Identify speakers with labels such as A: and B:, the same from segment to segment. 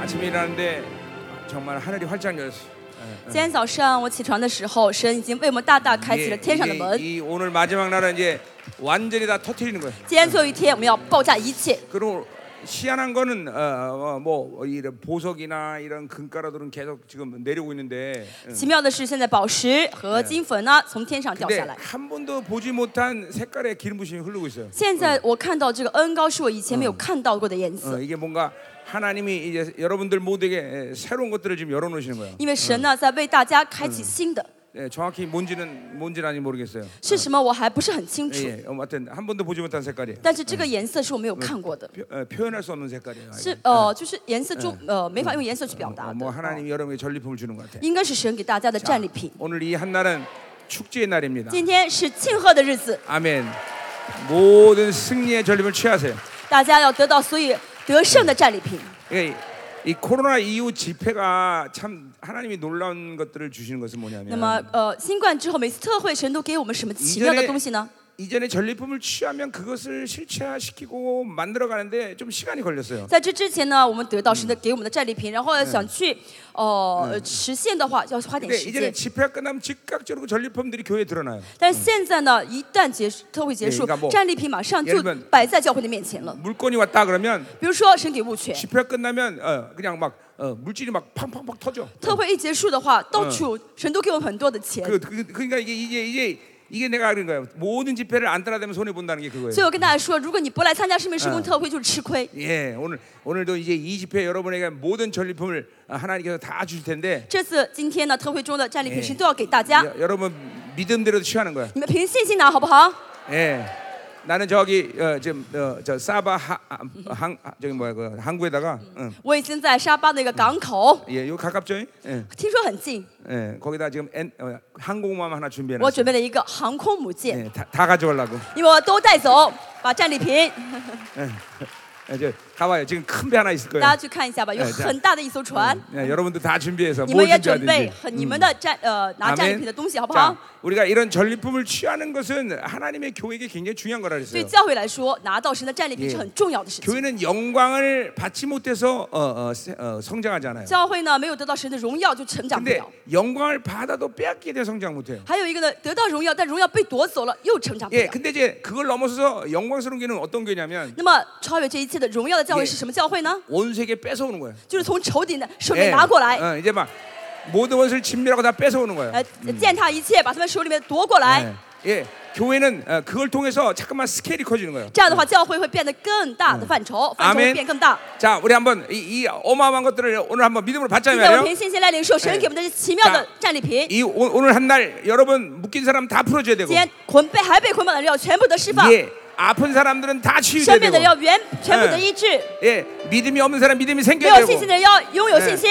A: 아침에 일어났는데 정말 하늘이 활짝 열렸어요. 예.
B: 今天早上我起床的时候，神已经为我们大大开启了
A: 이게-
B: 天上的
A: 이게
B: 门。
A: 이 오늘 마지막 날은 이제 완전히 다 터트리는 거예요.
B: 今天最后一天，我们要爆炸一切。
A: 그리고 희한한 거는 어, 어, 뭐 이런 보석이나 이런 금가루들은 계속 지금 내려오고 있는데 예.
B: 奇妙的是，现在宝石和金粉呢从天上掉
A: 근데
B: 下来。
A: 한 번도 보지 못한 색깔의 기름 부심이 흐르고 있어요.
B: 现在我看到这个恩高是我以前没有看到过的颜
A: 어,
B: 色，
A: 이게 뭔가 하나님이 이제 여러분들 모두에게 예, 새로운 것들을 지금 열어놓으시는 거예요.
B: 因为神呢在为大家开启新的，
A: 예, 정확히 뭔지는 뭔지 아닌지 모르겠어요.
B: 是什么我还不是很清楚。
A: 예, 어, 하여튼 한 번도 보지 못한 색깔이에요.
B: 但是这个颜色是我没有看过的，
A: 표, 어, 표현할 수 없는 색깔이에요.
B: 是呃，就是颜色中呃没法用颜色去表达
A: 어,
B: 的哦
A: 뭐 ， 하나님이 여러분에게 전리품을 주는 것 같아요.
B: 应该是神给大家的战利品。
A: 오늘 이 한 날은 축제의 날입니다.
B: 今天是庆贺的日子，
A: 아멘. 모든 승리의 전립을 취하세요.
B: 大家要得到所有得胜的战利品。
A: 그러니까 이, 이 코로나 이후 집회가 참 하나님이 놀라운 것들을 주시는 것은
B: 那么
A: 뭐냐면
B: 呃，新冠之后每次特会神都给我们什么奇妙的东西呢？
A: 이전에 전리품을 취하면 그것을 실체화시키고 만들어 가는데 좀 시간이 걸렸어요.
B: 在这之前呢，我们得到神的给我们的战利品，然后想去呃实现的话，要花点
A: 근데
B: 时
A: 네, 이전에
B: 间。
A: 집회가 끝나면 즉각적으로 전리품들이 교회에 드러나요.
B: 但是现在呢，一旦结束特会结束
A: 예，그러니까뭐，
B: 战利品马上
A: 예를
B: 就
A: 들면
B: 摆在教会的面前了。
A: 물건이 왔다 그러면
B: 比如说神给物权，
A: 집회가 끝나면 어, 그냥 막 어, 물질이 막 팡팡팡 터져.
B: 特会一结束的话，到处神都给我们很多的钱。
A: 그, 그, 그러니까 이게 이게 이게 이게 내가 그런 거예요. 모든 집회를 안 따라다니면 손해 본다는 게 그거예요.
B: 所以我跟大家说，如果你不来参加市民施
A: 嗯
B: 工特会，就是吃亏。
A: 예, 오늘 오늘도 이제 이 집회 여러분에게 모든 전리품을 하나님께서 다 주실 텐데
B: 这次今天呢，特会中的战利品
A: 예
B: 神都要给大家，
A: 여, 러분 믿음대로 취하는 거야.
B: 你们凭信心拿好不好？
A: 예. 나는 저기 어, 지금 어, 저 사바 하, 아, 항 아, 저기 뭐야 그 항구에다가 응.
B: 我已经在沙巴的一个港口，
A: 예, 요 가깝죠? 예,
B: 听说很近，
A: 예, 거기다 지금 엔, 어, 항공모함 하나
B: 我
A: 준비해놨어.
B: 准备了一个航空母舰，
A: 예, 다, 다 가져가려고.
B: 你们都带走， 把战利品
A: 예, 저 가봐요. 지금 큰 배 하나 있을
B: 大
A: 거예요.
B: 家去看一下吧，有
A: 哎这
B: 很大的一艘船，
A: 예, 여러분도 다 준비해서
B: 你
A: 뭘
B: 们也准备
A: 준비하든지.
B: 很你们的嗯战呃拿战利品的东西好不好
A: 자, ？ 우리가 이런 전리품을 취하는 것은 하나님의 교회에게 굉장히 중요한 거라
B: 对
A: 그랬어요.
B: 教会来说，拿到神的战利品
A: 예
B: 是很重要的事情。
A: 교회는 영광을 받지 못해서 어, 어, 세- 어, 성장하잖아요.
B: 教会呢没有得到神的荣耀就成长不
A: 근데
B: 了，
A: 영광을 받아도 빼앗기게 돼 성장 못해요.
B: 还有一个呢得到荣耀，但荣耀被夺走了又成长不
A: 예,
B: 了。
A: 근데 이제 그걸 넘어서서 영광스러운 교회는 어떤 교회냐면
B: 那么超越这一切的荣耀的教会
A: 예
B: 是什么教会呢？
A: 온 세계 뺏어오는 거예요.
B: 就是从仇敌的手里
A: 예,
B: 面拿过来，
A: 어, 이제 막 모든 것을 진멸하고 다 뺏어오는 거예요.
B: 呃，践踏一切，把他们手里面夺过来。
A: 예, 예, 교회는 어, 그걸 통해서 자꾸만 스케일이 커지는 거예요.
B: 这样的话，教会会变得更大的范畴，范畴
A: 아멘.
B: 会变更大。
A: 자, 우리 한번 이, 이 어마어마한 것들을 오늘 한번 믿음으로 받자
B: 现
A: 이
B: 在我们
A: 말이에요.
B: 凭信心来领受神给我们的这奇妙的战利品。
A: 이 오, 오늘 한 날 여러분 묶인 사람 다 풀어줘야 되고
B: 今天捆被还被捆绑的人要全部得释放，
A: 예, 아픈 사람들은 다
B: 生
A: 치유돼야 되고
B: 病的人要原全部得医治，
A: 예, 믿음이 없는 사람 믿음이
B: 没
A: 생겨야
B: 有信
A: 되고
B: 心的人要拥有信心，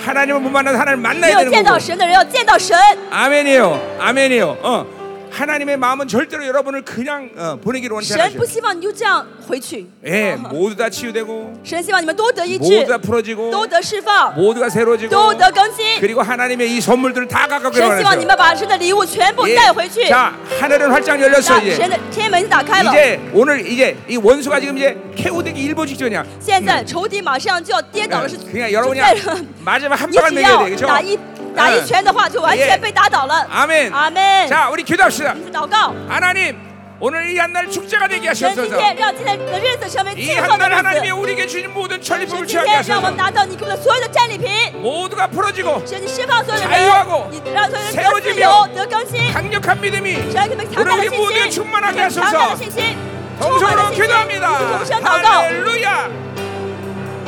A: 하나님을 못 만나서 하나님을
B: 没
A: 만나야
B: 有
A: 되는
B: 见
A: 거고
B: 到神的人要见到神。
A: 아멘이에요 아멘이에요 어. 하나님의 마음은 절대로 여러분을 그냥 어, 보내기를 원치
B: 神
A: 않으세요
B: 不希望你就这样回去，
A: 예, 모두 다 치유되고
B: 神希望你们都得医
A: 모두 다
B: 治，
A: 풀어지고
B: 都得释放，
A: 모두가 새로워지고
B: 都得更新。
A: 그리고 하나님의 이 선물들을 다 갖고
B: 神希望你
A: 가라는
B: 们把神的礼物全部带回去，让
A: 자 하늘은 활짝 열렸어 이제
B: 神的天门打开了。
A: 이제 오늘 이제 이 원수가 지금 이제 캐고되기 일보 직전이야. 예,
B: 现在仇敌马上就要跌倒了，是
A: 그냥 여러분이
B: 就在了
A: 마지막 한
B: 你嗯
A: 방을 먹여야
B: 只
A: 돼,
B: 要
A: 그렇죠?
B: 打一打一拳的话，就完全被打倒了。
A: 아멘.
B: 阿门。
A: 자, 우리 기도합시다.
B: 我们祷告，
A: 하나님, 오늘 이 한 날 축제가 되게
B: 神今
A: 하시옵소서.
B: 天让今天的日子成为
A: 이
B: 庆贺
A: 한
B: 的
A: 날
B: 日
A: 하나님이
B: 子。
A: 우리에게 주신 모든
B: 神
A: 전리품을
B: 今
A: 취하게
B: 天让我们
A: 하소서.
B: 拿到你给我们所有的战利品，
A: 모두가 풀어지고
B: 神你释放所有
A: 자
B: 的
A: 유하고
B: 人，你让所有人得自由、得更新，
A: 강력한 믿음이
B: 神给我们强大的
A: 우리
B: 信
A: 모두에
B: 心，
A: 충만하게
B: 强大的
A: 하소서.
B: 信心，充满的啊
A: 동서로
B: 信心，
A: 기도합니다.
B: 同声祷告。
A: 할렐루야.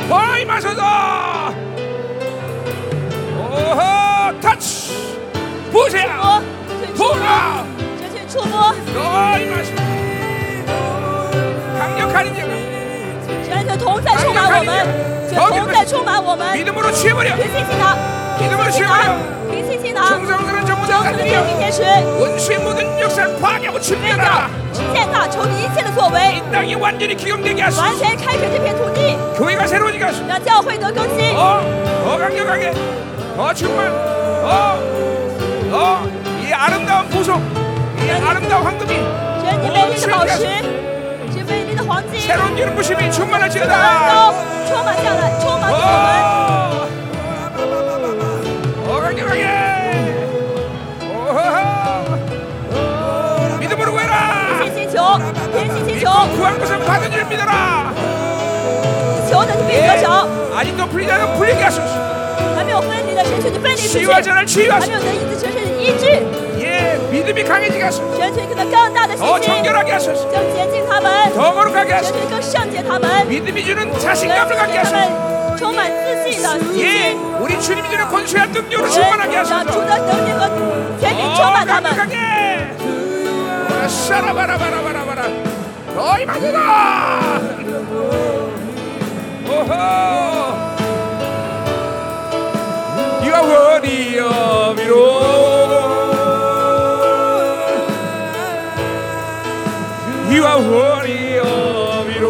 A: 더 임하소서. 오호 터치. 보세요.
B: 我去触摸，
A: 보라.
B: 神去触摸，
A: 더 임하소서. 강력한 인정.
B: 神的同在充满我们，神同在充满我们，
A: 믿음으로 취해버려.
B: 凭信心拿，凭信心拿，凭信心拿。
A: 정성스러운 정부
B: 求神的天平
A: 장관님이여
B: 天使
A: 원수의 모든 역사 파괴하고
B: 宣告
A: 침멸하라
B: 践踏仇敌一切的作为
A: 이 ， 땅이 완전히 기용되게 하소서
B: 完全开垦这片土地，
A: 교회가 새로워지게 하소서
B: 让教会得更新，
A: 더, 더 강력하게 더 충만 더더이 아름다운 보석 이 아름다운 황금이
B: 神你美丽的宝石，是美丽的黄金，
A: 새로운 기름 부심이
B: 恩
A: 충만할지어다
B: 膏充满下来，充满着我们。
A: 어,
B: 必得着。
A: 아직도 풀리지 않은 풀리게 하소서.
B: 还没有分离的神，求你分离出去。
A: 치유할 자를
B: 还没
A: 치유하소서.
B: 有得医治，神求你医治，
A: 예, 믿음이 강해지게 하소서.
B: 神求你给他更大的信
A: 더
B: 心，
A: 정결하게 하소서.
B: 更洁净他们，
A: 더 거룩하게
B: 神
A: 하소서.
B: 求你更圣洁他们，
A: 믿음이 주는
B: 神
A: 자신감을
B: 求
A: 갖게
B: 你他
A: 하소서.
B: 们充满自信的信
A: 예
B: 心。
A: 우리 주님이 주는 권수의 능력으로
B: 神让
A: 충만하게
B: 主
A: 하소서
B: 的能力和权柄
A: 어,
B: 充满他们，
A: 강력하게 샤라바라바라바라바라 너희 만나다 오호 네가 원이여 미로 네가 원이여 미로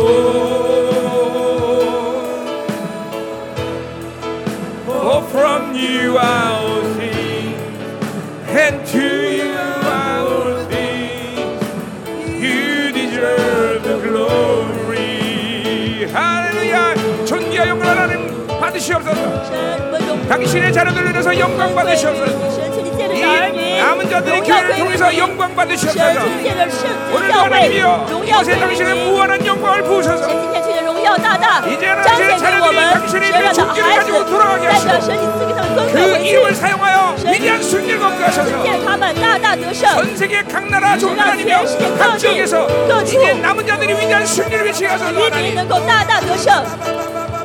A: For Oh, from you are all things, and to you are all things. You deserve the glory. 할렐루야! 존귀와 영광 하나님 받으시옵소서.
B: 神我们荣
A: 당신의 자녀들로 인해서 영광
B: 归于你
A: 받으시옵소서.
B: 神求你借着
A: 이
B: 你的儿女，
A: 남은
B: 荣耀
A: 자들의
B: 归
A: 교회를
B: 于
A: 통해서
B: 你。
A: 영광
B: 神
A: 받으시옵소서.
B: 求你借着圣洁
A: 오늘도
B: 教会，
A: 하나님이여
B: 荣耀归
A: 이곳에
B: 于
A: 당신의
B: 你。
A: 무한한 영광을
B: 神
A: 부으셔서
B: 今天这些荣耀大大
A: 이제는
B: 彰显给我们，
A: 당신의
B: 神
A: 자녀들이
B: 让他
A: 존귀를
B: 孩子
A: 가지고 돌아가게
B: 带
A: 하시고
B: 着神你赐给他们尊
A: 그
B: 贵回去，
A: 힘을 사용하여 위대한 승리를 얻게
B: 神
A: 하셔서
B: 借他们大大得胜，
A: 전 세계 각 나라
B: 전 세계
A: 종교하며
B: 각
A: 각 지역에서
B: 각
A: 이제
B: 주.
A: 남은 자들이 위대한 승리를 위치하서
B: 与你
A: 하나님
B: 能够大大得胜，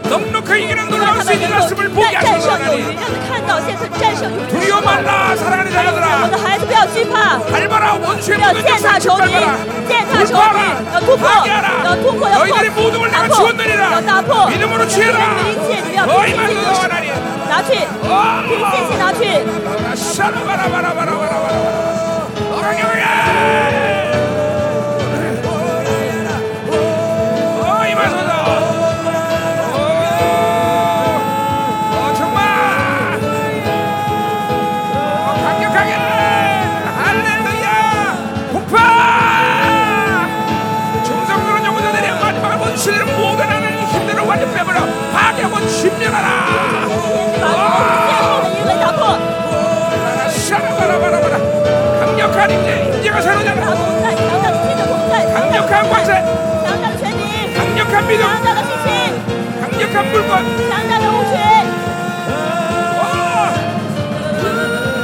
A: 넉넉히 이기는
B: 让
A: 놀라운
B: 他
A: 수
B: 们
A: 있는
B: 能够
A: 말씀을 보게
B: 战战胜
A: 하소서
B: 有余，
A: 하나님
B: 让他们看到现在战胜有余。
A: 두려워 말라 사랑하는
B: 我
A: 자녀들아
B: 的孩子不要惧怕，
A: 밟아라 원수의
B: 不要
A: 모든
B: 践踏
A: 역사를
B: 仇敌
A: 밟아라 ，
B: 践踏仇敌，要突破，要突破，要破，
A: 너희들의 모든 걸
B: 打
A: 내가
B: 破，
A: 주었느니라
B: 要打破，你的
A: 믿음으로 취해라
B: 一切，你要凭信
A: 너희만
B: 心
A: 얻어
B: 得
A: 하나님
B: 拿去，凭信心拿去。
A: 샤라바라바라바라바라바라. 너랑 영광이야. 어, 임하소서. 어, 어, 정말. 어, 강력하게. 할렐루야. 폭파. 충성스러운 영혼자들이 마지막을 본 신뢰를 모든 하나님의 힘대로 완전 빼버려 파괴하고 침멸하라
B: 把我们的阴魂打破，
A: 샤라바라바라바라 아, 강력한 임재 임재가
B: 打
A: 새로잖아
B: 破在强大的天的同在，强大的
A: 강력한 권세
B: 强大的权柄，
A: 강력한 믿음
B: 强大的信心，
A: 강력한 물건
B: 强大的物权，
A: 어!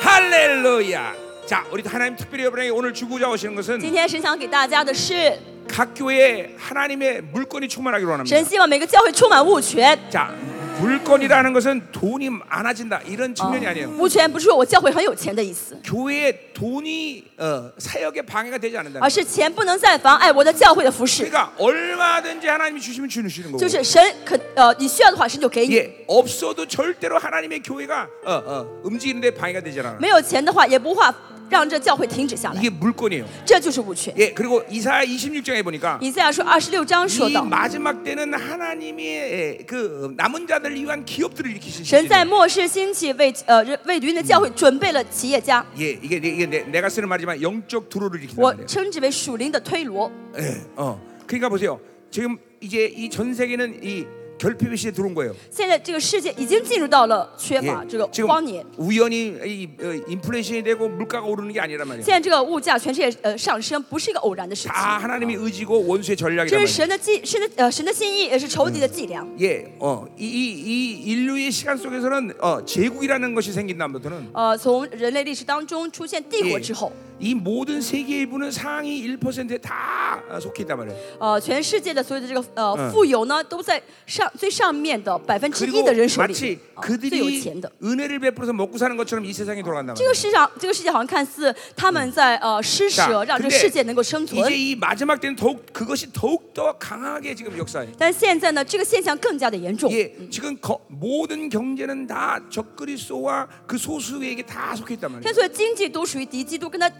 A: 할렐루야 자 우리 하나님 특별히 여러분에게 오늘 주고자 하시는
B: 今
A: 것은
B: 天神想给大家的是，
A: 각 교회에 하나님의 물건이 충만하기로
B: 神
A: 합니다
B: 希望每个教会充满物权。
A: 자 물건이라는 것은 돈이 많아진다 이런 측면이 아니에요
B: 物权不是说我教会很有钱的意思，
A: 교회에 돈이 어, 사역에 방해가 되지 않는다
B: 而是钱不能再妨碍我的教会的服侍。
A: 그러니까 얼마든지 하나님이 주시면 주시는 거고
B: 就是神可呃，你需要的话，神就给你；
A: 예, 없어도 절대로 하나님의 교회가 어, 어, 움직이는데 방해가 되지 않아.
B: 没有钱的话，也不会让这教会停止下来。
A: 이게 물건이에요.
B: 这就是物权。
A: 예, 그리고 이사야 26장에 보니까
B: 以赛亚书二十六章说
A: 이
B: 到，
A: 마지막 때는 하나님이 예, 그 남은 자들 위한 기업들을 일으키신
B: 神在
A: 시대예요.
B: 末世兴起为呃为云的教会准备了企业家，
A: 예, 이게, 내- 이게 내, 내가 쓰는 말이지만 영적 두로를 일으킨다.
B: 我
A: 그래요.
B: 称之为属灵的推罗。
A: 예, 어, 그러니까 보세요. 지금 이제 이 전 세계는 이 결핍의 시대 에 들어온 거예요.
B: 现在这个世界已经进入到了缺
A: 예,
B: 乏这个
A: 지금
B: 荒年，
A: 우연히 이, 어, 인플레이션이 되고 물가가 오르는 게 아니란 말이에요.
B: 现在这个物价全世界呃上升不是一个偶然的事情，
A: 다 하나님의 의지고 원수의 전략이란
B: 这是
A: 말이에요.
B: 神的计，神的呃神的心意，也是仇敌的伎俩。
A: 예, 어, 이, 이, 이 인류의 시간 속에서는 어, 제국이라는 것이 생긴 다음부터는
B: 呃，从人类历史当中出现帝
A: 예,
B: 国之后，
A: 이 모든 세계 일부는 상위 1%에 다 어, 속해 있단 말이에요.
B: 呃，全世界的所有的这个
A: 嗯
B: 呃富有呢，都在上最上面的百分之一
A: 그리고
B: 的人手里
A: 마치 ，
B: 啊最有
A: 그들이
B: 钱的。
A: 은혜를 베풀어서 먹고 사는 것처럼 이 세상이 돌아간단
B: 这个
A: 말이에요.
B: 世上，这个世界好像看似他们在呃施舍，让这个世界能够生
A: 이제
B: 存，
A: 이 마지막 때는 더욱 그것이 더욱 더 강하게 지금 역사해요.
B: 但现在呢，这个现象更加的严重。
A: 예, 지금 거- 모든 경제는 다 적그리스도와 그 소수에게 다 속해 있단 말이에요.
B: 现在所有经济都属于敌基督，跟他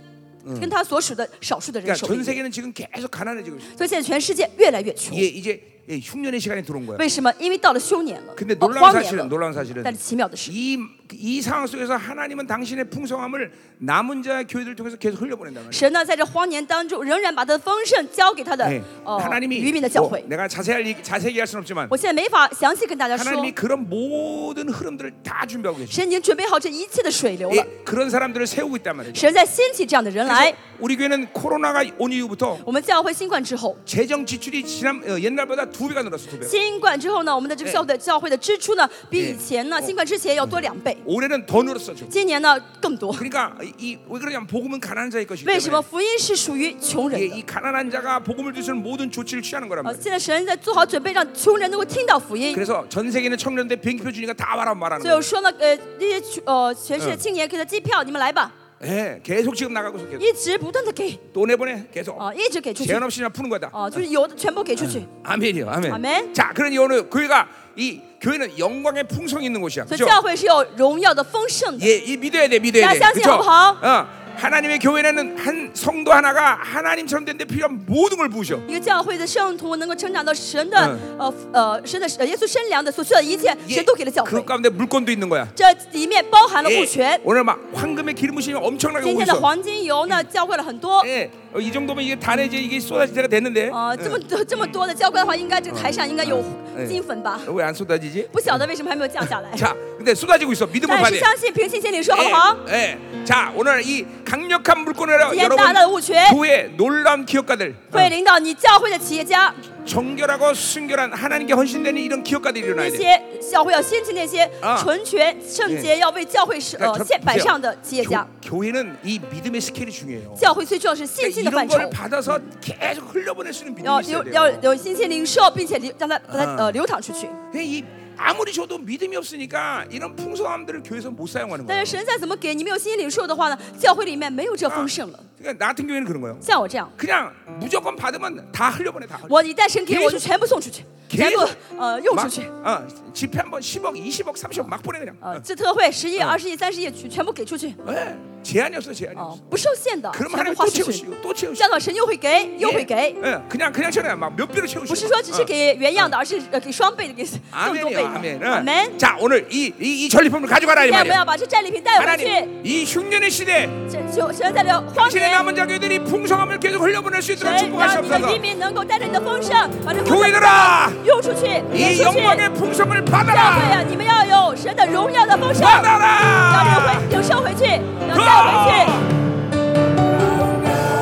B: 跟他所属的少数的人
A: 그러니까
B: 手
A: 전
B: 里，
A: 세계는 지금 계속 가난해지고 있어요.
B: 所以现在全世界越来越穷
A: 예, 。 이제 예, 흉년의 시간이 들어온 거야.
B: 为什么？因为到了休年了，
A: 근데
B: 哦
A: 놀라운
B: 荒年
A: 사실은
B: 了。
A: 놀라운 사실은
B: 但是奇妙的是，
A: 이, 이 상황 속에서 하나님은 당신의 풍성함을 남은 자 교회들 통해서 계속 흘려보낸단 말이야.
B: 神呢在这荒年当中，仍然把他的丰盛交给他的
A: 예.
B: 哦
A: 하나님이
B: 渔民的教
A: 뭐,
B: 会。
A: 내가 자세히 얘기- 자세히 얘기할 수는 없지만
B: 我现在没法详细跟大家说，
A: 하나님이 그런 모든 흐름들을 다 준비하고 계시.
B: 神已经准备好这一切的水流了。
A: 예, 그런 사람들을 세우고 있단 말이죠.
B: 神在掀起这样的人来
A: 그래서 。 우리 교회는 코로나가 온 이후부터
B: 我们教会新冠之后，
A: 재정 지출이 지난 어, 옛날보다 두 배가 늘었어 두 배.
B: 新冠之后呢，我们的这个教会的教会的支出呢，比以前呢
A: 예
B: 新冠之前要多两倍，
A: 올해는 더 늘었어 지금.
B: 今年呢更多。
A: 그러니까 이왜 그러냐면 복음은 가난한 자의 것이기
B: 为什么
A: 때문에
B: 福音是属于穷
A: 예,
B: 人的？
A: 이 가난한 자가 복음을 들수 있는 모든 조치를 취하는 거란
B: 啊，
A: 말이에요.
B: 现在神在做好准备，让穷人能够听到福音。
A: 그래서 전 세계는 청년들 비행기표 주니까 다 와라 말하는
B: 所以我
A: 거예요.
B: 说呢，呃，那些穷呃全世界青年给他机票，你们来吧，
A: 예, 계속 지금 나가고 있어. 계속.
B: 一直不断的给
A: 또 내보내 계속.
B: 啊，一直给出去
A: 제한 없이 그냥 푸는 거다.
B: 啊，就是有的全部给出去。
A: 아멘이요, 아멘.
B: 어. 아멘.
A: 자, 그러니 오늘 교회가 이 교회는 영광의 풍성이 있는 곳이야.
B: 所以
A: 그렇죠?
B: 教会是有荣耀的丰盛的。
A: 예, 이 믿어야 돼, 믿어야 돼.
B: 자,
A: 그렇죠?
B: 쌍쌍,
A: 어. 하나님의 교회는 한 성도 하나가 하나님처럼 되는데 필요한 모든 걸 부으셔.
B: 一个教会的圣徒能够成长到神的
A: 嗯
B: 呃呃神的呃耶稣身量的所需要的一切，
A: 예,
B: 神都给了教会
A: 그 。 가운데 물건도 있는 거야.
B: 这里面包含了物
A: 예,
B: 权。
A: 오늘 막 황금의 기름 부심이 엄청나게
B: 今
A: 오고
B: 天的
A: 있어.
B: 黄金油呢，教会了很多。
A: 예, 어, 이 정도면 이게 단에 이제 이게 쏟아질 때가 됐는데. 예.
B: 啊，这么多这么多的教会的话，应该这个台上应该有
A: 哎
B: 金粉吧？
A: 왜안 쏟아지지?
B: 不晓得为什么还没有降下来。
A: 자, 근데 쏟아지고 있어. 믿음을
B: 但
A: 받아.
B: 是相信，平心静气说，好不好？
A: 예, 예. 자, 오늘 이 강력한 물건을
B: 今天大大的
A: 여러분
B: 物权
A: 교회 놀라운 기업가들 어,
B: 会领导你教会的企业家，
A: 정결하고 순결한 하나님께 헌신되는 이런 기업가들이
B: 那
A: 일어나야 돼.
B: 些教会要兴起那些
A: 啊
B: 纯全圣洁，要为教会是
A: 자
B: 呃
A: 저-
B: 献摆
A: 보세요.
B: 上的企业家。
A: 교, 교회는 이 믿음의 스케일이 중요해요.
B: 教会最重要是信
A: 그러니까
B: 心的
A: 이런
B: 范畴，
A: 걸 받아서 계속 흘려보낼 수 있는 믿음이
B: 要
A: 있어야
B: 有
A: 돼요.
B: 要有信心领受，并且流让它让它
A: 啊
B: 呃流淌出去。
A: 근데 이 아무리 줘도 믿음이 없으니까 이런 풍성함들을 교회에서 못 사용하는
B: 但
A: 거예요.
B: 是神再怎么给，你没有信心领受的话呢，教会里面没有这
A: 아,
B: 丰盛了。
A: 그러니까 나 같은 교회는 그런 거예요.
B: 像我这样，
A: 그냥 무조건 받으면 다 흘려보내 다. 흘려.
B: 我一旦神给
A: 계속
B: 我就全部送出去，全部呃用出
A: 막
B: 去，
A: 어, 집회 한번 10억, 20억, 30억 막 보내 그냥.
B: 呃这特惠十亿、
A: 啊
B: 二十亿、三十亿全全部给出去，
A: 예, 제한이 없어 제한이
B: 哦
A: 없어.
B: 不受限的，
A: 그럼
B: 全部
A: 하나님
B: 花
A: 또
B: 出去，
A: 채우시고 또
B: 这
A: 채우시고.
B: 样的话神又会给，又会
A: 예,
B: 给。
A: 예, 그냥 그냥 채워요. 막몇 배로
B: 不
A: 채우시고.
B: 是说只是
A: 어.
B: 给原样的，而是呃给双倍的，给更多倍
A: 아멘이요, 아멘.
B: 的。
A: 어.
B: 阿门。
A: 자, 오늘 이 이 전리품을 가져가라 이
B: 现在我们
A: 말이야.
B: 要把这战利品带回去。
A: 하나님, 이 흉년의 시대,
B: 这就神在这荒
A: 당신의
B: 年，
A: 남은 자녀들이 풍성함을 계속 흘려보낼 수 있도록
B: 神让
A: 네,
B: 你的
A: 축복하시옵소서.
B: 渔民能够带着你的丰盛，把这丰
A: 교회들
B: 盛
A: 아
B: 用出去，连
A: 이
B: 出去。
A: 영광의 풍성을
B: 教会
A: 받아라,
B: 啊，你们要有神的荣耀的丰盛，要领
A: 받아라.
B: 回领受回去，要带回去。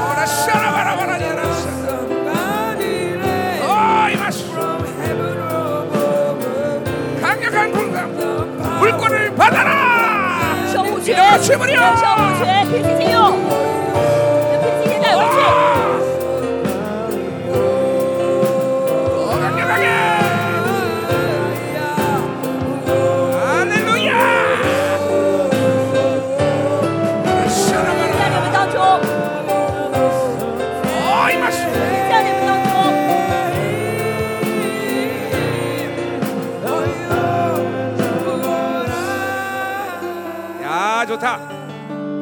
A: 오라 샤라바라바라니라. 어, 이마스. 강력한 풍성, 물건을 받아라.
B: 守护
A: 이
B: 权，守护
A: 주물이여.
B: 权，平心静用，平心静带回
A: 어,
B: 去。
A: 강력하게 할렐루야 사랑하라.
B: 在你们当中，
A: 어, 이 말씀.
B: 在你们当中，
A: 야 좋다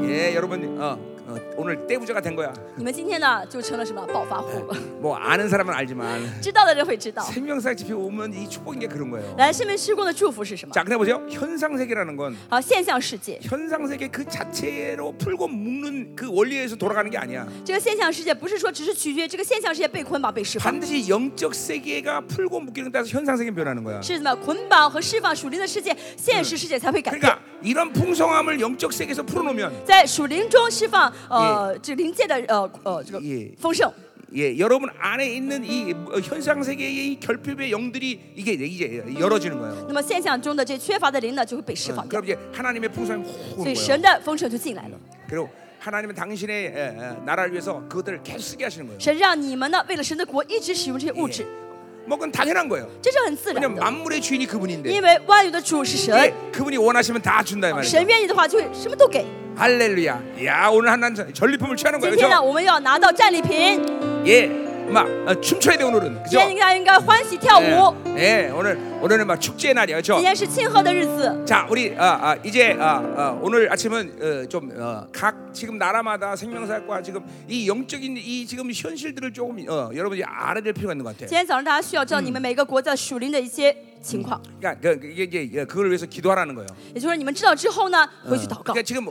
A: 예 여러분 어, 어, 오늘 떼부자가 된 거야
B: 你们今天呢就成了什么暴发户了？
A: 뭐 아는 사람은 알지만
B: 知道的人会知道。
A: 생명상 집회 오면 이 축복인 게 그런 거예요
B: 来，圣门施工的祝福是什么？
A: 자 근데 보세요 현상세계라는 건
B: 好，现象世界，
A: 현상세계 그 자체로 풀고 묶는 그 원리에서 돌아가는 게 아니야
B: 这个现象世界不是说只是取决于这个现象世界被捆绑被释放，
A: 반드시 영적 세계가 풀고 묶이는 따라서 현상세계 변하는 거야
B: 是怎么样捆绑和释放属灵的世界，现实世界才会改变。
A: 그러니까 이런 풍성함을 영적 세계에서 풀어놓으면
B: 在属灵中释放，呃，这灵界的呃呃这个
A: 예
B: 丰盛，
A: 예, 여러분 안에 있는 이 어, 현상 세계의 이 결핍의 영들이 이게 이제- 이제 열어지는 거예요. 어,
B: 那么现象中的这缺乏的灵呢就会被释放掉
A: 그럼 ， 이제 하나님의 풍성이 확
B: 所
A: 오는
B: 以神
A: 거예요.
B: 的丰盛就进来了。
A: 그리고 하나님은 당신의 예, 예, 나라를 위해서 그것들을 계속 쓰게 하시는 거예요.
B: 神让你们呢为了神的国一直使用这些物质，
A: 예. 뭐 그건 당연한 거예요.
B: 这是很自然
A: 왜냐면
B: 的，
A: 만물의 주인이 그분인데
B: 因为万有的主是神，
A: 예, 그분이 원하시면 다 준다 이
B: 神
A: 말이에요.
B: 愿意的话就会什么都给。
A: 할렐루야. 야 오늘 하나님 전리품을 취하는
B: 今
A: 거예요.
B: 天呢，
A: 그렇죠?
B: 我们要拿到战利品，
A: 예, 막 어, 춤춰야 돼 오늘은. 그죠?
B: 今
A: 哎
B: 天大家应该欢喜跳舞。
A: 예, 예, 오늘 오늘은 막 축제의 날이야, 그렇죠?
B: 今天是庆贺的日子。
A: 자, 우리 아, 아, 이제 아, 아, 오늘 아침은 어, 좀각 지금 나라마다 생명사과 지금 이 영적인 이 지금 현실들을 조금 어, 여러분이 알아야 될 필요가 있는 것 같아요.
B: 今天早上大家需要知道你们每个国家属灵的一些情况，
A: 그러니까 그, 그, 이게 이제 그걸 위해서 기도하라는 거예요.
B: 也就是说你们知道之后呢，
A: 嗯
B: 回去祷告
A: 그러니까 。 지금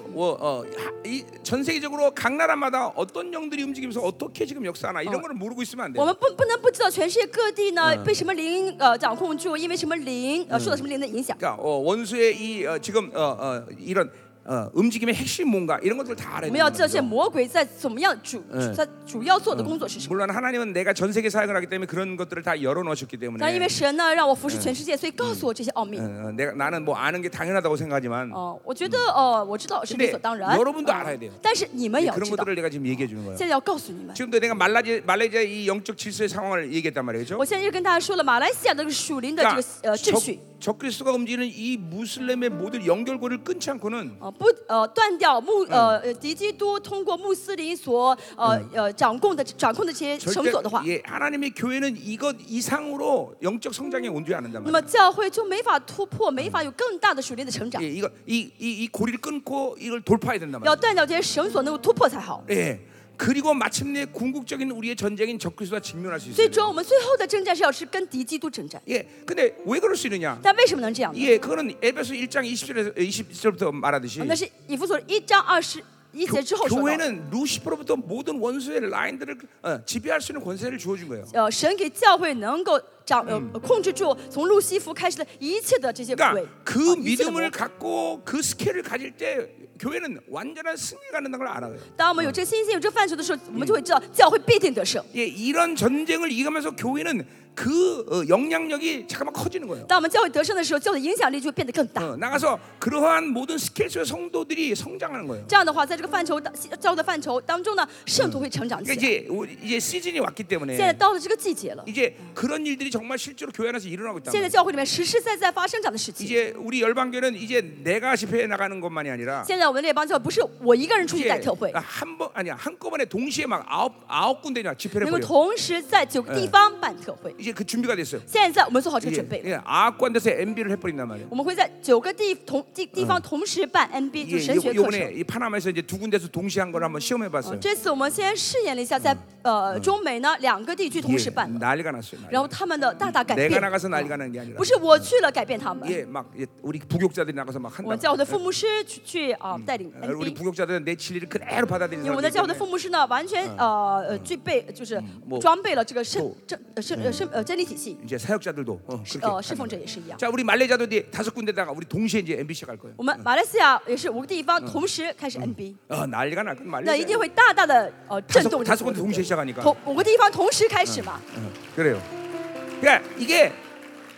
A: 어이전 세계적으로 각 나라마다 어떤 영들이 움직이면서 어떻게 지금 역사하나 이런 거를 모르고 있으면 안
B: 我
A: 돼요.
B: 们不不能不知道全世界各地呢被什么灵呃掌控住，因为什么灵呃受到什么灵的影响。
A: 그러니까 어, 원수의 이 어, 지금 어, 어, 이런 어, 움직임의 핵심 뭔가 이런 것들 다
B: 我
A: 알아야
B: 们要知道
A: 돼요.
B: 现在魔鬼在怎么样主
A: 嗯
B: 在主要做的工作是什么。
A: 물론 하나님은 내가 전 세계 사역을 하기 때문에 그런 것들을 다 열어 놓으셨기
B: 但因
A: 때문에
B: 为神呢让我服侍全世界，所以告诉我这些奥秘
A: 어, 。 어, 내가 어, 나는 뭐 아는 게 당연하다고 생각하지만
B: 哦，我觉得哦，我知道是理所当然
A: 근데여러분도알아야돼요 。
B: 但是你们也要
A: 그런
B: 知道，
A: 것들을 내가 지금 얘기해 주는 거예요.
B: 现在要告诉你们。
A: 지금도 내가 말라지 말레이시아 이 영적 질서의 상황을 얘기했단 그렇죠? 말이죠.
B: 我现在就跟大家说了，马来西亚的这个属灵的
A: 그러니까
B: 这个
A: 어,
B: 呃秩序
A: 적, 적그리스도가 움직이는 이 무슬림의 모든 연결고리를 끊지 않고는
B: 哦，不呃断掉穆
A: 嗯
B: 呃呃敌基督通过穆斯林所呃呃掌控的掌控的这些绳
A: 절대
B: 索的话，
A: 예, 하나님의 교회는 이것 이상으로 영적 성장에 온줄 아는단 말이에요.
B: 那么教会就没法突破，没法有更大的属灵的成长
A: 예, 。 이거 이, 이, 이 고리를 끊고 이걸 돌파해야 된단
B: 要
A: 말이에요.
B: 断掉这些绳索，能够突破才好。
A: 예. 그리고 마침내 궁극적인 우리의 전쟁인 적그리스도와 직면할 수
B: 所以，
A: 있어요.
B: 主要我们最后的征战是要是跟敌基督征战。
A: 예. 근데 왜 그럴 수 있느냐?
B: 但为什么能这样呢？
A: 예, 그거는 에베소 1장 20절에서 20절부터 말하듯이
B: 那是以弗所一章二十一节之后
A: 교-
B: 说到的。
A: 교회는 루시퍼로부터 모든 원수의 라인들을 어, 지배할 수 있는 권세를 주어준 거예요.
B: 呃，神给教会能够掌
A: 嗯
B: 呃控制住从路西弗开始的一切的这些鬼
A: 그러니까 ，그
B: 啊一切的魔
A: 믿음을 갖고 그 스케일을 가질 때 교회는 완전한 승리가 는다걸 알아요.
B: 当我们有这个信心、有这个范畴的时候，我们就会知道教会必定得胜。
A: 예, 이런 전쟁을 이기면서 교회는 그 어, 영향력이 잠깐만 커지는 거예요.
B: 当我们教会得胜的时候，教会的影响力就会变得更大。
A: 어, 나가서 그러한 모든 스케일 속의 성도들이 성장하는 거예요.
B: 这样的话，在这个范畴当教会的范畴当中呢，圣徒会成长起
A: 그러니까
B: 来。
A: 이제 우리 이제 시즌이 왔기
B: 现在
A: 때문에
B: 到了这个季节了，
A: 이제 그런 일들이 정말 실제로 교회 안에서 일어나고 있다.
B: 现在教会里面实实在在发生这样的事情。
A: 이제 우리 열방교는 이제 내가 집회에 나가는 것만이 아니라
B: 现在我们列邦教会不是我一个人出去
A: 이제
B: 带特会，
A: 한 번 아니야 한꺼번에 동시에 막 아홉 아홉 군데냐 집회를
B: 能够
A: 벌여.
B: 同时在九个地方办特会。
A: 이제 그 준비가 됐어요.
B: 现在我们做好这个
A: 예,
B: 准备了，
A: 예, 아악관에서 MB를 해버린단 말이에요.
B: 我们会在九个地同地地方同时办 NB 就
A: 예,
B: 神学
A: 요-
B: 课程
A: 요번에 。이 파나마에서 이제 두 군데서 동시에 한 걸 한번 시험해봤어요.
B: 这次我们先试验了一下，在呃中美呢两个地区同时
A: 예,
B: 办的，
A: 난리가 났어요. 난리가
B: 然后他们的大大改
A: 내가
B: 变，
A: 나가서 난리가 난 게 어, 아니라
B: 不是我去了改变他们，
A: 예, 막 예, 우리 부격자들이 나가서 막
B: 我
A: 한다.
B: 叫我的父母师去去啊带领
A: 어, 우리
B: NB，
A: 부격자들은 내 진리를 그대로 받아들이는
B: 因为我的教会的
A: 사람들이기
B: 父母师呢完全呃呃具备就是
A: 뭐
B: 装备了这个圣
A: 또
B: 正呃圣呃圣呃真理体系
A: 때문에 ， 이제 사역자들도 어, 그렇게
B: 呃
A: 하는
B: 侍奉者
A: 거예요.
B: 也是一样。
A: 자, 우리 말레이자도 이제 다섯 군데다가 우리 동시에 이제 MBC 갈 거예요.
B: 我们马来西亚也是五个地方同时开始 NB，
A: 어, 난리가 날 건
B: 那一
A: 말레이자.
B: 定会大大的呃震动这
A: 다섯
B: 个
A: 군
B: 国
A: 데
B: 度
A: 동시에 시작하니까.
B: 同五个地方同时开始嘛，
A: 어, 그래요. 그러니까 이게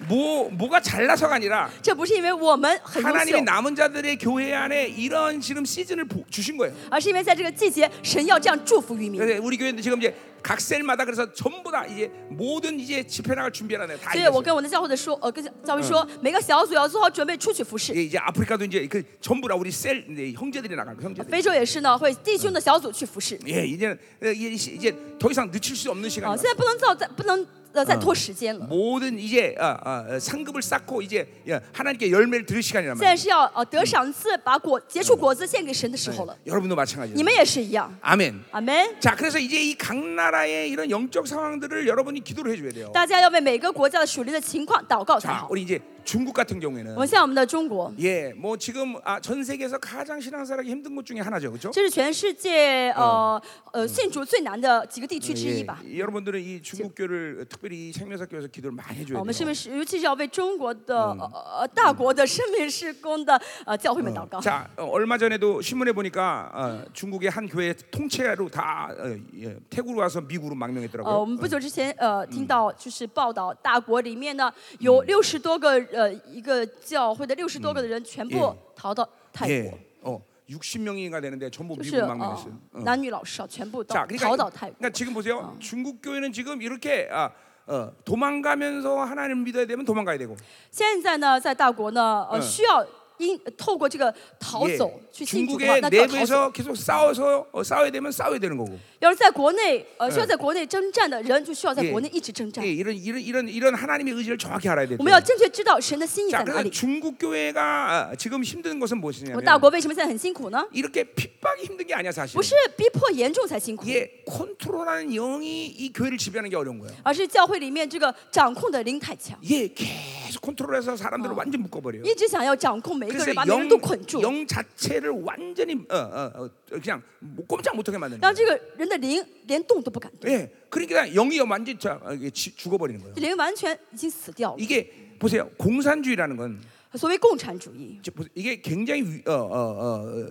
A: 뭐 뭐가 잘나서가 아니라
B: 这不是因为我们很优
A: 하나님이
B: 秀，
A: 남은 자들의 교회 안에 이런 지금 시즌을 부- 주신 거예요.
B: 而是因为在这个季节神要这样祝福渔民。
A: 그래서 우리 교회는 지금 이제 각 셀마다 그래서 전부 다 이제 모든 이제 집회 나갈 준비하는 다
B: 所以我
A: 이겼어요.
B: 跟我的教会的说，呃，跟教会说，每个小组要做好准备出去服侍
A: 예, 。 이제 아프리카도 이제 그 전부 다 우리 셀 이제 형제들이 나갈 거예요.
B: 啊
A: 형제들.
B: 非洲也是呢，会弟兄的小组去服侍。
A: 예, 이제 이제 이제 더 이상 늦출 수 없는
B: 啊，
A: 시간이야.
B: 现在不能造，再不能呃再拖时间
A: 嗯
B: 了。
A: 모든 이제 아, 아, 아, 상급을 쌓고 이제 예, 하나님께 열매를 들을 시간이란
B: 现在
A: 말이에요.
B: 是要呃得赏赐，把果结出果子献给神的时候了。
A: 여러분도 마찬가지예요.
B: 你们也是一样，
A: 아멘.
B: 阿门。
A: 자, 그래서 이제 이 각 나라의 이런 영적 상황들을 여러분이 기도를 해줘야 돼요.
B: 大家要为每个国家的属灵的情况祷告才
A: 자,
B: 好。
A: 우리 이제 중국 같은 경우에는
B: 我们像我们的中国，
A: 예, 뭐 지금 아, 전 세계에서 가장 신앙생활하기 힘든 곳 중에 하나죠, 그렇죠?
B: 这是全世界呃呃信主最难的几个地区之一
A: 嗯
B: 吧。
A: 예, 여러분들은 이 중국교를 특별히 이 생명사교에서 기도를 많이 해줘야
B: 啊我们
A: 돼요. 어.
B: 是不是尤其是要为中国的呃呃大国的生命事工的呃教会
A: 嗯
B: 们祷告？
A: 자, 어, 얼마 전에도 신문에 보니까 어, 중국의 한 교회 통째로 다 어, 예, 태국으로 와서 미국으로
B: 呃，我
A: 망명했더라고요.
B: 们不久之前呃听到就是报道，大国里面呢有六十多个呃一个教会的六十多个的人全部
A: 예
B: 逃到泰国，
A: 예, 어, 60명인가 되는데 전부
B: 就
A: 미국
B: 是呃
A: 망명했어요. 어.
B: 男女老少全部到
A: 자,
B: 逃
A: 그러니까,
B: 到泰国。
A: 그러니까 지금 보세요. 중국 교회는 지금 이렇게 아, 어, 도망가면서 하나님 믿어야 되면 도망가야 되고
B: 现在呢，在大国呢呃需要因透过这个逃
A: 예.
B: 走去信主的话，
A: 중국의
B: 那就要逃走。
A: 내부에서 계속 싸워서 어, 싸워야 되면 싸워야 되는 거고.
B: 要是在国内，呃，需要在国内征战的人，就需要在
A: 예
B: 国内一直征战
A: 예, 。 이런 이런 이런 이런 하나님의 의지를 정확히 알아야 돼.
B: 我们要正确知道神的心意
A: 자,
B: 在哪
A: 그래서
B: 里。
A: 중국 교회가 아, 지금 힘든 것은
B: 我们大
A: 무엇이냐면
B: 国为什么现在很辛苦呢？
A: 이렇게 핍박이 힘든 게 아니야
B: 不
A: 사실.
B: 是逼迫严重才辛苦，
A: 이게 컨트롤하는 영이 이 교회를 지배하는 게 어려운 거예요.
B: 而是教会里面这个掌控的灵太强，
A: 이게 계속 컨트롤해서 사람들을 완전 묶어버려요.
B: 一直想要掌控每一个
A: 그래서
B: 人，把每个人都捆住
A: 영, ，영 자체를 완전히 어, 어, 어, 그냥 꼼짝 못하게 만드는
B: 让
A: 거예요.
B: 这个人的灵连动都不敢动，
A: 예, 그러니까 영이 완전히 자- 어, 이게 지- 죽어버리는 거예요.
B: 灵完全已经死掉了。
A: 이게 보세요, 공산주의라는 건
B: 所谓共产主义，
A: 이제 보세요. 이게 굉장히 위- 어, 어, 어, 어,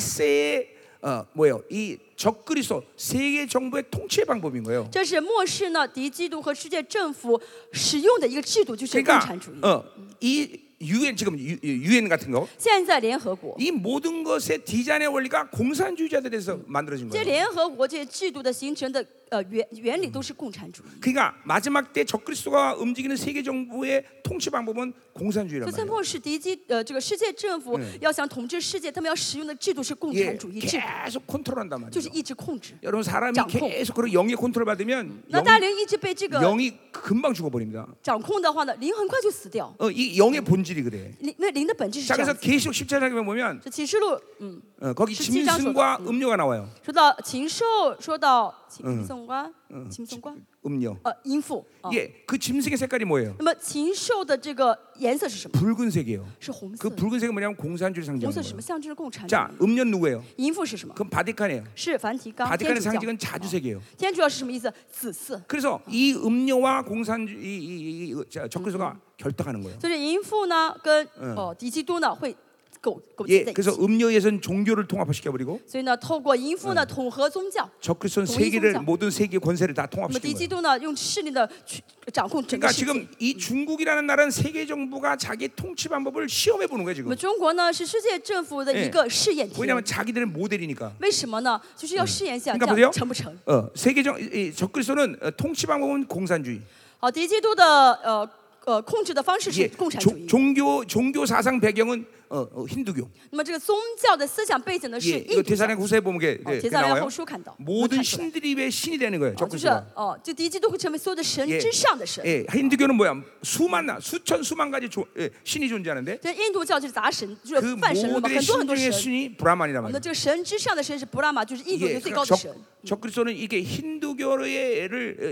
A: 말세의 어, 뭐예요? 이 적그리스도 세계 정부의 통치의 방법인 거예요.
B: 这是末世呢敌基督和世界政府使用的一个制度，就是共
A: 그러니까
B: 产主义。
A: 어, 이 유엔 지금 유엔 같은 거.
B: 现在联合国，
A: 이 모든 것의 디자인의 원리가 공산주의자들에서 만들어진
B: 这
A: 거예요.
B: 联合国这些制度的形成的呃原原理都是共产主义。
A: 그러니까 마지막 때 적그리스도가 움직이는 세계 정부의 통치 방법은
B: 就
A: 공산주의란
B: 在
A: 말이에요.
B: 末世敌基呃这个世界政府要想统治世界，他们要使用的制度是共
A: 예,
B: 产主义制度，
A: 계속 컨트롤한단
B: 就是
A: 말이에요.
B: 一直控制。
A: 여러분 사람이
B: 掌控。
A: 계속 그런 영의 컨트롤 받으면
B: 那大
A: 영이,
B: 灵一直被这个
A: 영이 금방 죽어버립니다.
B: 掌控的话呢，灵很快就死掉。
A: 어, 이 영의 본질이 그래.
B: 灵那灵的本质是
A: 자
B: 这
A: 그래서
B: 样子。
A: 계시록 17장에 보면
B: 这启示录，嗯，
A: 어, 거기
B: 십칠 장
A: 짐승과 음료가 나와요.
B: 说到禽兽，说到禽送官，禽送官，
A: 음료.
B: 呃，淫妇啊。
A: 예, 그 짐승의 색깔이 뭐예요?
B: 那么禽兽的这个颜色是什么？
A: 붉은색이에요.
B: 是红色
A: 그 。 붉은색은 뭐냐면 공산주의
B: 红
A: 상징인
B: 色是什
A: 거예요.
B: 么？象征着共产主
A: 자
B: 义。
A: 음료 누구예요?
B: 淫妇是什么？
A: 그럼 바티칸이에요.
B: 是梵蒂冈
A: 바티칸의
B: 天主教。哦
A: 상징은 자주색이에요.
B: 天主教是什么意思？紫色。
A: 그래서 이 음료와 공산주의 이, 이, 이, 이 자, 적그리스도가 결탁하는 거예요.
B: 所以淫妇呢，跟哦敌基督呢会苟苟且
A: 예,
B: 在一起
A: 그래서 。 음료에선 종교를 통합시켜 버리고
B: 所以呢，透过淫妇呢统合宗教，
A: 적그리스도는
B: 동의
A: 세계를
B: 성장.
A: 모든 세계 권세를 다
B: 那么
A: 통합시킨
B: 敌基
A: 거예요.
B: 督呢用势力的去掌控整个
A: 그러니까
B: 世界。
A: 지금 이 중국이라는 나라는 세계 정부가 자기 통치 방법을 시험해 보는 거예요
B: 我
A: 지금.
B: 们中国呢是世界政府的一
A: 哎
B: 个试验田，
A: 왜냐하면 자기들은 모델이니까.
B: 为什么呢？就是要试验一
A: 嗯
B: 下这
A: 你看不对哦
B: 样成不成。
A: 어, 세계 정 이- 이 적그리스도는 어, 통치 방법은 공산주의.
B: 好，敌基督的呃呃控制的方式
A: 예,
B: 是共产主
A: 조-
B: 义，
A: 종교 종교 사상 배경은 어, 어, 힌두교.
B: 那么这个宗教的思想背景呢是
A: 예, 이거
B: 印度教。
A: 대사령 후세 보면 이게
B: 哦，
A: 예,
B: 铁
A: 그
B: 萨来后
A: 나와요.
B: 书看到，我
A: 모든
B: 看出来
A: 신들의 신이 되는 거예요.
B: 哦，就是
A: 적그리스도가.
B: 哦，就敌基督会成为所有的神
A: 예
B: 之上的神。
A: 예, 힌두교는 뭐야? 수만 나 수천 수만 가지 조, 예, 신이 존재하는데
B: 这印度教就是杂神，就
A: 그
B: 是泛神论嘛，
A: 모든
B: 很多很多
A: 신들의
B: 神。
A: 신이 브라만이란
B: 我们的
A: 말이에요.
B: 这个神之上的神是布拉玛，就是印度
A: 예,
B: 的最高
A: 그러니까
B: 的神。
A: 적, 적그리스도는 이게 힌두교를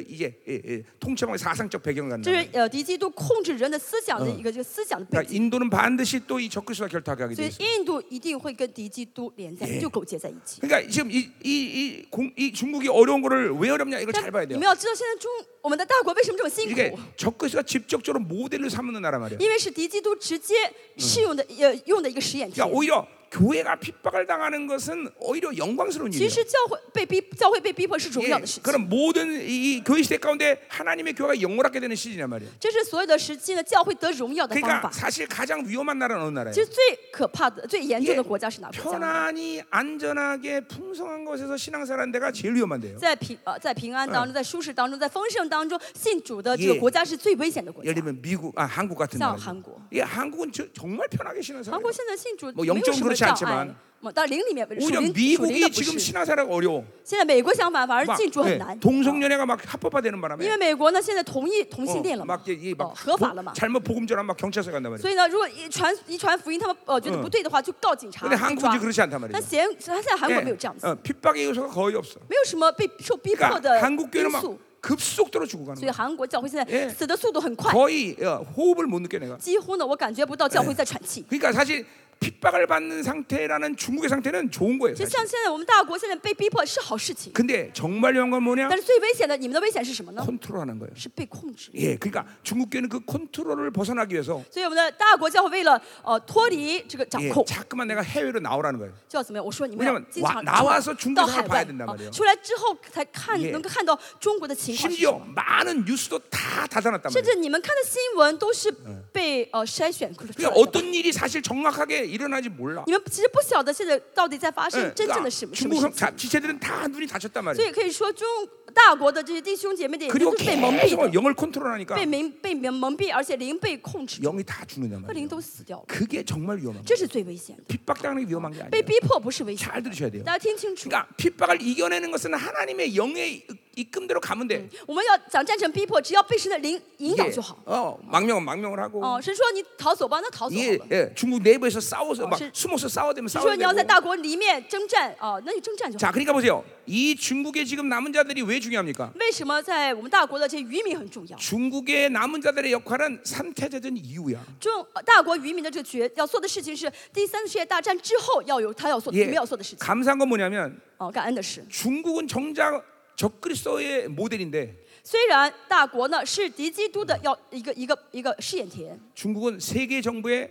A: 이제 예, 예, 통치방의 사상적 배경을 갖는
B: 这
A: 거예요.
B: 是呃敌基督控制人的思想
A: 嗯
B: 的一个这个思想的背
A: 그러니까
B: 景，
A: 인도는 반드시 또 이 적그리스도와 결탁하게
B: 所
A: 돼
B: 以
A: 있어요.
B: 印度一定会跟敌基督连在，就苟且在一起。
A: 그러니까 지금 이, 이, 이, 공, 이 중국이 어려운 거를 왜 어렵냐 이걸
B: 但
A: 잘 봐야
B: 你
A: 돼요.
B: 们要知道，现在中我们的大国为什么这么辛
A: 이게
B: 苦？
A: 적그리스도가 직접적으로 모델로 삼는 나라 말이에요.
B: 因为是敌基督直接适用的呃用的一个实验田
A: 그러니까 。 오히려 교회가 핍박을 당하는 것은 오히려 영광스러운
B: 其
A: 일이에요.
B: 实教会被逼，教会被逼迫是荣
A: 예,
B: 耀的事情。
A: 그럼 모든 이 교회 시대 가운데 하나님의 교회가 영원하게 되는 시즌이란 말이에요.
B: 这是所有的时期呢，教会得荣耀的方
A: 그러니까
B: 法。
A: 사실 가장 위험한 나라는 어느
B: 其
A: 나라예요?
B: 实最可怕的、最严重
A: 이게
B: 的国家是哪个国家呢？
A: 편안히 안전하게 풍성한 곳에서 신앙생활하는 데가 제일 위험한데요.
B: 在平呃，在平安当中，在舒适当中，在丰盛当中，信主的这
A: 예
B: 个国家是最危险的国家
A: 예를 。 들면 미국, 아 한국 같은
B: 像
A: 나라.
B: 韩国。
A: 예, 한국은 저, 정말 편하게
B: 韩
A: 신앙생활.
B: 国现在信主
A: 뭐
B: 没有
A: 영적으
B: 什
A: 로
B: 么
A: 그렇지
B: 障
A: 않지만
B: 碍，么到灵里面属
A: 오히려
B: 灵属灵
A: 미국이
B: 的不
A: 지금
B: 是。
A: 신앙생활 어려워.
B: 现在美国想法反而
A: 막
B: 禁主很
A: 예,
B: 难，啊
A: 동성연애가 막 합법화되는
B: 因
A: 바람에
B: 为美国呢现在同意同
A: 어,
B: 性恋了嘛
A: 막 이게 ，
B: 哦
A: 막
B: 合法了嘛，
A: 잘못 복음 전하면 막 경찰서 간단 말이에요.
B: 所以呢，如果一传一传福音，他们呃觉得不对的话，就告警察
A: 근데
B: 被
A: 한국이
B: 抓。
A: 그렇지 않단
B: 但
A: 말이에요.
B: 现他在韩国没有
A: 예,
B: 这样子，
A: 어, 핍박의 요소가 거의 없어.
B: 没有什么被受逼迫
A: 그러니까
B: 的呃
A: 한국 교회는
B: 因
A: 막
B: 素，
A: 급속도로 죽어가는
B: 所以
A: 거야.
B: 韩国教会现
A: 예
B: 在死的速度很快，
A: 거의 어, 호흡을 못 느껴 내가.
B: 几乎呢我感觉不到教会在喘气。
A: 그러니까 사실 핍박을 받는 상태라는 중국의 상태는 좋은 거예요.
B: 就
A: 사실.
B: 像现在我们大国现在被逼迫是好事情，
A: 근데 정말 위험한 건 뭐냐?
B: 但是最危险的，你们的危险是什么呢？
A: 컨트롤하는 거예요.
B: 是被控制。
A: 예, 그러니까 중국 교회는 그 컨트롤을 벗어나기 위해서
B: 所以我们的大国教会为了呃脱离这个掌
A: 예,
B: 控，
A: 자꾸만 내가 해외로 나오라는 거예요.
B: 就要怎么样？我说你们要
A: 왜냐면
B: 经
A: 와
B: 常
A: 나와서중국에서
B: 到海
A: 봐야
B: 外、啊
A: 된단말이에요
B: 出来之后才看
A: 예
B: 能够看到中国的情况是什
A: 심지어
B: 么。
A: 많은 뉴스도 다 닫아놨단
B: 甚
A: 말이에요.
B: 至你们看的新闻都是被呃筛选出来
A: 그러니까
B: 的。
A: 어떤 일이 사실 정확하게 일어나지 몰라.
B: 你们其实不晓得现在到底在发生
A: 예,
B: 真正
A: 그러니까
B: 的什么什么
A: 중국
B: 事
A: 형-
B: 情，
A: 다- 지체들은 다 눈이 다쳤단
B: 所
A: 말이에요.
B: 以可以说中大国的这些弟兄姐妹的眼睛
A: 그리고 예,
B: 都是被蒙蔽
A: 계속
B: 的，
A: 영을 컨트롤하니까
B: 被蒙被蒙蒙蔽，而且灵被控制住，
A: 영이 다 죽는단
B: 和
A: 예. 말이에요.
B: 灵都死掉了，
A: 그게 정말 위험한 거예요.
B: 这是最危险的。
A: 핍박당하는 게 위험한 게
B: 被
A: 아니에요.
B: 逼迫不是危险
A: 잘 ， 들으셔야 돼요.
B: 大家听清楚。
A: 그러니까 핍박을 이겨내는 것은 하나님의 영의 이끌대로 가면 돼.
B: 我们要想战胜逼迫，只要被神的灵引导
A: 이게
B: 就好。
A: 어, 망명은 망명을 하고
B: 哦，神说你逃走吧，那逃走好
A: 이게
B: 了。
A: 예, 중국 내부에서 싸워서
B: 어,
A: 막
B: 실-
A: 숨어서 싸워대면
B: 神说你要在
A: 싸워대고
B: 大国里面征战，哦，那你征战就好。
A: 자 그러니까 보세요. 이 중국에 지금 남은 자들이 왜 중요합니까?
B: 为什么在我们大国的这些渔民很重要？
A: 중국의 남은 자들의 역할은 삼태자전 이후야.
B: 中呃大国渔民的这个角要做的事情是，第三次世界大战之后要有他要做你
A: 예,
B: 们要做的事情。
A: 감사한 건 뭐냐면
B: 哦，感恩的是，
A: 중국은 정작 적그리스도의 모델인데
B: 虽然大国呢是敌基督的要一个一个一个试验田，
A: 중국은 세계 정부의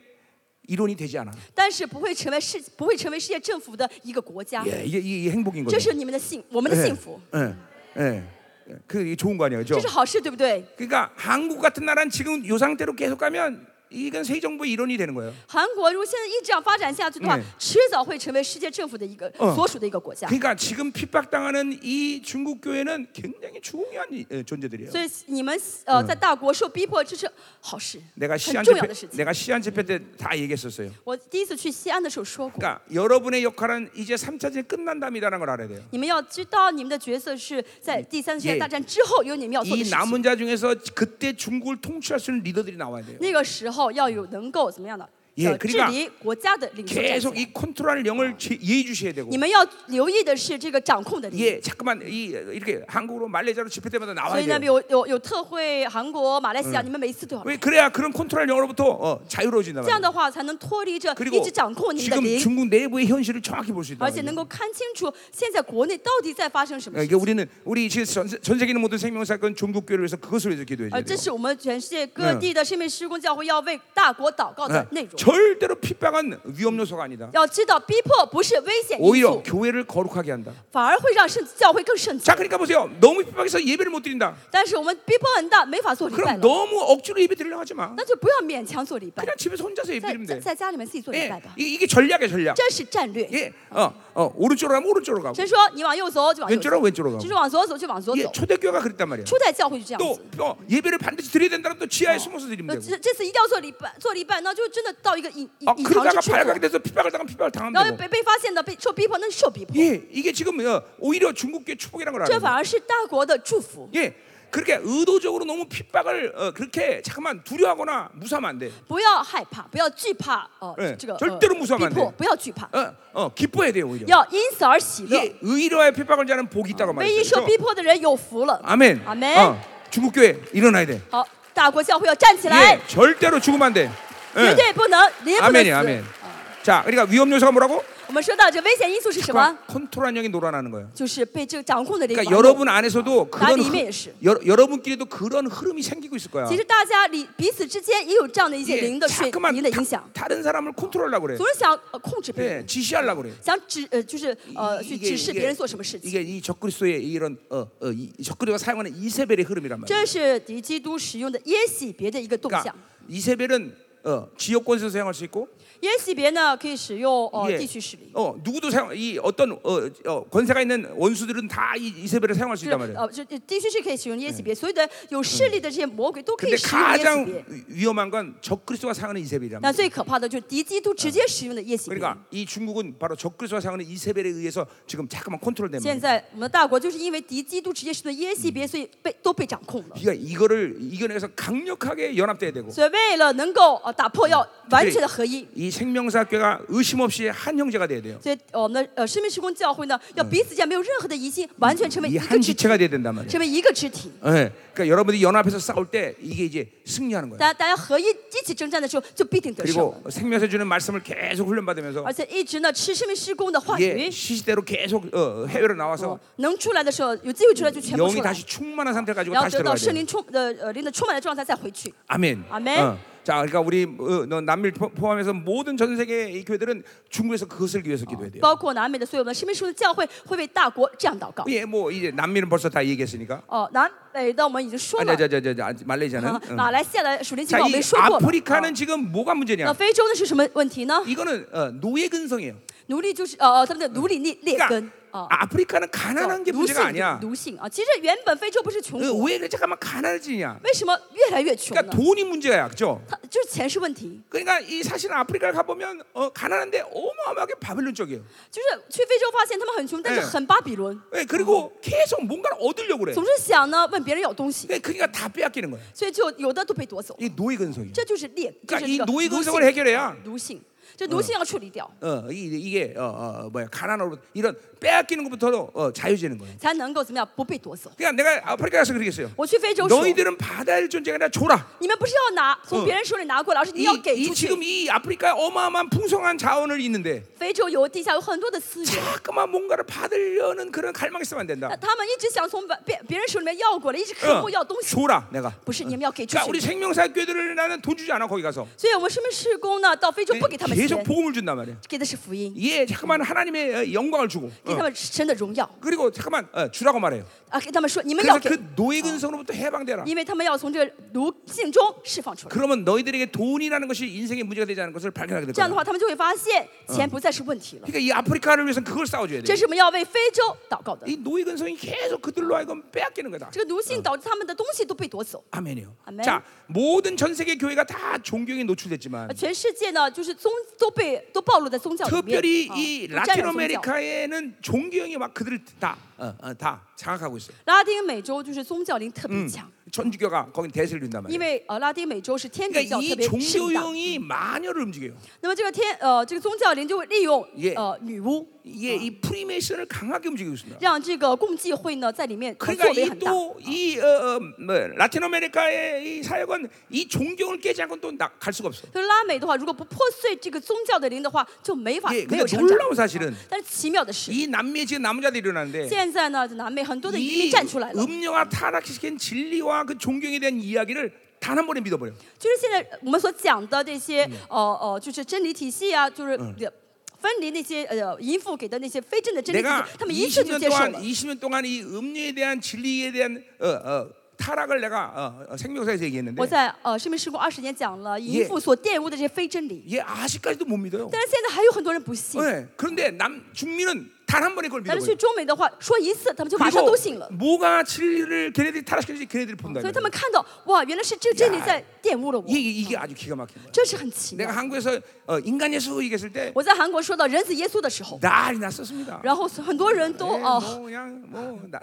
A: 이론이 되지 않아.
B: 但是不会成为世不会成为世界政府的一个国家，
A: 예, 이게, 이게 행복인 거죠.
B: 这是你们的幸我们的 幸福，
A: 예, 예, 예. 그 좋은 거 아니에요,
B: 这
A: 그죠?
B: 是好事，对不对？
A: 그러니까 한국 같은 나라는 지금 요 상태로 계속 가면 이건 새 정부의 이론이 되는 거예요.
B: 韩国如果现在一直这样发展下去的话
A: 嗯，
B: 迟早会成为世界政府的一个所属的一个国家。
A: 그러니까 지금 핍박당하는 이 중국 교회는 굉장히 중요한 이- 예, 존재들이에요.
B: 所以你们呃在大国受逼迫，这是好事，
A: 내가
B: 很
A: 시안
B: 重要的事
A: 집회
B: 情。
A: 내가 시안 집회 때 다 얘기했었어요.
B: 我第一次去西安的时候说过，
A: 그러니까 여러분의 역할은 이제 3차전이 끝난답니다라는 걸 알아야 돼요.
B: 你们要知道你们的角色是在第三次
A: 예
B: 世界大战之后有你们要做的
A: 이
B: 事情。
A: 남은 자 중에서 그때 중국을 통치할 수 있는 리더들이 나와야 돼요.
B: 那个时候要有能够怎么样的
A: 예
B: 呃
A: 그러니까
B: 治理国家的领袖站起
A: 계속
B: 来。
A: 이 컨트롤하는 영을 제- 예의 주셔야 되고.
B: 你们要留意的是这个掌控的力。
A: 예, 잠깐만 이 이렇게 한국으로 말레이시아로 집회 때마다
B: 所
A: 나와야
B: 以呢，
A: 돼요.
B: 有有有特会韩国、马来西亚，你们每一次都要来
A: 왜 그래야 그런 컨트롤 영으로부터 어, 자유로워진단
B: 这样
A: 말이에요.
B: 的话才能脱离这
A: 그리고
B: 一直掌控你们的
A: 지금
B: 灵，
A: 중국 내부의 현실을 정확히 볼 수 있다.
B: 而且能够看清楚现在国内到底在发生什么事
A: 이게
B: 情。
A: 그러니까 우리는 우리 지금 전, 세- 전 세계는 모든 생명 사건 종국 교회를 위해서 그것을 위해서 기도해야 돼요.
B: 而呃这是嗯我们全世界各地的生命施工教会要为大国祷告的
A: 예,
B: 内容。
A: 절대로 핍박은 위험 요소가 아니다.
B: 要知道，逼迫不是危险因
A: 오히려
B: 素，
A: 교회를 거룩하게 한다.
B: 反而会让圣教会更圣洁
A: 자 。 그러니까 보세요. 너무 핍박해서 예배를 못 드린다.
B: 但是我们逼迫很大，没法做礼拜
A: 그럼
B: 了，
A: 너무 억지로 예배 드리려고 하지 마.
B: 那就不要勉强做礼
A: 그러니까 뭐.
B: 拜，
A: 그냥 집에서 그러니까. 혼자서 예배
B: 在
A: 드리면
B: 在
A: 돼.
B: 在家里面自己做礼
A: 예,
B: 拜吧。
A: 이- 이게 전략이야 전략.
B: 这是战略。
A: 예, 어, 어, 오른쪽으로 가면 오른쪽으로 가고.
B: 神说你往右哎走就往右走，
A: 왼쪽으로 가면 왼쪽으로
B: 就
A: 가고.
B: 是往左走就往左
A: 예,
B: 走。
A: 초대교회가 그랬단 말이야.
B: 初代教会就这样
A: 또
B: 子。
A: 어, 예배를 반드시 드려야 된다면 또 지하에 숨어서
B: 那
A: 드리면 되고.
B: 这这次一定要做礼拜，做礼拜，那就真的到一个隐隐
A: 아,
B: 隐藏之
A: 그러다가
B: 处，
A: 발각이 돼서 핍박을 당하면 핍박을
B: 然
A: 당하면
B: 后
A: 되고.
B: 被被发现的，被受逼迫，那是受逼迫。
A: 예, 이게 지금 어, 오히려 중국계 축복이라는 걸
B: 这
A: 알아요.
B: 反而是大国的祝福，
A: 예, 그렇게 의도적으로 너무 핍박을 어, 그렇게 잠깐만 두려워하거나 무사하면 안 돼.
B: 不要害怕，不要惧怕哦
A: 예，
B: 这个
A: 절대로무서워하면안
B: 呃逼迫，
A: 돼
B: 不要惧怕，
A: 어, 어, 기뻐야 돼요 오히려.
B: 要因此而喜乐。
A: 예, 의로와의 핍박을 자는 복이 있다고
B: 被一
A: 말했어요.
B: 受逼迫的人有福了。
A: 아멘.
B: 아멘.
A: 어, 중국 교회 일어나야 돼.
B: 好，大国教会要站起来
A: 예, ， 절대로 죽으면 안 돼.
B: 绝
A: 예.
B: 对不能，绝不能
A: 아멘이
B: 死
A: 아멘. 。 자, 그러니까 위험 요소가 뭐라고?
B: 我们说到这危险因素是什么？
A: 컨트롤한 영이 놀아나는 거예요.
B: 就是被这个掌控的灵。
A: 그러니까 여러분 안에서도 그런
B: 나는
A: 흐,
B: 이메일 씨.
A: 여, 여러분끼리도 그런 흐름이 생기고 있을 거야.
B: 其实大家里彼此之间也有这样的一些
A: 예,
B: 灵的水灵
A: 자꾸만
B: 的影响，
A: 다, 른 사람을 컨트롤하려고 그래.
B: 总是想呃控制别
A: 예,
B: 人，
A: 지시하려고 그래.
B: 想指呃就是呃去
A: 이게,
B: 指示
A: 이게-
B: 别人做什么事情。
A: 이게 이 적그리스도의 이런 어, 어, 이 적그리스도가 사용하는 이세벨의 흐름이란 말이야.
B: 这是敌基督使用的耶洗别的一个动向
A: 그러니까 。 이세벨은 어, 지역권에서 사용할 수 있고
B: 耶洗别呢可以使用呃
A: 이게,
B: 地区势力，
A: 어, 누구도 사용 이 어떤 어, 어, 권세가 있는 원수들은 다 이, 이세벨을 사용할 수
B: 就是
A: 있단 말이야.
B: 呃就地区是可以使用耶洗别，所有的有势力的这些魔鬼都可
A: 근데
B: 以使用耶洗
A: 가장
B: 别。
A: 위험한 건 적그리스도가 사용하는 이세벨이란
B: 那
A: 말이야.
B: 最可怕的就是敌基督直接使用的耶洗别。
A: 그러니까 이 중국은 바로 적그리스도가 사용하는 이세벨에 의해서 지금 자꾸만 컨트롤된
B: 现
A: 거예요.
B: 在我们的大国就是因为敌基督直接使用的耶洗别，所以被都被掌控了。
A: 그러니까 이거를 이겨내서 강력하게 연합돼야 되고
B: 所以为了能够呃打破，要完全的合一。
A: 이 생명사학교가 의심 없이 한 형제가 돼야 돼요.
B: 所以呃我们的呃生命施工教会呢，要彼此之间没有任何的疑心，完全成为一
A: 이
B: 个
A: 한
B: 肢，
A: 지체가 돼야 된단 말이에요.
B: 成为一个肢体。
A: 예. 그러니까 여러분들이 연합해서 싸울 때 이게 이제 승리하는 거예요.
B: 大家大家合一一起征战的时候，就必定得胜了
A: 그리고 생명사 주는 말씀을 계속 훈련받으면서
B: 而且一直呢吃生命施工的话
A: 이게
B: 语，
A: 시시대로 계속 어, 해외로
B: 哦
A: 나와서 ，
B: 能出来的时候有机会出来就全部出
A: 영이
B: 来，
A: 다시 충만한 상태 가지고
B: 然后
A: 다시
B: 得到
A: 들어가야
B: 圣灵
A: 돼요.
B: 充呃呃灵的充满的状态再回去。
A: 아멘.
B: 아멘.
A: 어. 자, 그러니까 우리 어, 너 남미 포- 포함해서 모든 전 세계 이 교회들은 중국에서 그것을 위해서 기도해야 돼요.
B: 包括南美的所有我们生命树的教会会为大国这样祷告。
A: 예, 뭐 이제 남미는 벌써 다 얘기했으니까.
B: 哦，南美的我们已经说
A: 아,
B: 了
A: 자, ， 자, 자, 자, 자, 어, 말레이시아는. 어.
B: 啊
A: 응.
B: 马来西亚的属灵情
A: 자,
B: 况
A: 이
B: 我们说过了。啊
A: 아프리카는 지금 뭐가
B: 那
A: 문제냐?
B: 非洲呢是什么问题呢？
A: 이거는 어, 노예 근성이에요.
B: 奴隶就是呃呃，他们的奴隶劣劣
A: 그러니까
B: 根啊，
A: 아프리카는 가난한 게
B: 奴
A: 문제가
B: 性
A: 아니야.
B: 奴性啊。呃其实原本非洲不是穷
A: 어,
B: 国，
A: 왜 그래? 잠깐만 가난해지냐?
B: 为什么越来越穷
A: 그러니까
B: 呢？
A: 돈이 문제야, 그죠?
B: 它就是钱是问题。
A: 그러니까 이 사실 아프리카를 가보면 어, 가난한데 어마어마하게 바벨론 쪽이에요.
B: 就是去非洲发现他们很穷，但是
A: 嗯
B: 很巴比伦，
A: 예, 그리고 계속 뭔가를 얻으려고 그래.
B: 总是想呢问别人要东西，
A: 그러니까 그러니까 다 빼앗기는 거야.
B: 所以就有的都被夺走。
A: 이 노예 근성이.
B: 这就是劣，就
A: 그러니까
B: 是
A: 이
B: 这个
A: 노예
B: 奴
A: 근성을
B: 性。
A: 해결해야 嗯
B: 奴性，这奴性要处理掉，
A: 어, 이, 이게 어, 어, 뭐야 가난으로 이런 빼앗기는 것부터도 어, 자유지는 거예요.
B: 才能够怎么样不被夺走。
A: 그러니까 내가 아프리카 가서 그러겠어요.
B: 我去非洲说，
A: 너희들은 받아야 할 존재가 아니라 줘라.
B: 你们不是要拿
A: 嗯
B: 从别人手里拿过来，而是你
A: 이,
B: 要给
A: 이
B: 出
A: 지금
B: 去。
A: 이 아프리카 어마어마한 풍성한 자원을 있는데
B: 非洲有地下有很多的资源，
A: 자꾸만 뭔가를 받으려는 그런 갈망이 있으면 안
B: 那
A: 된다.
B: 他们一直想从别别别人手里面要过来，一直
A: 어,
B: 渴慕要东西，
A: 줘라 내가.
B: 不是你们要给出
A: 그러니까 嗯 우리
B: 去。
A: 생명사 교회들을 나는 돈 주지 않아 거기 가서
B: 所以我们身为事工呢，到非洲不给他
A: 嗯
B: 们
A: 계속
B: 钱，
A: 복음을 준단 말이야.
B: 给的是福音，
A: 예, 잠깐만 하나님의 영광을 주고 어.
B: 给他们神的荣耀
A: 그리고 잠깐만 어, 주라고 말해요.
B: 啊，给他们说你们要
A: 그래서
B: 给，
A: 그 노예 근성으로부터 해방되라.
B: 因为他们要从这个奴性中释放出来。
A: 그러면 너희들에게 돈이라는 것이 인생의 문제가 되지 않은 것을 발견하게 될
B: 这样的
A: 거야.
B: 话，他们就会发现
A: 嗯
B: 钱不再是问题了。
A: 그러니까 이 아프리카를 위해서 는 그걸 싸워줘야 돼.
B: 这是我们要为非洲祷告的。
A: 이 노예 근성이 계속 그들로 하여금 빼앗기는 거다.
B: 这个奴性导致他们的东西都被夺走。
A: 아멘이요.
B: 아멘.
A: 자, 모든 전 세계 교회가 다 존경에
B: 啊
A: 노출됐지만
B: 全世界呢，就是宗都被都暴露在宗教里面，
A: 특별히
B: 啊
A: 이
B: 都沾染
A: 라틴
B: 宗教
A: 아메리카에는 존경이 막 그들을 다, 어, 어, 다 장악하고 있어요.
B: 拉丁美洲就是宗教灵特别强，
A: 천주교가 거긴 대세를 준단
B: 因
A: 말이에요.
B: 为呃拉丁美洲是天主
A: 그러니까
B: 教特
A: 이
B: 别盛大，
A: 종교용이 마녀를 움직여요.
B: 那么这个天呃这个宗教灵就会利用
A: 예.
B: 呃女巫，
A: 이게 이 프리메이슨을 강하게 움직이고 있습니다.
B: 让这个共济会呢在里面呃
A: 그러니까
B: 作为很大。
A: 이 또 이어뭐 라틴 아메리카의 이 사역은 이 존경을 깨지 않고 또 갈 수가 없어.
B: 就是拉美的话，如果不破碎这个宗教的灵的话，就没法
A: 예,
B: 没
A: 근데
B: 有成长。
A: 놀라운 사실은
B: 但是奇妙的是，
A: 이 남미에 지금 남자들이 일어나는데
B: 现在呢，南美很多的余
A: 이
B: 力站出来了，
A: 음료와 타락시킨 진리와 그 존경에 대한 이야기를 단 한 번에 믿어버려.
B: 就是现在我们所讲的这些呃呃，就是真理体系啊，就是。分离那些呃淫妇给的那些非正的真理体
A: 내가
B: 系，他们一次就
A: 20년
B: 接受
A: 동안
B: 了。
A: 20년 동안 이 음료에 대한 진리에 대한 어, 어, 타락을 내가 어, 어, 생명사에서 얘기했는데
B: 我在呃生命事故二十年讲了淫妇所玷污的这些非真理，
A: 얘 아직까지도 못 믿어요.
B: 但是现在还有很多人不信。
A: 예, 그런데 남 중미는 단 한 번에 그걸
B: 但
A: 믿어버려.
B: 是去中哎美的话，说一次他们就马上都信
A: 그리고
B: 了，
A: 뭐가 진리를 걔네들이 타락시키는지 걔네들이 본다.
B: 所以他们看到哇，原来是这个真理在玷污了我，
A: 이게, 이게 아주 기가 막힌 거야.
B: 这是很奇
A: 내가
B: 妙。
A: 한국에서 어, 인간 예수 얘기했을 때
B: 我在韩国说到人子耶稣的时候，
A: 난리 났었습니다.
B: 然后很多人都
A: 예,
B: 哦，
A: 뭐 그냥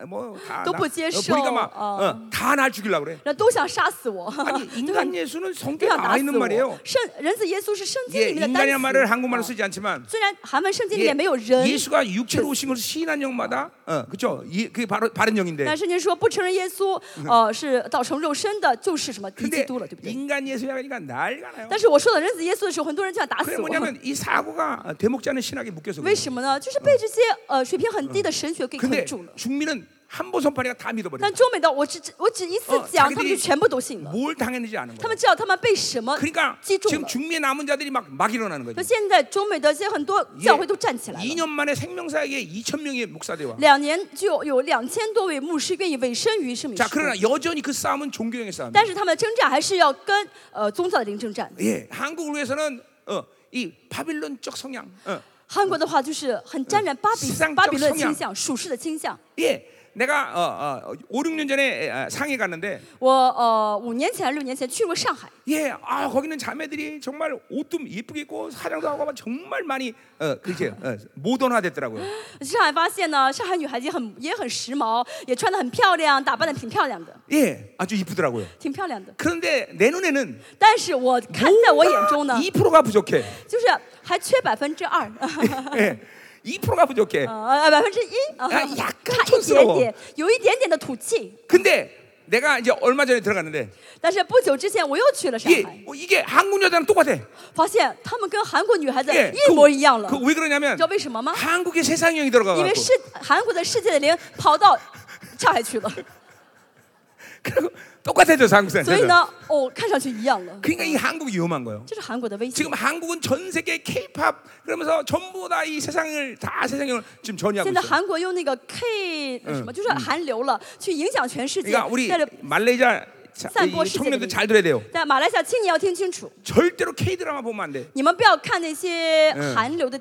A: 뭐뭐다
B: 또 부지에서,
A: 보니까 막
B: 어.
A: 다날 죽이려고 그래.
B: 然后都想杀死我，
A: 아니
B: 都想
A: 인간 예수는
B: 都
A: 성경에
B: 想
A: 나
B: 打死
A: 있는 말이에요.
B: 我。圣人子耶稣是圣经
A: 예,
B: 里面的单
A: 인간이란 말을
B: 词。
A: 한국말로
B: 啊
A: 쓰지 않지만
B: 虽然韩文圣经里
A: 예,
B: 面没有人，
A: 예수가 그 육체로 오신 것을 시인한 영마다 어, 그렇죠. 예, 그게 바로 바른 영인데.
B: 但圣经说不承认耶稣，呃，是道成肉身的，就是什么敌基
A: 근데
B: 督了，对不对？
A: 인간 예수야 그러니까 난리가 나요.
B: 但是我说到人子耶稣的时候，很多人就想打
A: 그게
B: 死我。
A: 뭐냐면 이 사고가 대목자는 신학에 묶여서
B: 为
A: 그래요.
B: 什么呢？就是被这些呃水平很低的神学给困
A: 근데
B: 住了。
A: 중민은 한보 선파리가 다 믿어버려요.
B: 但中美的，我只只我只一次
A: 哦
B: 讲，
A: 자기들이
B: 他们就全部都信了。
A: 뭘 당했는지 아는
B: 他
A: 거예요.
B: 们知道他们被什么
A: 그러니까
B: 击中
A: 지금
B: 了。
A: 중미에 남은 자들이 막, 막 일어나는
B: 那
A: 거죠.
B: 现在中美的现在很多教会都站起来了。
A: 2년 만에 생명사에게 2천 명의 목사들이 와.
B: 两年就有两千多位牧师愿意委身于圣民
A: 자,
B: 事工
A: 그러나 여전히 그 싸움은 종교형의 싸움.
B: 但是他们征战还是要跟呃宗教的灵征战。
A: 예, 한국을 위해서는 어, 이 바빌론적 성향, 어, 韩
B: 韩国的话就是很沾染巴
A: 思想
B: 比巴比伦
A: 倾向
B: 的倾向、属世的倾向。
A: 예, 내가 어, 어, 5, 6년 전에 에, 아, 상해 갔는데,
B: 我呃五年前、六年前去过上海，
A: 예, 아 거기는 자매들이 정말 옷도 예쁘게 입고 사장도 하고 막 정말 많이 어, 그렇게 어, 모던화됐더라고요.
B: 上海发现呢，上海女孩也很也很时髦，也穿得很漂亮，打扮得挺漂亮的，
A: 예, 아주 이쁘더라고요.
B: 挺漂亮的。
A: 그런데 내 눈에는
B: 但是我看在我眼中呢，
A: 2%가 부족해.
B: 就是还缺百分之二，
A: 예, 2%가 부족해.
B: 呃百分之一，呃
A: 哎呀
B: 差一
A: 看错
B: 点
A: 了
B: 点，有一点点的土气。
A: 근데 내가 이제 얼마 전에 들어갔는데
B: 但是不久之前我又去了上
A: 이게
B: 海，
A: 어, 이게 한국 여자랑 똑같아.
B: 发现她们跟韩国女孩子
A: 예,
B: 一模一样了。你
A: 그 왜 그러냐면
B: 知道为什么吗？
A: 한국의 세상형이 들어가
B: 因
A: 가지고
B: 为世 韩国的世界的灵跑到上海去了，
A: 그리고 똑같 똑같아졌어 한국
B: 所以
A: 사람들.
B: 呢，哦，看上去一样了。
A: 그러니까 이 한국이 위험한 거예요.
B: 这是韩国的危险。
A: 지금 한국은 전 세계 K-팝 그러면서 전부 다 이 세상을 다 세상을 지금
B: 现
A: 전이하고
B: 在
A: 있어.
B: 韩国用那个 K 呃什么，就是韩流了，去影响全世界
A: 그러니까 。 우리
B: 带着
A: 말레이시아 자-
B: 산
A: 이
B: 보시지,
A: 청년들
B: 그러면.
A: 잘 들어야 돼요.
B: 在马来西亚青年要听清楚，
A: 절대로 K 드라마 보면 안 돼.
B: 你们不要看那些
A: 嗯
B: 韩流的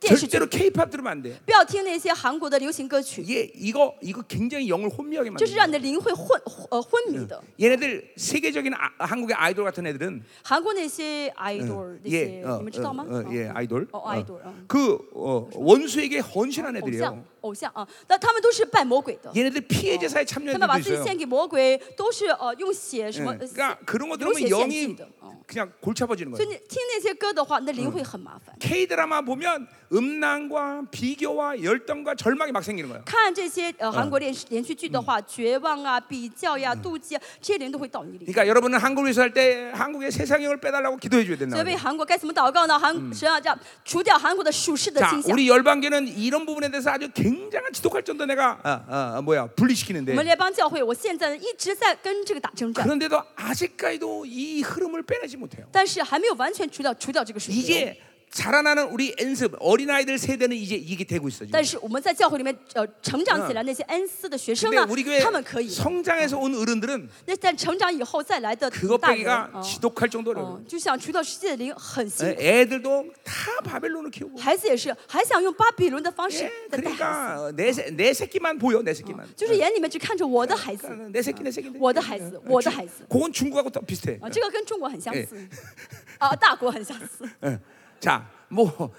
B: 电视剧，
A: 절대로 K-팝 들으면 안 돼.
B: 不要听那些韩国的流行歌曲，
A: 이게 이거 이거 굉장히 영을 혼미하게
B: 这
A: 만든.
B: 是
A: 거예요.
B: 让你的灵会昏呃昏迷的。
A: 얘네들 세계적인 아, 한국의 아이돌 같은 애들은
B: 韩国那些 idol 那
A: 예,
B: 些，
A: 어,
B: 你们知道吗
A: 어, ？ 어,
B: 啊
A: 예, 아이돌.
B: 哦 idol 啊，
A: 그 어, 원수에게 헌신한
B: 偶像
A: 애들이에요.
B: 偶像啊，但他们都是拜魔鬼的，
A: 얘네들 피해 제사에
B: 他
A: 참여한
B: 们
A: 애들도
B: 把自己
A: 있어요.
B: 献给魔鬼，都是呃用血什
A: 예,
B: 么呃
A: 그러니까 그런 거
B: 流
A: 들으면
B: 血献祭
A: 영이
B: 的啊。
A: 그냥 골치 아파지는
B: 所以
A: 거예요.
B: 你听那些歌的话，你的灵会很麻烦。
A: K 드라마 보면 음란과 비교와 열등과 절망이 막 생기는 거예요.
B: 看这些呃韩国连续连续剧的话，绝望啊、比较呀、妒忌啊，这些灵都会到你里面。
A: 그러니까 여러분은 한국에서 살 때 한국의 세상형을 빼달라고 기도해 줘야
B: 所以
A: 된다.
B: 为韩国该怎么祷告呢？韩神啊，这样除掉韩国的属世的
A: 자,
B: 倾向。
A: 우리 열방계는 이런 부분에 대해서 아주 굉장한 지독할 정도 내가 어, 어, 뭐야 분리시키는데
B: 我们列邦教会，我现在一直在跟这个打征战，
A: 그런데도 아직까지도 이 흐름을 빼내지 못해요.
B: 但是还没有完全除掉除掉这个属灵。
A: 이제 자라나는 우리 엔습 어린 아이들 세대는 이제 이게 되고 있어 지금.
B: 但是我们在教会里面呃成长起来，那些恩师的学生
A: 근데
B: 呢
A: 우리 ， 교회
B: 他们可以。
A: 성장해서 온 어른들은
B: 那但成长以后再来的
A: 그것
B: 大人，
A: 빼기가
B: 哦
A: 지독할 정도로 예,
B: 哦，就想除掉世界的灵很辛
A: 哎
B: 苦。
A: 애들도 다 바벨론을 키우고
B: 孩子也是，还想用巴比伦的方式
A: 예,
B: 在带孩子，
A: 그러니까 내, 새- 내 새끼만 보여 내 새끼만
B: 就是眼里面只看着我的孩子，
A: 그러니까 내 새끼 내 새끼인데 예.
B: 我的孩子，我的孩子
A: 그건 중국하고 또 비슷해
B: 啊，这个跟中国很相
A: 哎
B: 似， 啊，大国很相 似
A: 예. 자뭐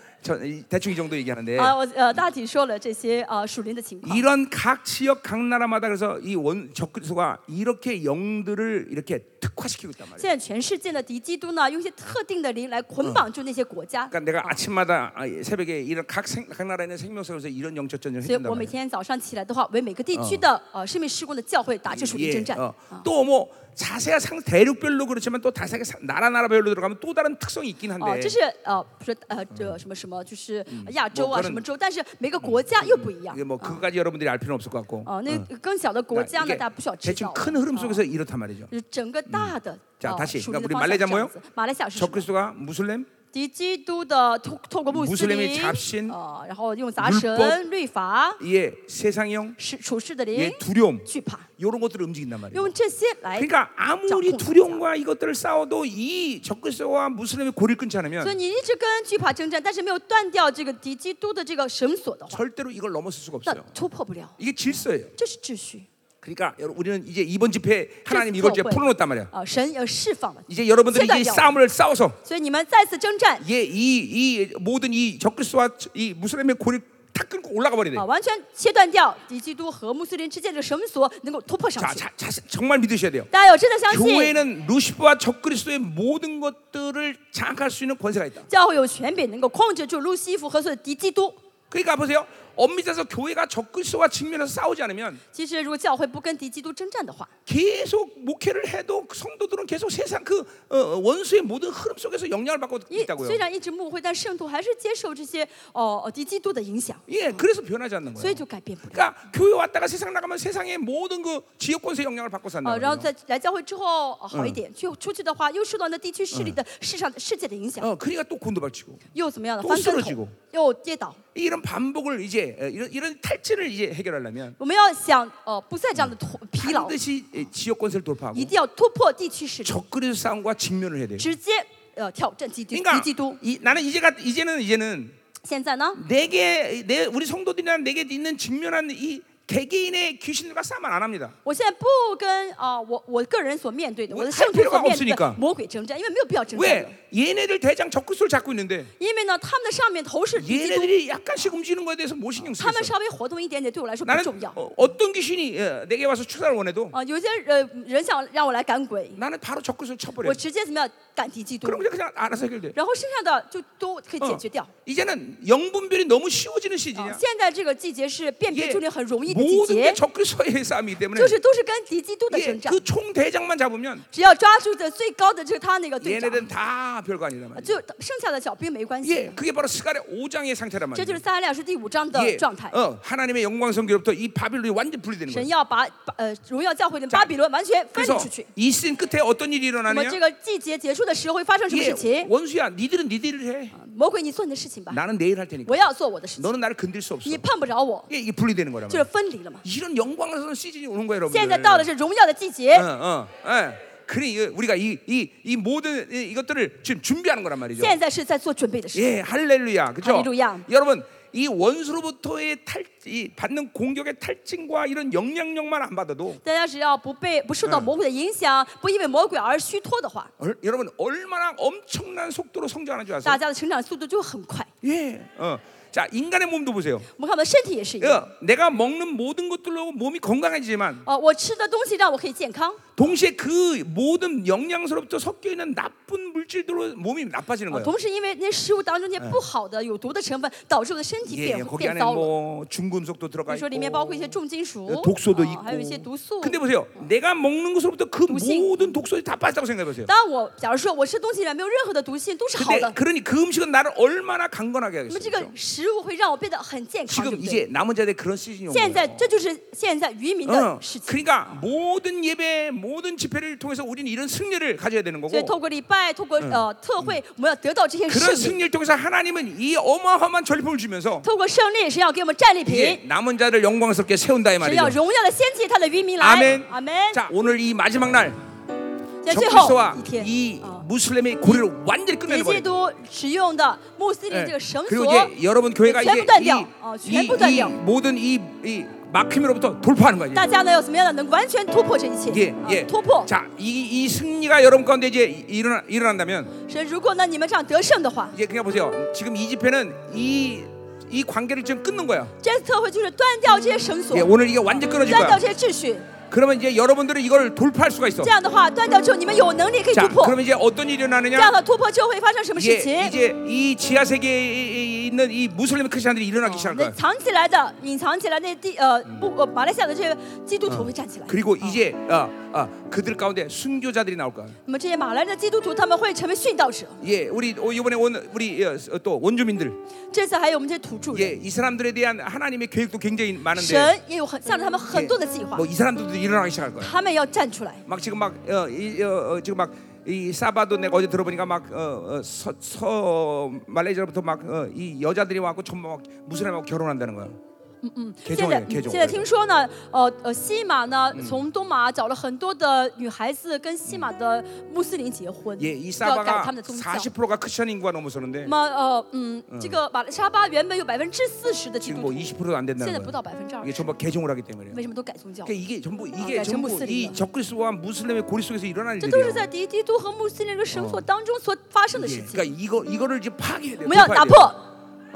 A: 대충 이 정도 얘기하는데
B: 啊。我呃大体说了这些呃属灵的情况，
A: 이런 각 지역 각 나라마다 그래서 이 원 적그리스도가 이렇게 영들을 이렇게 특화시키고 있단 말이야
B: 现在全世界的敌基督呢，用一些特定的灵来捆
A: 嗯
B: 绑住那些国家。
A: 그러니까 내가 아침마다 아, 예, 새벽에 이런 각, 생, 각 나라에 있는 생명사에서 이런 영적 전쟁을
B: 所以
A: 했단
B: 我每
A: 말이야
B: 天早上起来的话，为每个地区的
A: 嗯
B: 呃生命施工的教会打这属灵征
A: 哎
B: 战。
A: 哦
B: 啊
A: 예, 또 뭐 자세한 상 대륙별로 그렇지만 또 자세하게 사- 나라 나라별로 들어가면 또 다른 특성이 있긴
B: 哦，
A: 한데
B: 这是呃，不是呃，这什么什么，就是亚洲
A: 嗯我嗯
B: 啊
A: 个人
B: 什么洲，但是每个国家又不一样
A: 이게 。뭐 그것까지 여러분들이 알 필요는 없을 것 같고
B: 哦，那更小的国
A: 그러니까
B: 家呢，
A: 이게
B: 大家不需要知
A: 대충
B: 道。
A: 큰 흐름
B: 啊
A: 속에서 이렇단 말이죠
B: 就是整个大的
A: 자
B: 呃
A: 다시
B: 属
A: 그러니까 우
B: 灵的
A: 리
B: 方
A: 말레이 시아
B: 向是这
A: 뭐예요
B: 样子。马来西亚是什么？
A: 적그리스도가 무슬림
B: 敌基督的透透过穆斯
A: 穆斯林의
B: 林
A: 잡신 ，
B: 呃，然后用杂
A: 율법
B: 神、律法、
A: 예 세상형
B: 是处事的灵
A: 예 、 두려움
B: 惧怕，
A: 이런 것들을 움직인단 말이에요
B: 用这些来。
A: 그러니까 아무리
B: 자,
A: 두려움과 이것들을 싸워도 이 적그리스도와 무슬림의 고리를 끊지
B: 所以
A: 않으면
B: 你一直跟惧怕征战，但是没有断掉这个敌基督的这个绳索的话，
A: 절대로 이걸 넘어설 수가
B: 那
A: 없어요
B: 突破不了。
A: 이게 질서예요
B: 这是秩序，
A: 그러니까 여러분, 우리는 이제 이번 집회 하나님
B: 这是
A: 이걸 이제
B: 教会
A: 풀어놓았단 말이야
B: 啊、神呃释放了。
A: 이제 여러분들이 이
B: 세달이야.
A: 싸움을 싸워서
B: 所以你们再次征战啊、
A: 이게 이, 이 모든 이 적그리스와 이 무슬림의 고리를 탁 끊고 올라가 버리네.
B: 啊完全切断掉敌基督和穆斯林之间的绳索，能够突破上
A: 자,
B: 去。
A: 자, 자, 정말 믿으셔야 돼요.
B: 大家有真的相信，
A: 교회는 루시퍼와 적그리스도의 모든 것들을 장악할 수 있는 권세가 있다.
B: 教会有权柄能够控制住路西弗和所有的敌基督。
A: 그러니까 보세요. 엄밀해서 교회가 적그리스와 직면해서 싸우지 않으면
B: 其实，如果教会不跟敌基督征战的话，
A: 계속 목회를 해도 그 성도들은 계속 세상 그 어, 어, 원수의 모든 흐름 속에서 영향을 받고
B: 一
A: 있다고요.
B: 虽然一直牧会，但圣徒还是接受这些哦、呃敌基督的影响，
A: 예, 그래서 변하지 않는
B: 所
A: 거예요.
B: 以就改变不了。
A: 그러니까 교회 왔다가 세상 나가면 세상의 모든 그 지역 권세 영향을 받고
B: 呃，
A: 산다는
B: 然后
A: 거예요.
B: 再来教会之后、呃好一点，去出去的话又受到那地区势力的世上世界的影响，
A: 어, 그러니까 또 곤두박치고.
B: 又怎么样的
A: 都
B: 翻跟
A: 쓰러지고
B: 头，又跌倒。
A: 이런 반복을 이제 어, 이런 이런 탈진을 이제 해결하려면
B: 我们要想呃不再这样的疲疲劳，
A: 반드시 이 지역 권세를 돌파하고
B: 一定要突破地区势力，
A: 적그리스 싸움과 직면을 해야 돼요.
B: 直接呃挑战敌基敌
A: 그러니까
B: 基督。
A: 이, 나는 이제가 이제는 이제는
B: 现在呢？
A: 내게내 우리 성도들이랑 내게 있는 직면한 이 개개인의 귀신들과 싸움을 안 합니다.
B: 我现在不跟啊、我我个人所面对的，
A: 我
B: 我的圣徒所
A: 还필요
B: 面对
A: 가없으
B: 的
A: 니까
B: 魔鬼征战，因为没有必要征战的。
A: 왜 얘네들 대장 적그리스를 잡고 있는데
B: 因为呢，他们的上面头是敌基督，
A: 얘네들이 약간씩 움직이는 거에 대해서 뭐 신경
B: 他们
A: 쓰겠어?
B: 稍微活动一点点，对我来说不
A: 나는
B: 重要。
A: 어, 어떤 귀신이 어, 내게 와서 축사를 원해도
B: 啊，有些呃人想让我来赶鬼，
A: 나는 바로 적그리스를 쳐버려.
B: 我直接怎么样赶敌基督，
A: 그럼 그냥 그냥 알아서 해결돼.
B: 然后剩下的就都可以
A: 어.
B: 解决掉。
A: 이제는 영분별이 너무 쉬워지는
B: 啊
A: 시즌이야.
B: 现在这个季节是辨别
A: 어, 이게
B: 出你很容易力的季
A: 모든
B: 节
A: 게 ， 적그리스도의 싸움이기 때문에
B: 就是都是跟敌基督的
A: 이게
B: 征战。
A: 그 총대장만 잡으면
B: 只要抓住这最高的，就是他那个队长，
A: 얘네들은 다 별거 아니란
B: 啊
A: 말이야.
B: 就剩下的小兵没关系
A: 예, 。 그게 바로 스가랴 5장의 상태란
B: 这就是
A: 말이야.
B: 撒拉利亚书第五章的
A: 예,
B: 状态。
A: 어, 하나님의 영광성기로부터 이 바빌론이 완전 분리되는
B: 神
A: 거야.
B: 要把把呃荣耀教会的巴比伦完全分
A: 그래서
B: 离出去。
A: 이 시즌 끝에 어떤 일이
B: 那么这
A: 일어나냐?
B: 个季节结束的时候会发生什么
A: 예,
B: 事情？啊
A: 원수야, 니들은 니들을 해.
B: 魔鬼，你做你的事情吧，
A: 나는 내일 할 테니까.
B: 我要做我的事情，
A: 너는 나를 건들 수 없어.
B: 你碰不着我，
A: 이게, 이게 분리되는 거란
B: 就是
A: 말이야.
B: 分离了嘛。
A: 이런 영광스러운 시즌이 오는 거야, 여러분.
B: 现在到了是荣耀的季节
A: 어, ， 어, 예. 그러니 이- 우리가 이 이 이 모든 이- 이것들을 지금 준비하는 거란 말이죠.
B: 嗯现在是在做准备的事。
A: 예, 할렐루야. 그렇죠?
B: 할렐루야.
A: 여러분, 이 원수로부터의 탈, 이 받는 공격의 탈진과 이런 영향력만 안 받아도
B: 大家只要不被不受到魔鬼的影响，不因为魔鬼而虚脱的话，
A: 얼- 여러분 얼마나 엄청난 속도로 성장하는 줄
B: 大
A: 아세요?
B: 家的成长速度就很快。
A: 예. 어. 자, 인간의 몸도 보세요.
B: 我们看我们的身体也是一样。
A: 예, 내가 먹는 모든 것들로 몸이 건강해지지만
B: 哦，我吃的东西让我可以健康，
A: 동시에 그 모든 영양소로부터 섞여 있는 나쁜 물질들로 몸이 나빠지는
B: 哦
A: 거예요.
B: 同时因为那食物当中那些不好的、有毒的成分，导致我的身体
A: 예,
B: 变
A: 거기 뭐
B: 变
A: 안에
B: 糟了。
A: 뭐 중금속도
B: 比
A: 들어가
B: 如说
A: 있고
B: 里面包括一些重金属
A: 어, ， 독소도
B: 哦
A: 있고.
B: 还有一些毒素。
A: 근데 보세요. 내가 먹는 것으로부터 그
B: 독신.
A: 모든 독소들이 다 빠졌다고 생각해 보세요.
B: 当我假如说我吃东西里面没有任何的毒性，都是好
A: 근데
B: 的，
A: 그러니 그 음식은 나를 얼마나 강건하게
B: 那么
A: 하겠어요.
B: 这个
A: 그렇죠?
B: 食物会让我变得很健康，对
A: 지금
B: 不对？
A: 이제 남은 자들 그런 시즌이 온
B: 现在
A: 거예요.
B: 这就是现在渔民
A: 어,
B: 的事情。
A: 그러니까 모든 예배, 모든 집회를 통해서 우리는 이런 승리를 가져야 되는
B: 所以
A: 거고 嗯
B: 透过礼拜，透过呃特会，我们要得到这些
A: 그런
B: 胜利。
A: 승리를 통해서 하나님은 이 어마어마한 전리품을 주면서
B: 透过胜利，神要给我们战利
A: 이제
B: 品，
A: 남은 자를 영광스럽게 세운다 이
B: 神要
A: 말이죠.
B: 荣耀的掀起他的渔民来。
A: 아멘.
B: 阿门。
A: 자, 오늘 이 마지막 날
B: 在最后
A: 적그리스도와
B: 一天，
A: 이
B: 啊
A: 무슬림의 고리를 완전히
B: 敌
A: 끝내는
B: 基
A: 거예요.
B: 督使用的穆斯林这个绳
A: 그리고
B: 索，
A: 이제 여러분 교회가 이제
B: 전부 다
A: 이,
B: 돼요. 어,
A: 이,
B: 전부 다
A: 이
B: 돼요.
A: 모든 이, 이 막힘으로부터 돌파하는 거예요.
B: 大家呢要怎么样的能完全突破这一切？
A: 예,
B: 啊
A: 예.
B: 突破。
A: 자, 이, 이 승리가 여러분 가운데 이제 일어나, 일어난다면
B: 神，如果呢你们这样得胜的话，
A: 이제 그냥 보세요. 지금 이 집회는 이, 이 관계를 지금 끊는 거야.
B: 这次特会就是断掉这些绳索
A: 예, ， 오늘 이게 완전 끊어질
B: 断掉
A: 거야.
B: 这些秩序。
A: 그러면 이제 여러분들은 이걸 돌파할 수가 있어.
B: 这样的话，断掉之后你们有能力可以突
A: 자,
B: 破。
A: 그러면 이제 어떤 일이
B: 这样
A: 일어나느냐?
B: 的突破之后会发生什么事
A: 이제,
B: 情？
A: 이제 이 지하 세계에 있는 이 무슬림 크리스천들이 일어나기 네. 시작할
B: 那
A: 거야.
B: 藏起来的、隐藏起来那地呃不呃马来西亚的这些基督徒会站起来。
A: 그리고
B: 啊
A: 이제 어, 어, 그들 가운데 순교자들이 나올 거야.
B: 那么这些马来的基督徒他们会成为殉道者。
A: 예, 우리 어, 이번에 온 우리 어, 또 원주민들,
B: 这次还有我们这些土著
A: 예,
B: 人，
A: 이 사람들에 대한 하나님의 계획도 굉장히 많은데, 예,
B: 神也有很向着他们很多的计划
A: 뭐 ，이 사람들도 일어나기 시작할 거야.
B: 他们要站出来。
A: 막 지금 막 어, 이, 어, 어, 지금 막 이 사바도 내가 어제 들어보니까 막서서 말레이시아부터 막 어, 이 여자들이 와갖고 전부 막 무슬림하고 결혼한다는 거야. 음.
B: 现在嗯
A: 개종이래,
B: 现
A: 개종.
B: 在听说呢，呃呃，西马呢从东马找了很多的女孩子跟西马的穆斯林结婚，
A: 예, 이
B: 要改
A: 사바가
B: 他们的宗教。
A: 40%가 크리스천 인구가 넘어서는데
B: 那么呃嗯，这个马来沙巴原本有百分之四十的基
A: 지금
B: 督
A: 뭐
B: 徒，
A: 20%도 안
B: 现
A: 된다는
B: 在不
A: 거야.
B: 到百分之二
A: 이게 ， 전부 개종을 하기 때문에.
B: 为什么都改宗教？
A: 그러니까 이게 전부 이게
B: 그러니까
A: 전부
B: 전부
A: 이
B: 무슬림이야.
A: 적그리스도와 무슬림의 고리 속에서 일어날
B: 这都是
A: 일이에요.
B: 在敌基督和穆斯林的绳索当中所发生的
A: 예,
B: 事
A: 그러니까
B: 情。
A: 이거 이거를 이제 파괴해야 돼요.
B: 我们要打
A: 돌파해야 돼요. ，
B: 破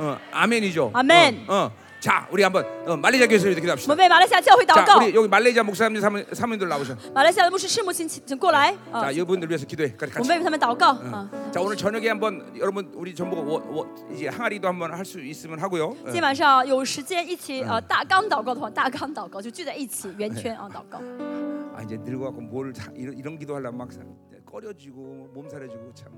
A: 어, 아멘이죠. 뭐,
B: 아멘.
A: 어, 어. 자, 우리 한번 어, 말레이시아 교회에서 기도합시다.
B: 我们为马来西亚教会祷
A: 자,
B: 告。
A: 우리 여기 말레이시아 목사님 사모, 사모님들 나오셔.
B: 马来西亚的牧师、师母，请请请过来啊！
A: 자, 여러분들 위해서 기도해. 같이
B: 我
A: 같이.
B: 们为他们祷告
A: 嗯
B: 啊！
A: 자, 오늘 저녁에 한번 여러분 우리 전부 워, 워, 이제 항아리도 한번 할 수 있으면 하고요. 어.
B: 今天晚上有时间一起呃大纲祷告的话，大纲祷告就聚在一起圆圈啊祷告。
A: 아, 이제 늙어갖고 뭘 다, 이런, 이런 기도하려면 막 사- 꺼려지고 몸살해지고 참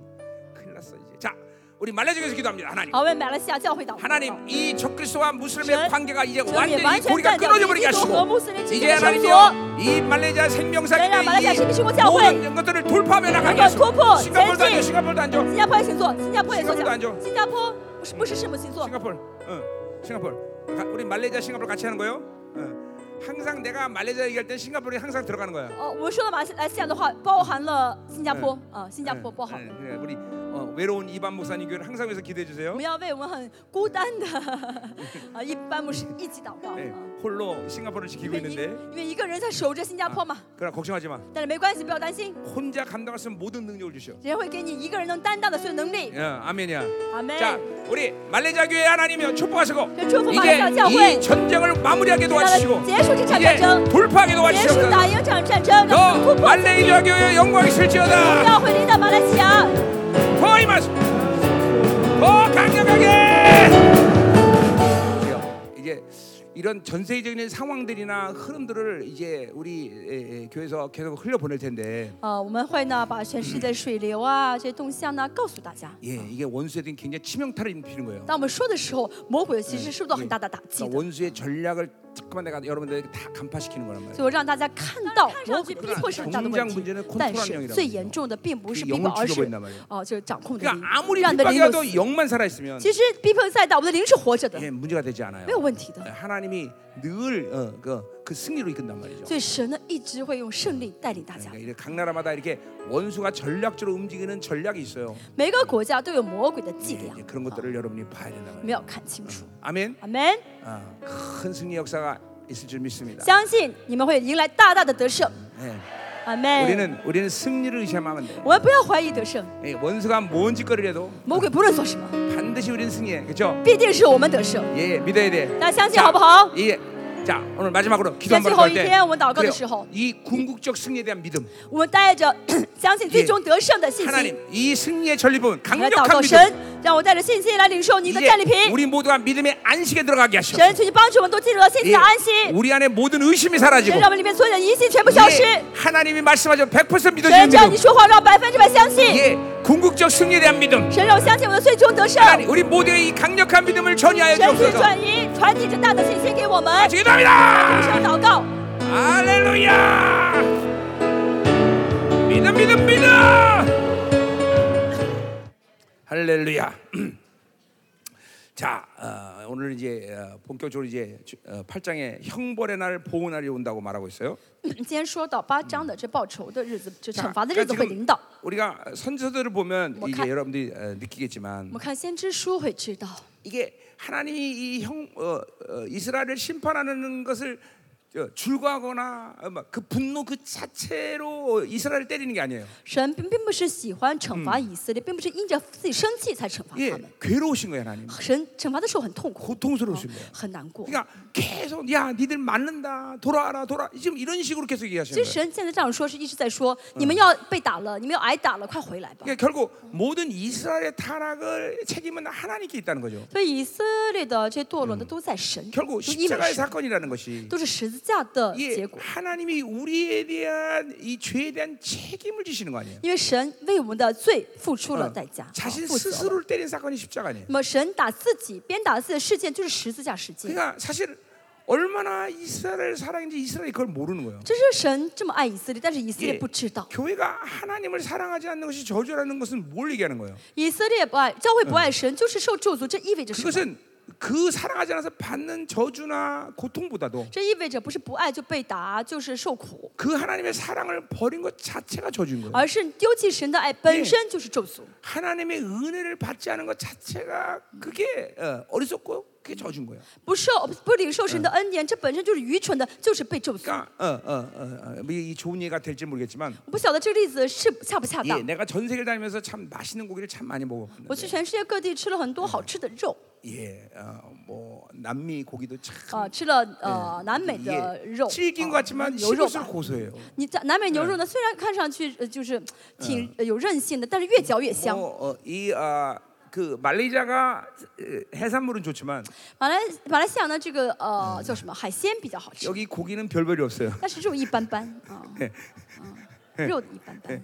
A: 큰일 났어 이제. 자, 우리 말레이시아 교회에서 기도합니다. 하나님.
B: 好，为马来西亚教会祷告。
A: 하나님 이 적그리스도와 무슬림의
B: 전-
A: 관계가 이제
B: 神也
A: 완전히
B: 完
A: 이
B: 全
A: 고리가
B: 断掉
A: 끊어져
B: 敌
A: 버리게
B: 基督和
A: 하시고
B: 穆斯林之
A: 이제
B: 间的绳
A: 하나님이여
B: 索。
A: 이 말레이시아 생명사기
B: 전라 말레이시아 신민신공자회
A: 모든 것들을 돌파하며 나가게 하시고
B: 돌파,
A: 싱가포르도
B: 전진.
A: 앉아 싱가포르도 앉아
B: 新加坡也请坐，新加坡也坐
A: 新加坡
B: 下
A: 安静。
B: 新加坡不是不是师母请坐，
A: 싱가포르 응 싱가포르 가- 우리 말레이시아 싱가포르 같이 하는 거예요 응. 항상 내가 말레이시아 얘기할 때 싱가포르에 항상 들어가는 거야
B: 哦，我们说的马来西亚的话，包含了新加坡啊，新加
A: 응,
B: 坡包含。
A: 응, 네, 그래. 우리 어, 외로운 이반 목사님 교회를 항상 위해서 기대해
B: 我
A: 주세요
B: 们要为我们很孤单的 啊一般牧师一起祷告
A: 네,
B: 啊，
A: 홀로 싱가포르를 지키고
B: 因为一嗯
A: 있는데
B: 因为一个人在守着新加坡嘛，
A: 그러나 걱정하지 마
B: 但是没关系，不要担心，
A: 혼자 감당할 수 있는 모든 능력을 주셔
B: 人会给你一个人能担当的所有能力
A: 예, 。 아멘이야
B: 阿门。
A: 자, 우리 말레이시아 교회 하나님이여 네, 축복하시고
B: 그 축복
A: 이제
B: 말레이시아 교회.
A: 이 전쟁을 마무리하게
B: 为了
A: 도와주시고
B: 结束这场
A: 이제
B: 战争，
A: 돌파하게
B: 结束
A: 도와주시옵소서
B: 打赢这场战争，让我们
A: 더
B: 突破自己，
A: 말레이시아 교회의 영광이 실지어다
B: 要回临到马来西亚。
A: 더 임하소 더 강력하게 주여, 이제 이런 전세적인 상황들이나 흐름들을 이제 우리 에, 에, 교회에서 계속 흘려 보낼 텐데
B: 呃，我们会呢把全世界的水流啊这些动向呢告诉大家。
A: 예, 이게 원수에게 굉장히 치명타를 입히는 거예요.
B: 当我们说的时候，魔鬼其实受到很大的打击
A: 그러니까
B: 的，
A: 원수의 전략을 잠깐만 내가 여러분들에게 다 간파시키는 거란 말이에요.
B: 所以我让大家看到魔鬼
C: 上去
B: 逼迫是很大的
A: 공장
B: 问
A: 문제는
B: 题
A: 컨트롤，
B: 但
A: 한
B: 是
A: 영이라고
B: 最
A: 해요
B: 严重的并不是
A: 그게
B: 逼迫，
A: 영을
B: 而是
A: 죽여버린단 말이에요.
B: 哦、就是呃掌控的灵
A: 그러니까 아무리 ，
B: 让你的灵有
A: 핍박이라도
B: 死。
A: 영만 살아 있으면
B: 其实逼迫再大，我们的灵是活着的，
A: 예, 문제가 되지 않아요. 예,
B: 没有问题的。
A: 하나님이 늘그 그, 그 승리로 이끈단 말이죠.
B: 所以神呢一直会用胜利带领大家
A: 그러니까 。 이렇게 각 나라마다 이렇게 원수가 전략적으로 움직이는 전략이 있어요.
B: 每个国家都有魔鬼的伎
A: 예,
B: 俩
A: 이제 ， 그런 것들을 여러분이 봐야 된다
B: 我们要
A: 말이에요.
B: 看清楚。
A: 아멘.
B: 阿门。
A: 아, 큰 승리 역사가 있을 줄 믿습니다.
B: 相信你们会迎来大大的得胜。
A: 예.
B: 阿门。
A: 우리는 우리는 승리를 의심하면 안 돼.
B: 我们不要怀疑得胜，
A: 예, 원수가 뭔 짓거리를 해도
B: 魔鬼不论做什么，
A: 반드시 우리는 승리해. 그렇죠?
B: 必定是我们得胜。
A: 예, 믿어야 돼.
B: 大家相信好不好？
A: 예. 자, 오늘 마지막으로 기도 한번
B: 자,
A: 할 때.
B: 最后一天我们祷告的
A: 그래요.
B: 时候。
A: 이 궁극적 승리에 대한 믿음.
B: 我们带着 相信最终得胜的信心
A: 하나님, 이 승리의 전리품은
B: 来祷
A: 강력한
B: 告
A: 믿음.
B: 神，让我带着信心来领受你的
A: 이제
B: 战利品。
A: 우리 모두가 믿음의 안식에 들어가게 하시오.
B: 神，求你帮助我们都进入到信
A: 예,
B: 心的安息，
A: 우리 안에 모든 의심이 사라지고
B: 神让我们里面所有的疑心全部消失。
A: 예, 하나님이 말씀하셔 100% 믿어지는
B: 神，只要你
A: 믿음.
B: 说话，让我百分之百相信。
A: 예, 궁극적 승리에 대한 믿음.
B: 神，让我相信我的最终得胜。
A: 하나님, 우리 모두의 이 강력한 믿음을 전이하여
B: 神，去
A: 주옵소서.
B: 转移传递这大的信心给我们。
A: 기도합니다.
B: 神祷告。
A: 할렐루야. 믿음, 믿음, 믿음. 할렐루야. 자, 어, 오늘 이제 어, 본격적으로 이제 주- 어, 8장에 형벌의 날, 보호 날이 온다고 말하고 있어요.
B: 嗯今天说到八章的这报仇的日子，这
A: 자,
B: 惩罚的日子
A: 그러니까
B: 会
A: 지금
B: 临到。
A: 우리가 선지서들을 보면
B: 뭐
A: 이제
B: 가-
A: 여러분들이 어,
B: 我
A: 느끼겠지만
B: 们看先知书会知道，
A: 이게 하나님이 이 형 어, 어, 이스라엘을 심판하는 것을 어, 줄과하거나 어, 막그 분노 그 자체로 이스라엘을 때리는 게 아니에요.
B: 神并并不是喜欢惩罚以色列，并不是因着自己生气才惩罚
A: 예,
B: 他们。
A: 괴로우신 거예요, 하나님.
B: 神惩罚的时候很痛苦，啊
A: 고통스러우신 거예요.
B: 很难过。
A: 그러니까 계속 야, 니들 맞는다. 돌아와라. 돌아. 지금 이런 식으로 계속
B: 其
A: 얘기하시는
B: 实
A: 거예요.
B: 神现在这样说，是一直在说：你们要被打了，你们要挨打了，快回来吧。
A: 그러니까 결국 모든 이스라엘의 타락을 책임은 하나님께 있다는 거죠.
B: 所以以色列的这些堕落的都在神，都
A: 결국
B: 因为
A: 십자가의
B: 神，
A: 사건이라는 것이
B: 都是十字架的
A: 예,
B: 结果。
A: 하나님이 우리에 대한 이 죄에 대한 책임을 지시는 거 아니에요?
B: 因为神为我们的罪付出了
A: 어,
B: 代价，啊
A: 자신
B: 负责了。
A: 스스로를 때린 사건이 십자가 아니에요?
B: 那么神打自己，鞭打自己的事件就是十字架事件。
A: 그러니까 사실 얼마나 이스라엘 사랑인지 이스라엘이 그걸 모르는 거예요.
B: 这是神这么爱以色列，但是以色列
A: 예,
B: 不知道，
A: 교회가 하나님을 사랑하지 않는 것이 저주라는 것은 뭘 얘기하는 거예요?
B: 以色列不爱教会不爱神，就是受咒诅，这意味着什么？
A: 그것은 그 사랑하지 않아서 받는 저주나 고통보다도
B: 这意味着不是不爱就被打，就是受苦，
A: 그 하나님의 사랑을 버린 것 자체가 저주인 거예요.
B: 而是丢弃神的爱本身就是咒诅。
A: 하나님의 은혜를 받지 않은 것 자체가 그게 어, 어리석고 그게 저주인 거예요.
B: 不受不领受神的恩典，这本身就是愚蠢的，就是被咒诅。
A: 그러니까 어, 어, 어, 어, 이 좋은 예가 될지 모르겠지만
B: 我不晓得这个例子是恰不恰
A: 예,
B: 当。
A: 내가 전 세계를 다니면서 참 맛있는 고기를 참 많이
B: 我去
A: 먹어봤는데
B: 全世界各地吃了很多好吃的肉，
A: 嗯 예, 어, 뭐 남미 고기도 참
B: 啊、吃了呃南美的
A: 예,
B: 肉，
A: 질긴 것
B: 啊
A: 같지만
B: 牛肉
A: 식을수록
B: 吧。
A: 고소해요.
B: 你在南美牛肉呢，虽然看上去呃就是挺呃有韧性的，但是越嚼越
A: 哦
B: 香。
A: 뭐이 아, 그 말레이자가 에, 해산물은 좋지만
B: 马来马来西亚呢，这个呃叫什么海鲜比较好吃，
A: 여기 고기는 별별이 없어요.
B: 但是肉一般般 啊，啊肉一般般。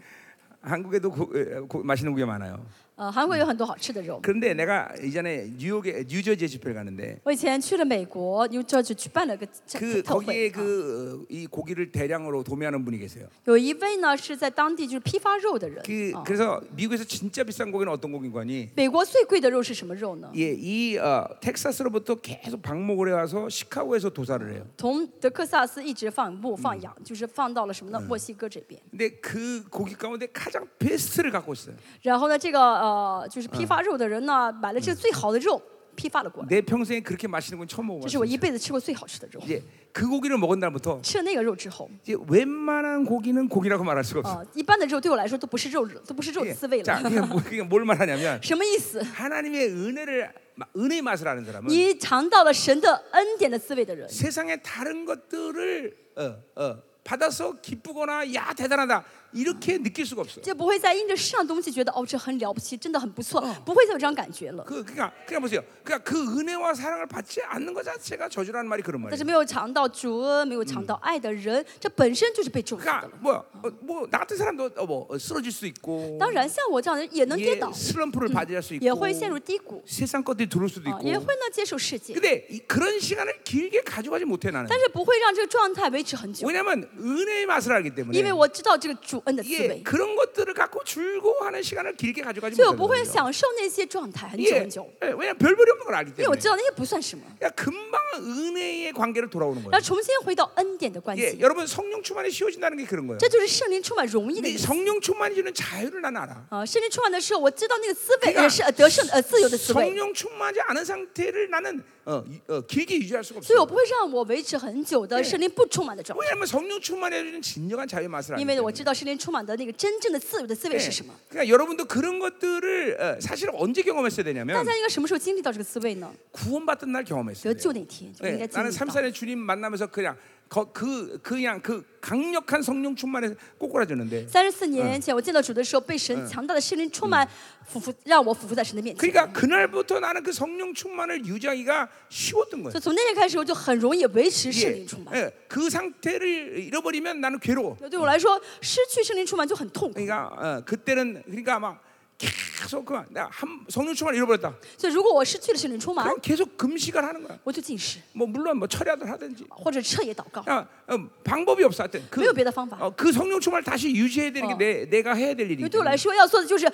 A: 한국에도 고, 에, 고, 맛있는 고기 많아요.
B: 呃，韩国有很多好吃的肉。
A: 그런데 내가 이전에 뉴욕에 뉴저지에 집회를 갔는데
B: 我以前去了美国，因为这就举办了个这
A: 그
B: 特会、
A: 거기에
B: 啊。
A: 그 이 고기를 대량으로 도매하는 분이 계세요.
B: 有一位呢是在当地就是批发肉的人。
A: 그
B: 啊
A: 그래서 미국에서 진짜 비싼 고기는 어떤 고기인가니?
B: 美国最贵的肉是什么肉呢？
A: 예, 이 어, 텍사스로부터 계속 방목을 해와서 시카고에서 도살을 해요.
B: 从德克萨斯一直放牧放羊，就是放到了什么呢？墨西哥这边。
A: 근데 그 고기 가운데 가장 베스트를 갖고 있어요.
B: 然后呢，这个呃，就是批发肉的人呢，买了这个最好的肉，批发了过来。
A: 내 평생에 그렇게 맛있는 건 처음
B: 这是我
A: 먹어봤어요.
B: 一辈子吃过最好吃的肉。
A: 이제 그 고기를 먹은 날부터
B: 吃了那个肉之后，
A: 이제 웬만한 고기는 고기라고 말할 수가 없어요.
B: 呃，一般的肉对我来说都不是肉，都不是肉的
A: 예.
B: 滋味
A: 자,
B: 了。
A: 그게, 뭐, 그게 뭘 말하냐면
B: 什么意思？
A: 하나님의 은혜를 마- 은혜의 맛을 아는 사람은
B: 你尝到了神的恩典的滋味的人，
A: 세상의 다른 것들을 어, 어, 받아서 기쁘거나 야 대단하다 이렇게 느낄 수가 없어요.
B: 就不会再因着世上东西觉得哦这很了不起，真的很不错，不会再有这样感觉了。
A: 그 그냥 그냥 보세요. 그냥 그 은혜와 사랑을 받지 않는 것 자체가 저주라는 말이 그런
B: 但
A: 말이에요.
B: 是没有尝到主恩，没有尝到爱的人，这本身就是被祝福的
A: 그러니까
B: 了。
A: 뭐뭐나 같은 사람도 어, 뭐 어, 쓰러질 수 있고
B: 当然，像我这样的人也能跌
A: 예
B: 倒，
A: 슬럼프를 받을 수
B: 也
A: 있고
B: 会陷入低谷，
A: 세상 것들이 예, 들어올 예, 수도
B: 啊，也
A: 있고
B: 会呢接受世界，
A: 근데 이, 그런 시간을 길게 가져가지 못해 나는
B: 但是不会让这个状态维持很久，
A: 왜냐면 은혜의 맛을 알기
B: 因为
A: 때문에
B: 我知道这个主恩的滋
A: 예,
B: 味，
A: 그런 것들을 갖고 즐거워하는 시간을 길게 가져가지
B: 所以我
A: 못해
B: 不会享受那些状态很久很久，
A: 예, 왜냐면 별볼이 없는 걸 알기
B: 因为我
A: 때문에
B: 知道那些不算什么，
A: 그러니까 금방 은혜의 관계로 돌아오는
B: 然
A: 거예요
B: 后重新回到恩典的关
A: 예,
B: 系，
A: 여러분 성령 충만이 쉬워진다는 게 그런 거예요
B: 这就是圣灵充满容易的
A: 근데
B: 意
A: 이
B: 思。
A: 성령 충만이 주는 자유를 난 알아
B: 啊，圣灵充满的时候，我知道那个滋味
A: 그러니까
B: 也是呃得胜呃自由的滋味，
A: 성령 충만하지 않은 상태를 나는 어, 이- 어, 길게 유지할 수가
B: 所以我
A: 없어
B: 不会让我维持很久的圣灵不充满的状态，
A: 왜냐면 성령 충만해 주는 진정한 자유의 맛을
B: 因
A: 알기
B: 为我
A: 때문에
B: 知道圣灵充满的那个真正的自由的滋味
A: 예.
B: 是什么。
A: 그러니까 여러분도 그런 것들을 어, 사실 언제 경험했어야
B: 大
A: 되냐면
B: 家应该什么时候经历到这个滋味呢？
A: 구원받던 날 경험했어요.
B: 得救那天就应该
A: 예,
B: 经
A: 나는
B: 历到。
A: 삼산의 주님 만나면서 그냥 거, 그 그냥 그 강력한 성령 충만에 꼬꾸라졌는데.
B: 三十四年前，我见到主的时候，被神强大的圣灵充满，俯伏让我俯伏在神的面前。
A: 그러니까 그날부터 나는 그 성령 충만을 유지하기가 쉬웠던 거예요.
B: 所以从那天开始，我就很容易维持圣
A: 예,
B: 灵充满。
A: 예, 그 상태를 잃어버리면 나는 괴로워.
B: 对我来说，失去圣灵充满就很痛苦。
A: 그러니까 어, 그때는 그러니까 막 계속 그만 나한 성령 충만 을 잃어버렸다.
B: 所以如果我失去了圣灵充满，
A: 그럼 계속 금식을 하는 거야.
B: 我就禁食
A: 뭐 물론 뭐 철야를 하든지.
B: 或者彻夜祷告。
A: 아, 음, 방법이 없어. 하여튼 그,
B: 没有别的方法
A: 어, 그 성령 충만을 다시 유지해야 되는
B: 어.
A: 게 내, 내가 해야 될
B: 因
A: 일이기
B: 为对我
A: 때문에.
B: 来说，要做的就是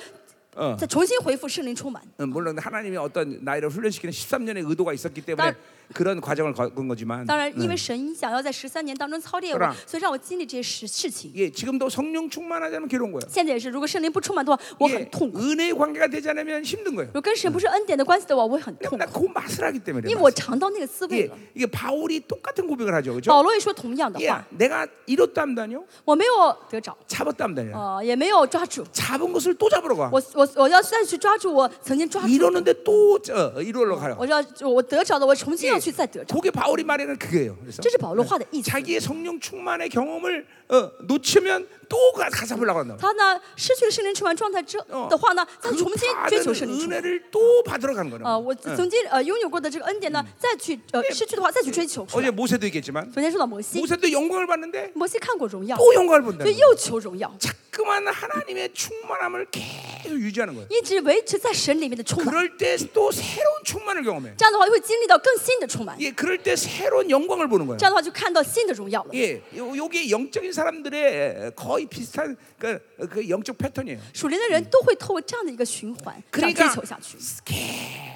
A: 어.
B: 再重新恢复圣灵充满。
A: 음, 물론 하나님이 어떤 나이를 훈련시키는 13년의 의도가 있었기 때문에
B: 딸-
A: 그런 과정을 거둔 거지만
B: 当然，因为神想要在十三年当中操练
A: 对吧
B: 我，所以让我经历这些事事情。
A: 예, 지금도 성령 충만하자면 괴로운 거예요.
B: 现在也是，如果圣灵不充满的话，我
A: 예,
B: 很痛苦；
A: 은혜의 관계가 되지 않으면 힘든 거예요.
B: 如果跟神不是恩典的关系的话，我会很痛
A: 왜냐면
B: 苦，
A: 그 맛을 하기 때문에.
B: 因为
A: 맛을.
B: 我尝到那个滋味
A: 예,
B: 了。
A: 이게 바울이 똑같은 고백을 하죠. 그렇죠?
B: 保罗也说同样的
A: 예,
B: 话，
A: 내가 잃었다 함다뇨?
B: 我没有得着，
A: 잡았다 함다뇨?
B: 呃，也没有抓住，
A: 잡은 것을 또 잡으러 가.
B: 我我我要再去抓住我曾经抓住，
A: 잃었는데 또 어, 잃으러 가요.
B: 我要我得着的，我重新要去再得着，
A: 그게 바울이 말하는 그게예요. 그래서 네.
B: 这是保罗话的意思。
A: 자기의 성령 충만의 경험을 어, 놓치면 또 가- 가잡으려고 한다.
B: 他呢失去了圣灵充满状态之
A: 哦
B: 嗯的话呢，再
A: 그
B: 重新追求圣
A: 받은
B: 灵充满。
A: 은혜를 또 받으러 가는 거예요. 네.
B: 呃，我曾经呃拥有过的这个恩典呢，再去呃失去的话，再去追求。
A: 어제 모세도 얘기했지만
B: 昨天说到摩西，
A: 모세도 영광을 받는데
B: 摩西看过荣耀，
A: 또 영광을 본다.
B: 所以又求荣耀，
A: 자꾸만 하나님의 충만함을 계속 유지하는 거예요.
B: 一直维持在神里面的充满。
A: 그럴 때 또 새로운 충만을 경험해.
B: 这样的话，就会经历到更新的充满。
A: 예, 그럴 때 새로운 영광을 보는 거예요.
B: 这样的话，就看到新的荣耀了。
A: 예, 요, 요게 영적인 사람들의 거의 비슷한 그, 그 영적 패턴이에요.
B: 属灵的人都会透过这样的一个循环，这样追
A: 그러니까
B: 求下去，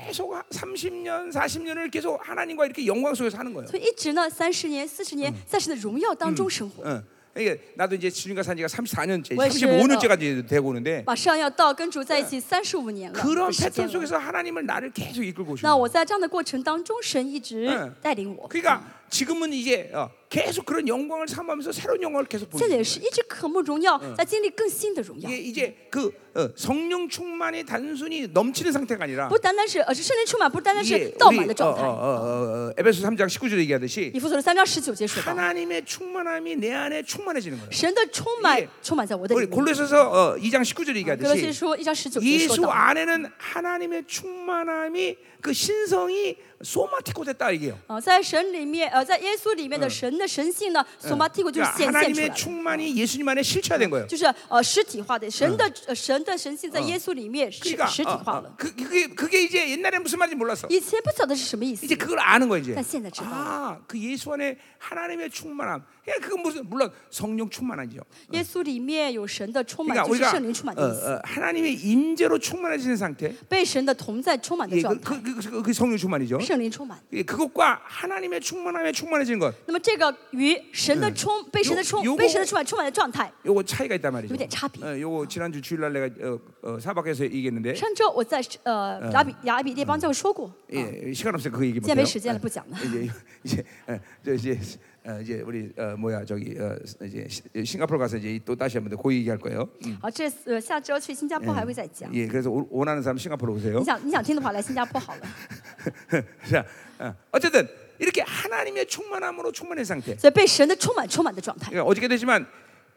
A: 계속 30년, 40년을 계속 하나님과 이렇게 영광 속에서 사는 거예요.
B: 所以一直呢，三十年、四十年，在神的荣耀当中生活。
A: 어. 이게 나도 이제 주님과 산 지가 34년째,
B: 왜 싫어?
A: 35년째가 이제 되고 오는데
B: 马上要到跟主在一起三十五年了，
A: 그런
B: 有时
A: 패턴
B: 间了
A: 속에서 하나님을 나를 계속 이끌고 오시는
B: 那
A: 거예요.
B: 我在这样的过程当中，神一直带领我。
A: 그러니까 지금은 이제 어, 계속 그런 영광을 삼으면서 새로운 영광을 계속
B: 现在
A: 보이는 거예요.
B: 也是一直渴慕荣耀，在经历更新的荣耀
A: 이게 ， 이제 그 어, 성령 충만이 단순히 넘치는 상태가 아니라
B: 不单单是呃是圣灵充满，不单单是
A: 이게
B: 倒
A: 우리
B: 满的
A: 어,
B: 状
A: 어,
B: 态。
A: 어, 어, 어, 에베소 3장 19절에 얘기하듯이
B: 以弗所的三章十九节说到，
A: 하나님의 충만함이 내 안에 충만해지는 거예요.
B: 神的充满
A: 예
B: 充满在我的里
A: 우리
B: 面。
A: 골로새서 어, 2장 19절
B: 格罗西
A: 얘기하듯이
B: 书一章十九节说
A: 예수
B: 到，
A: 안에는 하나님의 충만함이 그 신성이 소마티코 됐다 이게요.
B: 啊，在神里面，呃，在耶稣里
A: 嗯
B: 面的神的神性呢，索马蒂
A: 그
B: 古
A: 啊
B: 就是显现出
A: 그러니까
B: 来
A: 하나님의
B: 了。
A: 충만이 예수님 안에 실체화된 거예요.
B: 就是呃实体化的，神
A: 嗯
B: 的、呃神的神性在耶稣里面实、
A: 그러니까
B: 实体
A: 어,
B: 化
A: 어,
B: 了。
A: 그, 그게 그게 이제 옛날에 무슨 말인지 몰랐어.
B: 以前不晓得是什么意思
A: 이제 ， 그걸 아는 거야 이제.
B: 나现在知道了。
A: 아, 그 예수 안에 하나님의 충만함. 예, 그건 무슨 물론 성령 충만함이죠.
B: 耶稣里面有神的充满，
A: 그러니까
B: 就是
A: 우리가
B: 圣灵充满
A: 어,
B: 的意思，
A: 어, 하나님의 임재로 충만해지는 상태.
B: 被神的同在充满的
A: 예,
B: 状
A: 그,
B: 态，
A: 그, 그, 그, 그 성령 충만이죠.
B: 圣灵充满。
A: 예, 그것과 하나님의 충만함에 충만해지는 것.
B: 那么这个与神的充、被神的
A: 嗯有有
B: 充
A: 过
B: 被神的充满充满的状态，
A: 요거 차이가 있단 말이죠.
B: 요게 차비.
A: 어, 요거 지난주 주일날 내가 어, 어, 사박에서 얘기했는데
B: 上周我在呃雅比雅比列邦教会说过，
A: 예, 시간 없어요. 그 얘기 못 해요.
B: 现在没时间了，不讲了
A: 예, 。 이제 이제 어, 저 이제 어, 이제 우리 어, 뭐야 저기 어, 이제 시- 싱가포르 가서 이제 또 다시 한번 고 얘기할 거예요.
B: 好，这次呃下周去新加坡还会再讲。
A: 예, 그래서 오- 원하는 사람 싱가포르 오세요.
B: 你想你想听的话，来新加坡好了。
A: 자, 어, 어쨌든 이렇게 하나님의 충만함으로 충만한 상태.
B: 所以被神的充满充满的状态。
A: 그러니까 어떻게 되지만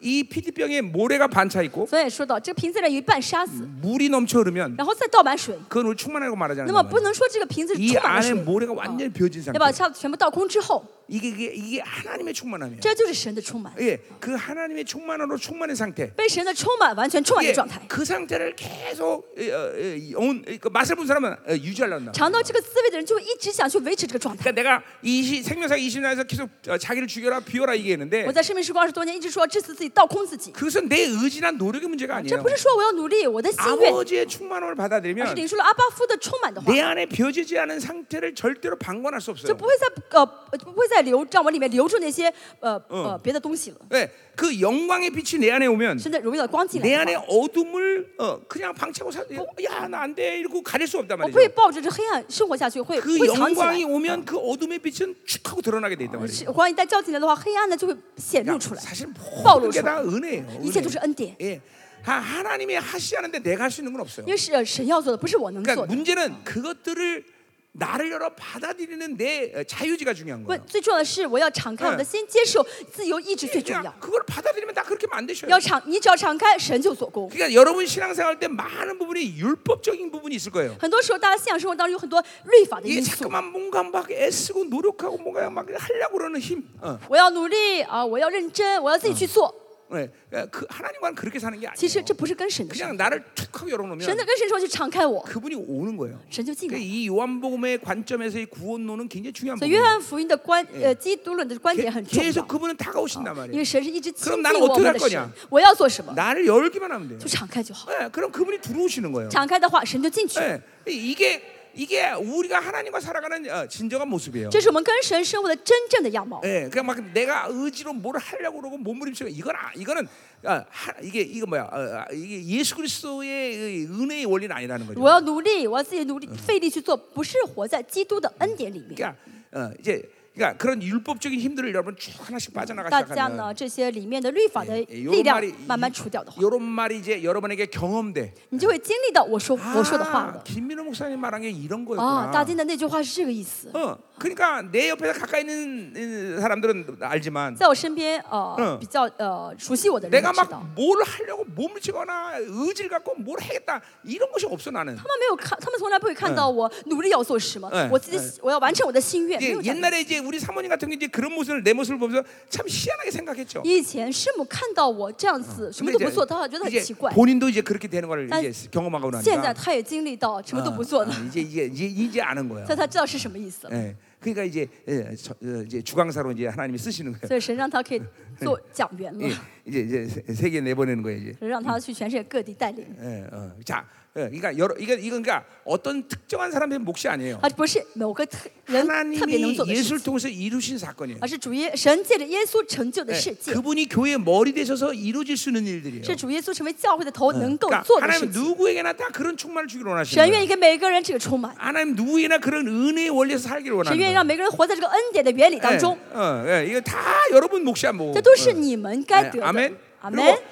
A: 이 피디병에 모래가 반차 있고
B: 所以说到这个瓶子里有一半沙子，
A: 물이 넘쳐 흐르면
B: 然后再倒满水，
A: 그건 우리 충만하고 말하자는
B: 那么
A: 거예요.
B: 不能说这个瓶子是
A: 이
B: 充满了
A: 안에
B: 水，
A: 모래가 완전히 비어진
B: 要
A: 상태.
B: 把它全部倒空之后，
A: 이게 이게, 이게 하나님의 충만함이에요.
B: 这就是神的充满，
A: 예, 그 하나님의 충만으로 충만한 상태.
B: 被神的充满完全充满
A: 예,
B: 的状态。
A: 그 상태를 계속 어, 어, 어, 온, 그 맛을 본 사람은 어, 유지하려는 다
B: 尝到这个滋味的人，就会一直想去维持这个状态。
A: 그러니까 내가 이 시- 생명상 20년에서 계속 어, 자기를 죽여라 비워라 얘기했는데
B: 我在生命时光二十多年，一直说这次自己倒空自己，
A: 그것은 내 의지나 노력의 문제가
B: 这
A: 아니에요.
B: 不是说我要努力，我的心愿，
A: 아버지의 충만함을
B: 而是
A: 그 받아들이면
B: 领受了阿巴夫的充满的话
A: 내 ， 안에 비어지지 않은 상태를 절대로 방관할 수
B: 就
A: 없어요.
B: 不会再呃不会再留让我里面留住那些呃呃别的东西了。
A: 예, 그 영광의 빛이 내 안에 오면
B: 神的荣耀的光进
A: 내
B: 来的
A: 안에
B: 话，
A: 어둠을 어, 그냥 방치하고 사, 야, 나 안 돼. 이러고 가릴 수 없단
B: 我不会
A: 말이죠.
B: 抱着这黑暗生活下去，会
A: 그
B: 会藏起来。
A: 영광이 오면 그 어둠의 어, 빛은 축 하고 드러나게 돼 있단 말이죠.
B: 是光一旦照进来的话，黑暗呢就会显露出来，
A: 사실
B: 暴
A: 모든
B: 露出
A: 게
B: 来
A: 다 ， 은혜예요.
B: 一切都是
A: 은혜.
B: 恩典。
A: 예. 하, 하나님이 하시 않은데 내가 할 수 있는 건 없어요.
B: 因为是呃神要做的，不是我能做
A: 그러니까
B: 的。
A: 문제는 그것들을 나를 열어 받아들이는 내 어, 자유지가 중요한
B: 问
A: 거예요.
B: 最重要的是，我要敞开
A: 嗯
B: 我的心，接受自由意志最重
A: 그냥
B: 要。
A: 그걸 받아들이면 다 그렇게 만드셔요.
B: 要敞，你只要敞开，神就做工。
A: 그러니까 여러분 신앙생활 때 많은 부분이 율법적인 부분이 있을 거예요.
B: 很多时候，大家信仰生活当中有很多律法的
A: 이게
B: 因素。
A: 자꾸만 뭔가 막 애쓰고 노력하고 뭔가 막 하려고 그러는 힘. 어.
B: 我要努力啊，我要认真，我要自己去做。
A: 네. 그 하나님과는 그렇게 사는 게
B: 其实
A: 아니에요.
B: 这不是跟神的事，
A: 그냥 나를 툭 하고
B: 神
A: 열어놓으면
B: 的跟神说去敞开我，
A: 그분이 오는 거예요.
B: 神就进来
A: 그러니까 。이 요한복음의 관점에서 이 구원론은 굉장히 중요한
B: 所以，约
A: 부분이에요.
B: 翰福音的观
A: 嗯
B: 呃基督论的观点
A: 게-
B: 很重
A: 계속
B: 要，
A: 그분은 다가오신단
B: 因
A: 말이에요.
B: 为神是一直亲
A: 나는
B: 近我
A: 어떻게할
B: 们的
A: 거냐
B: 神。我要做什么，
A: 나를 열기만 하면 돼요.
B: 就敞开就好。
A: 네, 그럼 그분이 들어오시는 거예요.
B: 敞开的话，神就进去。
A: 네, 이게 이게 우리가 하나님과 살아가는 어, 진정한 모습이에요.
B: 这是我们跟神生活的真正的样貌。
A: 예, 그냥 막 내가 의지로 뭘 하려고 그러고 몸부림치고 이건 아, 이거는 아, 하, 이게 이거 뭐야? 어, 아, 이게 예수 그리스도의 이 은혜의 원리는 아니라는 거죠.
B: 我要努力，我要自己努力，
A: 嗯
B: 费力去做，不是活在基督的恩典里面。
A: 그러니까 어, 이제 그러니까 그런 율법적인 힘들을 여러분 쭉 하나씩 빠져나가
B: 大家呢，
A: 시작하면
B: 这些里面的律法的力
A: 런
B: 量
A: 말이
B: 慢慢除掉的话，
A: 이런 말이 이제 여러분에게 경험돼.
B: 你就会经历到我说
A: 啊
B: 我说的话
A: 아,
B: 了。
A: 김민호 목사님 말한 게 이런
B: 啊，
A: 거였구나.
B: 大金的那句话是这个意思。
A: 어, 그러니까 내 옆에서 가까이 있는 어, 사람들은 알지만
B: 在我身边，呃，
A: 嗯
B: 比较呃熟悉我的人
A: 내가
B: 都知道，
A: 막 뭘 하려고 몸을 치거나 의지를 갖고 뭘 하겠다 이런 것이 없어 나는.
B: 他们没有看，他们从来不会看到我努力要做什么
A: 嗯，
B: 我自己我要完成我的心愿，没
A: 이제
B: 有这样的。
A: 옛날에 이제 우리 사모님 같은 경우 이제 그런 모습을 내 모습을 보면서 참 희한하게 생각했죠.
B: 以前师母看到我这样子，什
A: 근데
B: 么都不做，
A: 이제,
B: 她觉得很
A: 이제
B: 奇怪。
A: 본인도 이제 그렇게 되는 걸
B: 난
A: 이제 경험하고
B: 现在
A: 나니까
B: 她也经历到什么都
A: 어,
B: 不做了
A: 어, ， 이제 이제 이제 이제 아는 거예요.
B: 所以她知道是什么意思了。
A: 예. 그러니까 이제 예, 저, 어, 이제 주강사로 이제 하나님이 쓰시는 거예요.
B: 所以神让他可以做讲员了
A: 예, ， 이제 이제 세- 세계 내보내는 거예요 이제.
B: 神让他去全世界各地带领。
A: 예, 어. 자, 예, 그러니까 여러 이거 이건 그러니까 어떤 특정한 사람의 몫이 아니에요.
B: 他不是某个特
A: 아,
B: 人特别能
A: 하나님이
B: 做的事
A: 예수를
B: 情，
A: 통해서 이루신 사건이에요.
B: 而是主耶神借着耶稣成就的
A: 예,
B: 世界，
A: 그분이 교회의 머리 되셔서 이루어질 수 있는 일들이에요.
B: 是主耶稣成为教会的头能够
A: 그러니까
B: 做的事
A: 하나님은
B: 情。
A: 누구에게나 다 그런 충만을 주기로 원하시는
B: 神愿
A: 거예요.
B: 意给每个人这个充满，
A: 하나님 누구에게나 그런 은혜의 원리에서 살기를
B: 神
A: 원하는
B: 愿
A: 거예요.
B: 意让每个人活在这个恩典的原理当
A: 예,
B: 中，
A: 어, 예, 이거 다 여러분 몫이 안 보고.
B: 这都是你们该得
A: 예,
B: 的。
A: 아멘.
B: 嗯哎阿门。
A: 그리고 뭐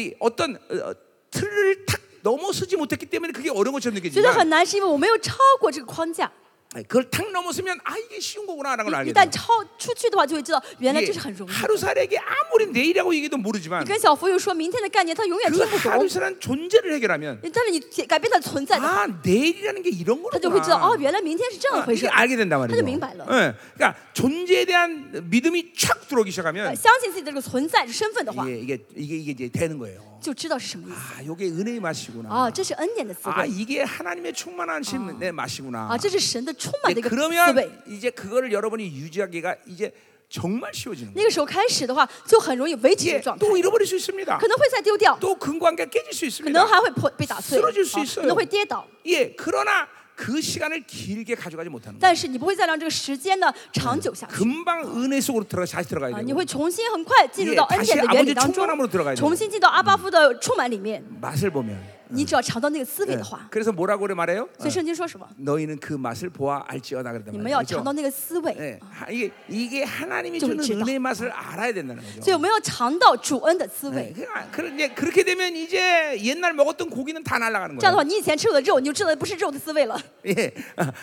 A: 이 어떤 어, 어, 틀을 탁 넘어서지 못했기 때문에 그게 어려운 것처럼
B: 觉得
A: 느껴지지만
B: 很难，是因为我没有超过这个框架。
A: 예, 그걸 탁 넘어서면 아 이게 쉬운 거구나라는 걸
B: 一
A: 알게
B: 一旦
A: 돼요.
B: 超出去的话，就会知道原来
A: 이게
B: 这是很容易的。
A: 하루살에게 아무리 내일이라고 얘기도 모르지만
B: 你跟小福友说明天的概念，他永远
A: 그
B: 听不懂。
A: 하루살은 존재를 해결하면
B: 但是你改变它的存在的
A: 아
B: 话
A: 내일이라는 게 이런
B: 他就会知道哦，
A: 거구나.
B: 原来明天是这样
A: 아,
B: 回事
A: 이게 。 알게 된단 말이죠.
B: 他就明白了。
A: 예, 그러니까 존재에 대한 믿음이 촥 들어오기 시작하면
B: 呃相信自己的这个存在身份的话，
A: 이게 이게 이게, 이게 이제 되는 거예요.
B: 就知道是什么意思。
A: 아, 이게 은혜의 맛이구나.
B: 啊，这是恩典的滋
A: 아
B: 味
A: 이게 하나님의 충만하신 내 맛이구나.
B: 啊，这是神的充满
A: 아, 이제
B: 的一个滋味。
A: 그러면 이제 그거를 여러분이 유지하기가 이제 정말 쉬워지는
B: 那
A: 거예요.
B: 个时候开始的话，就很容易维持这
A: 이게
B: 个状态，
A: 또 잃어버릴 수 있습니다.
B: 可能会再丢掉，
A: 또 근관계 깨질 수
B: 可能
A: 있습니다.
B: 还会破被打碎，
A: 쓰러질수있
B: 啊
A: 어요
B: 可能会跌倒。
A: 예, 그러나 그 시간을 길게 가져가지 못하는 거예요.
B: 但是你不会再让这个时间呢长久下去
A: 금방 은혜 속으로 들어가 다시 들어가야
B: 啊，
A: 돼요.
B: 你会重新很快进入到
A: 예
B: 恩典的
A: 다시
B: 原
A: 아버지의
B: 理当中
A: 충만함으로들어가야，돼 嗯
B: 重新进到阿巴夫的充满里面，
A: 맛을 보면 예.
B: 你只要尝到那个滋
A: 네,
B: 味的话，
A: 그래서 뭐라고 그래 말해요? 어.
B: 所以圣经说
A: 嗯
B: 什么？
A: 너희는 그 맛을 보아 알지어다 그랬단
B: 你
A: 말이에요.
B: 们要
A: 그렇죠?
B: 尝到那个滋味，
A: 예, 하- 이게 이게 하나님이
B: 좀
A: 주는
B: 지다.
A: 은혜 맛을 알아야 된다는 거죠.
B: 所以我们要尝到主恩的滋
A: 네,
B: 味。
A: 그, 아, 그, 이제 그렇게 되면 이제 옛날 먹었던 고기는 다 날아가는
B: 这样的
A: 거예요.
B: 话，你以前吃过的肉，你就知道不是肉的滋味了。
A: 예, 아, 야,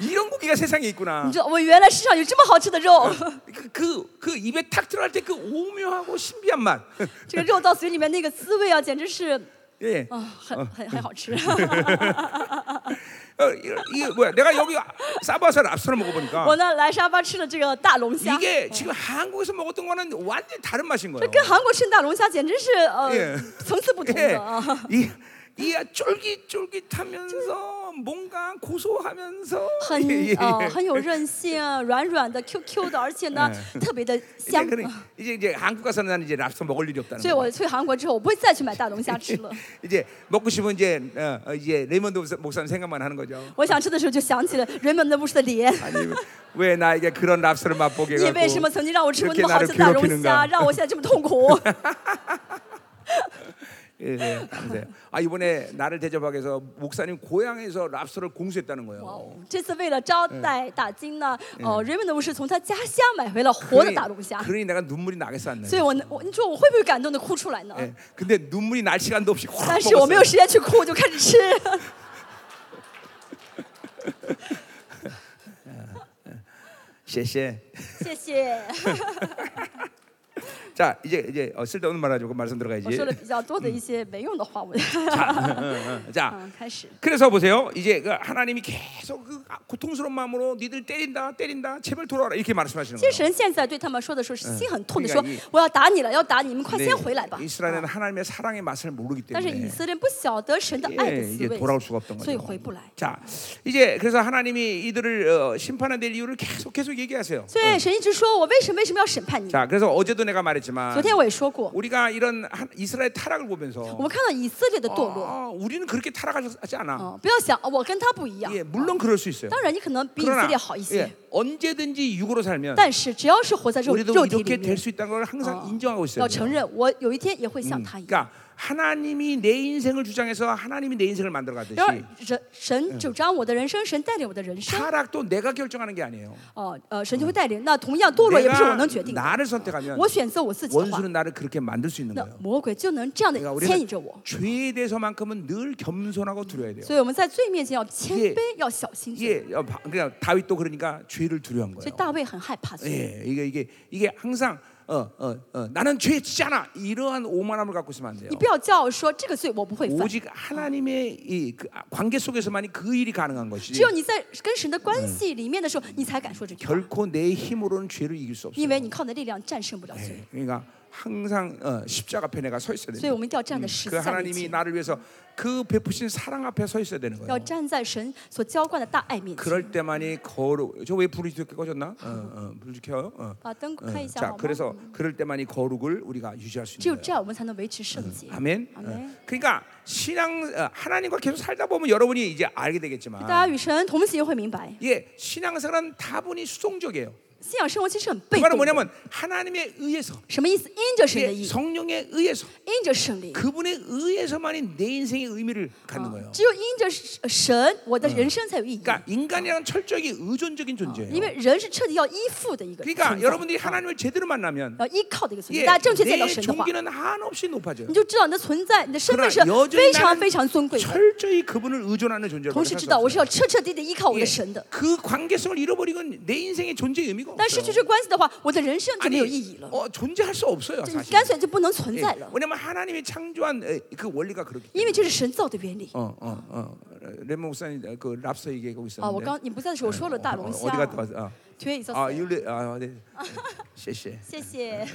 A: 이런 고기가 세상에 있구나.
B: 你知道，我原来世上有这么好吃的肉，
A: 그, 그, 그 입에 탁 들어갈 때 그 오묘하고 신비한 맛.
B: 这个肉到嘴里面那个滋味啊，简直是
A: 예,
B: 啊，很很很好吃。
A: 어, 이거, 이게 뭐야? 내가 여기 싸바서 랍스터 먹어보니까
B: 我呢来沙巴吃了这个大龙虾，
A: 이게 지금 한국에서 먹었던 거는 완전 히 다른 맛인 거예요.
B: 跟韩国吃大龙虾简直是呃
A: 예.
B: 层次不同
A: 예,
B: 的啊。
A: 이, 이 쫄깃쫄깃하면서 뭔가 고소하면서
B: 很
A: 예, 예, 예.
B: 呃很有韧性，软软的 QQ 的，而且呢特别的
A: 이제,
B: 香。
A: 그래, 그러니까 이제 이제 한국 가서는 난 이제 랍스터 먹을 일이 없다는
B: 所以
A: 거예요.
B: 我去韩国之后，我不会再去买大龙虾 吃了。
A: 이제 먹고 싶으면 이제 어, 어, 이제 레이먼드 목사- 목사님 생각만 하는 거죠.
B: 我想吃的时候就想起了 Raymond 的牧师的脸，
A: 아니 왜 나에게 그런 랍스터를 맛보게
B: 你为什么
A: 해갖고
B: 曾经让我吃过
A: 这
B: 那
A: 给哪
B: 么好吃
A: 儿
B: 的大龙
A: QQ
B: 虾，
A: 呢
B: 让我现在这么痛苦？
A: 예, 예, 감사해요. 아 이번에 나를 대접하기 위해서 목사님 고향에서 랍스터를 공수했다는
B: 哇
A: 거예요.
B: 哦！这次为了招待大金呢，哦，Raymond 的牧师从他家乡买回了活的大龙虾，
A: 그러니 내가 눈물이 나겠어 안 나.
B: 所以我能我你说我会不会感动的哭出来呢？
A: 예, 근데 눈물이 날 시간도 없이 확
B: 但是我没有
A: 먹었어요.
B: 时间去哭，我就开始吃。
A: 谢谢.
B: 谢谢，
A: 자 이제 이제 어, 쓸데없는 말하지 고 말씀
B: 我
A: 들어가야지.
B: 说 了比较多的一些没用的话，我
A: 어. 자
B: 嗯开始。
A: 그래서 보세요. 이제 그 하나님이 계속 그 고통스러운 마음으로 니들 때린다 때린다 제발 돌아와라 이렇게 말씀하시는
B: 其
A: 거예요.
B: 实神现在对他们说的时候是心很痛
A: 嗯
B: 的说
A: 这个意：“
B: 我要打你了，要打你，你们快
A: 근데
B: 先回来吧。啊
A: 이스라엘은 하나님의 어. 사랑의 맛을 모르기
B: 但是以
A: 때문에
B: 色列人不晓得神的爱
A: 예,
B: 的滋
A: 이제
B: 味，
A: 돌아올 수가 없던
B: 所以
A: 거죠.
B: 回不嗯来。
A: 자, 이제 그래서 하나님이 이들을 어, 심판한 될 이유를 계속 계속 얘기하세요.
B: 所以神一直说我为什么为什么要审判你？
A: 자, 그래서 어제도 내가
B: 昨
A: 말했지만
B: 天我也说过，
A: 우리가 이런 한- 이스라엘 타락을
B: 我
A: 보면서
B: 们看到以色列的堕落，
A: 아, 우리는 그렇게 타락하지 않아.
B: 嗯，不要想哦我跟他不一样。嗯
A: 예, 물론 그럴 수 있어요.
B: 当然，你可能比以色
A: 그러나
B: 列好一些
A: 예, ， 언제든지 육으로 살면
B: 但是只要是活在肉
A: 우리도
B: 肉体里
A: 이렇게 될
B: 面，
A: 수 있다는 걸 항상
B: 哦
A: 인정하고 있어요.
B: 要承认我有一天也会像他一样。
A: 그러니까 하나님이 내 인생을 주장해서 하나님이 내 인생을 만들어 가듯이
B: 然而，神神主张我的人生，神带领我的人生，
A: 타락도 내가 결정하는 게 아니에요.
B: 哦，呃，神就会带领。那同样堕落也不是我
A: 내가
B: 能决定的。
A: 나를 선택하면
B: 我选择我自己的话，
A: 원수는 나를 그렇게 만들 수 있는
B: 那
A: 거예요.
B: 魔鬼就能这样的
A: 그러니까
B: 牵
A: 우리는
B: 引着哎我。
A: 죄에 대해서만큼은 늘 겸손하고 두려워야 돼요.
B: 所以我们在罪面前要谦
A: 예
B: 卑，要小心罪。
A: 예, 그러니까 다윗도 그러니까 죄를 두려운
B: 所以
A: 거예요.
B: 大卫很害怕罪，
A: 예, 이게 이게 이게 항상 어, 어, 어, 나는 죄 짓지 않아 이러한 오만함을 갖고 있으면 안 돼요.
B: 你不要叫说这个罪我不会犯。
A: 오직 하나님의 이그 관계 속에서만이 그 일이 가능한 것이지
B: 只有你在跟神的关系里面的时候，你才敢说这句话，
A: 결코 내 힘으로는 죄를 이길 수
B: 因
A: 없어요.
B: 为你靠你的力量战胜不了罪。
A: 그러니까 항상 어, 십자가 앞에 내가 서 있어야
B: 所以
A: 돼요.
B: 我们一定要站在十
A: 그
B: 字架面
A: 하나님이
B: 前，
A: 나를 위해서 그 베푸신 사랑 앞에 서 있어야 되는 거예요.
B: 要站在神所浇灌的大爱面前。
A: 그럴 때만이 거룩. 저왜 불이 이렇게 꺼졌나? 어, 어, 불 켜요. 어.
B: 把啊灯
A: 어,
B: 开一下好
A: 자,
B: 吗？
A: 그래서 그럴 때만이 거룩을 우리가 유지할 수
B: 只有
A: 있는
B: 这
A: 거예요.
B: 样，我们才能维持圣洁。
A: 아멘. 어,
B: 아멘.
A: 그러니까 신앙 어, 하나님과 계속 살다 보면 여러분이 이제 알게
B: 大家
A: 되겠지만,
B: 与神同行会明白，
A: 예, 신앙생활은 다분히 수동적이에요.
B: 信仰生活其实很
A: 그
B: 被
A: 말은
B: 动的。
A: 뭐냐면 하나님에 의해서,
B: 什么意思？因着神的
A: 예,
B: 意，
A: 성령에 의해서,
B: 因着圣灵。
A: 그분에 의해서만이 내 인생의 의미를 갖는
B: 啊
A: 거예요.
B: 只有因着神神，我的人生才有意义。
A: 그러니까 인간이란 철저하게 의존적인 존재예요.
B: 因为人是彻底要依附的一个存在，
A: 그러니까 여러분들이 하나님을 제대로 만나면
B: 要依靠的一个存在。
A: 예,
B: 大家正确见到
A: 내
B: 神的话，
A: 종기는 한없이 높아져요.
B: 你就知道你的存在，你的身份
A: 그러나
B: 是
A: 여전히
B: 非常
A: 나는
B: 非常尊贵的。
A: 철저히 그분을 의존하는 존재로
B: 同时知道我是要彻彻底底依靠我的神的。
A: 그 관계성을 잃어버리면 내 인생의 존재 의미가
B: 但失去
A: 없어요.
B: 这关系的话，我的人生就没
A: 아니,
B: 有意义了，
A: 어, 존재할 수 없어요,
B: 就你
A: 사실.
B: 干脆就不能存
A: 예,
B: 在了，
A: 왜냐면 하나님이 창조한 에, 그 원리가 그렇기.
B: 因为这是神造的原理。
A: 어, 어, 어. 레몬 목사님 그 랍스터 얘기하고
B: 啊，我
A: 있었는데.
B: 刚你不在嗯的时候我说了大
A: 어,
B: 龙
A: 어디
B: 虾，
A: 갔다 왔어? 아,
B: 推一下，
A: 아, 윤리 아, 네. 쎄쎄.
B: 谢谢。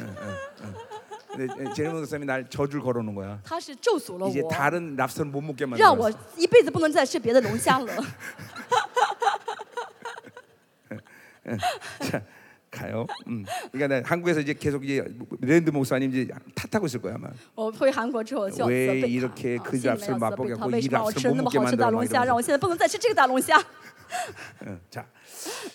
A: 근데 네, 제레몬 목사님이 날 저줄 걸어 놓은 거야.
B: 他是咒诅了
A: 이제
B: 我，
A: 다른 랍스터는 못 먹게
B: 让我
A: 만들었어.
B: 一辈子不能再吃别的龙虾了。
A: 가요. 음. 그러니까 나 한국에서 이제 계속 이제 뭐, 랜드 목사님 이제 탓하고 있을 거야 아마.
B: 我回韩国之后就要责
A: 왜
B: 备他
A: 이렇게
B: 啊
A: 그 랍스터
B: 心里面要责备
A: 맛보게하
B: 他
A: 고
B: 为
A: 이
B: 什么让我
A: 랍스터
B: 吃
A: 못
B: 那么
A: 먹게
B: 好
A: 만들어
B: 吃的大
A: 막
B: 龙虾，
A: 이러면서
B: 让我现在不能再吃这个大龙虾。
A: 어, 자,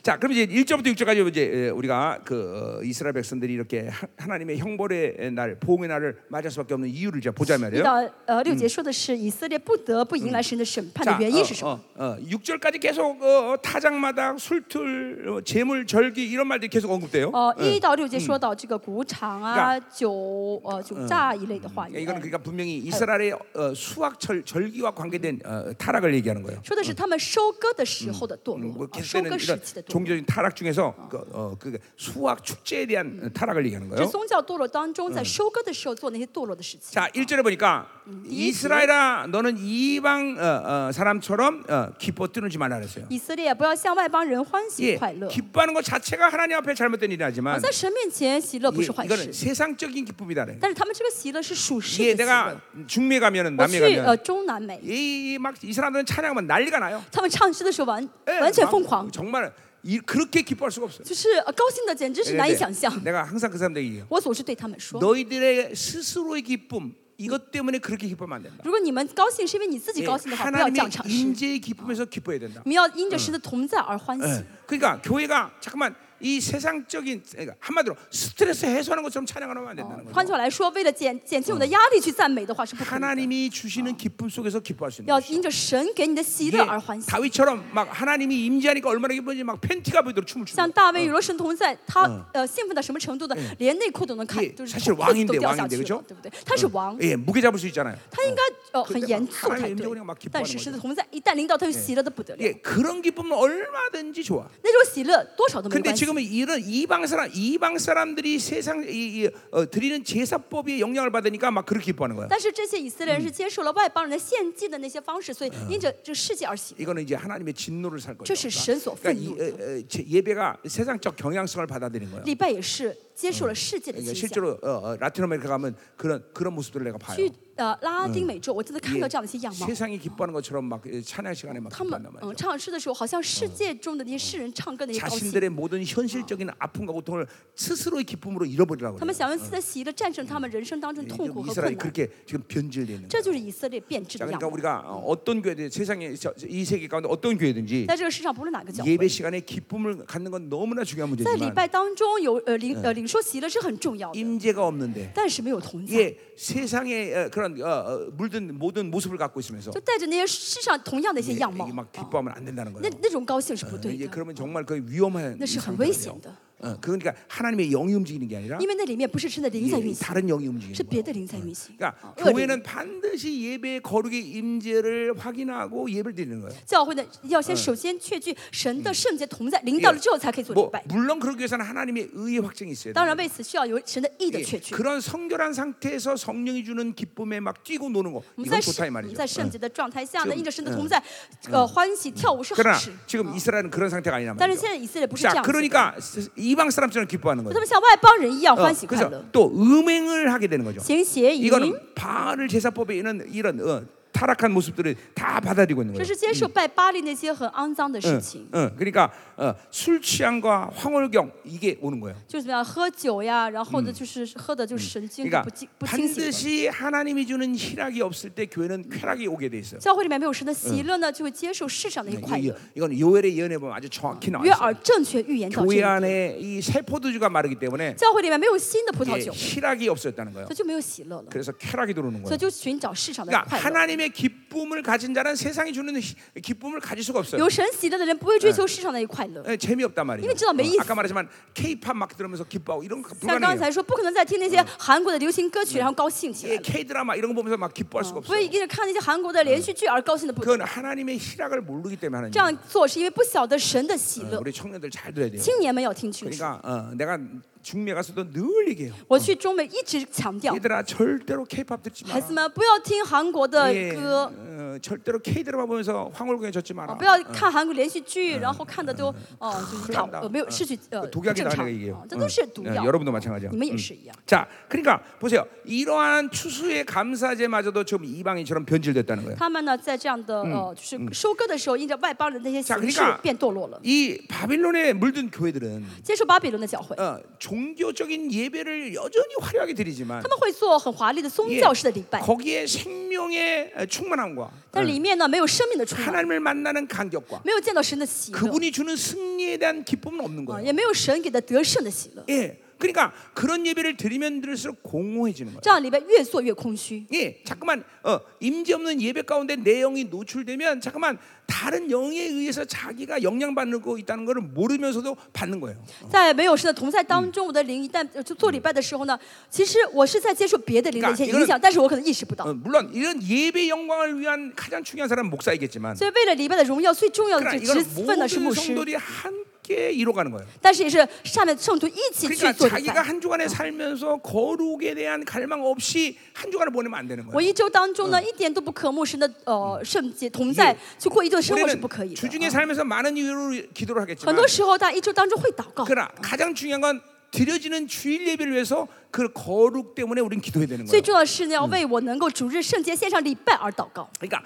A: 자, 그럼 이제 1절부터 6절까지 이제 에, 우리가 그 어, 이스라엘 백성들이 이렇게 하- 하나님의 형벌의 날, 보응의 날을 맞을 수밖에 없는 이유를 이제 보자
B: 一
A: 말이에요.
B: 到呃六节说的是以色列不得不迎来神的审判
A: 자,
B: 的原因是什
A: 어,
B: 么？
A: 어, 어, 6절까지 계속 어, 타작마당, 술틀, 어, 재물, 절기 이런 말들이 계속 언급돼요.
B: 哦，
A: 어.
B: 一到六节说到这个谷场啊、酒呃酒榨哎一类的话
A: 예,
B: 语，
A: 이거는 그러니까 분명히 이스라엘의 어, 수학 절, 절기와 관계된 어, 타락을 얘기하는 거예요.
B: 说的是他们收割的时候的堕
A: 뭐
B: 落，啊收
A: 계속되는
B: 割时
A: 이런
B: 期的堕落。
A: 종교적인 타락 중에서 그, 어, 그 수학 축제에 대한 타락을 얘기하는
B: 这
A: 거예요.
B: 宗教堕落当中，在收割的时候做那些堕落的事情。
A: 자, 1절에 보니까 음, 이스라엘아 너는 이방 어, 어, 사람처럼 어, 기뻐 뛰놀지 말라 그랬어요.
B: 以色列不要向外邦人欢
A: 예,
B: 喜快乐，啊
A: 기뻐하는 것 자체가 하나님 앞에 잘못된 일이지만
B: 在神面前喜乐
A: 예,
B: 不是坏
A: 이거는
B: 事。
A: 세상적인 기쁨이다. 그래요.
B: 但是他们这个喜乐是属世
A: 예,
B: 的喜乐
A: 내가 。 중미에 가면은
B: 我
A: 남미에
B: 去呃
A: 가면
B: 中南美，
A: 이막이 사람들은 찬양하면 난리가 나요.
B: 他们唱诗的时候完
A: 예,
B: 完全
A: 막
B: 疯狂，
A: 정말 이, 그렇게 기뻐할 수가 없어요.
B: 就是呃高兴的简直是难以
A: 근데
B: 想象。
A: 내가 항상 뭐? 그 사람들에게 얘기해요.
B: 我总是对他们说，
A: 너희들의 스스로의 기쁨 이것 때문에 그렇게 기뻐하면 안 된다.
B: 如果你们高兴是因为哎你自嗯己
A: 예,
B: 高兴的话，不要这
A: 하나님의
B: 样唱诗，
A: 인재의 기쁨에서 기뻐해야 된다.
B: 你们要因着神的同在而欢喜
A: 예. 。 그러니까 교회가 잠깐만 이 세상적인 그러니까 한마디로 스트레스 해소하는 것처럼 찬양을 하면 안 된다는
B: 换句
A: 거죠.
B: 话来说，为了减减轻我们的压力去赞美的话是不可能的，
A: 하나님이 주시는 기쁨 속에서 기뻐할 수 있는
B: 要
A: 것이죠.
B: 因着神给你的喜
A: 아. 이게
B: 乐而欢喜。
A: 다윗처럼 막 하나님이 임재하니까 얼마나 기쁜지 막 팬티가 보이도록 춤을 추는 거예요.
B: 像大卫有了神同在，他呃兴奋到什么程度呢？连内裤都能看
A: 예，
B: 嗯就是
A: 사실
B: 裤子
A: 왕인데
B: 都掉下去
A: 왕인데그죠
B: 了，对不对？嗯他是王，
A: 예, 무게 잡을 수 있잖아요.
B: 他应该呃很
A: 그때막
B: 严肃
A: 하나님의
B: 才
A: 임재운이가막
B: 对
A: 기뻐하는。
B: 但是神的同在一旦临到，他就嗯喜乐的不得了
A: 예, ， 그런 기쁨은 얼마든지 좋아.
B: 那种喜乐多少都没
A: 근데
B: 关系。
A: 지금은 이런 이방 사람 이방 사람들이 세상 이, 이, 어, 드리는 제사법에 영향을 받으니까 막 그렇게 기뻐하는 거야.
B: 但是这些以色列人是接受了外邦人的献祭的那些方式，所以因着这个世界而喜乐。
A: 이거는 이제 하나님의 진노를 살 거죠.
B: 这是神所愤
A: 이
B: 怒
A: 어,
B: 的，
A: 어, 제- 예배가 세상적 경향성을 받아들인 거예요.
B: 礼拜也是接受了世界的
A: 그러니까
B: 倾向。
A: 실제로 어, 어, 라틴 아메리카 가면 그런 그런 모습들을 내가 봐요.
B: 去呃拉丁美洲，我真的看
A: 이게
B: 到这样的一些样貌，
A: 세상이 기뻐하는 것처럼 막 예, 찬양 시간에 막
B: 他们
A: 기뻐한단 말이에요.
B: 嗯唱诗的时候，好像世界中的那些世人唱
A: 네,
B: 歌的那些高兴。
A: 자신들의 모든 현실적인 아픔과 고통을 스스로의 기쁨으로 잃어버리라고
B: 他
A: 그래요.
B: 们想用自己的喜乐战胜他们人生当中
A: 예,
B: 痛苦和困
A: 이스라엘이
B: 难，
A: 그렇게 지금 변질되는
B: 这就是以色列变质
A: 자,
B: 的样
A: 그러니까
B: 貌。
A: 우리가 어, 어떤 교회든 세상에 저- 저- 이 세계 가운데 어떤 교회든지
B: 在这个世上，不论哪个教会，
A: 예배 시간에 기쁨을 갖는 건 너무나 중요한
B: 在礼
A: 문제지만
B: 拜当中有呃领呃领受喜乐是很重要的，
A: 임재가 없는데
B: 但是没有同在，
A: 예, 세상의 어, 그런 어, 어, 물든 모든 모습을 갖고 있으면서
B: 就带着那些世上同样的一些
A: 예,
B: 样貌
A: 이게 ，막
B: 啊
A: 기뻐하면 안 된다는
B: 那
A: 거예요.
B: 那种高兴是不对
A: 이게
B: 的，
A: 그러면 정말 그 위험한
B: 那是很
A: 상태예요.
B: 危险的，
A: 어, 그러니까 하나님의 영이 움직이는 게 아니라
B: 因为那里面不是啊神的灵在
A: 예,
B: 运
A: 이
B: 行，
A: 다른 영이 움직이는
B: 是别
A: 거예요.
B: 的灵在运行。
A: 그러니까
B: 恶灵
A: 교회는 반드시 예배의 거룩의 임재를 확인하고 예배를 드리는 거예요.
B: 教会呢，要先首先确据神的圣洁同在，临到了之后才可以做礼
A: 뭐
B: 拜。
A: 물론 그러기 위해서는 하나님의 의의 확증이 있어야 돼요.
B: 当然，为此需要有神的意的
A: 예,
B: 确据。
A: 그런 성결한 상태에서 성령이 주는 기쁨에 막 뛰고 노는 거
B: 我们
A: 이건
B: 在圣
A: 좋다 이
B: 我们
A: 말이죠.
B: 在圣洁的状态下呢，
A: 就
B: 因着神的同在，呃，欢喜跳舞是好
A: 그러나
B: 事。
A: 지금 이스라엘은 그런 상태가 아니란
B: 但是现
A: 말이죠.
B: 在以色列不是啊
A: 자
B: 这样子的，
A: 그러니까 이방 사람처럼 기뻐하는
B: 他
A: 거죠.
B: 们像外邦人一样
A: 어,
B: 欢喜快
A: 그래서
B: 乐，
A: 또 음행을 하게 되는 거죠.
B: 行邪淫，
A: 이거는 바알 제사법에 있는 이런 어, 타락한 모습들을 다 받아들이고 있는
B: 这
A: 거예요.
B: 是接受拜巴利那些很肮脏的事
A: 응,
B: 情，
A: 응. 그러니까 어, 술 취향과 황홀경 이게 오는 거예요.
B: 就是怎么样喝酒呀，然后呢就是喝的就是神经
A: 그러니까
B: 不清不清醒的。
A: 반드시 하나님이 주는 희락이 없을 때 교회는 쾌락이 오게 돼 있어요. 그러니까
B: 教会里面没有神的喜乐呢，就会接受世嗯上的一些快
A: 이,
B: 乐。
A: 이건 요엘의 예언에 보면 아주 정확히
B: 约
A: 나와있어요.
B: 珥正确预言到这一
A: 교회
B: 点
A: 안에 이 새 포도주가 마르기 때문에
B: 教会里面没有新的葡萄
A: 예,
B: 酒，
A: 희락이 없어졌다는 거예요.
B: 所以就没有喜乐了，
A: 그래서 쾌락이 들어오는
B: 所
A: 거예요.
B: 以就寻找市场的
A: 그러니까
B: 快乐。
A: 하나님의 기쁨을 가진 자는 세상이 주는 희- 기쁨을 가질 수가 없어요.
B: 有神喜乐的人不会追求市场的一快乐。
A: 예, 재미없단 말이에요. 어,
B: 이건 진짜 매일-
A: 아까 말했지만 K-팝 막 들으면서 기뻐하고 이런 거
B: 像刚
A: 불가능해요.
B: 才说，不可能再听那些韩国的流行歌曲然后高兴起来
A: 예,
B: 了，
A: K-드라마 이런 거 보면서 막 기뻐할 수가
B: 不会
A: 없어요.
B: 因为看那些韩国的连续剧而高兴的不得。
A: 그건 하나님의 희락을 모르기 때문에 하는
B: 这
A: 거예요.
B: 样做是因为不晓得神的喜乐。
A: 우리 청년들 잘 들어야 돼요.
B: 青年们要听清楚，
A: 그러니까 어, 내가 중미에 가서도 늘 얘기해요.
B: 我去中美一直强调，
A: 얘들아 절대로 K-팝 듣지 마라.
B: 孩子们不要听韩国的
A: 예,
B: 歌，
A: 어, 절대로 K-드라마 보면서 황홀궁에 젖지 마라.
B: 不要看韩国连续剧，然后看的都哦啊嗯就是
A: 큰일
B: 讨
A: 난다
B: 呃没有失去呃
A: 그
B: 不
A: 독약이다
B: 正常，
A: 내가 얘기해요.
B: 哦这都是毒
A: 응.
B: 药，
A: 여러분도 마찬가지야.
B: 你们也是一样。嗯
A: 자, 그러니까 보세요. 이러한 추수의 감사제마저도 지금 이방인처럼 변질됐다는 거예요.
B: 他们呢，在这样的呃，就是收割的时候，因着外邦人的那些
A: 자그러니
B: 形式
A: 까
B: 变堕落了。
A: 이 바빌론에 물든 교회들은
B: 接受巴比伦的教会，
A: 어, 종교적인 예배를 여전히 화려하게 드리지만
B: 他们会做很华丽的宗
A: 예,
B: 教式的礼拜，
A: 거기에 생명 생명의 어, 충만함과
B: 但里面呢没有生命的充满，
A: 하나님을 만나는 간격과
B: 没有见到神的喜乐，
A: 그분이 주는 승리에 대한 기쁨은 없는
B: 啊，
A: 거예요.
B: 也没有神给的得胜的喜乐。
A: 예. 그러니까 그런 예배를 드리면 들을수록 공허해지는 거예요.
B: 这样里边越做越空虚。
A: 예, 자꾸만 어, 임재 없는 예배 가운데 내 영이 노출되면 자꾸만 다른 영에 의해서 자기가 영향받고 있다는 것을 모르면서도 받는 거예요.
B: 在没有神的同在当中，我的灵一旦呃就做礼拜的时候呢，其实我是在接受别的灵的嗯一些嗯影响，但是我可能意识不到
A: 어, 。 물론 이런 예배 영광을 위한 가장 중요한 사람은 목사이겠지만
B: 所以为了礼拜的荣耀，最重要的
A: 그러나
B: 这职
A: 이건
B: 分呢是牧
A: 모든
B: 师，
A: 성도들이 함께 이뤄가는 거예요.
B: 但是也是下面圣徒一起去
A: 그러니까
B: 做礼
A: 자기가
B: 拜。
A: 한 주간에 살면서 거룩에 대한 갈망 없이 한 주간을 보내면 안 되는
B: 我
A: 거예요.
B: 一周当中呢，一点都不渴慕神的呃圣洁同在，去过一周生活是
A: 우리는
B: 不可以的。啊
A: 주중에 살면서 많은 이유로 기도를
B: 很
A: 하겠지만
B: 多时候，大家一周当中会祷告，
A: 그러나 가장 중요한 건 드려지는 주일 예배를 위해서 그 거룩 때문에 우린 기도해야 되는
B: 最
A: 거예요.
B: 重要的是呢，要为我能够主日圣洁线上礼拜而祷告。
A: 그러니까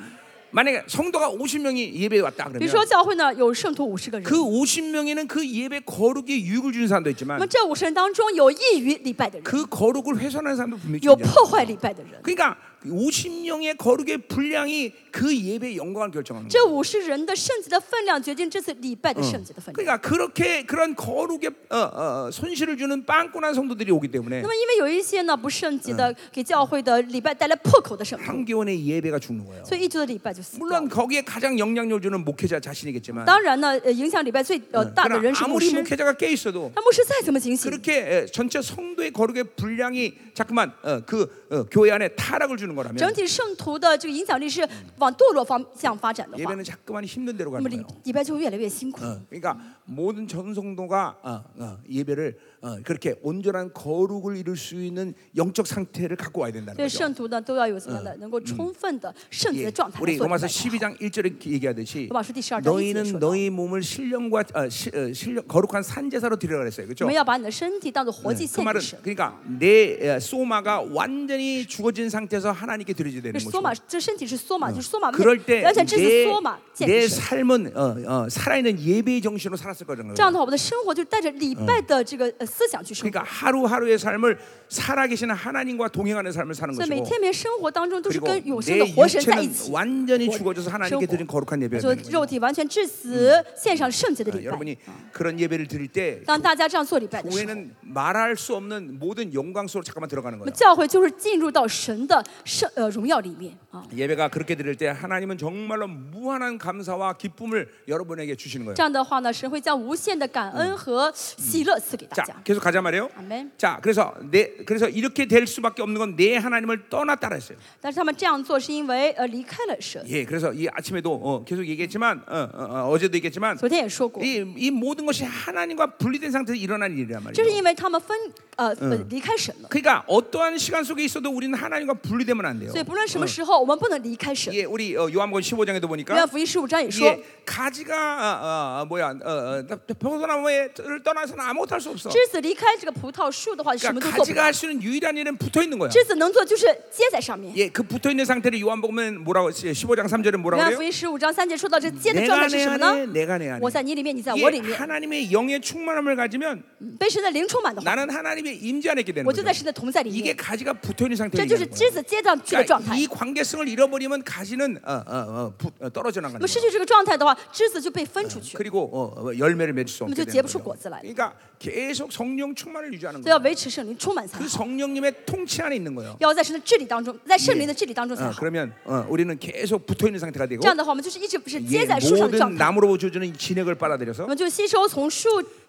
A: 만약에 성도가 50명이 예배에 왔다
B: 比如说
A: 그러면
B: 教会呢有圣徒五十个人
A: 그 ， 50명에는 그 예배 거룩에 유익을 주는 사람도
B: 那
A: 있지만
B: 么这五十人当中有异于礼拜的人，
A: 그 거룩을 훼손하는 사람도 분명히
B: 有
A: 존재해요.
B: 破坏礼拜的人。
A: 그러니까 50명의 거룩의 분량이 그 예배의 영광을 결정하는 거예요.
B: 这五十人的圣洁的分量决定这次礼拜的圣洁的分量。
A: 그러니까 그렇게 그런 거룩의 어, 어, 어, 손실을 주는 빵꾸난 성도들이 오기 때문에
B: 那么因为有一些呢不圣洁的，给教会的礼拜带来破口的圣徒，
A: 한 교원의 예배가 죽는 거예요.
B: 所以一周的礼拜就死掉
A: 물론 。 거기에 가장 영향력을 주는 목회자 자신이겠지만
B: 当然呢，呃影响礼拜最呃大的
A: 그러나
B: 人是牧
A: 아무리
B: 师。
A: 목회자가 깨 있어도
B: 那牧师再怎么警醒，
A: 그렇게 에, 전체 성도의 거룩의 분량이 자꾸만 어, 그 어, 교회 안에 타락을 주는
B: 整
A: 거라면
B: 体圣徒的这个影响力是往堕落方向发展的话，
A: 예배는 자꾸만 힘든 대로
B: 那么
A: 가는
B: 礼
A: 거예요.
B: 礼拜就会越来越辛苦。
A: 어, 그러니까 모든 전 성도가 어, 어, 예배를 어, 그렇게 온전한 거룩을 이룰 수 있는 영적 상태를 갖고 와야 된다는
B: 所以
A: 거죠.
B: 圣徒呢都要有怎么样的能够充分的圣洁
A: 네, 예,
B: 的状态来
A: 우리
B: 做礼拜
A: 로마서
B: 才好。
A: 12장 1절에 얘기하듯이
B: 로마서 12장 1
A: 너희는
B: 节说
A: 너희 몸을 신령과 어, 시, 어, 신령 거룩한 산제사로 드려라 그랬어요.
B: 我
A: 그렇죠?
B: 们要把你的身体当做活祭
A: 네, 그
B: 献给
A: 말은
B: 神。
A: 그러니까 내 에, 소마가 완전히 죽어진 상태에서 아, 하나님께 드려야
B: 这
A: 되는
B: 是索马
A: 거죠. ，
B: 这身体是索马，就是索马
A: 그럴
B: 面，而且这是索马
A: 때
B: 见给
A: 내
B: 神。
A: 삶은 어, 어, 살아있는 예배의 정신으로 살았을 거라는
B: 这
A: 거예요.
B: 样的话，我的生活就带着礼拜的这个呃思想去生活
A: 그러니까 ， 하루하루의 삶을 살아계시는 하나님과 동행하는 삶을 사는
B: 所以
A: 것이고
B: 每天每天生活当中都是
A: 그리고
B: 跟永生
A: 내
B: 的活神在一
A: 육체는
B: 起，
A: 완전히 죽어져서 하나님께 드린 거룩한 예배가
B: 就
A: 되는 거예요.
B: 肉体完全致死，献上圣洁的
A: 어,
B: 礼拜。
A: 여러분이 그런 예배를 드릴 때
B: 当大家这样做礼拜的时候，
A: 교회는 말할 수 없는 모든 영광 속으로 잠깐만 들어가는
B: 我们
A: 거예요.
B: 教会就是进入到神的圣呃荣耀里面啊。
A: 예배가 그렇게 드릴 때 하나님은 정말로 무한한 감사와 기쁨을 여러분에게 주시는 거예요.
B: 这样的话呢，神会将无限的感恩和喜乐赐给大
A: 자,
B: 家。
A: 계속 가자 말이에요.
B: 아멘.
A: 자, 그래서 내 그래서 이렇게 될 수밖에 없는 건 내 하나님을 떠났다라 했어요.
B: 但是他们这样做是因为呃离开了神。
A: 예, 그래서 이 아침에도 어, 계속 얘기했지만 어, 어, 제도 얘기했지만
B: 昨天也说过，
A: 이, 이 모든 것이 하나님과 분리된 상태에서 일어난 일이란
B: 这是
A: 말이에요.
B: 因为他们分呃呃离开神了，
A: 그러니까 어떠한 시간 속에 있어도 우리는 하나님과 분리되면 안 돼요.
B: 所以不论什么时候，我们不能离开神。
A: 예, 우리 어, 요한복음 15장에도
B: 约翰
A: 보니까
B: 福音十五章也哦说，
A: 예, 가지가 아, 아, 뭐야, 어, 어, 포도나무를 떠나서는 아무것도 할 수 없어.
B: 枝子离开这个葡萄树的话，什么
A: 그러니까
B: 都做不了
A: 가지가 할 수 있는 유일한 일은 붙어 있는 거야.
B: 枝子能做就是接在上面。
A: 예, 그 붙어 있는 상태를 요한복음은 뭐라고 예, 15장 3절은
B: 约
A: 뭐라고
B: 翰
A: 그래요?
B: 福音十五章三节说到这接的状
A: 내가
B: 态是
A: 내
B: 什么
A: 안에
B: 呢？
A: 내가 내 안에
B: 我在你里面，你在
A: 예,
B: 我里面，
A: 하나님의 영의 충만함을 가지면
B: 被神的灵充满的话，
A: 나는 하나님의 임재 안에 있게 되는
B: 我就
A: 거죠.
B: 在神的同在里
A: 이게
B: 面。
A: 가지가 붙어 있는 상태예요.
B: 这就是枝子接上去的状态。
A: 그러니까 이 관계성을 잃어버리면 가지는 어, 어, 어, 부, 어, 떨어져
B: 那
A: 나가는
B: 么失
A: 거예요.
B: 去这个状态的话，枝子就被分出去，所
A: 그리고 어, 어, 열매를 맺을 수 없게 되는
B: 그러면 就结不出
A: 거죠.
B: 果子来。
A: 그러니까 계속 성령 충만을 유지하는
B: 以要
A: 거예요.
B: 维持圣灵充满才好
A: 그 ， 성령님의 통치 안에 있는 거예요.
B: 要在神的治理当中，在圣灵的治理当中才
A: 어,
B: 好。
A: 그러면 어, 우리는 계속 붙어 있는 상태가 되고
B: 这样的话，我们就是一直不是
A: 예,
B: 接在树上的状
A: 모든
B: 态，
A: 나무로 주어지는 진액을
B: 我
A: 빨아들여서
B: 们就吸收从树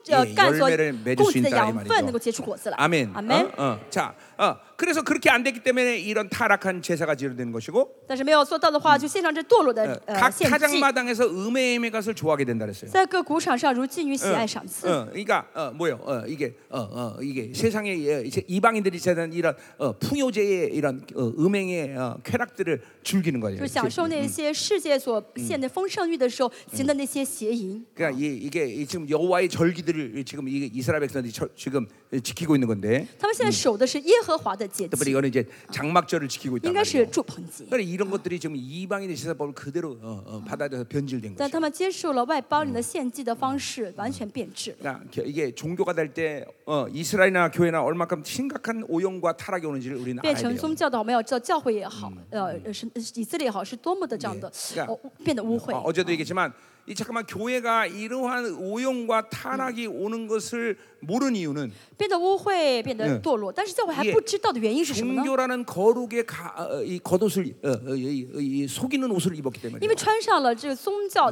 B: 呃
A: 예
B: 干所
A: 열매를맺을수
B: 供给的
A: 있다이
B: 养
A: 말이죠
B: 分，能够结出果子来。
A: 아멘.
B: 阿门。
A: 어? 어. 자, 어. 그래서 그렇게 안 됐기 때문에 이런 타락한 제사가 지어되는 것이고
B: 但是没有做到的话，就献上这堕落
A: 어,
B: 的呃
A: 각
B: 献祭，
A: 타작마당에서 음해의 것을 좋아하게 된다 그랬어요.
B: 在各谷场上如金鱼喜爱赏
A: 어,
B: 赐。
A: 그러니까 어, 뭐요? 어, 이게 어, 어, 이게 세상에 예, 이제 이방인들이 제는 이런 어, 풍요제의 이런 어, 음행의 어, 쾌락들을 즐기는 거예요.
B: 就享受
A: 嗯
B: 那些世界所献的丰盛欲的时候，行的那些邪淫，
A: 그러니까 이, 이게 이 지금 여호와의 그들을 지금 이 이스라엘 백성들이 처- 지금 지키고 있는 건데
B: 他们现在守的是耶和华的节
A: 특별히
B: 期，
A: 이거는 이제 장막절을 지키고
B: 应
A: 있단
B: 该
A: 말이에요.
B: 是祝棚节，
A: 그러니까 이런 것들이 지금 이방인의 제사법을 그대로 어, 어, 받아들여서 변질된
B: 但
A: 거죠.
B: 他们接受了外邦人的献祭的方
A: 嗯
B: 式，完全变质。
A: 그러니까 겨- 이게 종교가 될 때 어, 이스라엘이나 교회나 얼마큼 심각한 오염과 타락이 오는지를 우리는
B: 变
A: 알아야
B: 成
A: 돼요.
B: 宗教的，我们要知道教会也好，呃，是以色列也好，是多么的这样的
A: 嗯是啊
B: 哦，变得污秽
A: 어, 。 어제도 얘기했지만 이 잠깐만 교회가 이러한 오용과 타락이 오는 것을 모르는 이유는
B: 变得污秽，变得
A: 嗯
B: 堕落。但是教会还不知道的原因
A: 그
B: 是什么呢？
A: 종교라는 거룩의 가, 어, 이 겉옷을 어, 어, 이, 이 속이는 옷을 입었기
B: 因
A: 때문에
B: 为穿上了这个宗教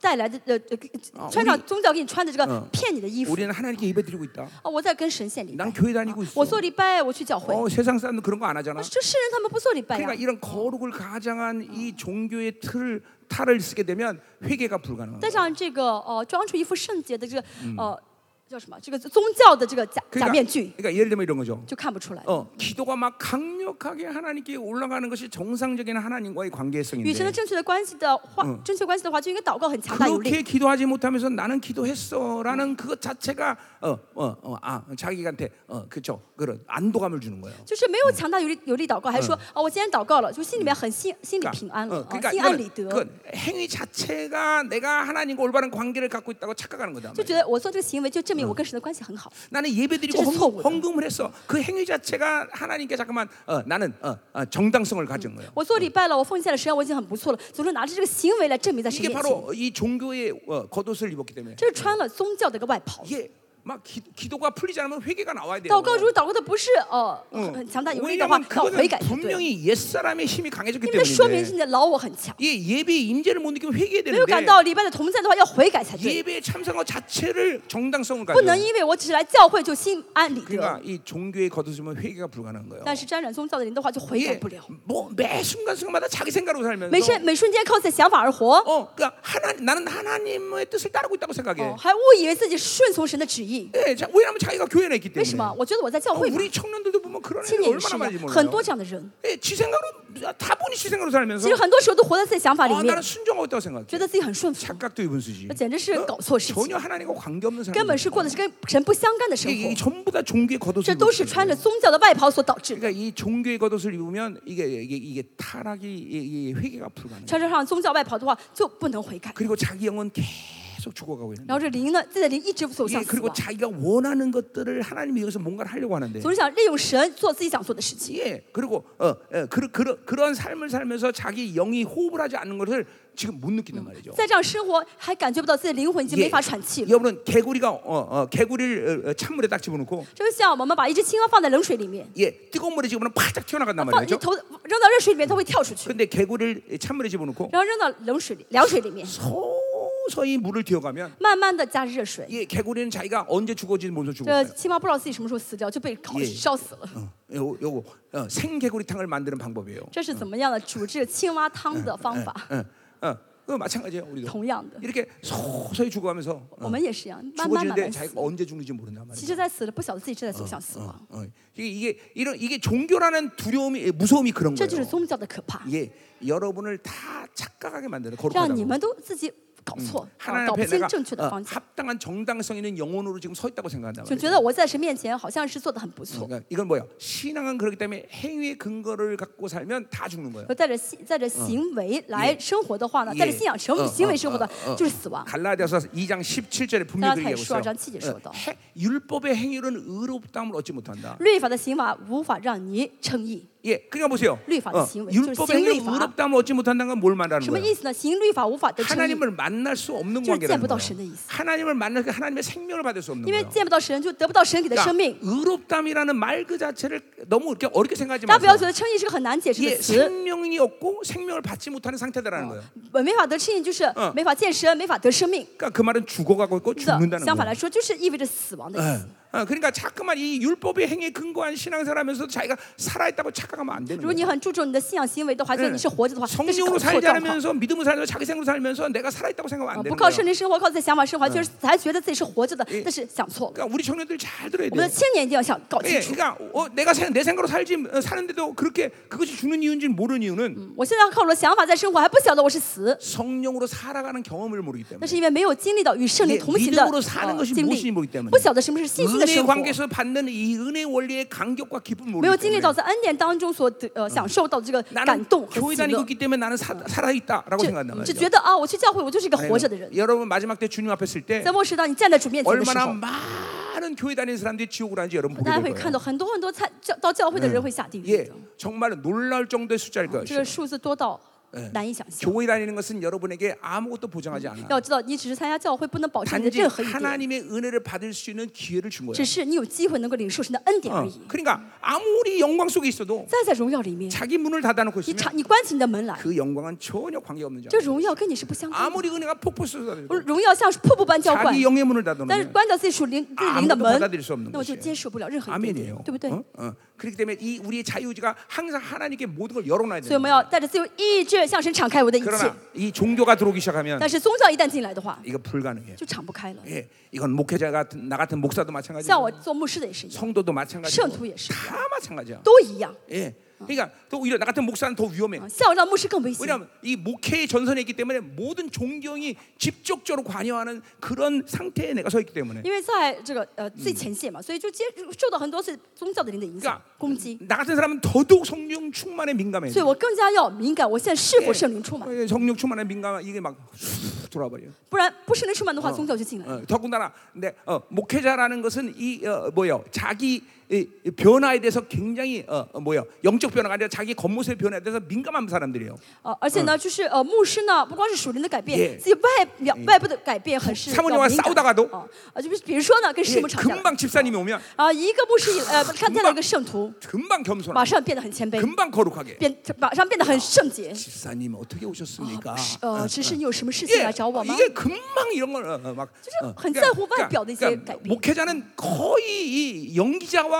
B: 带来的呃，
A: 嗯啊
B: 呃穿上宗教给你穿的这个
A: 嗯
B: 骗你的衣服
A: 우리는 하나님께 예배 드리고 있다.
B: 啊，我在跟神献礼拜
A: 난 ， 교회 다니고 아, 있어.
B: 我做礼拜，我去教会。
A: 어, 세상 사람들 그런 거 안 하잖아.
B: 这世人他们不做礼拜
A: 그러니까
B: 呀，
A: 이런 거룩을 가장한 이 종교의 틀을 탈을 쓰게 되면 회개가 불가능한
B: 带
A: 거야.
B: 上这个呃，装出一副圣洁的这个呃叫什么？这个宗教的这个假假
A: 그러니까,
B: 面具，
A: 그러니까 예를 들면 이런 거죠.
B: 就看不出来。
A: 어, 기도가 막 강력하게 하나님께 올라가는 것이 정상적인 하나님과의
B: 与神的
A: 관계성인데 正确
B: 正确的关系的话，正确关系的话，就应该祷告很强大有力
A: 그렇게 。 기도하지 못하면서 나는 기도했어라는 그것 자체가 어어어아 자기한테 어 그쵸 그런 안도감을 주는 거예요.
B: 就是没有强大有力有力祷告，还说啊、我今天祷告了，就心里面很心心里平安了，
A: 어,
B: 啊
A: 그러니까
B: 心安理
A: 이거는
B: 得，
A: 그 행위 자체가 내가 하나님과 올바른 관계를 갖고 있다고 착각하는 거다.
B: 就觉得我做这个行为就证明我跟神的关系很好。
A: 나는 예배드리고
B: 진짜
A: 헌-
B: 소원이다.
A: 헌금을 했어. 그 행위 자체가 하나님께 잠깐만 어, 나는 어, 어, 정당성을 가진 거예요.
B: 我做礼拜了，我奉献了神，我已经很不错了。总是拿着这个行为来证明在神
A: 이게
B: 面前，
A: 바로 이 종교의 어, 겉옷을 입었기 때문에
B: 这是穿了宗教的一个外袍。
A: 이게 막 기, 기도가 풀리지 않으면 회개가 나와야 돼요.
B: 祷告如果祷告的不是呃
A: 嗯
B: 很很强大有力的话，
A: 어, 왜냐하면
B: 要悔
A: 그거는
B: 改才对。
A: 분명히 옛 사람의 그러니까 힘이 강해졌기
B: 因为说明是
A: 때문인데
B: 你的老我很强，
A: 이 예배의 임재를 못 느끼면
B: 没有
A: 회개되는데
B: 感到礼拜的同在的话，要悔改才对，
A: 예배에 참석한 것 자체를 정당성을
B: 不
A: 가져.
B: 能因为我只是来教会就心安理
A: 그러니까
B: 得，
A: 이 종교의 겉옷이면 회개가 불가능한 거예요.
B: 但是沾染宗教的人的话就悔改
A: 이게
B: 不了。
A: 뭐 매 순간 순간마다 자기 생각으로
B: 每
A: 살면서
B: 瞬每瞬间靠自己的想法而活，
A: 어, 그러니까 하나 나는 하나님의 뜻을 따르고 있다고 생각해.
B: 哦，还误以为自己顺从神的旨意。
A: 예, 자, 왜냐하면 자기가 교회에 있기
B: 为什
A: 때문에.
B: 么？我觉得我在教
A: 어,
B: 会嘛，
A: 우리 청년들도 보면 그런
B: 青
A: 애들
B: 年也是
A: 얼마나
B: 一样
A: 많은지
B: 很多
A: 몰라요.
B: 这样的人。
A: 예, 지 생각으로 다 본인 지 생각으로 살면서
B: 其实很多时候都活在自己想法里
A: 아,
B: 面
A: 나는 ， 순종하고 있다고 생각해.
B: 觉得自己很顺服，
A: 착각도 이분수지
B: 那简直是搞错事
A: 전혀
B: 情，
A: 하나님과 관계 없는
B: 根
A: 사람.
B: 本是过的是跟神不相干的生
A: 이게, 이게
B: 活。
A: 전부 다 종교의 겉옷을
B: 这都是
A: 입었기
B: 穿
A: 때문에.
B: 着宗教的外袍所导致的。
A: 그러니까 이 종교의 겉옷을 입으면 이게 이게, 이게 타락이 이- 이 회개가 불가능.
B: 穿着上宗教外袍的话，就不能悔改。
A: 그리고 자기 영은 계속 죽어가고 있는.
B: 然后这灵呢，自己的灵一直走
A: 예,
B: 向死
A: 그리고
B: 亡，
A: 자기가 원하는 것들을 하나님이 여기서 뭔가를 하려고 하는데.
B: 总是想利用神做自己想做的事情。
A: 예, 그리고 어, 어 그러, 그러, 그런 삶을 살면서 자기 영이 호흡을 하지 않는 것을 지금 못 느끼는 말이죠.
B: 再这样生活，还感觉不到自己的灵魂已经没法喘气了。
A: 여러분은 개구리가 어, 어, 개구리를 어, 어, 찬물에 딱 집어넣고
B: 就像我们把一只青蛙放在冷水里面，
A: 예, 뜨거운 물에 집어넣으면 바짝 튀어나간단
B: 放你
A: 말이죠.
B: 头扔到热水里面，它会跳出去。
A: 근데 개구리를 찬물에 집어넣고
B: 然后扔到冷水里、凉水里面，
A: 서서히 물을 튀어가면
B: 慢慢的加热水。
A: 예, 개구리는 자기가 언제 죽어지는 몸소
B: 这
A: 죽을까요?
B: 青蛙不知道自己什么时候死掉，就被烤
A: 예
B: 烧死了。
A: 어, 요, 요거 어, 생개구리탕을 만드는 방법이에요.
B: 这是怎么样的煮制青蛙汤的方法？
A: 어, 어, 그거 마찬가지예요, 우리도.
B: 同样的，
A: 이렇게 서서히 죽어가면서 어,
B: 我们也是一样，慢慢慢
A: 죽어지는데
B: 慢死
A: 자기가 。 언제 죽는지 모른단 말이에요.
B: 其实，在死了不晓得自己正在走
A: 嗯
B: 向死亡，
A: 어, 이게, 이게 이런 이게 종교라는 두려움이 무서움이 그런
B: 这就是
A: 거예요.
B: 宗教的可怕，
A: 이게 여러분을 다 착각하게 만드는
B: 让你
A: 거룩하다고.
B: 们都自己搞错，啊
A: 하나님
B: 搞不
A: 앞에
B: 清
A: 내가
B: 正确的
A: 어,
B: 方向，
A: 합당한 정당성 있는 영혼으로 지금 서 있다고 생각한다
B: 就
A: 말이에요.
B: 觉得我在神面前好像是做的很不错。
A: 그러니까 이건 뭐야? 신앙은 그렇기 때문에 행위의 근거를 갖고 살면 다 죽는 거예요.
B: 我带着行带着行为来生活的话呢，
A: 예
B: 带着信仰生行为生活的
A: 어, 어,
B: 就是死亡。
A: 갈라디아서 2장 17절에 분명히 그렇게 얘기하고
B: 갈라디아 12장 7절에
A: 있어요. 어,
B: 써있다.
A: 해- 율법의 행위로는 의롭다함을 얻지 못한다.
B: 律法的刑法无法让你称义，
A: 예, 그러니까 보세요.
B: 律法的行为,
A: 율법의
B: 就是行律法.
A: 행위로 의롭다함을 얻지 못한다는 건 뭘 말하는
B: 什么
A: 거예요?
B: 意思呢？行律法无法得称义，
A: 하나님을 만날 수 없는
B: 就是见
A: 관계라는
B: 不到
A: 거예요.
B: 神的意思。
A: 하나님을 만날 때 하나님의 생명을 받을 수 없는
B: 因为啊
A: 거예요. 그러니까
B: 见不到神，就得不到神给的生命。
A: 의롭담이라는 말 그 자체를 너무 이렇게 어렵게 생각하지
B: 大家不要
A: 마세요.
B: 觉得称义是个啊很难解释
A: 예,
B: 的词，
A: 생명이 없고 생명을 받지 못하는 상태다라는 거예요.
B: 我呃没法得称义就是
A: 嗯
B: 没法见神，没法得生命。
A: 그러니까 그 말은 죽어가고 있고
B: 这
A: 죽는다는
B: 相反
A: 거예요.
B: 来说，就是意味着死亡的意思。
A: 예. 어, 그러니까 자꾸만 이 율법의 행위에 근거한 신앙생활하면서 자기가 살아있다고 착각하면 안 되는
B: 如果
A: 거예요.
B: 你很注重你的信仰行为的话，觉得你是活着的话，这是
A: 성령으로
B: 搞错
A: 살지 어,
B: 状况。
A: 않으면서 믿음으로 살면서 자기 생각으로 살면서 내가 살아있다고 생각하면
B: 啊，
A: 안
B: 不
A: 되는
B: 靠
A: 거예요.
B: 圣灵生活，靠自己的想法生活，就是才觉得自己是活着的
A: 예 ，
B: 但是想错了。
A: 그러니까 우리 청년들 잘 들어야
B: 我们的
A: 돼요.
B: 青年一定要想搞
A: 예,
B: 清楚。
A: 그러니까 어, 내가 생- 내 생각으로 살지 어, 사는데도 그렇게 그것이 죽는 이유인지 모르는 이유는
B: 我现在靠我的想法在生活，还不晓得我是死，
A: 성령으로 살아가는 경험을 모르기
B: 那
A: 때문에
B: 是因为没有经历到与圣灵
A: 예
B: 同行的
A: 믿음으로사는
B: 呃
A: 것이무
B: 经
A: 엇인지모르기때문에
B: 历，不晓得什么是信心
A: 은혜
B: 的生活，
A: 관계에서 받는 이 은혜 원리의 감격과 기쁨
B: 没有
A: 모르기
B: 经历到
A: 때문에
B: 在恩典当中所得呃享受到这个感
A: 나는
B: 动和
A: 교회
B: 喜乐
A: 다니고 ， 있기 때문에 나는 사, 살아있다라고
B: 就
A: 생각한단
B: 就
A: 말이죠.
B: 觉得啊，我去教会我就是一个活着的人
A: 예, 。 여러분 마지막 때 주님 앞에 있을 때
B: 在末世当你站在主面前的时
A: 얼마나
B: 候，
A: 많은 교회 다니는 사람들이 지옥을 하는지 여러분
B: 大
A: 보게
B: 家会
A: 될
B: 看
A: 거예요.
B: 到很多很多参教到教会的人会下地狱
A: 예,
B: 的，
A: 정말 놀라울 정도의 숫자일
B: 这
A: 것이에요.
B: 个数字多到难以想象。
A: 교회 다니는 것은 여러분에게 아무것도 보장하지 않아.
B: 要知道，你只是参加教会，不能保证你的
A: 단지
B: 任何一点，
A: 하나님의 은혜를 받을 수 있는 기회를 준 거예요.
B: 只是你有机会能够领受神的恩典而
A: 어,
B: 已。
A: 그러니까 아무리 영광 속에 있어도
B: 再在荣耀里面，
A: 자기 문을 닫아놓고
B: 你
A: 있으면
B: 敞你关起你的门来，
A: 그 영광은 전혀 관계없는 자.
B: 这荣耀跟你是不相干的。
A: 아무리 은혜가 폭포 쏟아도
B: 荣耀像是瀑布般浇灌，
A: 자기 영의 문을
B: 但是
A: 닫아놓으면
B: 关掉自己属灵自己灵的
A: 아무것도
B: 门
A: 받아들일수없는，
B: 那我就
A: 것이에요
B: 接受不了任何一点点
A: 아멘이에요.
B: 对不对？
A: 어? 어. 그렇기 때문에 이 우리의 자유지가 항상 하나님께 모든 걸 열어놔야
B: 所以
A: 돼요.
B: 我们要带着自由意志向神敞开我的一切
A: 그러나 。이 종교가 들어오기 시작하면
B: 但是宗教一旦进来的话，
A: 이거 불가능해요.
B: 就敞不开了。
A: 예, 이건 목회자 같은 나 같은 목사도
B: 像
A: 마찬가지고
B: 我做牧师的也是一样，
A: 성도도 마찬가지고
B: 圣徒也是一样，
A: 다 마찬가지야.
B: 都一样。
A: 예, 그러니까 또 오히려 나 같은 목사는 더 위험해.
B: 啊像我这样牧师更危险，
A: 왜냐하면 이 목회의 전선에 있기 때문에 모든 존경이 직접적으로 관여하는 그런 상태에 내가 서 있기 때문에
B: 因为在这个呃最前线嘛，所以就接受到很多是宗教的人的影响
A: 그러니
B: 攻击，
A: 나 같은 사람은 더더욱 성령 충만에 민감해.
B: 所以我更加要敏感。我现在是否
A: 예,
B: 圣灵充满？
A: 예, 성령 충만에 민감한 이게 막 쑥 돌아버려.
B: 不然不圣灵充满的话，宗教就进来了。
A: 어, 더군다나 근데 어, 목회자라는 것은 이 어, 뭐요 자기 이, 이 변화에 대해서 굉장히 어, 어, 뭐요 영적 변화가 아니라 자기 겉모습의 변화에 대해서 민감한 사람들이에요.
B: 呃，而且呢，就是呃，牧师呢，不光是属灵的改变，
A: 예
B: 自己外表外部的改变很是
A: 사모님과싸우다가도
B: 啊，啊，就比比如说呢，跟
A: 예,
B: 师母吵架了，
A: 금방 집사님이 오면
B: 啊，一个牧师以呃看见了一个圣徒，
A: 금방 겸손하고
B: 马上变得很谦卑，
A: 금방 거룩하게
B: 变马上变得很圣洁。
A: 집사님 어떻게 오셨습니까?
B: 是呃，只是你有什么事情
A: 예,
B: 来找我吗？
A: 이게 금방 이런 걸막 어, 그러니까,
B: 很在乎外表的一些改变。
A: 목회자는 거의 이 연기자와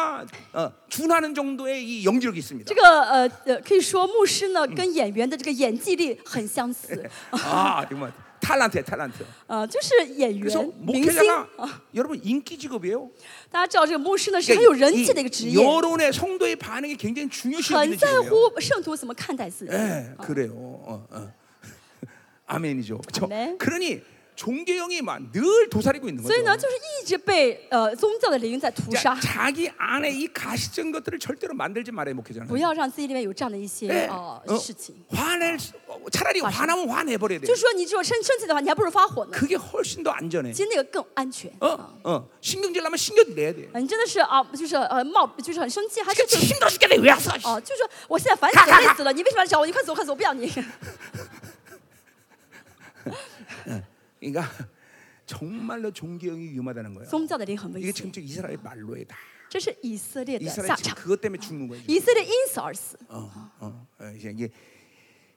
A: 어, 준하는 정도의 이 연기력이
B: 这
A: 있습니다.
B: 个呃呃，可以说牧师呢跟演员的这个演技力很相似，
A: 아 정말 탤런트야 탤런트.
B: 呃，就是演
A: 그래서
B: 员明星。
A: 목회자가 여러분 인기 직업이에요.
B: 大家知道这个牧师呢是很有
A: 그러니까
B: 人
A: 이
B: 气的一个职业，
A: 여론의 성도의 반응이 굉장히 중요시
B: 很
A: 여기는
B: 在
A: 직업이에요.
B: 乎圣徒怎么看待自己。
A: 예, 그래요. 어, 어. 아멘이죠. 그렇죠?
B: 아멘.
A: 그러니 종교형이 막 늘 도사리고 있는
B: 所以呢，
A: 거죠.
B: 就是一直被呃宗教的灵在屠
A: 자,
B: 杀，
A: 자기 안에 이 가시적인 것들을 절대로 만들지 말아요 목회자는.
B: 不要让自己里面有这样的一些
A: 예.
B: 呃
A: 어,
B: 事情。
A: 화낼 수- 어, 차라리 화나면 화내버려야 돼.
B: 就是说，你如果生生气的话，你还不如发火呢，
A: 그게 훨씬 더 안전해.
B: 其实那个更安全。啊
A: 어, 어, 신경질 나면 신경질 내야 돼.
B: 啊，你真的是啊，就是呃冒，就是很生气，还是
A: 그러니까
B: 就
A: 힘들어 죽겠네 왜 왔어?
B: 哦、就是说我现在烦
A: 咔
B: 死
A: 咔
B: 了，
A: 咔
B: 累死了，你为什么来找我？你快走，快走，我不要你。
A: 그러니까 정말로 종교형이 위험하다는 거야.
B: 宗教的灵很危
A: 이게
B: 险
A: 지금 ， 이스라엘 말로에 다.
B: 这是以色列的
A: 이스라엘
B: 下
A: 지금
B: 场，
A: 그것 때문에 죽는 거야. 지금.
B: 以色列因此而死。
A: 어, 어, 어, 이제 이게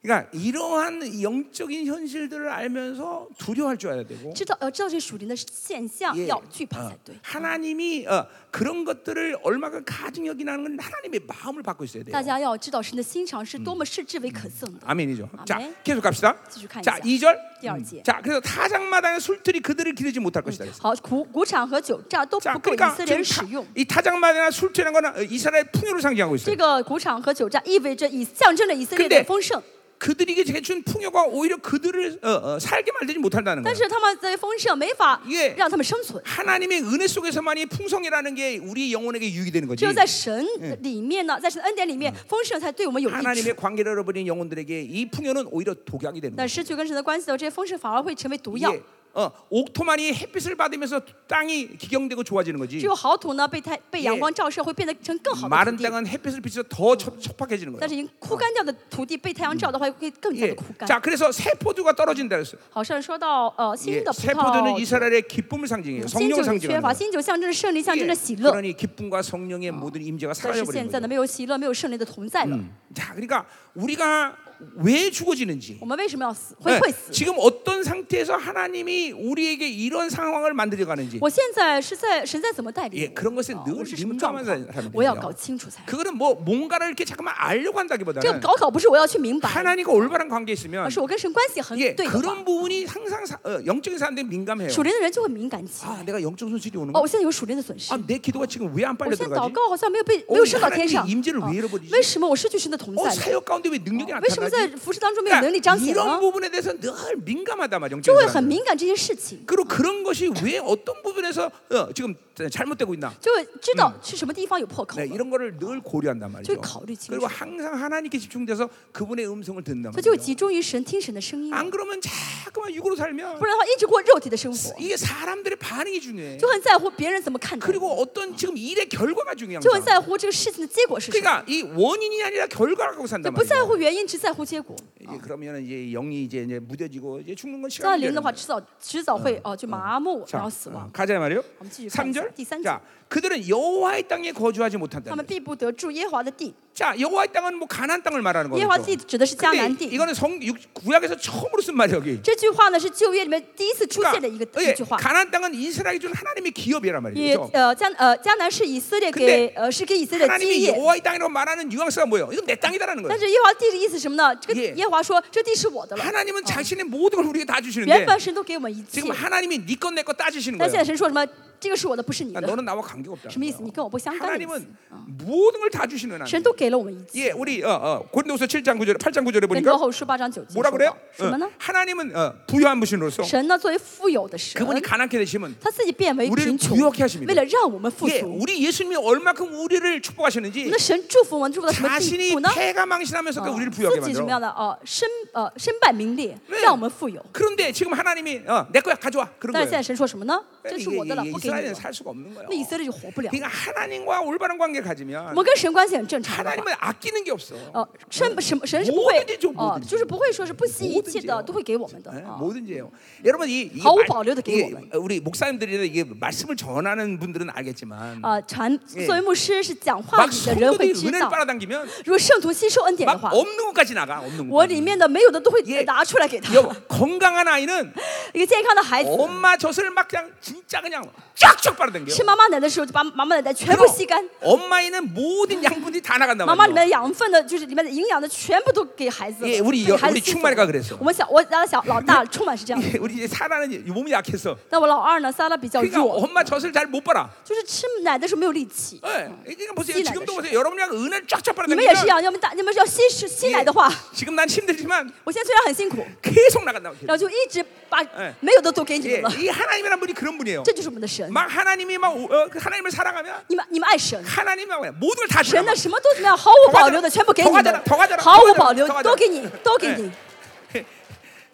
A: 그러니까 이러한 영적인 현실들을 알면서 두려워할 줄 알아야 되고.
B: 知道呃，知道这属灵的现象，
A: 예.
B: 要惧怕
A: 어,
B: 才对。
A: 하나님이 어, 그런 것들을 얼마큼 가중 여기나는 건 하나님의 마음을 받고 있어야 돼요.
B: 大家要知道神的心肠是多么视之为可憎的。
A: 아멘이죠.
B: 아멘.
A: 자, 계속 갑시다.
B: 계속 가야죠.
A: 자, 2절.
B: 열 절.
A: 자, 그래서 타작마당의 술틀이 그들을 기르지 못할 것이다. 그랬어요.
B: 好，谷谷场和酒榨都
A: 자,
B: 不够嗯以
A: 그러니까
B: 色列
A: 지금
B: 人使
A: 타,
B: 用。
A: 이 타작마당의 술틀이라는 거는 어, 이스라엘 풍요를 상징하고
B: 这
A: 있어요.
B: 个谷场和酒榨意味着以象征着以色列
A: 근데
B: 的丰盛，
A: 그들에게 제준 풍요가 오히려 그들을 어, 어, 살게 만들지 못한다는
B: 但
A: 거예요.
B: 是他们的丰盛没法
A: 예
B: 让他们生存。
A: 하나님의 은혜 속에서만이 풍성이라는 게 우리 영혼에게 유익이 되는
B: 只
A: 거지.
B: 有在神里面呢，在神的恩典里面，丰盛才对我们有益
A: 하나님의
B: 处。
A: 관계를 잃어버린 영혼들에게 이 풍요는 오히려 독약이 되는 거예요.
B: 但失去跟神的关系的话这些丰盛反而会成为毒药。
A: 이게, 어, 옥토만이 햇빛을 받으면서 땅이 기경되고 좋아지는 거지.
B: 只有好土呢，被太被阳
A: 예
B: 光照射，会变得成更好的
A: 마른
B: 土地。
A: 땅은 햇빛을 비춰서 더 척- 척박해지는 거예요.
B: 但是已经枯干掉的土地被太阳照的话，会更加
A: 예.
B: 的枯干。
A: 자, 그래서 새 포도가 떨어진다 그랬어요.
B: 好像说到呃
A: 예.
B: 新的葡
A: 새 포도는
B: 萄，
A: 이스라엘의 기쁨을 상징해요.
B: 新
A: 성령을
B: 酒也缺
A: 상징하는
B: 乏，
A: 거예요.
B: 新酒象征着胜利，象征
A: 예.
B: 着喜乐。
A: 그러니 기쁨과 성령의 모든 임재가
B: 但是
A: 사라져버리는
B: 现在呢，
A: 거예요.
B: 嗯没有喜乐，没有胜利的同在了。
A: 자, 그러니까 우리가 왜 죽어지는지.
B: 我们为什么要死？会
A: 예,
B: 会死。
A: 지금 어떤 상태에서 하나님이 우리에게 이런 상황을 만들어 가는지.
B: 我现在是在神在怎么带
A: 예,
B: 领
A: 그런 것에
B: 我？啊
A: 늘
B: 我是什么状
A: 민감한
B: 况
A: 사- ？
B: 我要搞
A: 사람들이에요.
B: 清楚才好。
A: 그거는 뭐 뭔가를 이렇게 잠깐만 알려고
B: 这个
A: 한다기보다는
B: 搞搞不是我要去明白，
A: 하나님과 올바른 관계에 있으면
B: 而是我跟神关系很
A: 예,
B: 对的话
A: 그런 ， 아, 부분이 항상 사- 어, 영적인 사람들이 민감해요.
B: 属灵的人就会敏感起来。
A: 아, 내가 영적 손실이 오는
B: 哦，
A: 거.
B: 我现在有属灵的损失
A: 아, ，내 기도가 지금 왜 안
B: 我
A: 빨려
B: 现在祷
A: 들어가지?
B: 告好像没有被
A: 哦
B: 没有升到天上
A: 하나님의임재를왜
B: 啊
A: 잃어버리지
B: 为什么我失去神的同
A: 어,
B: 在呢？
A: 사역 가운데 왜 능력이 안
B: 为什么
A: 나타나지?
B: 在服饰当中没有能力彰显
A: 그러니까 이런
B: 呢？
A: 부분에 대해서 늘 민감하다 말이야.
B: 就
A: 영적인
B: 会很
A: 사람들은.
B: 敏感这些事情，
A: 그리고 그런 것이 왜 어떤 부분에서 어, 지금 잘못되고 있나?
B: 就会知道是什么地方有破口
A: 네,
B: 了，
A: 이런 거를 늘 고려한단 말이죠.
B: 저기 가을이 지금
A: 그리고 항상 하나님께 집중돼서 그분의 음성을 듣는단
B: 所以就会
A: 말이죠.
B: 集中于神听神的声音，
A: 안 그러면 자꾸만 육으로 살면
B: 不然的话一直过肉体的生活，
A: 이게 사람들의 반응이 중요해.
B: 就很在乎别人怎么看待，
A: 그리고 어떤 지금 일의 결과가 중요한
B: 就很
A: 거야.
B: 在乎这个事情的结果是什么，
A: 그러니까 이 원인이 아니라 결과라고 산단
B: 不在
A: 말이야.
B: 乎原因，只在乎结果。
A: 이제 그러면 이제 영이 이제 이제 무뎌지고 이제 죽는 건
B: 这样
A: 시간이
B: 灵的
A: 되는
B: 话，
A: 거야.
B: 迟早迟早会哦、就麻木，然
A: 자,
B: 后死
A: 어,
B: 亡。
A: 가자 말이요.
B: 한번 쭉 가자.
A: 3절.
B: 뒷산절.
A: 자, 그들은 여호와의 땅에 거주하지 못한다.
B: 他们必不得住耶和华的地，
A: 자, 여호와의 땅은 뭐 가나안 땅을 말하는
B: 耶和华地
A: 거죠.
B: 指的是迦
A: 근데
B: 南
A: 이-
B: 地。
A: 이거는 성 육- 구약에서 처음으로 쓴 말이야 여기. 그러니까, 예,
B: 这句话呢是旧约里面第一次出现的一个一句话。
A: 가나안 땅은 이스라엘이 준 하나님의 기업이란
B: 也
A: 말이죠.
B: 呃迦呃迦南是以色列给
A: 근데
B: 呃是给以色列基
A: 하나님이
B: 业，
A: 여호와의 땅이라고 말하는 뉘앙스가 뭐예요? 이건 내 땅이다라는
B: 但
A: 거예요.
B: 是耶和华地的意思是什么呢？这个
A: 예
B: 耶和华说这地是我的了，
A: 하나님은 자신의 모든 걸 우리에게 다
B: 原
A: 주시는데
B: 本神都给我们一切
A: 지금 ， 하나님이 네 건 내 거 따지시는 거예요.
B: 但现在神说什么？这个是我的，不是你
A: 그러니까
B: 的，
A: 너는 나와 관계가 없다.
B: 什么意思？你跟我不相干的意思
A: 하나님은 。 모든 걸 다 주시는 하나님.
B: 神都给了我们一切。
A: 예, 우리 어, 어, 고린도서 7장 9절, 8장 9절에
B: 跟罗
A: 보니까
B: 后书八章九节
A: 뭐라
B: 说
A: 그래요?
B: 到什么呢
A: 어, ？ 하나님은 어, 부유한 분이로서
B: 神呢作为富有的神，
A: 그분이 가난케 되시면
B: 他自己变为
A: 우리를
B: 贫穷
A: 부유하게하십니다 ，
B: 为了让我们富
A: 예,
B: 足。
A: 우리 예수님이 얼마큼 우리를 축복하시는지
B: 那神祝福我们祝福到什么地
A: 자신이
B: 步呢？
A: 패가 망신하면서 그
B: 啊
A: 우리를 부유하게
B: 自己什么
A: 만들어.
B: 样的哦、身呃身败名裂
A: 네 ，
B: 让我们富有。
A: 그런데 지금 하나님이 어, 내 거야 가져와
B: 但
A: 그런
B: 是现
A: 거예요.
B: 在神说什么呢？这是我的了，
A: 이게
B: 不给你
A: 이스라엘은
B: 了。
A: 살 수가 없는 거예요.
B: 那以色列就活不了。
A: 그러니까 하나님과 올바른 관계
B: 我
A: 가지면
B: 们跟神关系很正常的话，
A: 하나님은 아끼는 게 뭐, 없어.
B: 呃，神不什么神是不
A: 뭐든지좀
B: 会
A: 뭐든
B: 哦、
A: 지
B: 就是不会说是不惜一切
A: 요
B: 的都会给我们的
A: 예,
B: 啊。
A: 뭐든지요. 여러분 이, 이
B: 가오
A: 말-
B: 바울에도
A: 이게
B: 개고만.
A: 우리 목사님들이 이게 말씀을 전하는 분들은 알겠지만
B: 啊，传
A: 예
B: 作为牧师是讲话
A: 막
B: 语的人
A: 성도들이
B: 会知
A: 은혜를
B: 道，
A: 빨아당기면
B: 如果圣徒吸收恩典的话
A: 막 ， 없는 것까지 나가 없는
B: 我
A: 것까지.
B: 里面的没有的都会
A: 예
B: 拿出来给他。
A: 여보, 건강한 아이는
B: 一个健康的孩子
A: 엄마 젖을 막 그냥 진짜 그냥 쫙쫙 빨아당겨.
B: 吃妈妈奶的时候就把妈妈奶奶全部吸干，
A: 엄마에는 모든 양분이 다 나간단
B: 妈妈里
A: 말이에요.
B: 面的养分的，就是里面的营养的全部都给孩子了。
A: 예 우리
B: 给孩子
A: 우리
B: 吸收
A: 충만이가 그랬어.
B: 我们小我家的小老大充满是这样 的，
A: 예, 우리 이제 사라는 몸이 약해서
B: 但我老二呢，萨拉比较
A: 그러니까
B: 弱，
A: 엄마 젖을 잘 못 빨아.
B: 就是吃奶的时候没有力气。
A: 예, 그러니까 보세요.
B: 씨나다,
A: 지금도 보세요. 여러분이랑 은혜를 쫙쫙
B: 你们也是
A: 빨아당기면
B: 一样，要么大，你们要吸食吸奶的话，
A: 지금 난 힘들지만
B: 我现在虽然很辛苦，
A: 계속 나간다고.
B: 然后就一直把
A: 哎
B: 没有的都给你
A: 예,
B: 们了，
A: 이 하나님이란 분이 그런 분이에요.
B: 这就是我们的神。
A: 막 하나님이 막 오- 어, 그 하나님을 사랑하면
B: 你们你们爱神，
A: 하나님이 막 뭐야, 모든 걸다
B: 神
A: 주는
B: 呢什么都怎么样，毫无
A: 头发
B: 保
A: 的
B: 留的全部给
A: 头
B: 你
A: 发的
B: 们
A: 头发的，
B: 毫无
A: 头发的
B: 保留
A: 头发的
B: 都给你，都给你。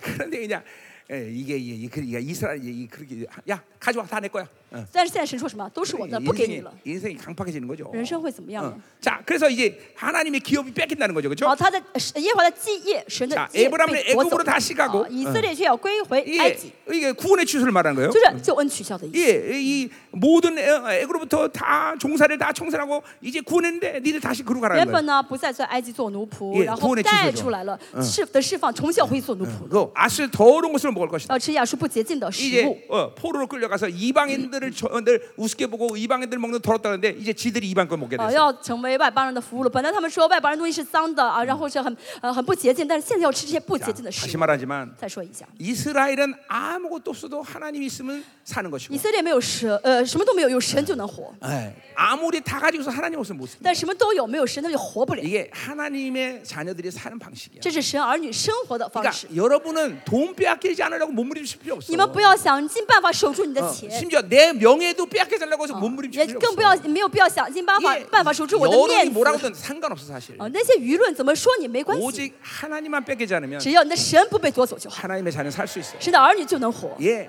A: 그런데 그냥 예, 이게 이- 이- 그- 이게 이스라엘 이 그렇게 야 가져와 다 내 거야. 어.
B: 但是现在神说什么，都是我的，不给你
A: 인생이,
B: 了。
A: 인생이 강팍해지는 거죠.
B: 人生会怎么样
A: 어.
B: 呢？
A: 자, 그래서 이제 하나님의 기업이 뺏긴다는 거죠,
B: 哦，
A: 그렇죠?
B: 他的呃耶和华的基业，神的
A: 자
B: 基业
A: 에브라함을
B: 被夺走
A: 애굽으로다시가고
B: 哦以色列却要归回埃
A: 이게,
B: 及，
A: 예. 이게 구원의 취소를 말하는 거예요.
B: 就是救恩取消的意思。
A: 예, 이 모든 애- 애굽으로부터 다 종사를 다 청산하고 이제 구원했는데 니들 다시 그로
B: 原
A: 가라는 거예요.
B: 本呢不再在埃及做奴仆，
A: 예
B: 然
A: 구원
B: 后
A: 의취소죠
B: 带出来了释的释放，重新要回去做奴仆了，
A: 그 아스 더러운 것을 먹을 것이다.
B: 要吃亚述不洁净的食
A: 이제
B: 物。
A: 어, 포로로 끌려가서 이방인들을 저, 늘 우습게 보고 이방인들 먹는 거 더럽다는데 이제 지들이 이방 걸 먹게
B: 呃，
A: 됐어.
B: 要成为外邦人的服务了。本来他们说外邦人东西是脏的啊，然后是很呃很不洁净，但是现在要吃这些不洁
A: 자,
B: 净的食
A: 아, 다시
B: 物。
A: 말하지만
B: 再说一下，
A: 이스라엘은 아무것도 없어도 하나님이 있으면 사는
B: 以
A: 것이고
B: 色列没有神，呃，什么都没有，有神就能活；
A: 예, 아무리 다 가지고서 하나님 없으면 못 삽니다.
B: 但什么都有，没有神他们就活不了。
A: 이게 하나님의 자녀들이 사는 방식이야.
B: 这是神儿女生活的方式。
A: 그러니까 여러분은 돈 빼앗기지 않으려고 몸부림칠 필요 없어.
B: 你们不要想尽办法守住你的
A: 어,
B: 钱，
A: 심지어 내 명예도 빼앗기려고 해서
B: 也
A: 몸부림칠 필요
B: 更
A: 없어.
B: 不要没有必要想尽办法
A: 이게
B: 办法守住我的
A: 여론이
B: 面子。
A: 뭐라고든 그 상관없어 사실.
B: 啊，那些舆论怎么说你没关系，
A: 오직 하나님만 그 뺏기지 않으면
B: 只要你的神不被夺走就好，
A: 하나님의 자녀 살 수 있어.
B: 神的儿女就能活，
A: 예,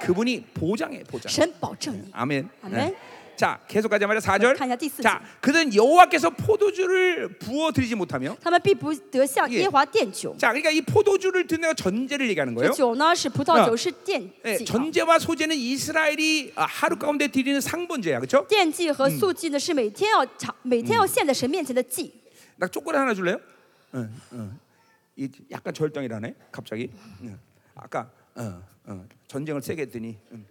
A: 그분이 보장해 보장.
B: 神保证你。
A: 아멘.
B: 아멘. 네,
A: 네. 자, 계속 가자마자 4절.
B: 가자, 띠쓰지.
A: 자, 그들은 여호와께서 포도주를 부어 드리지 못하며.
B: 他们必不得向
A: 예
B: 耶和华奠酒，
A: 자, 그러니까 이 포도주를 드는 건 전제를 얘기하는
B: 这
A: 거예요.
B: 酒呢是葡萄
A: 아
B: 酒，是奠
A: 예,
B: 祭啊。
A: 전제와 소제는 이스라엘이 아, 하루 가운데 드리는 상번제야, 그렇죠?
B: 奠祭和素祭呢是每天要尝，每天要献在神面前的祭。
A: 나 초콜릿 하나 줄래요? 응, 응. 어, 이 약간 절정이라네. 갑자기. 응. 아까 어, 어, 전쟁을 세게 했더니. 응.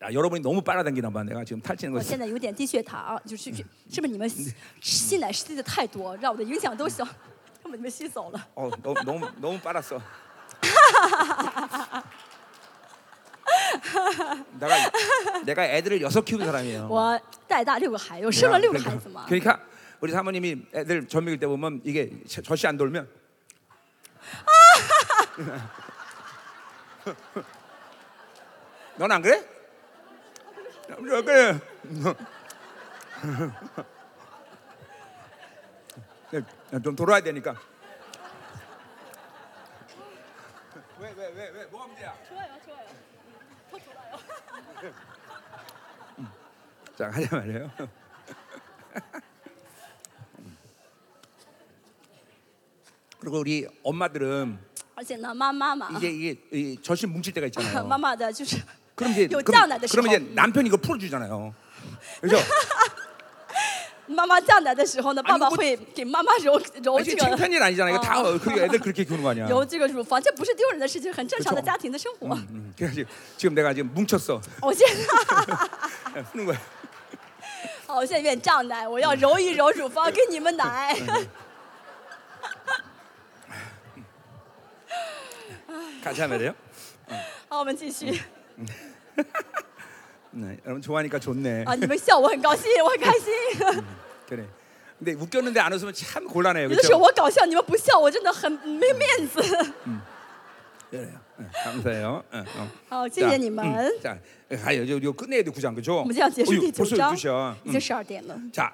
A: 아, 여러분이 너무 빨아당기나 봐. 내가 지금 탈치는
B: 我
A: 거
B: 现在有点低血糖，就是去是不是你们吸吸奶吸的太多，让我的影响都小， 让你们吸走了。
A: 어, 너, 너무 너무 빨았어. 내가 내가 애들을 여섯 키운 사람이에요.
B: 我带大六个孩子，我生了
A: 내가
B: 六个孩
A: 그러니까-
B: 子嘛。
A: 그러니까 우리 사모님이 애들 젖 먹일 때 보면 이게 젖- 젖이 안 돌면 넌 안 그래? 왜 그래? 좀 돌아야 되니까. 왜 왜 왜 왜 뭐가 문제야? 자 하자 말이에요. 그리고 우리 엄마들은
B: 而且呢，妈妈嘛，
A: 이제 이게 이 젖이 뭉칠 때가
B: 啊
A: 있잖아요.
B: 妈妈的就是
A: 그럼 이제
B: 有
A: 그럼,
B: 胀奶的时
A: 그럼
B: 候，
A: 이제 남편이 이거 풀어주잖아요. 그죠?
B: 妈妈胀奶的时候呢，爸
A: 아니
B: 爸
A: 뭐
B: 会给妈妈揉揉
A: 아니,
B: 这
A: 이게
B: 个
A: 창피한 일 아니잖아요. 이거 다
B: 어.
A: 그 애들 그렇게 키우는 거 아니야.
B: 揉这个乳房，这不是丢人的事情，很正常的
A: 그쵸
B: 家庭的生活。
A: 음, 그래서 지금- 지금 내가 지금 뭉쳤어.
B: 我现在，
A: 푸는 거야.
B: 好，我现在有点胀奶，我要揉一揉乳房，给你们 奶。
A: 같이 하면 돼요?
B: 好，我们继续
A: 네, 여러분 좋아하니까 좋네.
B: 啊！你们笑，我很高兴，我很开心。
A: 그래. 근데 웃겼는데 안 웃으면 참 곤란해요.
B: 有的时候
A: 그렇죠?
B: 我搞笑， 你们不笑，我真的很没面子。
A: 그래요. 네, 감사해요. 어, 어.
B: 好，谢
A: 자,
B: 谢你们。
A: 음, 자, 아유, 요, 요 끝내야 돼 9장 그죠?
B: 我们这啊样结束
A: 어휴,
B: 第九
A: 벌써
B: 章
A: 12시야. ，
B: 已经十二点了。
A: 자,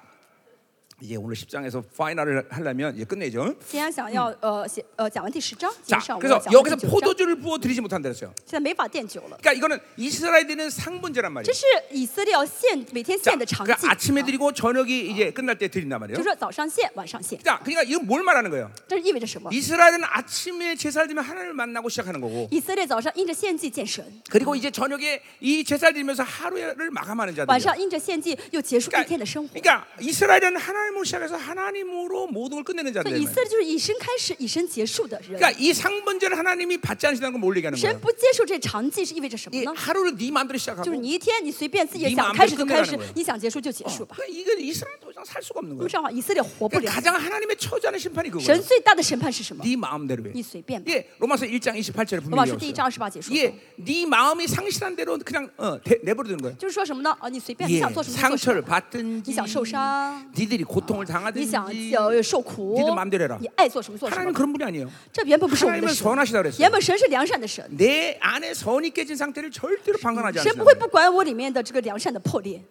A: 이제 오늘 10장에서 파이널을 하려면 이제 끝내죠.
B: 今天想要呃写呃讲完第十章，今
A: 자,
B: 天上午要
A: 그래서
B: 讲完
A: 여기서
B: 第九章，
A: 포도주를 부어 드리지 못한다 그랬어요.
B: 现在没法垫酒了。
A: 그러니까 이거는 이스라엘들은 상분제란
B: 这
A: 말이에요.
B: 是以色列要献每天
A: 자,
B: 献的常祭，
A: 그러니까 아침에
B: 啊
A: 드리고 저녁이 이제 끝날 때 드린단 말이에요.
B: 就是说早上献，晚上献，
A: 자, 그러니까 이건 뭘 말하는 거예요?
B: 这意味着什么？
A: 이스라엘은 아침에 제사를 드리면 하나님을 만나고 시작하는 거고
B: 以色列早上因着献祭见神，
A: 그리고 이제 저녁에 이 제사를 드리면서 하루를 마감하는 자들이에요.
B: 晚上因着献祭又结束一天的生活。
A: 그러니까 이스라엘은 하나님으로 시작해서 하나님으로 모든 걸 끝내는
B: 所
A: 자들.
B: 以以色列就是以身开始，以身结束的人。
A: 그러니까 이 상번제를 하나님이 받지 않으신다는 건 뭘 얘기하는
B: 神
A: 거예요?
B: 不接受这常祭是意味着什么
A: 이
B: 呢？
A: 하루를 네 마음대로
B: 就是
A: 시작하고
B: 你一天你随便自己
A: 你
B: 想
A: 马上
B: 开始就开
A: 就
B: 始
A: 跟着，
B: 你哦想结束就结束吧。
A: 그러니까 이건 이스라엘 더 이상 살 수가 없는
B: 那么
A: 거예요.
B: 这样的话，以色列活不
A: 그러니까
B: 了。
A: 가장 하나님의 처지하는 심판이
B: 神
A: 그거예요.
B: 最大的审判是什么？
A: 네 마음대로 해.
B: 你随便吧。
A: 이게 로마서 1장 28절에
B: 罗马
A: 분명히
B: 书第
A: 나왔어요.
B: 一章二十八节说过，
A: 이게 네 마음이 상실한 대로 그냥 어, 대- 내버려두는 거예요.
B: 就是说什么呢？啊，你随便，你
A: 예,
B: 想做什么就做什么
A: 상처를 。 받든지
B: 你想受伤，
A: 아, 니들이 고통을
B: 你
A: 당하든지
B: 想呃受苦
A: 니들 맘대로 해라. ，
B: 你爱做什么做什
A: 하나님
B: 么。
A: 그런 분이 아니에요.
B: 这原本不是我们的
A: 하나님은선하시다그랬어요
B: 神，原本神是良善的神，
A: 내 안에 선이 깨진 상태를 절대로 방관하지
B: 神
A: 않습니다.
B: 不会不管我里面的这个良善的破裂。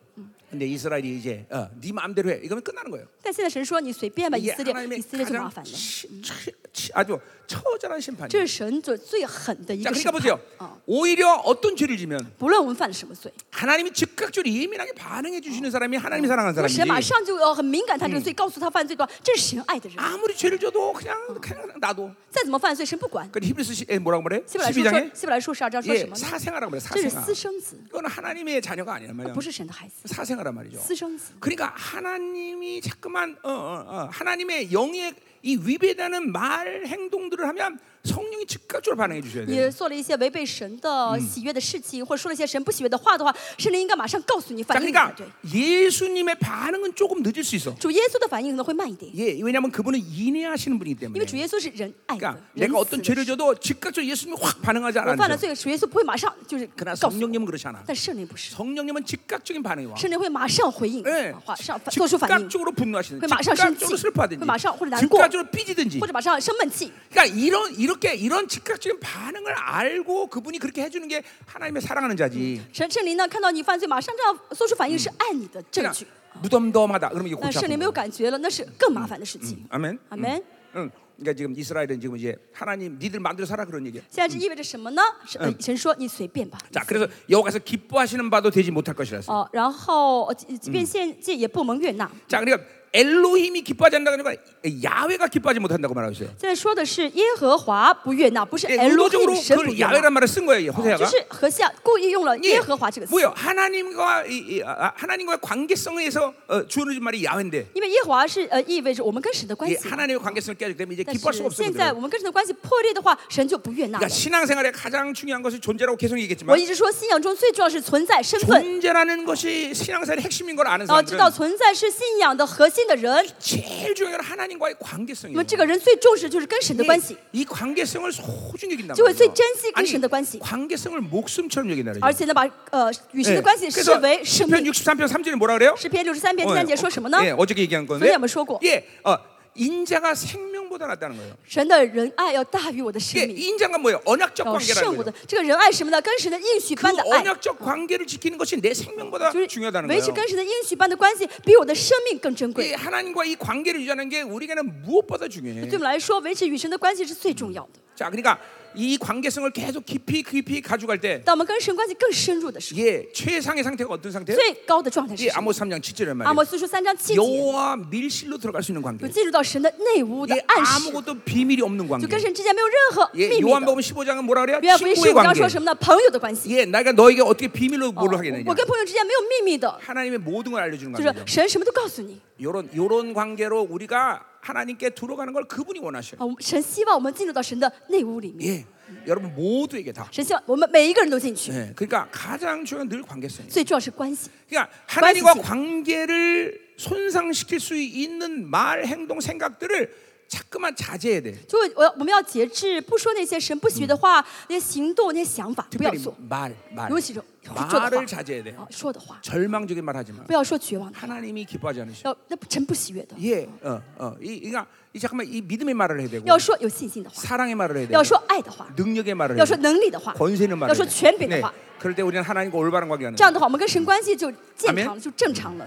A: 근데 이스라엘이 이제 어, 네 마음대로 해. 이거면 끝나는 거예요.
B: 但现在神说你随便吧，以
A: 아, 이게
B: 色列，以
A: 하나님의
B: 色列就麻
A: 가장
B: 烦了。
A: 치- 치- 치- 아주 처절한
B: 这
A: 심판이에요.
B: 是神最最狠的一
A: 자,
B: 个
A: 그러니까
B: 审
A: 보세요.
B: 判啊！
A: 오히려 어떤 죄를 지면
B: 不论我们犯了什么罪，
A: 하나님이 즉각적으로 예민하게 반응해 주시는 사람이 어. 하나님이 嗯 사랑하는
B: 那神马
A: 사람이지.
B: 上就要很敏感他这个罪，告诉他犯罪的话，这是神爱的人，
A: 아무리 죄를 져도 그냥 그냥 놔둬.
B: 再怎么犯罪神不管。
A: 그 히브리스 시- 에, 뭐라고 말해?
B: 希伯来书说
A: 12장에 ，
B: 希伯来书十二章说什
A: 예,
B: 么呢？
A: 사생아라고 그래.
B: 这是
A: 사생아.
B: 私生子，
A: 이건 하나님의 자녀가 아니란 말이야.
B: 不是神的孩子，
A: 사생아란 말이죠.
B: 私生子。
A: 그러니까 하나님이 자꾸만 어, 어, 어, 하나님의 영의 이 위배되는 말 행동들을 하면 성령이 즉각적으로 반응해 주셔야 돼요.
B: 你做了一些违背神的喜悦的事情，或者说了一些神不喜悦的话的话，圣灵应该马上告诉你
A: 자,
B: 反应你才
A: 그러니까
B: 对。
A: 예수님의 반응은 조금 늦을 수 있어.
B: 主耶稣的反应可能会慢一点，
A: 예, 왜냐하면 그분은 인내하시는 분이기
B: 因
A: 때문에.
B: 为主耶稣是仁爱的
A: 그러니까 ，
B: 仁
A: 내가
B: 慈
A: 어떤
B: 的
A: 죄를
B: 神。
A: 져도 즉각적으로 예수님이 확 반응하지
B: 我犯
A: 않았는데.
B: 了罪，主耶稣不会马上就是告
A: 그러나
B: 诉我，
A: 성령님은 그렇지 않아.
B: 但圣灵不是，
A: 성령님은 즉각적인 반응이 와.
B: 圣灵会马上回应，
A: 예,
B: 马上反做出反应，
A: 즉각적으로 분노하시는,
B: 그 마상
A: 즉각적으로
B: 심지,
A: 슬퍼하든지,
B: 그 마상 혹은 난고,
A: 즉각적으로 삐지든지.
B: 或者马上生闷气。
A: 그러니까 이런 이렇게 이런 즉각적인 반응을 알고 그분이 그렇게 해주는 게 하나님의 사랑하는 자지.
B: 神圣灵呢，看到你犯罪，马上这样做出反应是爱你的证
A: 그냥
B: 据。
A: 무덤덤하다. 그러면 어. 이게
B: 那
A: 골치
B: 圣灵
A: 아픈
B: 没有
A: 거예요.
B: 感觉了，那是更麻烦的事情。
A: 아멘.
B: 阿门。
A: 응. 그러니까 지금 이스라엘은 지금 이제 하나님 니들 마음대로 살아 그런 얘기야.
B: 现在这意味着什么呢？神呃神说：“你随便吧。”
A: 자 그래서 여호와께서 기뻐하시는 바도 되지 못할 것이라서.
B: 呃嗯哦，然后呃即即便献祭也不蒙悦纳。
A: 자 그러니까 엘로힘이 기뻐하지 않는다는 건 야훼가 기뻐하지 못한다고 말하고 있어요.
B: 现在说的是耶和华不悦纳，不是
A: 예,
B: L
A: 의도적으로
B: O 神不
A: 그
B: 悦纳，
A: 야훼란 말을 쓴 거예요, 호세아가.
B: 就是和西啊亚故意用了
A: 예,
B: 耶和华这个词，
A: 뭐요? 하나님과 이, 이, 아, 아, 하나님과의 관계성에서 어, 주어진 말이 야훼인데
B: 因为耶和华是呃意味着我们跟神的关
A: 예,
B: 系。
A: 하나님의 관계성을 깨졌기 때문에 이제
B: 但
A: 기뻐할 수가
B: 是
A: 없어요.
B: 现在
A: 그들은.
B: 我们跟神的关系破裂的话，神就不悦纳了
A: 그러니까 。 신앙생활의 가장 중요한 것은 존재라고 계속
B: 我
A: 얘기했지만
B: 一直说信仰中最重要是存在身份，
A: 존재라는 것이 신앙생활의 핵심인 걸 아는
B: 然后知道
A: 사람들은
B: 存在是信仰的核心的人，
A: 제일 중요한 건 하나님과의
B: 那
A: 관계성이에요.
B: 么这个人最重视就是跟神的
A: 예,
B: 关系，
A: 이 관계성을 소중히 여긴다.
B: 就会
A: 말이에요.
B: 最珍惜跟
A: 아니,
B: 神的关系，
A: 관계성을 목숨처럼 여긴다는 예.
B: 而且呢，把呃与神的关系视
A: 그래서
B: 为生
A: 시편
B: 命。
A: 63편 3절에 뭐라 그래요?
B: 诗篇六十三篇第
A: 어,
B: 三节说什么呢？
A: 예, 어저께 얘기한 건데.
B: 선생님 한번 쉬고.
A: 예, 어, 인자가 생명보다 낫다는 거예요.
B: 神的仁爱要大于我的
A: 이게
B: 生命，
A: 인자가 뭐예요? 언약적
B: 要胜
A: 관계라는
B: 我的
A: 거예요.
B: 这个仁爱什么呢？跟神的应许
A: 그
B: 般的爱，
A: 언약적 관계를 지키는 것이 내 생명보다
B: 就是
A: 중요하다는
B: 维持
A: 거예요.
B: 跟神的应许般的关系，比我的生命更珍
A: 이
B: 贵。
A: 하나님과 이 관계를 유지하는 게 우리에게는 무엇보다
B: 对
A: 중요해.
B: 我们来说，维持与神的关系是最重要的。
A: 자, 그러니까 이 관계성을 계속 깊이 깊이 가져갈 때
B: 当我们跟神关系更深入的时候，
A: 이게 최상의 상태가 어떤 상태예요?
B: 最高的状态是
A: 이
B: 什么？
A: 아모스 3장 7절란
B: 阿
A: 말이에요.
B: 摩斯书三章七节，
A: 여호와 밀실로 들어갈 수 있는 관계.
B: 就进入到神的内屋的
A: 이
B: 暗示，
A: 아무것도 비밀이 없는
B: 就
A: 관계.
B: 跟神之间没有任何秘
A: 예,
B: 密的。
A: 요한복음 15장은 뭐라 그래요?
B: 约翰福音十
A: 친구의
B: 五章
A: 관계.
B: 说什么呢？朋友的关系，
A: 예, 내가 너에게 어떻게 뭐, 그 비밀로
B: 어
A: 뭘 하겠느냐?
B: 我跟朋友之间没有秘密的，
A: 하나님의 모든 걸 알려주는
B: 就是
A: 관계죠.
B: 神什么都告诉你。
A: 요런 요런 관계로 우리가 하나님께 들어가는 걸 그분이 원하셔요.
B: 啊，我们神希望我们进入到神的内屋里面。
A: 예, 여러분 모두에게 다.
B: 神希望我们每一个人都进去，
A: 예, 그러니까 가장 중요한 늘 관계성이에요.
B: 最重要是关系。
A: 그러니까 하나님과
B: 관심이.
A: 관계를 손상시킬 수 있는 말, 행동, 생각들을 자꾸만 자제해야 돼.
B: 就我要我们要节制，不说那些神不喜悦的话，那些行动、那些想法不要
A: 특별히
B: 做，
A: 말, 말,
B: 尤其是说的
A: 말을
B: 话
A: 자제해야 돼.
B: 啊，说的话
A: 절망적인 말 하지 마.
B: 不要说绝望的，
A: 하나님이 기뻐하지 않으시.
B: 要那神不喜悦的，
A: 예, 어, 어, 이, 그러니까 이 잠깐만 이 믿음의 말을 해야 되고,
B: 要说有信心的话，
A: 사랑의 말을 해야 되고,
B: 要说爱的话，
A: 능력의 말을 해야
B: 要说
A: 되고,
B: 能力的话，
A: 권세는 말을
B: 要说
A: 해야 되고. 네.
B: 权柄的话。
A: 그럴 때 우리는 하나님과 올바른 관계하는.
B: 这样的话，我们跟神关系就健
A: 아멘
B: 康了，就正常了。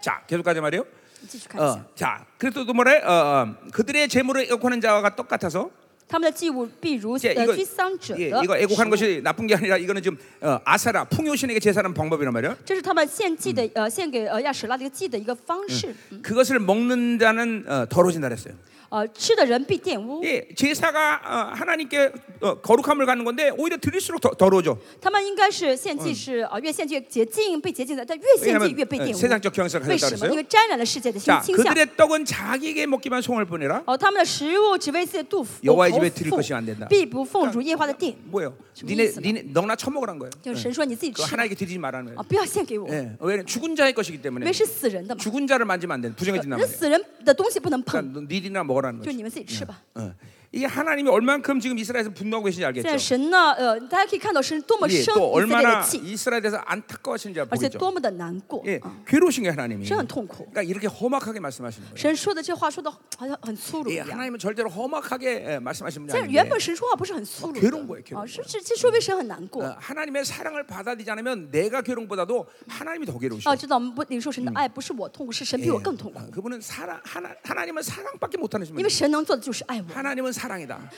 A: 자, 계속 가자 말이요.
B: 你继续看一下，
A: 어, 자, 그리스도 뭐래? 어, 어, 그들의 재물을 애곡하는 자와 같아서
B: 他们的祭物必如
A: 제
B: 呃
A: 이거
B: 居丧者
A: 예,
B: 的
A: 이거
B: 食
A: 애곡하는
B: 物，
A: 것이 나쁜 게 아니라 이거는 지금 어, 아사라 풍요신에게 제사하는 방법이란 말이야.
B: 这是他们献祭的呃献给呃亚舍拉的一个祭的一个方式。
A: 그것을 먹는 자는 어, 더러워진다 그랬어요.
B: 呃，吃的人必玷污，
A: 예, 제사가 어, 하나님께 어, 거룩함을 갖는 건데 오히려 드릴수록 더, 더러워져.
B: 他们应该是献祭是啊、呃越献祭越洁净，被洁净的，但越献祭
A: 왜냐하면
B: 越被
A: 어,
B: 玷污。
A: 세상적 경향성을
B: 为
A: 가졌다
B: 什么？
A: 그랬어요.
B: 因为沾染了世界的倾
A: 자,
B: 倾向。
A: 그들의 떡은 자기에게 먹기만 송할 뿐이라
B: 哦，他们的食物只为自己的肚腹，
A: 여호와의
B: 口
A: 집에드릴것이안된다
B: 腹必不奉如耶和华的殿。
A: 뭐예요?
B: 무슨
A: 니네
B: 意思呢?
A: 니네 너나 처먹으란 거예요.
B: 就是神说你自己
A: 그
B: 吃吧
A: 하나님께 드리지 말라는
B: 啊，
A: 거예요.
B: 不要献给我，因
A: 예, 왜냐면 죽은 자의 것이기 때문에
B: 为是死人的嘛。
A: 죽은 자를 만지면 안 돼. 부정해진단
B: 那嗯
A: 말이에요.
B: 死人的东西不能碰，
A: 그러니까 니들이나 먹으라는
B: 就
A: 거죠.
B: 你们自己吃吧。
A: 어. 이게 하나님이 얼만큼 지금 이스라엘에서 분노하고 계신지
B: 现在
A: 알겠죠.
B: 神呢，呃，大家可以看到神多么
A: 예,
B: 生
A: 또
B: 以色列的
A: 얼마나
B: 气，
A: 이스라엘에서 안타까워하시는지
B: 而且
A: 보겠죠.
B: 多么的难过，
A: 예,
B: 啊
A: 괴로우신 게 하나님이.
B: 真很痛苦。
A: 그러니까 이렇게 험악하게 말씀하시는 거예요.
B: 神说的这话说的好像很粗鲁一
A: 예,
B: 样。
A: 하나님은 절대로 험악하게 예, 말씀하시는 분이
B: 但是原
A: 아닌데
B: 本神说话不是很粗鲁
A: 괴로운거예요괴
B: 的
A: 로운
B: 啊，
A: 거예
B: 是这这说明神很难过
A: 어, 。 하나님의 사랑을 받아들이지 않으면 내가 괴로움보다도 하나님이 더 괴로우셔. 예. 어,
B: 啊，知道我们不领受神的爱，不是我痛苦，是神比我更痛苦。
A: 그분은 사랑 하나, 하나님은 사랑밖에 못하는
B: 因为
A: 분이에요.
B: 神能做的就是爱我，
A: 하나님은 사랑이다.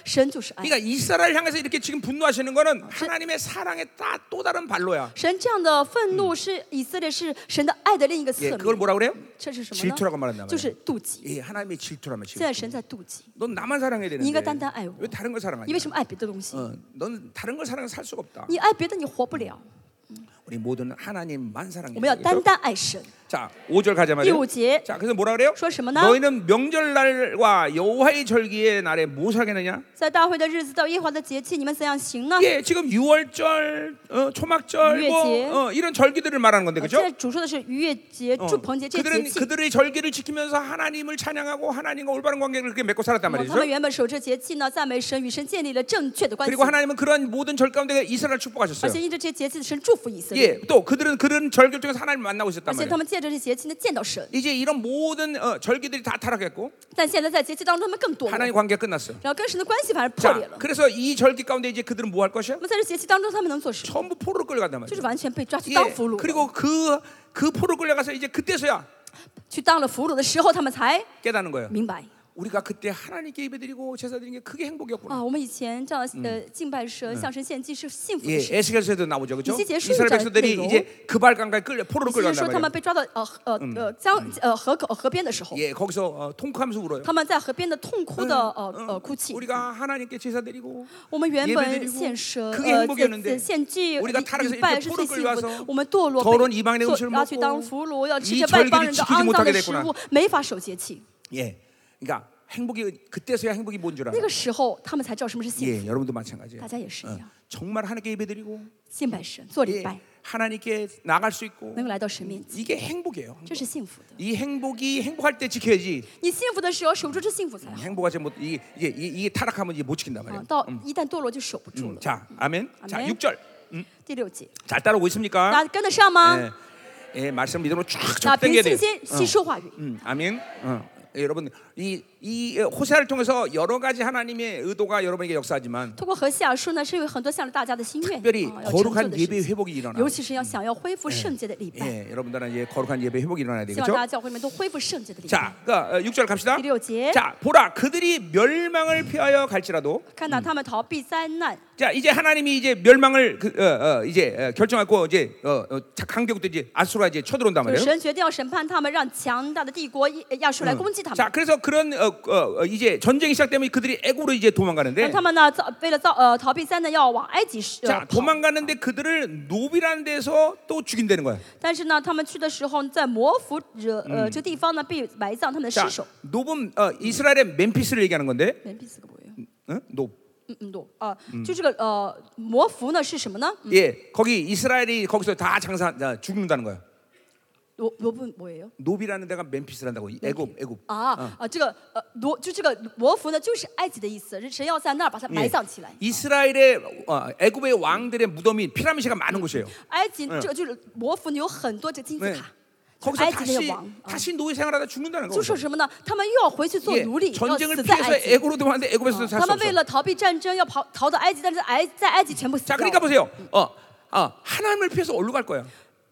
B: 神就是爱。
A: 그러니까 이스라엘 향해서 이렇게 지금 분노하시는 거는 하나님의 사랑의 따, 또 다른 발로야.
B: 神这样的愤怒是以色列是神的爱的另一个
A: 예,
B: 侧
A: 그걸
B: 面，
A: 뭐라 그래요?
B: 这嗯是什
A: 질투라고말한단 말이야
B: 么呢？就是妒忌。
A: 예, 하나님의 질투라면 질투.
B: 现在神在妒忌，
A: 넌 나만 사랑해야 되는데.
B: 네가 단단 알고.
A: 왜 다른 걸
B: 你
A: 사랑하냐?
B: 为什么爱别的东西？
A: 어, 넌 다른 걸 사랑해 살 수가 없다.
B: 你爱别的你活不了。
A: 우리 모두는 하나님만
B: 我们要
A: 사랑해야
B: 单单爱神。
A: 자, 5절 가자 말이에요.
B: 第五节
A: 자, 그래서 뭐라 그래요?
B: 说什么呢?
A: 너희는 명절날과 여호와의 절기의 날에 뭐 살겠느냐?
B: 在大会的日子到耶和华的节气，你们怎样行呢？
A: 예, 지금 6월절, 어, 초막절,
B: 유월절.
A: 뭐, 어, 이런 절기들을 말하는 건데
B: 呃
A: 그죠?
B: 现在主说的嗯是逾越节、
A: 어,
B: 祝棚节这些节
A: 그들은
B: 气。
A: 그들의 절기를 지키면서 하나님을 찬양하고 하나님과 올바른 관계를 그렇게 맺고 살았단
B: 哦
A: 말이죠.
B: 他们原本守这节气呢，赞美神，与神建立了正确的关系
A: 그리고 ， 하나님은 그러한 모든 절 가운데 이스라엘
B: 而
A: 축복하셨어요.
B: 且因着这些节气，神祝福以色列，
A: 예, 또 그들은 그런 절기 중에서 하나님 을 만나고 있었단
B: 而且
A: 말이에요.
B: 他们借着这节气呢见到神。
A: 이제 이런 모든 어, 절기들이 다 타락했고
B: 但现在在节气当中，他啊们更堕落，
A: 하나님 관계 가 끝났어요.
B: 然后跟神的关系反而破
A: 자,
B: 裂了。
A: 그래서 이 절기 가운데 이제 그들은 뭐 할 것이야?
B: 那么在这节气当中，他们能做什么？
A: 전부 포로로 끌려간단
B: 就是
A: 말이에요.
B: 完全被抓去
A: 예,
B: 当俘虏了，
A: 그리고 그, 그 포로 끌려가서 이제 그때서야
B: 去当了俘虏的时候，他们才
A: 깨닫는 거예요.
B: 明白，
A: 우리가 그때 하나님께 예배드리고 제사드린 게 크게 행복이었구나.
B: 啊，我们以前这样呃敬拜神、向神献祭是幸福
A: 예,
B: 的事情。
A: 에스겔서에도 나오죠, 그렇죠?
B: 이제 제일
A: 이스라엘
B: 쉬운
A: 백성들이
B: 자-
A: 이제 그발강가에 끌려 포로로
B: 先说
A: 끌려간단
B: 他们
A: 말이에요.
B: 被抓到呃呃呃江呃河口河边的时候，
A: 예, 거기서 어, 통크하면서 울어요.
B: 他们在河边的痛哭的
A: 어,
B: 呃呃哭泣。
A: 우리가 하나님께 제사드리고
B: 我们原
A: 예배드리고
B: 本献身
A: 그게
B: 呃
A: 행복이었는데
B: 献献献祭
A: 우리가타락해서
B: 礼拜
A: 이렇게
B: 是最
A: 포로끌
B: 幸
A: 려와서
B: 福的。我们堕落
A: 더러운이방인의음식을
B: 做要去
A: 먹고
B: 当俘虏，要吃
A: 이
B: 着外邦
A: 절기를
B: 人的
A: 지키지
B: 肮
A: 못하게
B: 脏的
A: 됐
B: 食
A: 구나
B: 物，没法守节气。
A: 예, 그러니까 행복이 그때서야 행복이 뭔 줄
B: 那
A: 알아요.
B: 个时候，他们才知道什么是幸福。
A: 예, 여러분도 마찬가지예요.
B: 大家也是一样，
A: 정말 하나님께 예배드리고
B: 敬拜神，做礼
A: 예,
B: 拜，
A: 하나님께 나갈 수 있고
B: 能够来到神面前，
A: 이게 행복이에요.
B: 这是幸福的。
A: 이 행복이 행복할 때 지켜야지.
B: 你幸福的时候守住这幸福才好
A: 행복하지 못 이게 이게, 이게 타락하면 이게 못 지킨단
B: 啊
A: 말이에요. ！
B: 到一旦堕落就守不住
A: 음,
B: 了。
A: 자, 어, 아멘. 자,
B: 아멘.
A: 6절.
B: 第六节，
A: 잘 따라오고 있습니까?
B: 大家跟得上吗？
A: 예, 예, 말씀 믿음으로 쭉쭉
B: 那凭
A: 당겨야
B: 信
A: 돼요.
B: 心吸收话语。
A: 음, 아멘. 어. 예, 여러분 이, 이 어, 호세아를 통해서 여러 가지 하나님의 의도가 여러분에게 역사하지만
B: 通过和西尔书呢，是有很多向着大家的心愿，
A: 특별히
B: 啊要成就
A: 거룩한
B: 的事
A: 예배
B: 情。
A: 회복이 일어나.
B: 尤其是要想要恢复圣洁的礼拜，
A: 예, 여러분들은 이제 거룩한 예배 회복이 일어나야
B: 希望大
A: 되겠죠?
B: 家教会们都恢复圣洁的礼拜。
A: 자, 그러니까 6절 갑시다.
B: 第六节，
A: 자, 보라 그들이 멸망을 피하여 갈지라도
B: 看到他们逃避灾难，
A: 자 이제 하나님이 이제 멸망을 그, 어, 어, 이제 어, 결정하고 이제 어, 어, 자, 강대국들 이제 아수라 이제 쳐들어온단
B: 就是
A: 말이에요.
B: 神决定要审判他们，让强大的帝国呃亚述
A: 嗯
B: 来攻击他们
A: 음. 자 。 그래서 그런 어, 어, 어, 이제 전쟁이 시작되면 그들이 애고로 이제
B: 让
A: 도망가는데
B: 他们呢，造为了造呃逃避灾难，要往埃及是
A: 자
B: 呃跑。
A: 도망가는데 그들을 노비라는 데서 또 죽인다는 거야.
B: 但是呢，他们去的时候，在摩弗惹呃这个地方呢，被埋葬他们的
A: 자
B: 尸首。
A: 노범 어, 이스라엘의 멤피스를 얘기하는 건데
B: 门闭四个不为。啊
A: 응? 노.
B: 嗯嗯，对，啊，就这个呃摩弗呢是什么呢？
A: 예, 거기 이스라엘이 거기서 다 장사 자, 죽는다는 거야.
B: 罗罗布뭐예요
A: 노비라는 데가 멤피스란다고 애굽 애굽.
B: 啊啊，这个呃罗就这个罗弗呢，就是埃及的意思，神要在那儿把它
A: 예.
B: 埋葬起来。
A: 이스라엘의 어, 애굽의 왕들의 무덤이 피라미드가 많은 곳이에요.
B: 埃及这个就是罗弗呢有很多这金字
A: 네.
B: 塔，就是
A: 거기서
B: 埃及那
A: 다시
B: 个王。啊
A: 다시 노예 생활하다 죽는다는
B: 就
A: 거죠.
B: 说什么呢？他们又要回去做
A: 예,
B: 奴隶，要
A: 전쟁을
B: 死在
A: 피해서
B: 埃及。
A: 애고로 도망하는데 애고에서 살
B: 啊他
A: 수
B: 们为
A: 없어.
B: 了逃避战争，要跑逃到埃及，但是埃在埃及全部死
A: 자,
B: 掉
A: 그러니까
B: 了。
A: 보세요. 어, 어, 하나님을 피해서 어디로 갈 거야?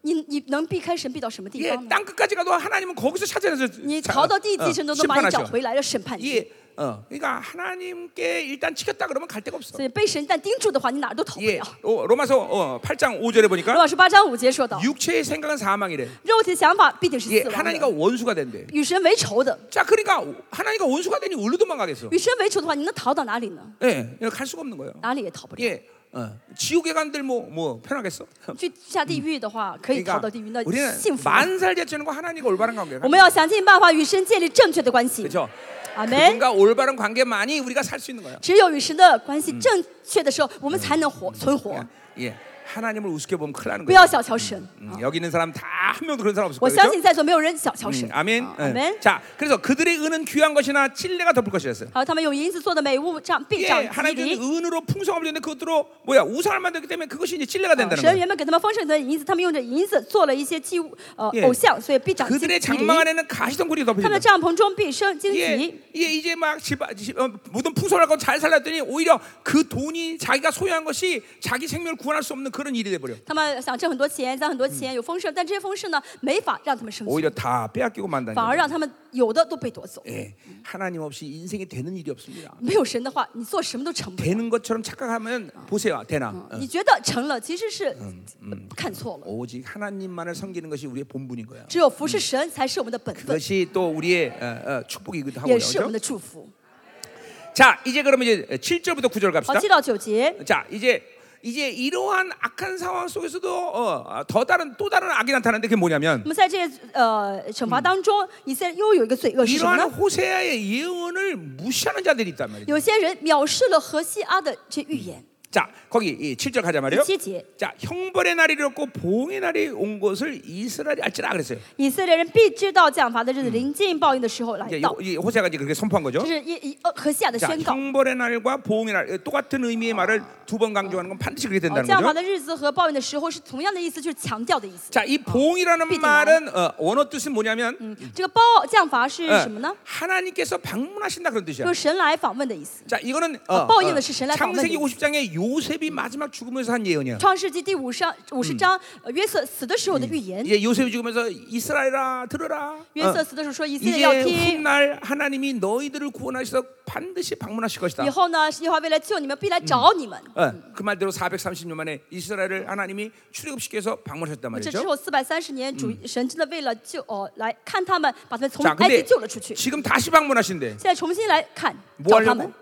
B: 你你能避开神避到什么地
A: 예,
B: 方呢？
A: 땅 끝까지 가도 하나님은 거기서 찾아내서
B: 你
A: 자-
B: 逃到地极，
A: 어,
B: 神都能把你找
A: 심판하셔.
B: 回来，要呃审判你。
A: 예, 어, 그러니까 하나님께 일단 치켰다 그러면 갈 데가 없어.
B: 所以被神一旦盯住的话，你哪儿都逃不
A: 예,
B: 了。
A: 어, 로마서 어, 8장 5절에
B: 罗
A: 보니까
B: 老师八章五节说到，
A: 육체의 생각은 사망이래.
B: 肉体的想法必定是
A: 예,
B: 死亡
A: 하나님과
B: 的，
A: 원수가 된대.
B: 与神为仇的。
A: 자, 그러니까 하나님과 원수가 되니 어디로 도망가겠어?
B: 与神为仇的话，你能逃到哪里呢？
A: 예, 갈 수가 없는 거예요.
B: 哪里也逃不了。
A: 예, 어, 지옥에 간들 뭐 뭐 편하겠어?
B: 去下地狱的话，可以逃
A: 그러니까
B: 到地狱，那
A: 우리는
B: 幸福。
A: 만살 제치는 거 하나님과 올바른 관계가
B: 我们要想尽办法与神建立正确的关系。
A: 그렇죠?
B: 阿门。
A: 그분과 올바른 관계만이 우리가 살 수 있는 거예요.
B: 只有与神的关系正确的时候，我们才能活存活
A: 그러니까, 。 예, 하나님을 우습게 보면 큰일 나는
B: 不
A: 거예요.
B: 要小瞧神。
A: 음,
B: 啊
A: 여기 있는 사람 다 한 명도 그런 사람 없을
B: 我
A: 거예요.
B: 相
A: 그렇죠?
B: 信在座没有人小瞧
A: 음,
B: 神。
A: 아멘.
B: 啊
A: 예.
B: 阿门。
A: 자, 그래서 그들의 은은 귀한 것이나 찔레가 덮을 것이었어요.
B: 好，他们用银子做的美物杖并
A: 예,
B: 杖
A: 하나님
B: 及
A: 은
B: 犁。
A: 은으로 풍성함을 줬는데 그것으로 뭐야 우상을 만들기 때문에 그것이 이제 찔레가
B: 啊
A: 된다는
B: 神
A: 거예요.
B: 原本给他们丰盛的银子，他们用着银子做了一些祭物，呃
A: 예 ，
B: 偶像，所以必长及及
A: 그들의
B: 犁。
A: 장막 안에는 가시덩굴이
B: 他们的
A: 덮여진다.
B: 帐篷中必生荆
A: 예,
B: 棘。
A: 예, 이제 막 집, 집, 어, 모든 풍성하고 잘 살았더니 오히려 그 돈이 자기가 소유한 것이 자기 생명을 구원할 수 없는 그런 일이 돼버려.
B: 他们想挣很多钱，攒很多钱，有丰盛，但这些丰盛呢，没法让他们生存，
A: 오히려 다 빼앗기고 만다는
B: 反而
A: 거예요.
B: 让他们有的都被夺走。
A: 예, 하나님 없이 인생이 되는 일이 없습니다.
B: 没有神的话，你做什么都成不了。
A: 되는 것처럼 착각하면 보세요, 되나?
B: 你觉得成了，其实是看错了。
A: 오직 하나님만을 섬기는 것이 우리의 본분인 거야.
B: 只有服侍神才是我们的本分，
A: 그것이 또 우리의 어, 어, 축복이기도 하고요.
B: 也是我
A: 그렇죠?
B: 们的祝福。
A: 자, 이제 그러면 이제 7절부터 9절
B: 好，
A: 갑시다.
B: 七到九节，
A: 자, 이제 이제 이러한 악한 상황 속에서도 어, 더 다른 또 다른 악이 나타나는데 그게 뭐냐면
B: 我们在这些呃惩罚当中，以色列又有一个罪恶是什么
A: 이러한
B: 呢？
A: 호세아의 예언을 무시하는 자들이 있단 말이죠.
B: 有些人藐视了何西阿的这预言。
A: 자, 거기 이 7절 가자
B: 第
A: 말이요.
B: 七节，
A: 자, 형벌의 날이 이렇고 보응의 날이 온 것을 이스라엘이 알지라 그랬어요.
B: 以色列人必知道降罚的日子临近报应的时候来
A: 이제
B: 到
A: 요- ，이 호세아가 이제 그렇게 선포한 거죠.
B: 这是一一呃何西阿的
A: 자,
B: 宣告。
A: 형벌의 날과 보응의 날 예, 똑같은 의미의 말을 두 번 강조하는 건 반드시 그렇게
B: 哦，
A: 된다는
B: 降罚
A: 거죠.
B: 的日子和报应的时候是同样的意思，就是强调的意思。
A: 자, 이 보응이라는
B: 삐딩
A: 말은 어, 원어 뜻은 뭐냐면
B: 这个报降罚是
A: 예,
B: 什么呢？
A: 하나님께서 방문하신다 그런 어, 뜻이야.
B: 用神来访问的意思。
A: 자, 이거는 그
B: 어, 뻐이는 신라 방언이
A: 창세기 50장의 요셉이 마지막 죽으면서 한 예언이야.
B: 创世纪第五十五十章，呃约瑟死的时候的预言。
A: 이제 요셉이 죽으면서 이스라엘아 들어라.
B: 约瑟死的时候说：“以色列要
A: 이제
B: 听，
A: 훗날 하나님이 너희들을 구원하셔서 반드시 방문하실 것이다.
B: 以后呢，耶和华为了救你们，必来找你们。
A: 어, 그 말대로 430년 만에 이스라엘을 하나님이 출애굽시켜 서 방문하셨단
B: 这之
A: 말이죠.
B: 后四百三十年，主神真的为了救哦来看他们，把他们从
A: 자,
B: 埃及
A: 근데
B: 救了出去。
A: 지금 다시 방문하신대.
B: 现在重新来看
A: 뭐
B: 找他们
A: 하려고? ，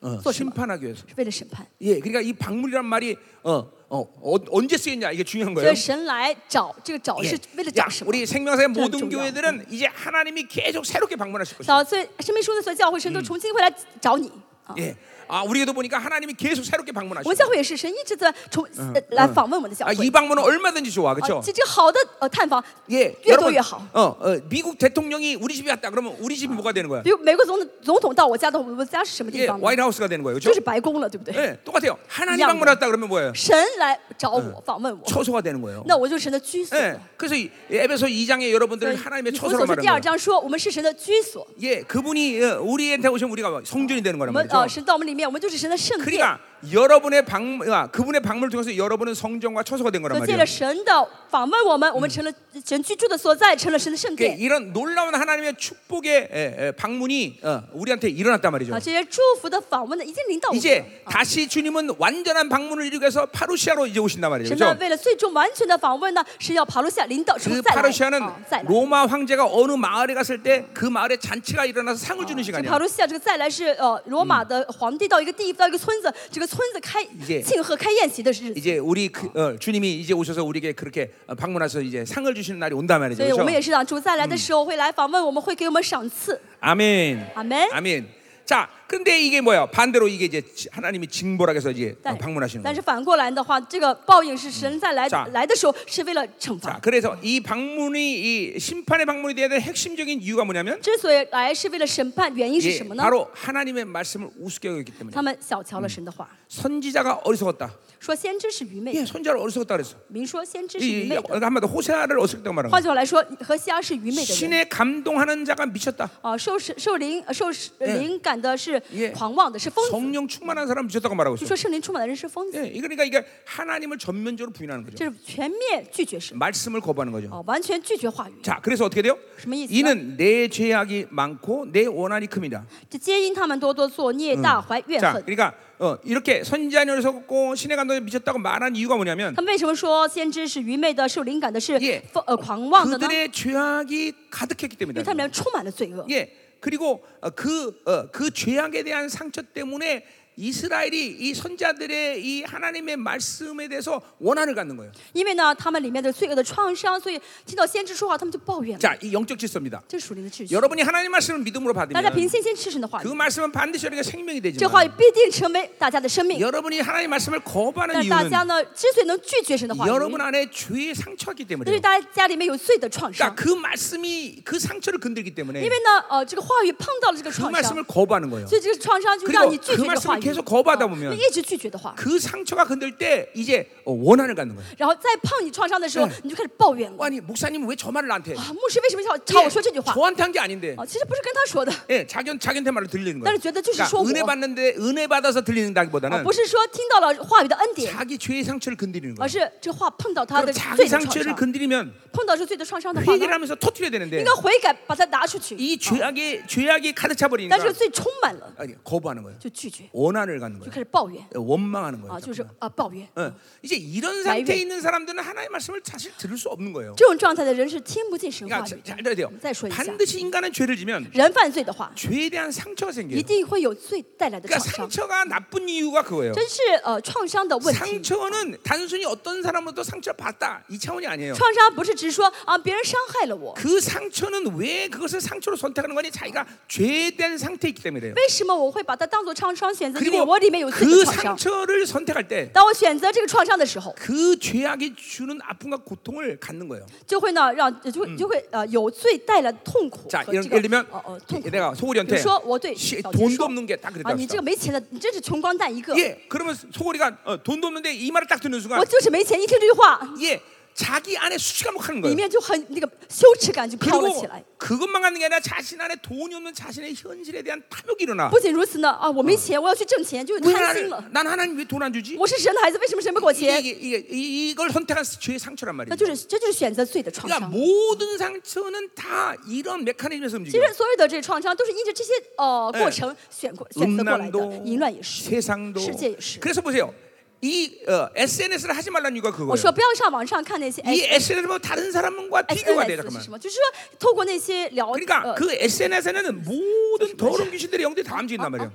A: 어,
B: 또
A: 심판하기 위해서.
B: 是为了审判。
A: 예, 그러니까 이 방문이란 말이 어, 어, 어, 언제 쓰였냐 이게 중요한
B: 所
A: 거예요.
B: 以神来找这个找
A: 예.
B: 是为了
A: 야,
B: 找什么？
A: 우리 생명사의 모든
B: 很重要。
A: 교회들은 이제 하나님이 계속 새롭게 방문하실 것이다.
B: 找所以生命书的所有教会，神都重新会来找你啊。
A: 예. 아, 우리에도 보니까 하나님이 계속 새롭게
B: 我
A: 방문하시고.
B: 们教会也是，神啊一直在重呃来访问我们的教
A: 아,
B: 会
A: 이 。 방문은 얼마든지 좋아.
B: 啊，
A: 그렇죠?
B: 这这个好的呃探访
A: 예,
B: 越多越好。
A: 어, 어, 미국 대통령이 우리 집에 왔다 그러면 우리 집이 뭐가 되는 거야?
B: 比如美国总统总统到我家的哎话，我们家是什么
A: 예,
B: 地方呢？
A: 아. 와이트하우스가 되는 거예요.
B: 就哎
A: 그렇죠?
B: 是白宫了，对不对？
A: 예, 똑같아요. 하나님
B: 양.
A: 방문했다 그러면 뭐예요?
B: 神来找我访问我，
A: 처소가 되는 거예요.
B: 那我就是神的居所。
A: 예, 그래서 이 에베소 2장에 여러분들은
B: 对
A: 하나님의
B: 以弗所
A: 처소라고
B: 书
A: 말하는
B: 第二
A: 거예요.
B: 章说，我们是神的居所。
A: 예, 그분이 어, 우리한테 오시면 우리가 성전이 되는
B: 我
A: 거란
B: 们呃，
A: 말이죠.
B: 神到我们里面，我们就是神的圣殿。
A: 그러니까 여러분의 방, 아, 그분의 방문을 통해서 여러분은 성전과 처소가 된
B: 就
A: 거란
B: 借
A: 말이에요.
B: 着神的访问我们，我们成了呃神居住的所在，成了神的圣
A: 그러니까
B: 殿。
A: 이런 놀라운 하나님의 축복의 에, 에, 방문이 어, 우리한테 일어났단 말이죠.
B: 啊，这些祝福的访问呢，已经临到我们了。
A: 이제 다시 주님은 완전한 방문을 이루기 위해서 파루시아로 이제 오신단 말이죠.
B: 神呢，
A: 그렇죠?
B: 为了最终完全的访问呢，是要爬罗西亚领导出
A: 그
B: 再来，
A: 파루시아는
B: 啊，再来。
A: 로마 황제가 어느 마을에 갔을 때 그 마을에 잔치가 일어나서 상을 주는
B: 这帕
A: 시간이야.
B: 鲁西亚这个再来是呃罗马的皇帝到一个地到一个村子，这个村子开
A: 제
B: 庆贺开宴席的日子。
A: 이제 우리 그, 어, 주님이 이제 오셔서 우리에게 그렇게 어, 방문해서 이제 상을 주시는 날이 온단 말이죠.
B: 所以我们也
A: 그렇죠?
B: 是啊，主再来的时候会来访问我们，会给我们赏赐。
A: 아멘.
B: 아멘.
A: 아멘. 자, 근데 이게 뭐야? 반대로 이게 이제 지- 하나님이 징벌하게 해서 이제 어,
B: 但
A: 방문하시는 거예요.
B: 但是反啊过来的嗯话，这个报应是神在来
A: 자
B: 来的时候是为了惩
A: 자,
B: 罚。
A: 그래서 이 방문이 이 심판의 방문이 되야 될 핵심적인 이유가 뭐냐면
B: 之所以来是为了审判，原因是
A: 예,
B: 什么呢？
A: 바로 하나님의 말씀을 우습게 여겼기 때문에
B: 他们小瞧了神的话，
A: 선지자가 어리석었다.
B: 说先知是愚昧
A: 예,
B: 的，
A: 선지자를 어리석었다 그랬어.
B: 明说先知是
A: 이,
B: 愚
A: 이,
B: 昧的。
A: 한마디로 호세아를 어리석다고 말하는 거야.
B: 换句话来说，和西阿是愚昧的人。
A: 신에 감동하는 자가 미쳤다.
B: 啊，受是受灵受是
A: 예
B: 灵感的是
A: 예.
B: 狂妄的，是疯子。
A: 성령 충만한 사람 미쳤다고 말하고
B: 就
A: 있어.
B: 说圣灵充满的人是疯子。
A: 예, 이- 그러니까 이게 하나님을 전면적으로 부인하는 거죠.
B: 这是全面拒绝神
A: 말씀을 거부하는 거죠.
B: 啊，完全拒绝话语。
A: 자, 그래서 어떻게 돼요?
B: 무슨 뜻이야?
A: 이는 내 죄악이 많고 내 원한이 큽니다.
B: 这皆因他们多多作孽，大怀怨
A: 자,
B: 恨。
A: 그러니까 어, 이렇게 선지자녀를 속고 신의 감동에 미쳤다고 말한 이유가 뭐냐면
B: 他们为什么说先知是愚昧的、受灵感的、是
A: 예
B: 疯呃狂妄的呢？因
A: 그들의 죄악이 가득했기
B: 为
A: 때문이다.
B: 他们俩充满了罪恶。
A: 예. 그리고 어, 그, 어, 그 죄악에 대한 상처 때문에 이스라엘이 이 선자들의 이 하나님의 말씀에 대해서 원한을 갖는 거예요.
B: 因为呢，他们里面的罪恶的创伤，所以听到先知说话，他们就抱怨了。
A: 자, 이 영적 질서입니다.
B: 这是属灵的秩序。
A: 여러분이 하나님 말씀을 믿음으로
B: 大家
A: 받으면
B: 凭信心吃神的话
A: 그
B: 语，
A: 말씀은 반드시 우리가 생명이
B: 这话语
A: 되지만
B: 必定成为大家的生命。
A: 여러분이 하나님 말씀을
B: 但
A: 거부하는
B: 是大
A: 이유는
B: 家呢，之所以能拒绝神的话语，
A: 여러분 안에 죄의 상처였기
B: 那是
A: 때문에요.
B: 大家里面有罪的创
A: 그러니까 。
B: 伤
A: 그 말씀이 그 상처를 건들기
B: 因
A: 때문에
B: 为呢，呃，这个话语碰到了这个
A: 그
B: 创伤，
A: 말씀을 거부하는 거예요.
B: 所以这个创伤就
A: 그리고
B: 让你拒
A: 그
B: 绝这个话
A: 말씀을
B: 语。
A: 계속거부하다보면
B: 啊你一直拒绝的话，
A: 그 상처가 건들 때 이제 어, 원한을 갖는 거예요.
B: 然后再碰你创伤的时候
A: 네 ，
B: 你就开始抱怨了。
A: 아니 목사님 왜 저 말을 나한테? 해?
B: 啊，牧师为什么要朝我说这句话？
A: 아, 저한테 한 게 아닌데.
B: 啊，其实不是跟他说的，
A: 예, 자기한 자기한테 말을 들리는 거예요.
B: 나는 죄다 죄다
A: 그러니까
B: 죄다
A: 은혜
B: 죄다
A: 받는데 은혜 받아서 들리는다기보다는 아,
B: 啊，不是说听到了话语的恩典，
A: 자기 죄의 상처를 건드리는
B: 而
A: 거예요.
B: 是这话碰到他的
A: 그럼
B: 罪
A: 자기
B: 的创
A: 상처를
B: 伤，
A: 건드리면
B: 碰到是罪的创伤的话呢，
A: 회개를 하면서 터뜨려야 되는데
B: 应该悔改把它拿出去。
A: 이
B: 啊
A: 죄악에 죄악이 가득 차
B: 但
A: 버리니까
B: 是罪充满了，
A: 아니, 거부하는 거예요.
B: 就拒绝，
A: 원한을 갖는
B: 就
A: 거예요.
B: 开始抱怨
A: 예, 원망하는 거예요.
B: 啊，就是
A: 자꾸만.
B: 啊抱怨。
A: 어, 이제 이런 상태에 있는 사람들은 하나님의 말씀을 사실 들을 수 없는 거예요.
B: 这种状态的人是听不进神话
A: 그러니까
B: 语
A: 자-
B: 的
A: 잘 들어야 。
B: 我
A: 돼요.
B: 们再说一下，
A: 반드시 인간은 죄를 지면
B: 人犯罪的话，
A: 죄에 대한 상처가
B: 一
A: 생겨요.
B: 定会有罪带来的
A: 그러니까
B: 创伤。
A: 상처가 나쁜 이유가 그거예요.
B: 真是呃创伤的问题。
A: 상처는 단순히 어떤 사람으로부터 상처를 받다 이 차원이 아니에요.
B: 创伤不是只说啊别人伤害了我，
A: 그 상처는 왜 그것을 상처로 선택하는 거니? 자기가 죄에 대한 상태이기 때문에요.
B: 为什么我会把它当做创伤选择？因为
A: 그리고
B: 我里面有自己
A: 그
B: 的创伤。
A: 상처를 선택할 때.
B: 当我选择这个创伤的时候，
A: 그 죄악이 주는 아픔과 고통을 갖는 거예요.
B: 就会呢让就会就会呃有罪带来的痛苦
A: 자,
B: 和
A: 예를, 예를
B: 这个
A: 들면
B: 呃呃痛苦。
A: 내가
B: 比如
A: 소골이한테
B: 说我对
A: 시-
B: 小杰
A: 돈도
B: 说
A: 없는 게 딱 그랬다
B: 啊你
A: 합시다.
B: 这个没钱的，你真是穷光
A: 그
B: 蛋一个。
A: 예, 그러면 소골이가 어, 돈도 없는데 이 말을 딱 듣는 순간
B: 我就是没钱，一听这句话，
A: 예 자기 안에 수치감옥하는
B: 里
A: 거예요.
B: 面就很那个羞耻感就飘了
A: 그리고
B: 起来。
A: 그것만 갖는 게 아니라 자신 안에 돈이 없는 자신의 현실에 대한 탐욕이 일어나.
B: 不仅如此呢，啊，我没钱，我要去挣钱，就
A: 왜
B: 贪
A: 나는
B: 心了。
A: 난 하나님 왜 돈 안 주지?
B: 我是神的孩子，为什么神不给我
A: 이게,
B: 钱？
A: 이게, 이게 이걸 선택한 뭐, 그러니까 죄의 상처란
B: 那
A: 말이에요.
B: 就是这就是选择罪的创
A: 그러니까
B: 伤。
A: 모든 상처는 다 이런 메커니즘에서
B: 其
A: 움직여요.
B: 实所有的这些创伤都是因着这些呃过程选过选择过来的
A: 음란도, ，
B: 淫乱也是，
A: 세상도.
B: 世界也是。
A: 그래서 보세요. 이 어, SNS를 하지 말라는 이유가
B: 我
A: 그거예요.
B: 说不要上网上看那些
A: 이
B: S
A: SNS를 보면 뭐 다른 사람과
B: S
A: 비교가 돼
B: N S 是
A: 잠깐만.
B: 什么？就是说透过那些聊
A: 그러니까
B: 呃
A: 그 SNS에는 모든 더러운 귀신들의 영들이 다 움직인단 말이에요.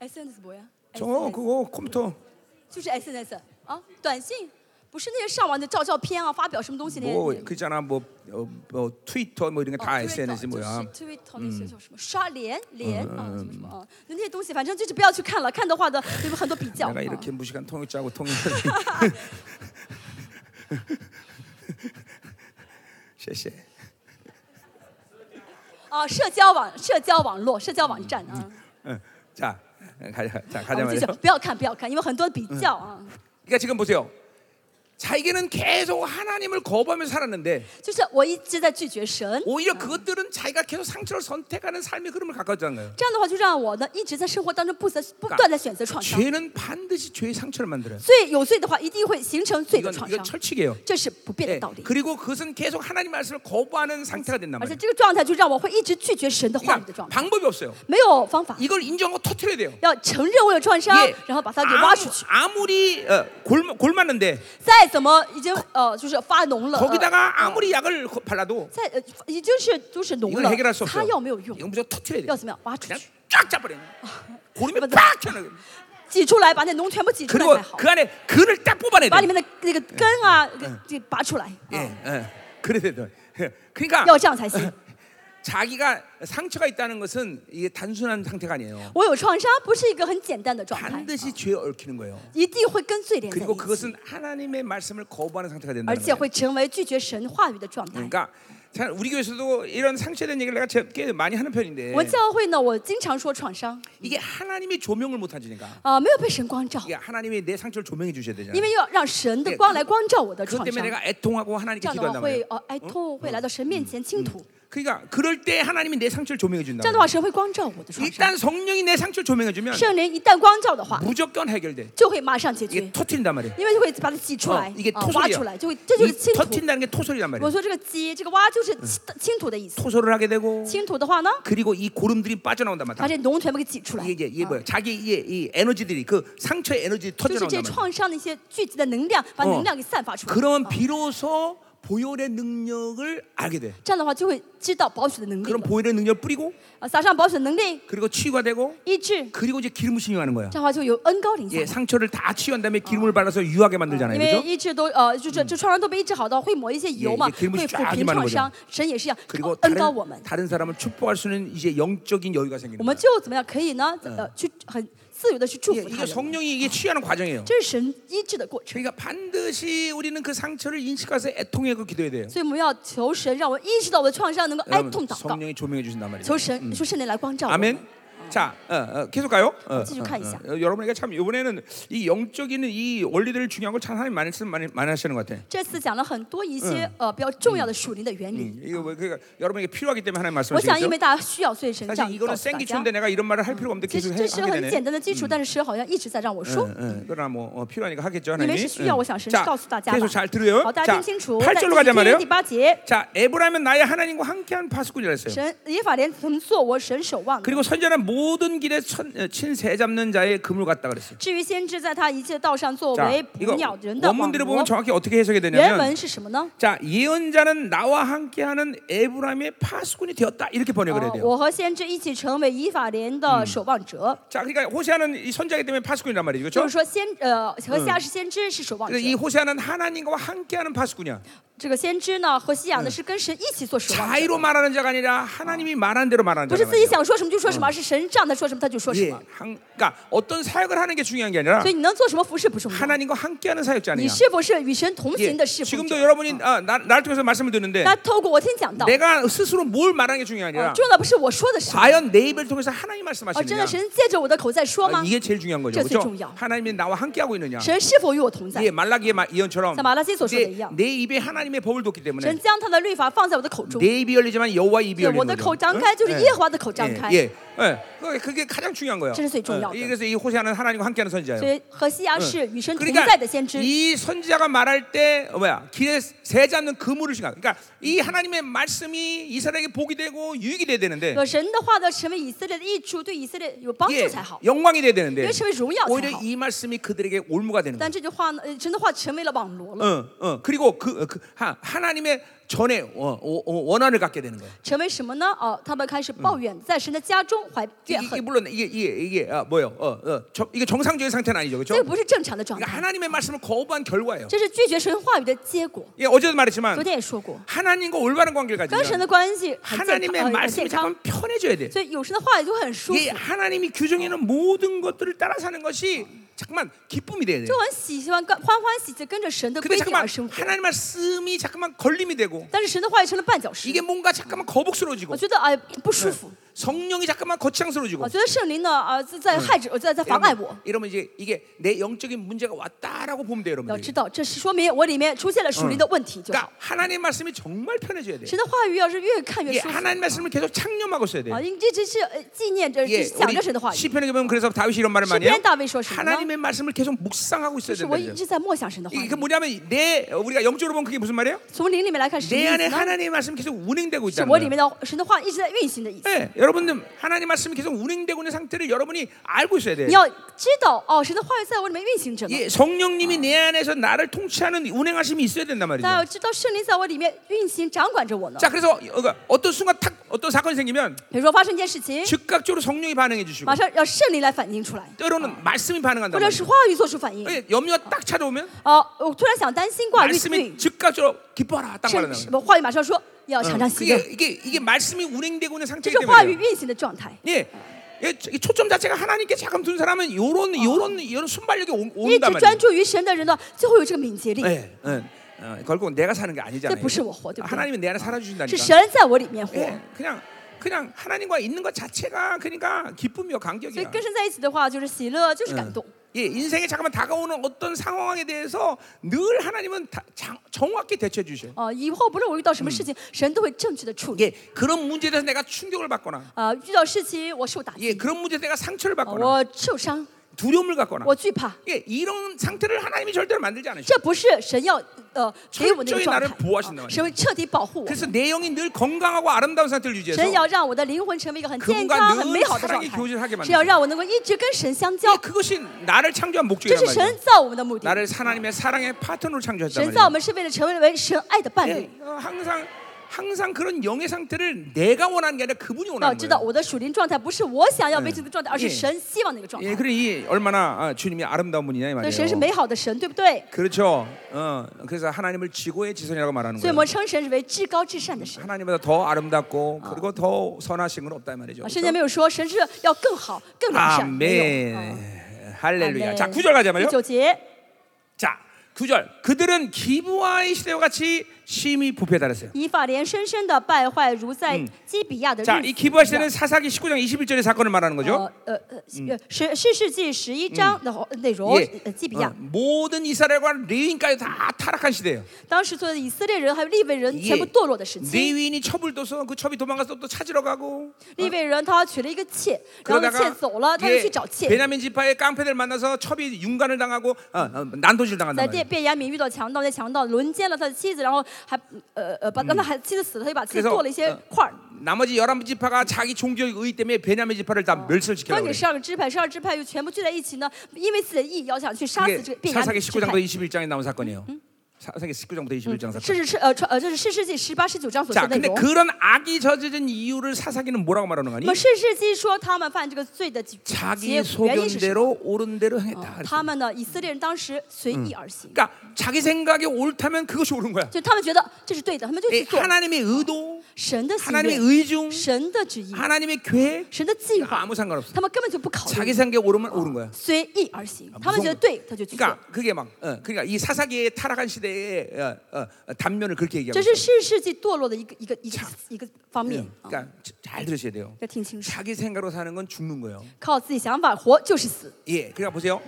B: S N S 뭐야？
A: 저
B: SNS
A: 그거 컴퓨터
B: 就是 S N S 啊，短信不是那些上网的照照片啊，发表什么东西那些。哦
A: 뭐 그 있잖아 뭐, 어, 뭐 트위터 뭐 이런 게 다 SNS 뭐야.
B: 就是 Twitter 那些叫什么刷脸脸啊，什么什么啊，那那些东西反正就是不要去看了，看的话的有很多比 较。
A: 내가
B: 啊
A: 이렇게 무식한 통역자하고 통역. 셰셰.
B: 啊，社交网社交网络社交网站啊，
A: 응. 자 가자 자
B: 我
A: 가자
B: 们继
A: 말이야.
B: 续不要看不要看，因为很多比较啊，
A: 그러니까 지금 보세요. 자기는 계속 하나님을 거부하면서 살았는데
B: 就是我一直在拒绝神，
A: 오히려 그것들은 자기가 계속 상처를 선택하는 삶의 흐름을 가까워졌던 거예요.
B: 这样的话就让我呢一直在生活当中不择不
A: 干
B: 断的选择
A: 아,
B: 创伤，
A: 죄는 반드시 죄의 상처를 만들어요.
B: 罪有罪的话一定会形成哎罪的
A: 이건
B: 创
A: 이건
B: 伤，
A: 철칙이에요.
B: 这是不变
A: 예,
B: 的道理。
A: 그리고 그것은 계속 하나님 말씀을 거부하는 상태가 된단
B: 而且
A: 말이에요.
B: 这个状态就让我会一直拒绝神的话语的
A: 그러니까
B: 状态，
A: 방법이 없어요.
B: 没有方法，
A: 이걸 인정하고 터트려야 돼요.
B: 要承认我有创伤
A: 예. ，
B: 然后把它给挖出去。
A: 아무, 리 어, 골, 골맞는데
B: 再怎么已经呃就是发脓
A: 어,
B: 了，呃
A: 거기다가 아무리 약을 거- 발라도
B: 再呃已经是就是脓
A: 이걸 해결할 수
B: 了，擦
A: 없어요.
B: 药没有用，
A: 이건 무조건 터트려야
B: 要
A: 돼요.
B: 怎么样挖出
A: 그냥
B: 去，
A: 쫙 짜버려요. 고름에
B: 맞아.
A: 팍 튀어나와요.
B: 挤出来把那脓全部挤出来
A: 그리고
B: 才好，
A: 그 안에 근을 딱 뽑아내야
B: 把里
A: 돼요.
B: 面的那个根啊给给拔出来，啊
A: 예, 예. 그래야 돼요. 그러니까
B: 要这样才行。
A: 자기가 상처가 있다는 것은 이게 단순한 상태가 아니에요.
B: 我有创伤不是一个很简单的状态，
A: 반드시 죄에 얽히는 거예요.
B: 一定会跟罪连在
A: 그리고
B: 一起，
A: 그것은 하나님의 말씀을 거부하는 상태가 된다는
B: 而且
A: 거예요.
B: 会成为拒绝神话语的状态。
A: 그러니까 참 우리 교회에서도 이런 상처된 얘기를 내가 제가 꽤 많이 하는 편인데
B: 我教会呢，我经常说创伤
A: 이게 하나님이 조명을 못 하시니까
B: 啊、没有被神光照，
A: 이게 하나님이 내 상처를 조명해 주셔야
B: 因
A: 되잖아요.
B: 为要让神
A: 예
B: 的光来光照我的
A: 그것
B: 创
A: 때문에
B: 伤，
A: 내가 애통하고
B: 这
A: 하나님께
B: 样的话
A: 기도한단
B: 会
A: 말이에요.
B: 呃哀痛，会来到神面前倾吐。
A: 그러니까 그럴 때 하나님이 내 상처를 조명해
B: 这
A: 준다.
B: 样的话，神会光照我的创伤。
A: 일단 성령이 내 상처를 조명해 주면
B: 圣灵一旦光照的话，
A: 무조건 해결돼.
B: 就会马上解决
A: 이게 ， 터트린단 말이에요.
B: 因为就会把它挤出
A: 어,
B: 来
A: 이게 ，
B: 啊、挖出
A: 토솔이에요.
B: 来，就会这就是
A: 이
B: 倾吐。
A: 터트린다는 게 토솔이란
B: 我
A: 말이에요.
B: 说这个挤，这个挖就是倾倾吐的意思。
A: 토솔을 하게 되고
B: 倾吐的话呢，
A: 그리고 이 고름들이 빠져나온단
B: 把
A: 말이야.
B: 这脓全部给挤出来
A: 이게 ， 이제 이게
B: 啊
A: 뭐야? 자기 이게 이 에너지들이 그 상처의 에너지
B: 就是这
A: 터져나온단 말이야.
B: 创伤的一些聚集的能量，把
A: 어
B: 能量给散发出来。
A: 그러면
B: 啊
A: 비로소 보혈의 능력을 알게 돼.
B: 这样的话，就会知道保血的能力
A: 그럼
B: 了
A: 보혈의 능력 뿌리고
B: 啊，撒上保血的能力，
A: 그리고 치유가 되고
B: 医治，
A: 그리고 이제 기름을 신용하는 거야.
B: 这样的话就有恩高临下
A: 예, 。 상처를 다 치유한 다음에 기름을 발라서 유하게
B: 因
A: 만들잖아요.
B: 为
A: 그죠?
B: 医治都呃，就这这创伤都被医治好的，会抹一些油嘛，
A: 예
B: 会
A: 예기름을쫙
B: 抚平
A: 이만하는거죠
B: 创伤。神也是一样，
A: 그리고
B: 恩高我
A: 다른,
B: 们。
A: 다른 사람을 축복할 수 있는 이제 영적인 여유가 생기는
B: 我
A: 거야.
B: 们就怎么样可以呢？呃，去很自由的去祝
A: 예,
B: 福他
A: 이게
B: 人。
A: 성령이 이게 치유하는 과정이에요.
B: 这是神医治的过程，
A: 그러니까 반드시 우리는 그 상처를 인식해서 애통하고 기도해야 돼요.
B: 所以我们要求神让我意识到我的嗯创伤，能够哀
A: 여러분,
B: 痛祷告，
A: 성령이 조명해 주신단 말이에요.
B: 求神，求圣灵来光照我们。
A: 아멘. 자, 어, 어, 계속 가요. 어, 어,
B: 계속 가이자.
A: 어, 어, 여러분에게 참 이번에는 이 영적인 이 원리들을 중요한 걸참 하나님 많이 쓰 많이 많이 하시는 것 같아.
B: 这次讲了很多一些呃比较重要的属灵的原
A: 음,
B: 理，
A: 이거 뭐 그러니까 여러분에게 필요하기 때문에 하나님
B: 我想
A: 말씀하시죠.
B: 因为大家需要，所以神这
A: 사실
B: 样告
A: 이거는
B: 诉
A: 센
B: 大
A: 기초인데
B: 家。
A: 내가 이런 말을 할 필요가 없는데
B: 其
A: 계속
B: 实
A: 해,
B: 这是
A: 하게
B: 很
A: 되네.
B: 简单的基嗯础，但是神好像一直在让我说。
A: 응, 응. 그러나 뭐 어, 필요하니까 하겠죠
B: 이메시
A: 하나님.
B: 필요하고 사실
A: 자,
B: 필요하고 사실
A: 계속
B: 필요하고
A: 잘 들어요.
B: 好，大家
A: 자,
B: 听清楚。在
A: 8절로 가자
B: 今天
A: 말이에요.
B: 第八节，
A: 자, 에브라임은 나의 하나님과 함께한 파수꾼이라 했어요.
B: 神耶法连曾做我神守望的。
A: 그리고 선자는 모든 길에 천, 어, 친세 잡는 자의 금을 갖다 그랬어요.
B: 至于先知，在他一切道上作
A: 자,
B: 为捕
A: 이거
B: 鸟人的网
A: 원문대로 보면
B: 罗。
A: 정확히 어떻게 해석이
B: 原
A: 되냐면
B: 文是什么呢？
A: 자, 예언자는 나와 함께하는 에브라임의 파수꾼이 되었다. 이렇게 번역을 해야
B: 哦
A: 돼요.
B: 我和先知一起成为以法莲的守望者，
A: 자, 그러니까 호세아는 이 선자이기 때문에 파수꾼이란 말이죠.
B: 就
A: 그렇죠?
B: 是说先呃和西亚是先知是守望者
A: 그래서 ，이 호세아는 하나님과 함께하는 파수꾼이야.
B: 这个先知呢和西亚呢是跟嗯神一起做守望者，
A: 자의로 말하는 자가 아니라 하나님이 말한 대로 말하는
B: 不是
A: 자가
B: 自己
A: 아니라.
B: 想说什么嗯就说什么，而是神让他说什么他就说什
A: 예,
B: 么。
A: 한, 그러니까 어떤 사역을 하는 게 중요한 게 아니라
B: 所以你能做什么服侍不重要，
A: 하나님과 함께하는 사역자네요.
B: 你啊是否是与神同
A: 예,
B: 行的侍奉
A: 지금도
B: 者？
A: 여러분이 아, 나, 나를 어, 통해서 말씀을 듣는데
B: 那透过我听讲道，
A: 내가 스스로 뭘 말하는 게 중요한 게
B: 呃
A: 아니라
B: 重要的不是我说的什么，
A: 과연 내 입을 통해서 하나님
B: 而真
A: 말씀하시느냐
B: 的神借着我的口在说
A: 아,
B: 吗？
A: 이게 제일 중요한 거죠.
B: 제일
A: 그렇죠?
B: 중요.
A: 하나님이 나와 함께하고 있느냐
B: 神是否与我同在
A: 예, ？ 말라기의 마- 예언처럼
B: 자, 말라기에서
A: 내,
B: 소개해요.
A: 내 입에 하나님의 법을 뒀기
B: 神
A: 때문에
B: 将他的律法放在我的口中，
A: 내 입이 열리지만 여호와의 입이
B: 对我
A: 열리는
B: 的
A: 거죠.
B: 口张开就是耶和华的口张
A: 예,
B: 开。
A: 예, 예. 그게- 그게 가장 중요한 거예요.
B: 진짜 제일 중요하다.
A: 예, 그래서 이 호세아는 하나님과 함께하는 선지자예요.
B: 所以何西阿是与神同在的先
A: 그러니까
B: 知。
A: 이 선지자가 말할 때 어, 뭐야 길에 세지 않는 그물을 신각. 그러니까 이 하나님의 말씀이 이스라엘에게 복이 되고 유익이 돼야 되는데
B: 有神的话呢，成为以色列的益处，对以色列有帮助
A: 예,
B: 才好，
A: 영광이 돼야
B: 因
A: 되는데
B: 为成为荣耀才
A: 오히려
B: 好。
A: 이 말씀이 그들에게 올무가 되는 거예요.
B: 但这句话呢，呃神的话成为了网罗了，
A: 어, 어. 그리고 그, 그 하, 하나님의 전에 어, 어, 어, 원한을 갖게 되는 거예요.
B: 成为什么呢？哦、他们开始抱怨，在神的家中怀
A: 이게,
B: 怨
A: 이게
B: 恨，
A: 물론 이게 이게, 이게 아, 뭐요? 어, 어, 저, 이게 정상적인 상태는 아니죠,
B: 这个
A: 그렇죠?
B: 不是正常的状
A: 그러니까
B: 态，
A: 하나님의 말씀을 거부한 결과예요.
B: 这是拒绝神话语的结果。
A: 예, 어제도 말했지만
B: 昨天也说过，
A: 하나님과 올바른 관계를
B: 跟
A: 가지면
B: 神的关系很健康，
A: 하나님의
B: 呃很健
A: 말씀이
B: 康，
A: 잠깐 편해져야 돼.
B: 所以有神的话语就会很舒服，
A: 이 하나님이 규정해놓은 모든 것들을 따라 사는 것이 잠깐만 기쁨이 돼야 돼.
B: 就很喜喜欢跟欢欢喜喜地跟着神的
A: 근데
B: 规定
A: 잠깐만
B: 而生活。
A: 하나님 말씀이 잠깐만 걸림이 되고
B: 但是神的话语成了绊脚石
A: 이게 ， 뭔가 잠깐만
B: 我
A: 거북스러워지고
B: 觉得哎不舒服，
A: 성령이 잠깐만 거창스러워지고
B: 我觉得圣灵呢啊在在害着，在在妨碍我
A: 이러면, 。 이러면 이제 이게 내 영적인 문제가 왔다라고 보면 돼요,
B: 要知
A: 여러분들.
B: 道，这是说明我里面出现了属灵的问题就好。
A: 그러니까 하나님 말씀이 정말 편해져야 돼.
B: 神的话语要是越看越
A: 이게
B: 舒服
A: 하나님 말씀을 계속 창념하고 써야 돼.
B: 啊，因为这只是呃纪念着、
A: 예,
B: 想着神的话
A: 우리
B: 语。
A: 시편에 보면 그래서 다윗이 이런 말을 많이 해요.
B: 시편 다윗이 뭐 무엇입니까?
A: 하나님의 말씀을 계속 묵상하고 있어야
B: 就是我一
A: 된다.
B: 直在默想神的话
A: 이게 그
B: 语。
A: 뭐냐면 내 우리가 영적으로 보면 그게 무슨 말이에요?
B: 从灵里面来看，什么
A: 내
B: 意
A: 안에
B: 思呢？
A: 하나님의 말씀이 계속 운행되고
B: 是
A: 있다는
B: 我里
A: 거예요.
B: 面的神的话一直在运行的意思。
A: 네, 여러분들 하나님 말씀이 계속 운행되고 있는 상태를 여러분이 알고 있어야 돼요.
B: 你要知道哦，神的话语在我里面运行着呢。
A: 예,
B: 아.
A: 성령님이 내 안에서 나를 통치하는 운행하심이 있어야 된단
B: 大家
A: 말이죠.
B: 要知道圣灵在我里面运行、掌管着我呢。
A: 자, 그래서 어, 어떤 순간 탁 어떤 사건이 생기면
B: 比如说发生一件事情，
A: 즉각적으로 성령이 반응해 주시고
B: 马上要圣灵来反应出来，
A: 때로는 말씀이 반응한단
B: 或者是
A: 말이죠.
B: 话语做出反应。
A: 예, 염려가 딱 찾아오면
B: 哦、我突然想担心
A: 그
B: 挂虑虑
A: 말씀이 ， 즉각적으로 기뻐라 딱
B: 圣
A: 말하는 거예요.
B: 什么话语马上说要常常喜
A: 그게
B: 乐，
A: 이게 이게 말씀이 운행되고 있는
B: 这
A: 상태이기
B: 是话
A: 때문에
B: 语
A: 뭐 그래요.
B: 运行的状态。
A: 예. 예, 이 초점 자체가 하나님께 잠깐 둔 사람은 요런 요런 요런 아. 순발력이 오,
B: 一直
A: 온단 말이에요.
B: 专注于神的人呢，就会有这个敏捷力，
A: 예, 예. 어, 결국 내가 사는 게 아니잖아요.
B: 네, 不是我活，对不对？
A: 하나님이 내 안에 살아
B: 是
A: 주신다니까.
B: 神在我里面活。
A: 예, 그냥 그냥 하나님과 있는 것 자체가 그러니까 기쁨이요
B: 所以
A: 감격이야.
B: 跟神在一起的话，就是喜乐，就是感动。
A: 예, 인생에 잠깐만 다가오는 어떤 상황에 대해서 늘 하나님은 다, 장, 정확히 대처해 주셔. 요
B: 啊、以后不论我遇到什么事情，神都会正确的处理。
A: 예, 그런 문제에 대해서 내가 충격을 받거나,
B: 啊、遇到事情我受打击，
A: 예, 그런 문제에 내가 상처를
B: 啊
A: 받거나,
B: 我受伤，
A: 두려움을 갖거나,
B: 我惧怕，
A: 예, 이런 상태를 하나님이 절대로 만들지 않으셔.
B: 这不是神要呃给我那个状态
A: 철저히나를보호하신단
B: 啊
A: 말이야
B: 神会彻底保护我。
A: 그래서 내 영이 늘 건강하고 아름다운 상태를
B: 神
A: 유지해서
B: 要让我的灵魂成为一个很
A: 그분과
B: 健康、
A: 늘
B: 很美好的
A: 사랑의
B: 状态
A: 교제를하게만드세요 ，
B: 是要让我能够一直跟神相交
A: 예, ， 그것이 나를 창조한
B: 这
A: 목적이란
B: 是
A: 말이에요.
B: 神造我们的目的。
A: 나를 하나님의 사랑의 파트너로 창조했단
B: 神造我
A: 말이에요.
B: 们是为了成为神爱的伴侣。
A: 예, 어, 항상 항상 그런 영의 상태를 내가 원하는 게 아니라 그분이
B: 要
A: 원하는
B: 知道
A: 거예요.
B: 我的属灵状态不是我想要维持的状态，而是
A: 예
B: 神希望的一个状
A: 예,
B: 态。
A: 그래 이 얼마나 아, 주님이 아름다운 분이냐 이
B: 所以神是
A: 말이에요.
B: 美好的神，对不对？
A: 그렇죠. 어, 그래서 하나님을 지고의 지선이라고 말하는
B: 所以我们
A: 거예요.
B: 称神是为至高至善的神。啊
A: 하나님보다 더 아름답고 그리고 더 선하신 건 없다 이 말이죠. 그렇죠?
B: 圣经没有说神是要更好、更完善，
A: 아멘.
B: 没有。啊
A: 할렐루야. 자,
B: 아멘.
A: 구절 가자
B: 第
A: 말이요.
B: 九节，
A: 어. 그렇죠. 자, 구절 그들은 기부와의 시대와 같이 심히 부패에 달했어요.
B: 以法莲深深的败坏如嗯在基比亚的日子
A: 자,
B: 一
A: 이 기부와
B: 样
A: 시대는 사사기 19장 21절의 사건을 말하는 거죠.
B: 呃呃呃，十十世纪十一章的呃内容
A: 예. ，
B: 呃基比
A: 어,
B: 亚
A: 모든 이스라엘과 레위인까지 다 타락한 시대예요.
B: 当时所有的以色列人还有利未人
A: 예.
B: 全部堕落的时期。
A: 레위인이 첩을 둬서 그 첩이 도망가서 또 찾으러 가고
B: 利未人他娶了一个妾，然后
A: 그러다가
B: 妾走了，他又
A: 예,
B: 去找妾。
A: 베냐민 지파의 깡패들 만나서 첩이 윤관을 당하고 어, 어, 난도질
B: 在
A: 당한단
B: 便
A: 말이에요.
B: 便雅敏遇到强盗，那强盗轮奸了他的妻子，然后还呃呃把让他还妻子死了，他就把妻
A: 그래
B: 子
A: 서
B: 剁了一些
A: 어
B: 块儿。
A: 나머지 열한 지파가 자기 종교의 의 때문에 베냐민 지파를 다
B: 分
A: 멸설시키려고 그래요.
B: 给十二个支派，十二支派又全部聚在一起呢，因为自己的意要想去杀死这个
A: 이게
B: 便雅
A: 사사기
B: 敏支派
A: 19장도 。 21장에 나온 사건이에요. 사사기 19장부터 21장 사건.
B: 甚至是呃传呃，这是四世纪十八、十九章所说
A: 자,
B: 的内
A: 근데
B: 容。
A: 그런 악이 저지른 이유를 사사기는 뭐라고 말하는 거니?
B: 那么世世纪说他们犯这个罪的结
A: 자기
B: 结原因是什么？
A: 소견대로 옳은 대로 행했다.
B: 他们呢，以色列人当时随意而行，
A: 그러니까 자기 생각이 옳다면 그것이 옳은 거야.
B: 就他们觉得这是对的，他们就去
A: 이
B: 做
A: 하나님의 의도,
B: 神的心
A: 하나님의
B: 愿、
A: 의중,
B: 神的旨意、
A: 하나님의 계획
B: 神的计划，
A: 아무 상관없어.
B: 他们根本就不考
A: 啊 자기
B: 虑，
A: 생각이 옳으면 옳은 거야.
B: 随意而行
A: 아 。
B: 他们觉得对，他就去做。
A: 그러니까 그게 막 어, 그러니까 이 사사기의 타락한 시대의 어, 어, 어, 단면을 그렇게
B: 这
A: 얘기하고
B: 是
A: 있어요.
B: 世世纪堕落的一个一个一个一个方面啊，
A: 嗯 그러니까 자- 잘 들으셔야 돼요.
B: 要听清楚。
A: 자기 생각으로 사는 건 죽는 거예요.
B: 靠自己想法活就是死。
A: 예, 그러니까 보세요.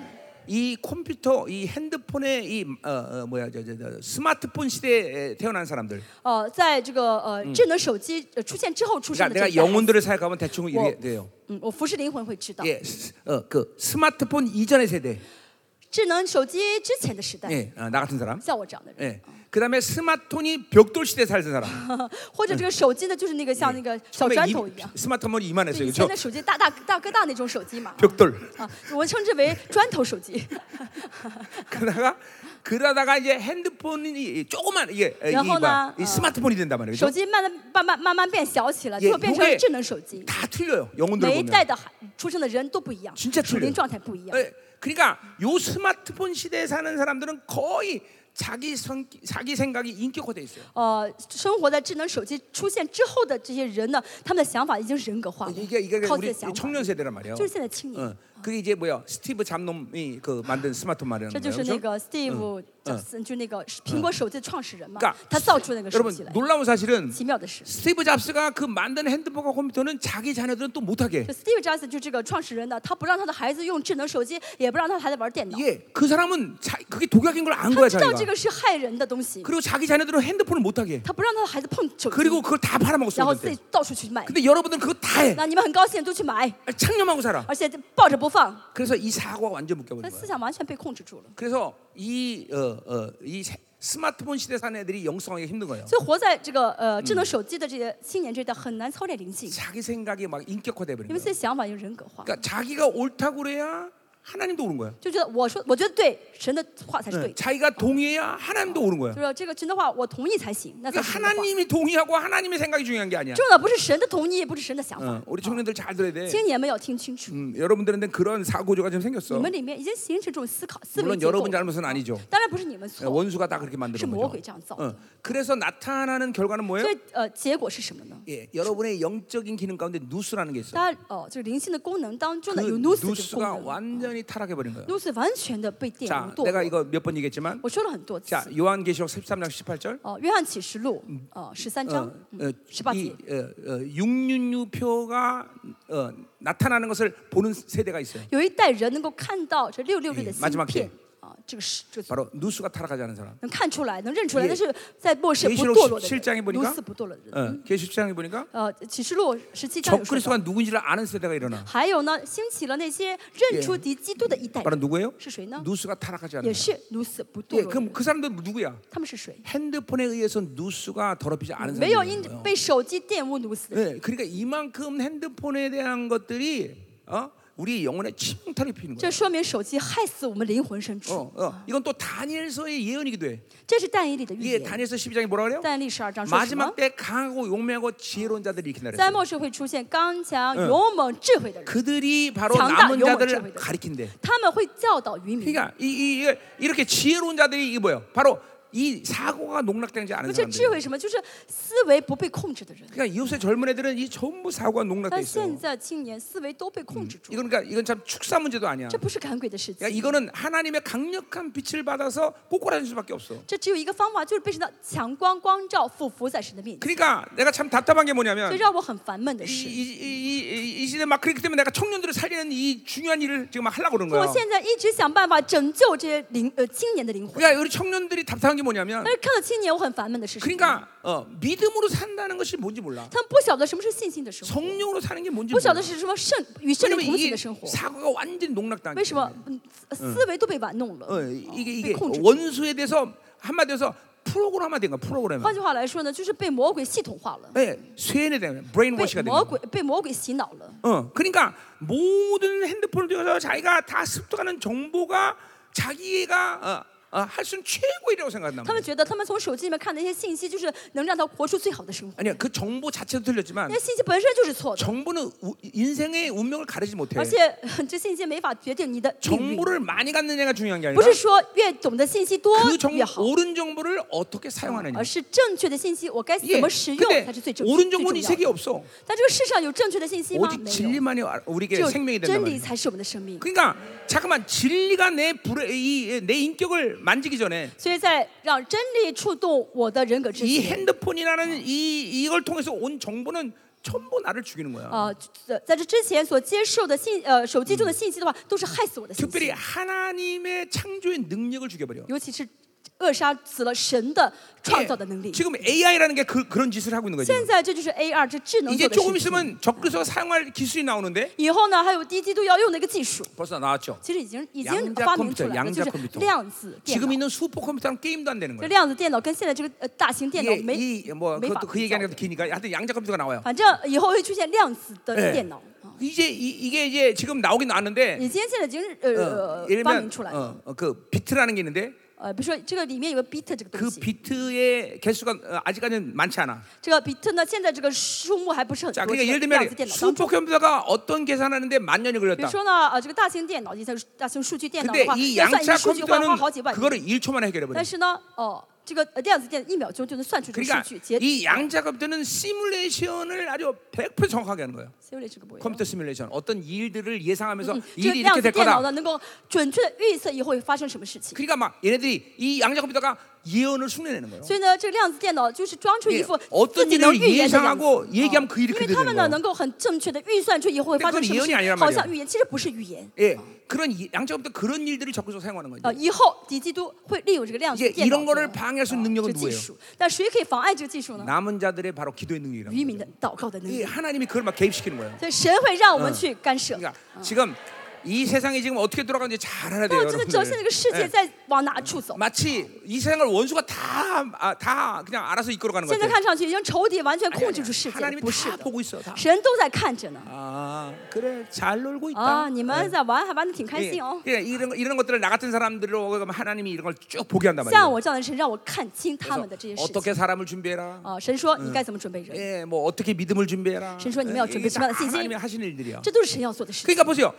A: 이 컴퓨터, 이 핸드폰의 이 어, 어, 뭐야, 저, 저, 저, 스마트폰 시대에 태어난 사람들. 그러니까
B: 呃，在这个呃
A: 嗯
B: 智能手机呃出现之后出生
A: 그러니까
B: 的这
A: 내가
B: 个代表，
A: 영혼들을 생각하면 대충 이렇게
B: 뭐.
A: 돼요.
B: 嗯，我服侍灵魂会知道，
A: 예, 스- 어, 그 스마트폰 이전의 세대.
B: 智能手机之前的时代，
A: 예, 어, 나 같은 사람.
B: 像我这样的人，
A: 예. 그다음에 스마트폰이 벽돌 시대 에 살던 사람.
B: 或者这个手机呢，就是那个像那个小
A: 처음에
B: 砖头一
A: 이,
B: 样，
A: 스마트폰이
B: 就
A: 이만했어요,
B: 以前
A: 그렇죠?
B: 的手机大大大哥大那种手机嘛，
A: 벽돌.
B: 啊，我称之为砖头手机。
A: 그러다가 그러다가 이제 핸드폰이 조그만 이게 이,
B: 영혼아,
A: 뭐야, 이
B: 어.
A: 스마트폰이 된단 말이에요.
B: 手
A: 그렇죠?
B: 机慢慢慢慢慢慢变小起来，
A: 也
B: 最后变成
A: 因为
B: 了智能手机。
A: 다 틀려요. 영혼들
B: 每一
A: 보면.
B: 代的孩出生的人都不一样，哎
A: 진짜
B: 属
A: 틀려
B: 灵
A: 요
B: 状态不一样。
A: 예, 그러니까 요 스마트폰 시대에 사는 사람들은 거의 자기 성, 자기 생각이 인격화돼 있어요.
B: 呃，生活在智能手机出现之后的这些人呢，他们的想法已经是人格化了
A: 이게 ， 이게
B: 靠自己
A: 우리
B: 的想法，
A: 청년 세대란 말이에요.
B: 就是现在青年。
A: 어, 그게 이제 뭐야? 스티브 잡놈이 그 만든 스마트폰
B: 这
A: 말이라는
B: 就
A: 거예요.
B: 是那
A: 그렇죠?
B: 个 Steve 贾斯，就那个苹果手机的创始人嘛
A: 그러니까 ，
B: 他造嗯出那个手
A: 여러분
B: 机来。
A: 놀라운 사실은
B: 奇妙的是，
A: 스티브 잡스가 그 만든 핸드폰과 컴퓨터는 자기 자녀들은 또 못하게.
B: 就 Steve 贾斯就这个创始人呢，他不让他的孩子用智能手机，也不让他的孩子玩电脑，
A: 예, 그 사람은 자, 그게 독약인 걸 안 거야
B: 他知道
A: 자기가.
B: 这个是害人的东西，
A: 그리고 자기 자녀들은 핸드폰을 못하게.
B: 他不让他的孩子碰手
A: 그리고
B: 机，
A: 그걸 다 팔아먹었어.
B: 然后自己到处去卖。
A: 근데 여러분들은 그거 다 해.
B: 那你们很高兴都去买，
A: 창념하고 살아.
B: 而且抱着不放，
A: 그래서 이 사고가 완전 묶여버린
B: 那
A: 거야.
B: 思想完全被控制住了。
A: 그래서 이, 어, 어, 이 세- 스마트폰 시대 사는 애들이 영성하기 힘든 거예요.
B: 所以活在这个呃智能手机的这些青年这一代很难操练灵性，
A: 자기 생각이 막 인격화돼 버린
B: 因为
A: 거예요.
B: 自己想法已经人格化，
A: 그러니까 자기가 옳다고 그래야 하나님도 옳은 거야.
B: 就觉得我说我觉得对，神的话才是对的。
A: 자기가 동의해야 하나님도 옳은 거야.
B: 就是说这个神的话，我同意才行，那才
A: 그러니까
B: 是神的话。
A: 하나님이 동의하고 하나님의 생각이 중요한 게 아니야.
B: 重要的不是神的同意，不是神的想法。
A: 어, 우리 청년들 잘 들어야 돼.
B: 青年们要听清楚，
A: 음, 여러분들한테 그런 사고조가 좀
B: 你
A: 생겼어.
B: 们里面已经形成这种思考思维
A: 물론
B: 结构
A: 여러분
B: 了。
A: 잘못은 아니죠.
B: 当然不是你们
A: 어,
B: 错，
A: 원수가 다 그렇게 만드는
B: 是魔鬼
A: 거죠.
B: 这样造的。
A: 어, 그래서 나타나는 결과는
B: 所
A: 뭐예요?
B: 以呃，结果是什么呢？
A: 예, 여러분의 영적인 기능 가운데 누스라는 게 있어요.
B: 大家哦、就是灵性的功能当中
A: 그
B: 呢，有 nous 这个功
A: 누스가
B: 能
A: 완전히 타락해 버린 거예요.
B: ，nous 完全的被玷污
A: 자,
B: 堕
A: 내가
B: 落。
A: 이거 몇 번 얘기했지만,
B: 我说了很多次。
A: 자, 요한계시록 13장 18절.
B: 哦、约翰启示录，哦、十三
A: 어,
B: 章，
A: 어,
B: 十八
A: 이
B: 节，
A: 어, 어, 육륜유표가 어, 나타나는 것을 보는 세대가 있어요.
B: 有一代人能够看到这六六六的
A: 예马吉马
B: 芯
A: 克
B: 片啊、这个是这个
A: 바로 누스가 타락하지 않은 사람.
B: 能看出来，能认出来，
A: 예
B: 但是在末世不
A: 계시록
B: 堕落的
A: 17장에보니
B: 人，
A: 까
B: 如此不堕落的人。
A: 어, 계시록 17장에 보니까
B: 呃，启示录十七章有说到。
A: 적그리스도가 누군지를 아는 세대가 일어나.
B: 还有呢，兴起了那些认出敌基督的一代
A: 바로
B: 人，
A: 누구예요?
B: 是谁呢？
A: 누스가 타락하지 않은
B: 也
A: 사람.
B: 是如死不堕
A: 예,
B: 落的人。
A: 그럼 그 사람들 누구야?
B: 他们是谁？
A: 핸드폰에 의해서 누스가 더럽히지 않은
B: 没有
A: 사람들.
B: 因被手机玷污如死。
A: 예, 그러니까 이만큼 핸드폰에 대한 것들이 어? 우리 영혼에 침탈이 피는 거예요.
B: 这说明手机害死我们灵魂深
A: 어,
B: 处。
A: 어. 이건 또 다니엘서의 예언이기도 해.
B: 这是但以理的预
A: 이게
B: 言。
A: 다니엘서 12장이 뭐라 그래요?
B: 但以理十二章说什么
A: 마지막 ？때 강하고 용맹하고 지혜로운 자들이 일으킨다
B: 在
A: 그랬어요.
B: 末世会出现刚强、勇猛、智慧的人，
A: 그들이 바로
B: 장다,
A: 남은
B: 용어
A: 자들을
B: 쳐보이다.
A: 가리킨대.
B: 他们会教导渔民。
A: 그러니까 이, 이, 이게 이렇게 지혜로운 자들이 이 뭐예요? 바로 이 사고가 농락되지 않은
B: 那这智
A: 사람들.
B: 慧是什么？就是思维不被控制的人。
A: 그러니까 요새 젊은 애들은 이 전부 사고가 농락돼
B: 但现
A: 있어요.
B: 在青年思维都被控制住，
A: 이건 그러니까 이건 참 축사 문제도 아니야.
B: 这不是赶鬼的事
A: 그러니까
B: 情。
A: 이거는 하나님의 강력한 빛을 받아서 꼬꾸라질 수밖에 없어.
B: 这只有一个方法，就是被神的强光光照，俯伏在神的面前。
A: 그러니까 내가 참 답답한 게 뭐냐면
B: 所
A: 이
B: 以让我很烦闷的
A: 이, 이,
B: 是，
A: 이, 이 시대 막 그렇기 때문에 내가 청년들을 살리는 이 중요한 일을 지금 막 하려고 그러는
B: 我
A: 거야.
B: 现在一直想办法拯救这些灵呃青年的灵魂，
A: 그러니까 우리 청년들이 답답한 게 뭐냐면
B: 但是看到青年，我很烦闷的是什么？
A: 그러니까 어, 믿음으로 산다는 것이 뭔지 몰라.
B: 他们不晓得什么是信心的生活，
A: 성령으로 사는 게 뭔지
B: 不晓
A: 몰라.
B: 得是什么圣与圣灵
A: 왜냐면
B: 同行
A: 이게
B: 的生活。
A: 사고가 완전 농락당했어.
B: 为什么嗯思维都被玩弄了？
A: 어,
B: 哦
A: 이게
B: 被
A: 이게
B: 控制住。
A: 원수에 대해서 한마디로서 프로그램화 된 거야. 프로그램.
B: 换句话来说呢，就是被魔鬼系统化了，
A: 예, 쇠뇌 되면 브레인 워시가 되
B: 被魔
A: 거
B: 鬼被魔鬼洗脑了。
A: 어, 그러니까 모든 핸드폰을 통해서 자기가 다 습득하는 정보가 자기가 어, 어, 할 수는 최고이라고 생각한단
B: 他们
A: 말이야.
B: 觉得他们从手机里面看的一些信息，就是能让他活出最好的生活。
A: 아니야 그 정보 자체도 틀렸지만
B: 那信息本身就是错的，
A: 정보는 우- 인생의 운명을 가르지 못해.
B: 而且 这信息没法决定你的命运。
A: 정보를 많이 갖느냐가 중요한 게
B: 不
A: 아니라
B: 是说越懂得信息多
A: 그 정,
B: 越好，
A: 옳은 정보를 어떻게 사용하느냐.
B: 而是正确的信息我该
A: 이게
B: 怎么使用
A: 근데
B: 才是最正最
A: 옳은
B: 重
A: 정보는 이
B: 要的
A: 세계에 。 없어.
B: 但这个世上有正确的信息吗？
A: 오직
B: 没有，
A: 진리만이 알- 우리에게
B: 只
A: 생명이
B: 有
A: 된다
B: 真理
A: 말이야.
B: 才是我们的生命。
A: 그러니까 잠깐만 진리가 내 불에 이내 인격을 만지기 전에
B: 所以在让真理触动我的人格之
A: 이
B: 前，
A: 핸드폰이라는 이 이걸 통해서 온 정보는 전부 나를 죽이는 거야.
B: 啊，在在这之前所接受的信呃手机中的信息的话，都是害死我的信
A: 특별히
B: 息，
A: 하나님의 창조의 능력을 죽여버려.
B: 尤其是扼杀死了神的创造的能
A: 예,
B: 力。
A: 지금 AI라는 게 그, 그런 짓을 하고 있는 거지.
B: 现在这就是 A R 这智能
A: 이제
B: 做的
A: 조금
B: 事情。
A: 있으면 적그리스도가 사용할 기술이 나오는데
B: 以后呢，还有低基督要用的一个技术，
A: 벌써 나왔죠.
B: 其实已经已
A: 양자
B: 经发明出
A: 컴퓨터
B: 来了，就
A: 양자
B: 是
A: 컴퓨터
B: 量子电
A: 지금
B: 脑。
A: 있는 슈퍼컴퓨터랑 게임도 안 되는
B: 这
A: 거야.
B: 量子电脑跟现在这个呃大型电脑没
A: 이게 이뭐
B: 没法
A: 그것도 예, 그
B: 比较
A: 얘기하는 것도 기니까 하여튼 양자 컴퓨터가 나와요.
B: 反正以后会出现量子的
A: 哎
B: 电脑。啊
A: 예. 아, 이제 이, 게 이제 지금 나오긴 나왔는데
B: 你今天现在已经是
A: 어,
B: 呃
A: 예를
B: 发明
A: 들면
B: 出来了，
A: 어, 어, 그 비트라는 게 있는데
B: 呃，比如说这个里面有个 bit 这个
A: 그
B: 东西，
A: 비트의 개수가 어, 아직까지는 많지 않아.
B: 这个 bit 呢，现在这个数目还不是很
A: 자,
B: 多。
A: 그러니까
B: 这
A: 예를
B: 个量子
A: 들면
B: 电脑当中，
A: 슈퍼컴퓨터가 어떤 계산하는데 만 년이
B: 比
A: 걸렸다.
B: 如说呢，呃，这个大型电脑，你像大型数据电脑的
A: 근데
B: 话，
A: 이
B: 要算一个
A: 양자
B: 数据会花好几
A: 컴퓨터는
B: 万年。
A: 그거를 1초만에 해결해 버려.
B: 但是呢，哦，这个呃量子电一秒钟就能算出这个数
A: 그러니까
B: 据，结
A: 이 양자 컴퓨터는 시뮬레이션을 아주 100% 정확하게 하는 거예요. 음,
B: 所以这个不一样
A: 컴퓨터 시뮬레이션 어떤 일들을 예상하면서
B: 嗯这个
A: 일이
B: 量
A: 이렇게
B: 子
A: 될
B: 电脑
A: 거다.
B: 呢，能够准确的预测以后会发生什么事情。
A: 그러니까 막 얘네들이 이 양자 컴퓨터가 예언을 흉내내는 거예요.
B: 所以呢，这个量子电脑就是装出一副
A: 예, 어떤
B: 自己能
A: 일을
B: 预言的样子，哦
A: 예상하고얘기하면그일이
B: 因为
A: 그대로되는
B: 他们呢
A: 거예요
B: 能够很正确的预算出以后会发生什么
A: 근데그건예언이아니란
B: 事，
A: 말이야
B: 好像预言，其实不是预言。
A: 예, 그런 이- 양자 컴퓨터 그런 일들을 적극적으로 사용하는 거예요.
B: 呃，以后敌基督会利用这个量子
A: 이제
B: 电脑
A: 이런
B: 的
A: 거를 방해할 수 있는
B: 这个
A: 능력은
B: 技
A: 누구예요?
B: 术，但谁可以妨碍这个技术呢？
A: 남은 자들의 바로 기도의 능력이라는
B: 渔
A: 거예요.
B: 民的祷告的能
A: 이
B: 力，
A: 하나님이 그걸 막 개입시키는 거예요.
B: 所以神会让我们去干涉。
A: 그러니까 지금 이 세상이 지금 어떻게 돌아가는지 잘 알아야
B: 那
A: 돼요.
B: 我真的知道现在这
A: 여러분들.
B: 个世界
A: 예.
B: 在往哪处走。
A: 마치 이 세상을 원수가 다, 아, 다 그냥 알아서 이끌어가는
B: 现在
A: 거예요.
B: 看上去，已经仇敌完全
A: 아니,
B: 控
A: 아니,
B: 制住世界了，
A: 하나님이
B: 不是
A: 다
B: 的，
A: 보고 있어. 다.
B: 神都在看着呢。
A: 아 그래 잘 놀고 있다.
B: 啊，你们在玩还玩的挺开
A: 예,
B: 心哦。
A: 예, 이런 거- 이런 것들을 나 같은 사람들로 그럼 하나님이 이런 걸 쭉 보게 한단
B: 像
A: 말이에요.
B: 我这样的神，让我看清他们的这些
A: 그래서
B: 事情。
A: 어떻게 사람을 준비해라.
B: 啊，神说你该怎么准备人，
A: 예, 뭐 어떻게 믿음을 준비해라.
B: 신수원 님이
A: 예,
B: 어떻게
A: 이게 다
B: 준비하는 신신?
A: 하나님이 하시는 일들이야.
B: 这都是神要做的事情。
A: 그러니까 보세요.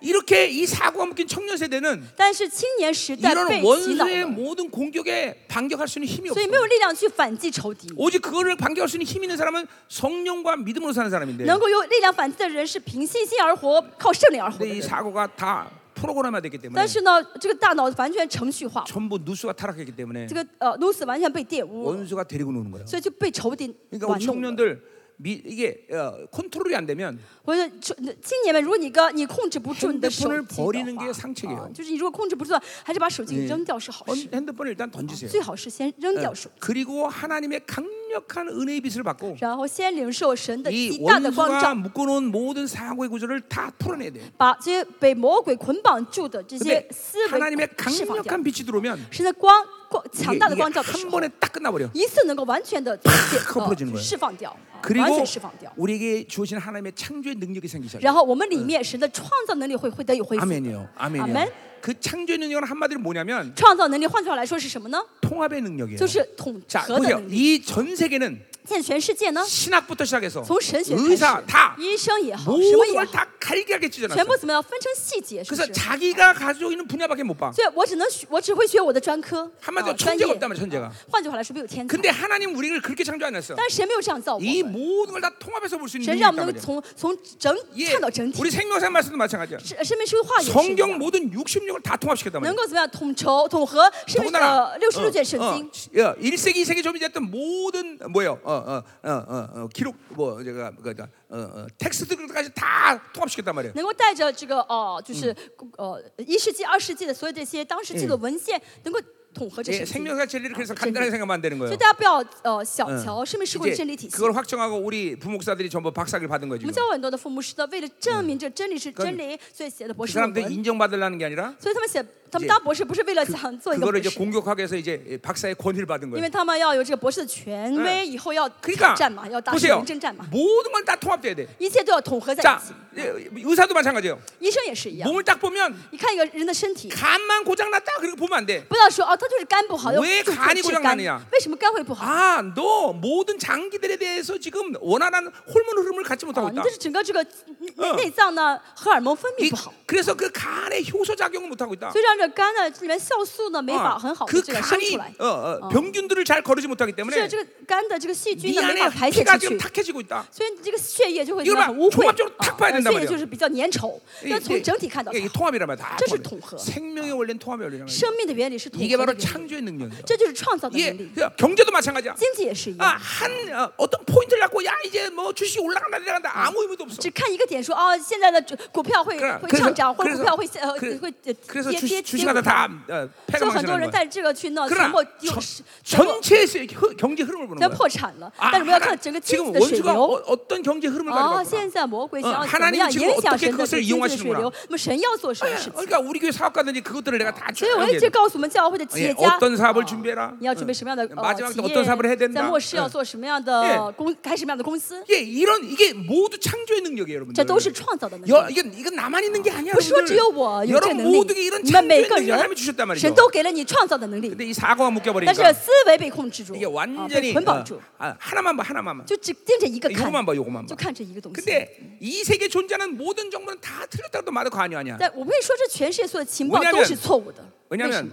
A: 이렇게 이 사고가 묶인 청년 세대는
B: 但是青年时代被
A: 이런
B: 洗脑
A: 원수의
B: 了，
A: 모든 공격에 반격할 수 있는 힘이
B: 所
A: 없어.
B: 以没有力量去反击仇敌。
A: 오직 그거를 반격할 수 있는 힘 있는 사람은 성령과 믿음으로 사는 사람인데.
B: 能够有力量反击的人是凭信心而活，靠圣灵而活的
A: 근데 이
B: 人。
A: 사고가 다 프로그램화됐기 때문에
B: 但是呢，这个大脑完全程序化，
A: 전부 누수가 타락했기 때문에
B: 这个呃，Lucy 完全被玷污了，
A: 원수가 데리고 노는 거예요.
B: 所以就被仇敌
A: 그러니까
B: 玩
A: 우리
B: 弄了。
A: 청년들 미, 이게 어, 컨트롤이 안 되면
B: 我觉得青青年们，如果你个你控制不住你的手
A: 핸드폰을
B: 机
A: 버리는게상책이
B: 的
A: 에
B: 话，
A: 요
B: 啊就是你如果控制不住，还是把手机给扔掉是好
A: 언-
B: 事，
A: 핸드폰을 일단 어, 아, 던지세요.
B: 最好是先扔掉手
A: 어, ， 그리고 하나님의 강력한 은혜의 빛을 받고
B: 然后先领受神的
A: 이
B: 极大的光
A: 원수가
B: 照，
A: 묶어놓은 모든 사고의 구조를 다 풀어내야 돼요.
B: 把这些被魔鬼捆绑住的这些
A: 근데
B: 思维
A: 하나님의
B: 释放掉
A: 강력한 。 빛이 들어오면
B: 神的光光
A: 이게,
B: 强
A: 이게
B: 大的光照的时
A: 한
B: 候
A: 번에 。딱 끝나버려.
B: 一次能够完全的呃
A: 엎어지는 거예요
B: 释放掉，啊完
A: 그리고
B: 全释放掉。
A: 우리에게 주어진 하나님의 창조의 능력이 생기기 시작해요.
B: 然后我们里面神的创造能力会会得以恢复。
A: 아멘이요. 아멘이요.
B: 아멘.
A: 그 창조의 능력은 한마디로 뭐냐면
B: 创造能力，换句话来说是什么呢？
A: 통합의 능력이에요.
B: 就是统
A: 자
B: 合的
A: 보세요.
B: 能力。
A: 이 전 세계는
B: 现在全世
A: 어?
B: 界呢，
A: 신학부터 시작해서
B: 从神学开始
A: 의사 다 ，
B: 医生也好，什么
A: 모든
B: 也
A: 걸
B: 好，
A: 다 갈기하게
B: 全
A: 찢어놨어.
B: 部怎么样分成细节，是不
A: 그래서
B: 是？
A: 자기가 가지고 있는 분야밖에 못 봐.
B: 所以我只能学，我只会学我的专科，啊
A: 한마디로
B: 专
A: 천재가
B: 业。
A: 없단 말이야, 천재가.
B: 换句话来说，没有天才
A: 근데 。 하나님 은 우리를 그렇게 창조 안 했어.
B: 但是神没有这样造我
A: 이
B: 们，
A: 모든 걸 다 통합해서 볼 수 있는
B: 神
A: 능력이
B: 让我
A: 있단
B: 们
A: 말이야.
B: 从从整
A: 예,
B: 看到整体
A: 우리 。 생명상 말씀도 마찬가지야.
B: 是生命书
A: 아, 예,
B: 话语也是一样
A: 성경 。 모든 66을 다 통합시켰단
B: 能
A: 말이야.
B: 够怎么样统筹统合
A: 그러니까
B: 是不是
A: 더군다나 어,
B: 呃六十六卷圣经？
A: 1세기 2세기 좀비됐던 모든 뭐예요? 어, 어, 어, 어, 어, 기록 뭐 제가 그 어, 어, 텍스트들까지 다 통합시켰단 말이에요.
B: 能够带着这个哦、就是、呃一世纪、二世纪的所有这些当时记录文献，能够统合这
A: 예,
B: 些经。
A: 생명사 진리를 그래서 간단하게 생각하면 안 되는
B: 所
A: 거예요.
B: 以大家不要呃小
A: 응.
B: 瞧生命社会真理体
A: 이제
B: 系。
A: 그걸 확정하고 우리 부목사들이 전부 박사를 받은
B: 我
A: 거죠.
B: 们教会很多的父母师的，为了证明这真理是真理，所以写的博
A: 그
B: 士论
A: 사람들
B: 文。
A: 인정받으려는 게 아니라
B: 所以他们写，他们当博士不是为了想做一个
A: 그거를
B: 博
A: 이제
B: 士，
A: 공격하기 위해서 이제 박사의 권위를 받은
B: 因
A: 거예요.
B: 为他们要有这个博士的权威，以后要挑
A: 그러니까
B: 战嘛，要打胜
A: 보세요.
B: 赢征战嘛，
A: 모든 건 다 통합돼야 돼.
B: 一切都要统合在
A: 자,
B: 一起。
A: 예, 의사도 마찬가지예요.
B: 医生也是一样，
A: 몸을 딱 보면
B: 你看一个人的身体，
A: 간만 고장 났다 그렇게 보면 안 돼.
B: 不要说哦，他就是肝不好，要
A: 왜
B: 注重
A: 간이
B: 治
A: 고장나
B: 肝
A: 느냐 。
B: 为什么肝会不好？
A: 아, 너 모든 장기들에 대해서 지금 원활한 호르몬 흐름을 갖지
B: 哦
A: 못하고 ，
B: 你
A: 있다.
B: 这是整个这个内
A: 嗯
B: 内脏呢，荷尔蒙分泌
A: 이-
B: 不好，
A: 그래서 그 간의 효소 작용을 못하고 있다.
B: 所以让这肝呢里面酵素呢没
A: 어,
B: 法很好的
A: 그
B: 这个生
A: 간이
B: 出来，
A: 어, 어, 병균들을 잘 거르지 못하기
B: 所以
A: 때문에
B: 这个肝的这个细
A: 네
B: 菌呢没法
A: 안에
B: 排泄出
A: 피가 지금
B: 去。
A: 탁해지고 있다.
B: 所以这个血液就会
A: 이거
B: 变得
A: 봐
B: 很污
A: 종합적으
B: 秽
A: 로탁，봐야 된단
B: 所
A: 말이야
B: 以就是比较粘稠。要从整体看到它
A: 이게 ， 통합이란 말이야. 다
B: 这是
A: 통합이야.
B: 统合。
A: 생명의 원리는 통합의 원리라는 거야.
B: 生命的原理是统
A: 이게
B: 合
A: 바로
B: 的原理，
A: 창조의 능력이에요.
B: 这就是创造的
A: 예,
B: 原理。
A: 경제도 마찬가지야.
B: 经济也是一
A: 아,
B: 样，
A: 한 어, 어떤 포인트를 갖고 야 이제 뭐 주식 올라간다 내려간다 아무 의미도 없어.
B: 只看一个点说哦，现在的主股票会
A: 그래
B: 会
A: 그래서
B: 上涨，或者
A: 그래서
B: 股票会下呃
A: 그래
B: 会跌
A: 그래서
B: 跌跌
A: 주식
B: 跌
A: 주식하다 다
B: 股票。
A: 어,
B: 所以
A: 패가
B: 很多
A: 망치는
B: 人在
A: 거야.
B: 这个去呢，全
A: 그러나
B: 部有
A: 전-
B: 是全部
A: 전체의 세- 흐- 경제 흐름을
B: 在
A: 보는 거야.
B: 破产了。
A: 아,
B: 但是我们要
A: 하나-
B: 看整个经
A: 지금
B: 济的水
A: 원수가
B: 流。
A: 어, 떤 경제 흐름을
B: 哦，
A: 가지고
B: 现
A: 있구나.
B: 在魔鬼想
A: 嗯
B: 要
A: 하나님
B: 怎么样
A: 지금
B: 影响
A: 어떻게
B: 神的
A: 그것을
B: 这个
A: 이용하
B: 经济
A: 시는구나
B: 的水流？那么神要做什么事情？
A: 그러니까 우리 교회 사업가든지 그것들을 내가 다
B: 所以我一直
A: 준비하게.
B: 告诉我们教会的企业
A: 예,
B: 家，
A: 어떤 사업을
B: 哦
A: 준비해라.
B: 你要准备什么样的
A: 嗯
B: 呃
A: 마지막때
B: 企
A: 어떤사업을해야된
B: 业？
A: 다
B: 在末世要做什么样的
A: 예
B: 公？开什么样的公司？
A: 예, 이런 이게 모두 창조의 능력이에요, 여러분들.
B: 这都是创造的能
A: 여,
B: 力。
A: 이건 이건 나만 있는 게 아니야.
B: 不是说只有
A: 여러분들.
B: 我有这个
A: 여러분
B: 能力
A: 모두에게 ， 이런
B: 你们
A: 창조의
B: 每个
A: 능력을
B: 人
A: 하나님이 주셨단 ， 말이죠.
B: 神都给了你创造的能力，
A: 근데 이 사고가 묶여
B: 但是
A: 버리니까
B: 思维被控制住，
A: 이게
B: 啊，被
A: 완전히
B: 捆
A: 어,
B: 绑住，
A: 아, 하나만 봐, 하나만 봐.
B: 就只盯着一个看，
A: 이거만 봐, 이거만 봐.
B: 就看着一个东西。
A: 근데 이 세계 존재하는 모든 정보는 다 틀렸다고도 말도 과언이 아니야.
B: 但我不会说这全世界所有的情报
A: 왜냐면
B: 都是错误的，为什么
A: 왜냐하면 ？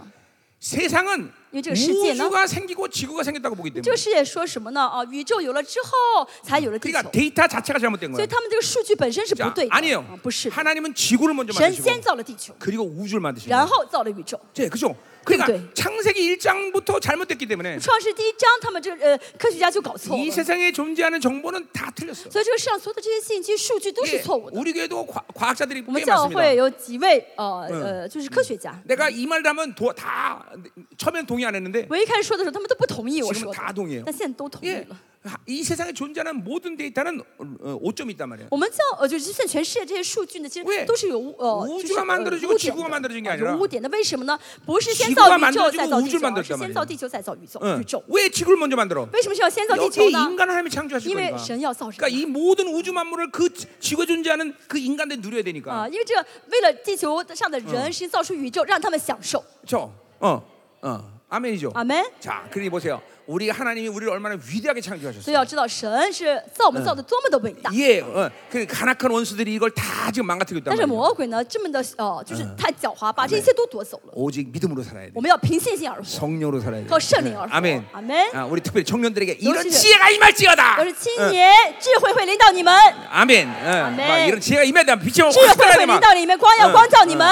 A: 세상은
B: 因为这个世界呢-
A: 우주가 생기고 지구가 생겼다고 보기
B: 这个
A: 때문에.
B: 世界说什么呢？啊，宇宙有了之后才有了地球，
A: 그러니까 데이터 자체가 잘못된
B: 所
A: 거야.
B: 以他们这个数据本身是不
A: 자,
B: 对的。
A: 아니에요.
B: 啊不是的，
A: 하나님은 지구를 어, 먼저
B: 神先
A: 만드시고
B: 造了地球，
A: 그리고 우주를 만드시고.
B: 然后造了宇宙。
A: 네, 그죠? 그러니까
B: 그러니까요.
A: 창세기 1장부터 잘못됐기 때문에
B: 创世第一章，他们这个呃科学家就搞错了
A: 이 ， 세상에 존재하는 정보는 다 틀렸어.
B: 所以这个世上所有的这些信息数据都是
A: 이게
B: 错误的。
A: 우리 교회도 과, 과학자들이
B: 我们
A: 꽤
B: 教
A: 많습니다.
B: 会有几位呃呃，就是科学家，
A: 내가 이 말을 하면 도, 다 처음엔 동의 안 했는데
B: 我一开始说的时候，他们都不同意我
A: 지금은
B: 说
A: 다동의해요
B: 的，但现在都同意
A: 예,
B: 了。
A: 이 세상에 존재하는 모든 데이터는 어, 오점이 있단 말이에요.
B: 我们教呃，就是现在全世界这些数据呢，其
A: 왜
B: 实都是有污呃，
A: 우주가
B: 就是呃
A: 만들어지고
B: 污点
A: 지구가만들어진게아니라
B: 的，有污点的。为什么呢？不是先
A: 지구가
B: 造宇
A: 만들어지고
B: 宙再造地
A: 우주를
B: 球，
A: 만들었단
B: 而是先造地球再造宇宙。
A: 응.
B: 宇宙
A: 어. 왜 지구를 먼저 만들어?
B: 为什嗯么是要先造地
A: 여기
B: 球呢？
A: 인간을 하나님이 창조하실
B: 因为
A: 거니까.
B: 神要造
A: 그러니까
B: 人
A: 이 모든 우주 만물을 그 지- 지구에 존재하는 그 인간들 누려야
B: 啊，
A: 되니까.
B: 因为这个嗯为了地球上的人，神造出宇宙，让他们享受。
A: 그렇죠? 어, 어, 아멘이죠.
B: 阿门。
A: 자, 그러니 보세요. 우리 하나님이 우리를 얼마나 위대하게
B: 所
A: 창조하셨어요.
B: 以要知道，神是造我们造的多么的伟大。
A: 예, 어, 그 간악한 원수들이 이걸 다 지금 망가뜨리고 있단
B: 但是
A: 말이에요.
B: 魔鬼呢，这么的哦，就是太狡猾，把这一切都夺走了。
A: 오직 믿음으로 살아야 돼.
B: 我们要凭信心而活，
A: 성령으로 살아야 돼.
B: 靠圣灵而活。
A: 아멘.
B: 阿门。
A: 아, 우리 특별히 청년들에게 이런
B: 역시-
A: 지혜가 임할지어다.
B: 我是青年，智慧会领导你们，
A: 아멘. 예, 막 이런 지혜가 임해야 돼. 빛이
B: 智
A: 확
B: 慧
A: 달아야
B: 会
A: 돼.
B: 领
A: 막
B: 导你们，光耀光照你们，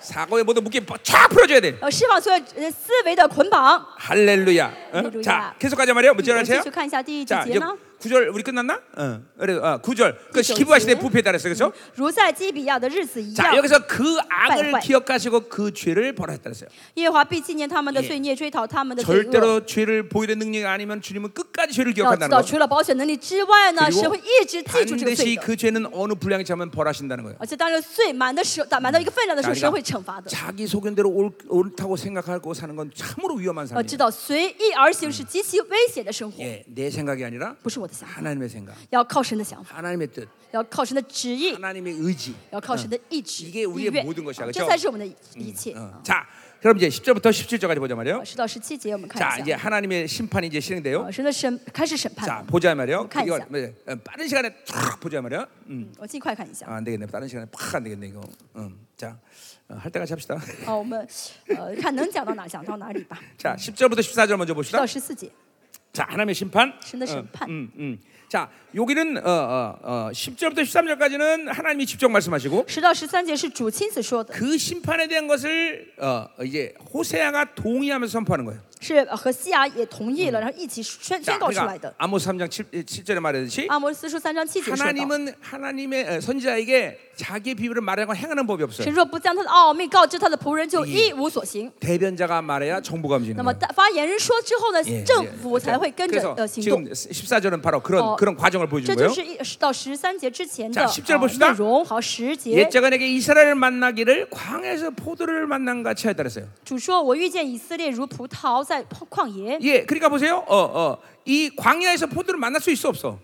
A: 사고의 모든 묶임 쫙 풀어줘야 돼.
B: 呃要释放所有人思维的捆绑。
A: 할렐루야. 어?
B: 할렐루야.
A: 자, 계속 가자 말이야. 문제
B: 我们继
A: 하세요.
B: 续看一下第几
A: 자,
B: 节
A: 이제
B: 呢？
A: 구절 우리 끝났나? 어. 그래, 어, 구절. 그
B: 구절
A: 기부하실 때
B: 이제.
A: 부패에 따랐어, 그렇죠?
B: 如在基比亚的日子一
A: 자,
B: 样，
A: 여기서 그 악을
B: 빨리.
A: 기억하시고 그 죄를 벌하셨다 그랬어요.
B: 耶和华必纪念他们的
A: 예
B: 罪孽，追讨他们的罪恶。
A: 절대로 죄를 보이는 능력이 아니면 주님은 끝까지 죄를
B: 要知
A: 기억한다는
B: 道，
A: 거.
B: 除了保险能力之外呢，
A: 그리고
B: 神会一直记住这个
A: 반드시
B: 罪的。
A: 그 죄는 어느 분량이 차면 벌하신다는 거예요.
B: 而且，当这个罪满的时候，满到一个分量的时候，
A: 자기가
B: 神会惩罚的。
A: 자기 소견대로 옳, 옳다고 생각하고 사는 건 참으로 위험한
B: 要
A: 삶이에요.
B: 知道，随意而行是极其危险的生活，
A: 예, 내 생각이 아니라
B: 不是我的想法，
A: 하나님의 생각,
B: 要靠神的想法，
A: 하나님의 뜻,
B: 要靠神的旨意，
A: 하나님의 의지.
B: 要靠神的意志、
A: 이게 우리의
B: 意愿
A: 모든 것이야，
B: 啊
A: 그죠
B: 这才是我们的一切。
A: 어. 자, 그럼 이제 10절부터 17절까지 보자 말이에요.
B: 十到十七节，我们
A: 자,
B: 看一
A: 이제
B: 下，
A: 하나님의 심판이 이제 실행돼요.
B: 啊神的审开始审判
A: 자,
B: 了。
A: 보자 말이에요.
B: 가
A: 이거
B: 뭐 있어.
A: 네, 어, 빠른 시간에 탁 보자 말이야. 음,
B: 嗯我尽快看一下。
A: 아, 안 되겠네. 빠른 시간에 팍 안 되겠네 이거. 음, 자, 어, 할 때까지 합시다.
B: 好，我们呃看能讲到哪儿讲到哪里吧。
A: 자, 10절부터 14절 먼저
B: 十
A: 봅시다.
B: 到十四节，
A: 자, 하나님의 심판.
B: 신의
A: 어,
B: 심판.
A: 음, 음. 자, 여기는 어, 어, 어, 10절부터 13절까지는 하나님이 직접 말씀하시고
B: 十到十三节是主亲自说的。
A: 그 심판에 대한 것을 어, 이제 호세아가 동의하면서 선포하는 거예요.
B: 是呃和西雅也同意嗯了，然后一起宣宣
A: 자,
B: 告出来
A: 그러니까
B: 的。
A: 아모스 3장 7, 7절에 말했듯이
B: 阿摩斯书三章七节说到，
A: 하나님은 하나님의 어, 선지자에게 자기의 비밀을 말하고 행하는 법이
B: 神
A: 없어요.
B: 若不将他的奥秘告知他的仆人，就
A: 예
B: 一无所行。
A: 대변자가 말해야 정보가 움직이는
B: 那么
A: 거예요.
B: 大发言人说之后呢，
A: 예, 예.
B: 政府才会跟着
A: 그래서
B: 呃行动
A: 지금 。 14절은 바로 그런
B: 어,
A: 그런 과정을 보여준
B: 这就
A: 거예요.
B: 是一到十三节之前的
A: 자
B: 啊
A: 10절봅시다
B: 内容。好，十节
A: 옛자간에게 이스라엘을 만나기를 광에서 포도를 만난 같이 하였다 그랬어요.
B: 主说：“我遇见以色列如葡萄在旷旷野，
A: 예, 그러니까 보세요. 어, 어. 이 광야에서 포도를 만날 수 있어 없어?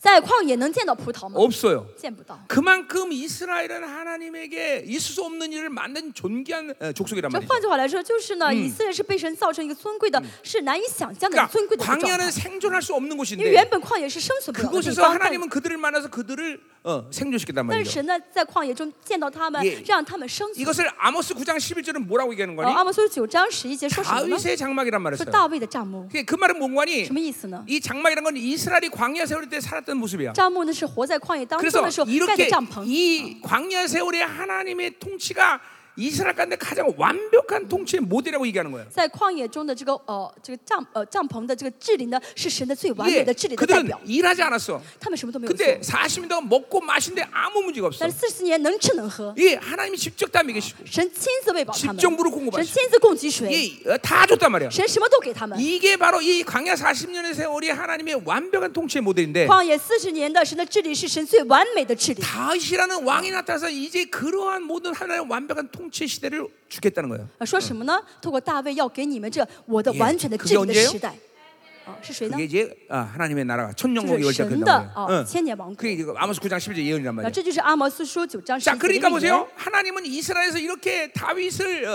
B: 在旷野能见到葡萄吗？
A: 없어요.
B: 见不到。
A: 그만큼 이스라엘은 하나님에게 있을 수 없는 일을 만든 존귀한 어, 족속이란
B: 这
A: 말이죠.
B: 换句话来说，就是呢，以色列是被神造成一个尊贵的，是难以想象的
A: 그러니까
B: 尊贵的一个状态
A: 광야는 。 생존할 수 없는
B: 因为
A: 곳인데
B: 原本旷野是生存不了的地
A: 그곳에서
B: 方，但
A: 하나님은 그들을 만나서 그들을 어, 생존시켰단
B: 但是
A: 말이죠.
B: 神呢，在旷野中见到他们
A: 예 ，
B: 让他们生存。
A: 이것을 아모스 9장 11절은 뭐라고 얘기하는
B: 呃，
A: 거니?
B: 阿摩斯九章十一节说什么呢？
A: 다윗의 장막이란
B: 说
A: 말했어요.
B: 大卫的帐幕，
A: 그게 그 말은 뭔가니?
B: 什么意思呢？
A: 이 장막이란 건 이스라엘이 광야 세월 때 살았던 모습이야.
B: 帐幕呢是活在旷野当中
A: 그래서
B: 的时候盖的
A: 이렇게
B: 帐篷。
A: 이 광야 세월에 하나님의 통치가 이스라엘 가운데 가장 완벽한 통치의 모델이라고 얘기하는 거예요.
B: 在旷野中的这个呃这个帐呃帐篷的这个治理呢，是神的最完美
A: 예,
B: 的治理的代
A: 그들은
B: 表。
A: 일하지 않았어.
B: 他们什么都没有做，
A: 근데 40년 동안 먹고 마신데 아무 문제가 없어.
B: 但是四十年能吃能喝，
A: 예 하나님이 직접 다 먹이시고
B: 神亲自喂饱他们，
A: 집정부로공급하시
B: 神
A: 고
B: 亲自供给水，
A: 예, 어, 다 줬단 말이야.
B: 神什么都给他们。
A: 이게 바로 이 광야 40년의 세월이 하나님의 완벽한 통치의 모델인데
B: 旷野四十年的神的治理是神最完美的治理。
A: 다윗이라는 왕이 나타나서 이제 그러한 모든 하나님의 완벽한 통치 시대를 주겠다는 거예요.
B: 啊，说什么呢？透过大卫要给你们这我的
A: 예
B: 完全的
A: 그게
B: 治理的
A: 언제예요
B: 时代，啊，是谁呢
A: 그게 ？ 이제 아, 하나님의 나라가 천년국이
B: 就是
A: 열자
B: 神
A: 된다는 어,
B: 的
A: 거예요.
B: 啊千年王国
A: 그게。이제 아모스 9장 11절 예언이란
B: 那
A: 말이에요.
B: 这就是阿摩斯书九章十
A: 자,
B: 一节的
A: 그러니까
B: 预言
A: 보세요. 。 하나님은 이스라엘에서 이렇게 다윗을 어,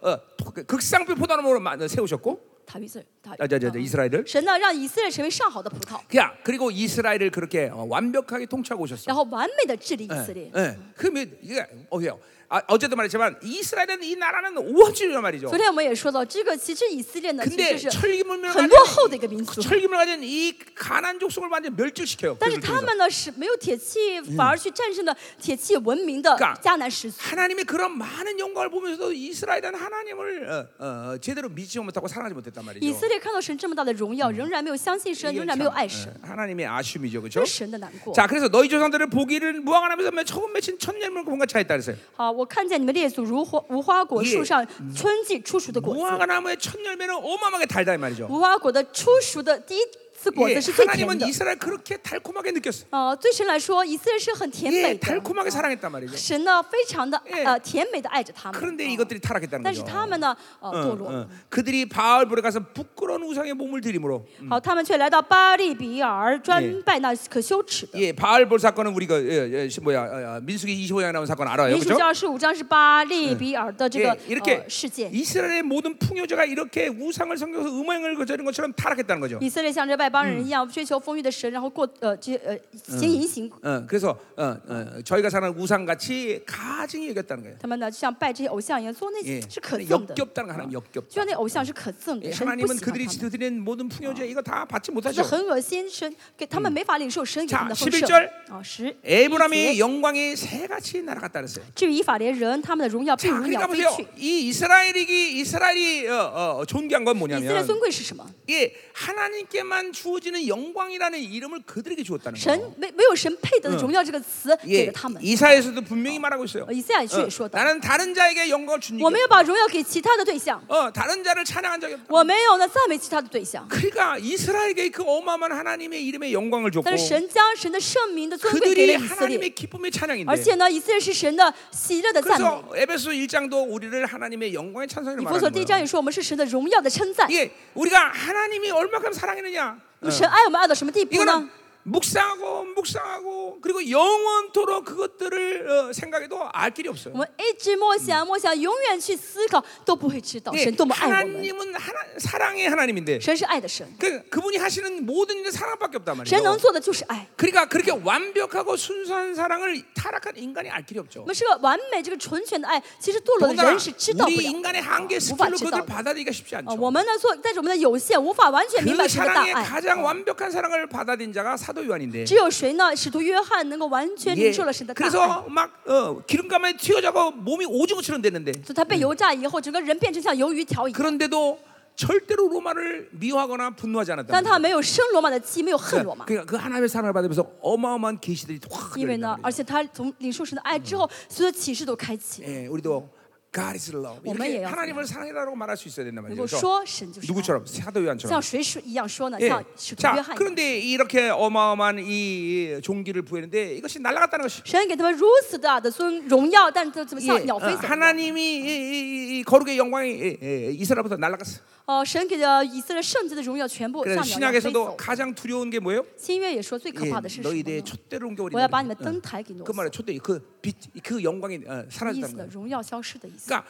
A: 어, 어, 토- 극상표 포도나무로 마- 세우셨고,
B: 大卫字，大卫
A: 아, 저, 저, 저,
B: 啊
A: 이스라엘을
B: 神呢让以色列成为上好的葡萄，
A: 그야 그리고 이스라엘을 그렇게 어, 완벽하게 통치하고 오셨어.
B: 然后完美的治理以色列
A: 예, 。 예. 그러면 이게 어요. 아, 어제도 말했지만 이스라엘은 이 나라는 오지란 말이죠.
B: 昨天我们也说到，这个其实以色列呢，其
A: 근데
B: 实是
A: 철기물면
B: 很落后的一个民族，
A: 철기물 가진 이 가난 족속을 완전 멸절시켜요.
B: 但是
A: 그들을
B: 他
A: 통해서.
B: 们呢是没有铁器，反而去战胜了铁器文明的
A: 그러니까
B: 迦南十族。
A: 하나님의 그런 많은 영광을 보면서도 이스라엘은 하나님을 어, 어, 어, 제대로 믿지 못하고 사랑하지 못했단
B: 以
A: 말이죠.
B: 色列看到神这么大的荣耀，仍然没有相信神，
A: 이게
B: 仍然没
A: 참,
B: 有爱神
A: 예, ， 하나님의 아쉬움이죠,
B: 这
A: 그렇죠?
B: 是神的难过。
A: 자, 그래서 너희 조상들을 보기를 무항하면서 맨 처음 맺힌 천년물 공과 차에 따르세요.
B: 好，我看见你们列祖如花无花果树上春季初熟的果子，
A: 무화과나무의 첫 열매는 어마어마하게 달다 이 말이죠.
B: 无花果的初熟的第一次果
A: 예,
B: 子是最甜
A: 하나님은
B: 的。
A: 이스라엘 그렇게 달콤하게 느꼈어.
B: 呃，对神来说，以色列是很甜
A: 예,
B: 美的，
A: 달콤하게 사랑했단 말이죠.
B: 神呢非常的
A: 예
B: 呃甜美的爱着他们。
A: 그런데
B: 啊
A: 이것들이 타락했다는
B: 但是
A: 거죠.
B: 他们呢，呃，
A: 어,
B: 堕落。
A: 어. 그들이 바알불에 가서 부끄러운 우상의 몸을 드림으로
B: 好，他们却来到巴利比尔，专拜那可羞耻的。
A: 예, 바알불 사건은 우리가 예, 예, 시- 뭐야 어, 어, 민수기 25장에 나온 사건 알아요,
B: 民数
A: 그렇죠?
B: 记二十五章是巴利比尔的这个
A: 예, 이렇게
B: 呃事件。
A: 이스라엘의 모든 풍요자가 이렇게 우상을 섬겨서 음행을 거저는 것처럼 타락했다는 거죠.
B: 以色列像这外邦人一样追求丰裕的神，然后过呃这呃行淫行，
A: 어, 그래서 어, 어, 저희가 사는 우상 같이 가증이 여겼다는 거예요.
B: 他们呢就像拜这些偶像一样，做那
A: 예,
B: 些是可憎的，就
A: 역겹다는 어. 거 하나님 역겹.
B: 像那偶像是可憎
A: 예,
B: 的，神不
A: 하나님은
B: 喜欢
A: 그들이
B: 他们，
A: 지도드리는 모든 풍요제 이거 다 받지
B: 这
A: 못하죠.
B: 很恶心，神给他们没法领受神给他们的
A: 자
B: 丰盛
A: 11절 。
B: 啊，嗯十一
A: 에브람이
B: 节
A: 영광이 새같이 날아갔다 그랬어요.
B: 至于以法莲人，他们的荣耀被
A: 자,
B: 如鸟
A: 그러니까
B: 飞
A: 보세요.
B: 去。
A: 이 이스라엘이 이스라엘이 어, 어, 존귀한 건
B: 以色列
A: 뭐냐면
B: 尊贵是什么？
A: 예, 하나님께만 주어지는 영광이라는 이름을 그들에게 주었다는
B: 神
A: 거예요.
B: 没没有神配得的荣耀这个词给
A: 예,
B: 了他们。
A: 이사에서도 분명히 말하고 있어요.
B: 呃以赛亚书
A: 어,
B: 也说到，
A: 나는 다른 자에게 영광을 주니
B: 我没有把荣耀给其他的对象，
A: 어, 다른 자를 찬양한 적이 없다.
B: 我没有呢赞美其他的对象，
A: 그러니까 이스라엘에게 그 어마어마한 하나님의 이름에 영광을 줬고
B: 但是神将神的圣名的尊贵给
A: 그들이
B: 了以色列，
A: 하나님의 기쁨의 찬양인데
B: 而且呢，以色列是神的喜乐的赞美。
A: 그래서 에베소 1장도 우리를 하나님의 영광의 찬송으로
B: 以弗所
A: 말하는
B: 第一章
A: 거예요.
B: 也说，我们是神的荣耀的称赞。
A: 이게 우리가 하나님이 얼마큼 사랑했느냐 어.
B: 那么神爱我们爱到什么地步
A: 이거는
B: 呢？
A: 묵상하고 묵상하고 그리고 영원토록 그것들을 어, 생각해도 알 길이 없어요.
B: 我们一直默想，默想，永远去思考，都不会知道
A: 예,
B: 神多么爱我们。
A: 하나님은 하나, 사랑의 하나님인데
B: 神是爱的神，
A: 그 그분이 하시는 모든 일은 사랑밖에 없단
B: 神能
A: 말이에요.
B: 做的就是爱。
A: 그러니까 그렇게 완벽하고 순수한 사랑을 타락한 인간이 알 길이 없죠.
B: 我们是个完美这个纯全的爱，其实堕落的
A: 더군다나 어, 뭐
B: 人是知道不
A: 우리
B: 了的，
A: 인간의 한계
B: 无法
A: 스킬로
B: 知
A: 그들
B: 道
A: 을
B: 的。
A: 받아들이기가 쉽지
B: 啊，
A: 않죠.
B: 我们呢做带着我们的有限，无法完全明白
A: 그
B: 神的大
A: 사랑의
B: 爱。
A: 가장 완벽한 사랑을 받아들인 자가 사도 요한인데
B: 只有谁呢？使徒约翰能够完全
A: 예,
B: 领受了神的大爱。
A: 그래서 막 어, 기름감에 튀어져고 몸이 오징어처럼 됐는데
B: 就他被油炸以后，整个人变成像鱿鱼条一样。
A: 그런데도 절대로 로마를 미워하거나 분노하지 않았다.
B: 但他没有生罗马的气，没有恨罗马。
A: 그러니까 그 하나님의 사랑을 받으면서 어마어마한 계시들이 확
B: 因为
A: 열린단
B: 呢，
A: 말이에요.
B: 而且他从领受神的爱之后，所有的启示都开启，
A: 예, 우리도 God is love. 이렇게
B: 오마이에요.
A: 하나님을 사랑이라고 말할 수 있어야 된단
B: 能
A: 말이죠.
B: 够
A: 그래서
B: 说神就是爱，
A: 누구처럼 사도 요한처럼.
B: 像谁说一样说呢？
A: 예.
B: 像使徒约
A: 자
B: 翰一样。
A: 그런데 이렇게 어마어마한 이 종기를 부여했는데 이것이 날아갔다는 것이
B: 神给他们如此大的尊荣耀，但都怎么
A: 예,
B: 像鸟
A: 어,
B: 飞走一样？
A: 하나님이 이, 이, 이 거룩의 영광이 예, 예, 이스라엘부터 날아갔어.
B: 哦、神给的以色列圣洁的荣耀全部
A: 그래서
B: 像鸟一样飞
A: 신약에서도
B: 走。
A: 가장 두려운 게 뭐예요?
B: 新约也说最可
A: 예,
B: 怕的是什么
A: 너희들의
B: 呢？
A: 촛대를 옮겨버린
B: 我要把嗯你们
A: 거예요.
B: 灯台给挪
A: 어, 그
B: 走，
A: 말은 촛대 그빛그 영광이 어,
B: 意思
A: 사라졌다는
B: 呢，
A: 거예요.
B: 荣耀消失的意思。
A: 그러니까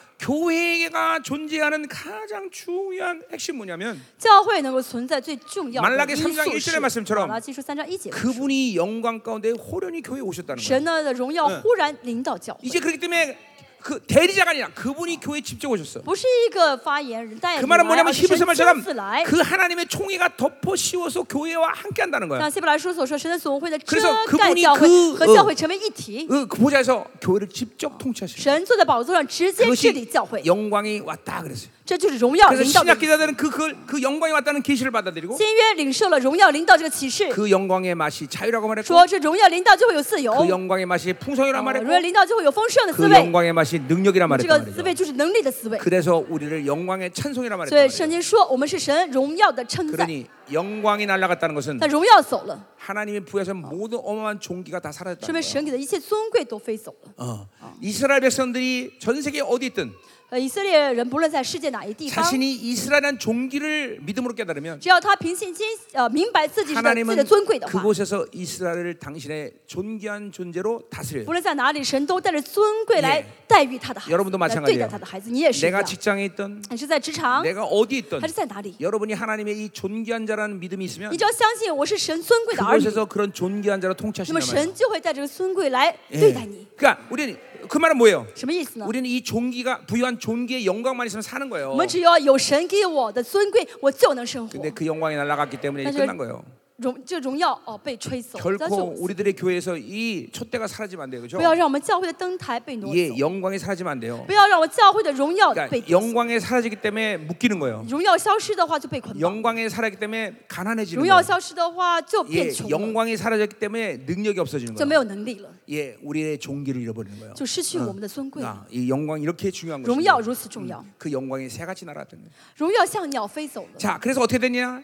A: 교회가 존재하는 가장 중요한 핵심 뭐냐면
B: 教会能够存在最重要
A: 말라
B: 的
A: 기
B: 因
A: 삼장일
B: 素
A: 절의
B: 是
A: 말씀처럼
B: 马拉基书三章一节，
A: 그분이 영광 가운데 호련히 교회에 오셨다는 거예요.
B: 神的荣耀忽然领导教会，
A: 이제 그렇기 때문에 그 대리자가 아니라 그분이 교회에 직접 오셨어.
B: 不是一个发言人代言
A: 그
B: 人来，
A: 말은 뭐냐면
B: 而是神
A: 히브리서 말처럼
B: 亲自来。
A: 그 하나님의 총회가 덮어 씌워서 교회와 함께 한다는 거야.
B: 像希伯来书所说，神的总会的遮
A: 그래서그분이
B: 盖教会
A: 그
B: 和
A: 어
B: 教会成为一体，
A: 그 보좌에서 교회를 직접 통치하시는
B: 神坐在宝座上直接治理
A: 그것이
B: 教会，
A: 영광이 왔다 그랬어요.
B: 这就是荣耀
A: 그래서
B: 领导的
A: 신약 기자들은 그, 그, 그 영광이 왔다는 계시를 받아들이고
B: 新约领受了荣耀领导这个启示，
A: 그 영광의 맛이 자유라고 말했고 어,
B: 说这荣耀领导就会有自由，
A: 그
B: 呃
A: 영광의 맛이 풍성이라
B: 荣
A: 말했고
B: 耀领导就会有丰盛的滋
A: 그
B: 味，
A: 영광의 맛이 능력이라
B: 这
A: 말했단
B: 个
A: 말이죠.
B: 滋味就是能力的滋味。
A: 그래서 우리를 영광의 찬송이라
B: 所以
A: 말했단
B: 圣
A: 말이죠.
B: 经说我们是神荣耀的称赞，
A: 그러니 영광이 날아갔다는 것은
B: 但荣耀走了，
A: 하나님의 부에서 모든 어마어마한 종기가 다
B: 说
A: 사라졌다는 거예요.
B: 明神给的一切尊贵都飞走了。
A: 어. 이스라엘 백성들이 전 세계 어디 있든
B: 呃，以色列人不论在世界哪一地方，
A: 자신이 이스라엘이라는 종기를 믿음으로 깨달으면
B: 只要他凭信心呃明白自己是的自己
A: 하나님은
B: 的尊贵的话，
A: 그곳에서 이스라엘을 당신의 존귀한 존재로 다스려요.
B: 不论在哪里，神都带着尊贵来
A: 예
B: 待遇他的孩
A: 여러분도
B: 子，来对
A: 마찬가지예요
B: 待他的孩子。你也是一
A: 내가
B: 样，
A: 직장에 있든
B: 你是在职场
A: 내가 어디 있든
B: 还是在哪里，
A: 여러분이 하나님의 이 존귀한 자라는 믿음이 있으면
B: 你只要相信我是神尊贵的儿女，
A: 그곳에서 그런 존귀한 자로
B: 那么
A: 통치하신단 말이에요.
B: 神就会带这个尊贵来
A: 예.
B: 对待你。
A: 그러니까 우리는 그 말은 뭐예요?
B: 什么意思呢？
A: 우리는 이 종기가 부유한 존귀의 영광만 있으면 사는
B: 我
A: 거예요.
B: 们只要有神给我的尊贵，我就能生活
A: 근데 。그 영광이 날아갔기 때문에 이제
B: 사실-
A: 끝난 거예요.
B: 荣这荣耀哦被吹走，但是
A: 결코
B: 我
A: 우리들의 교회에서 이 촛대가 사라지면 안 돼요. 그렇죠?
B: 不要让我们教会的灯台被挪
A: 예,
B: 走，
A: 영광이 사라지면 안 돼요.
B: 不要让我教会的荣耀被
A: 그러니까
B: 夺走
A: 영광에 사라지기 때문에 묶이는 거예요.
B: 荣耀消失的话就被捆绑，
A: 영광에 사라지기 때문에 가난해지는
B: 荣耀
A: 거예요.
B: 消失的话就
A: 예,
B: 变穷了，
A: 영광이 사라졌기 때문에 능력이 없어지는 거예요.
B: 就没有能力了，
A: 예, 우리의 종기를 잃어버리는 거예요.
B: 就失去我们的尊贵。
A: 아, 이 영광 이렇게 중요한
B: 荣耀
A: 거죠.
B: 如此重要，
A: 그 영광이 새같이 날아갔던 거예요.
B: 荣耀像鸟飞走了。
A: 자, 그래서 어떻게 되냐?
B: 然后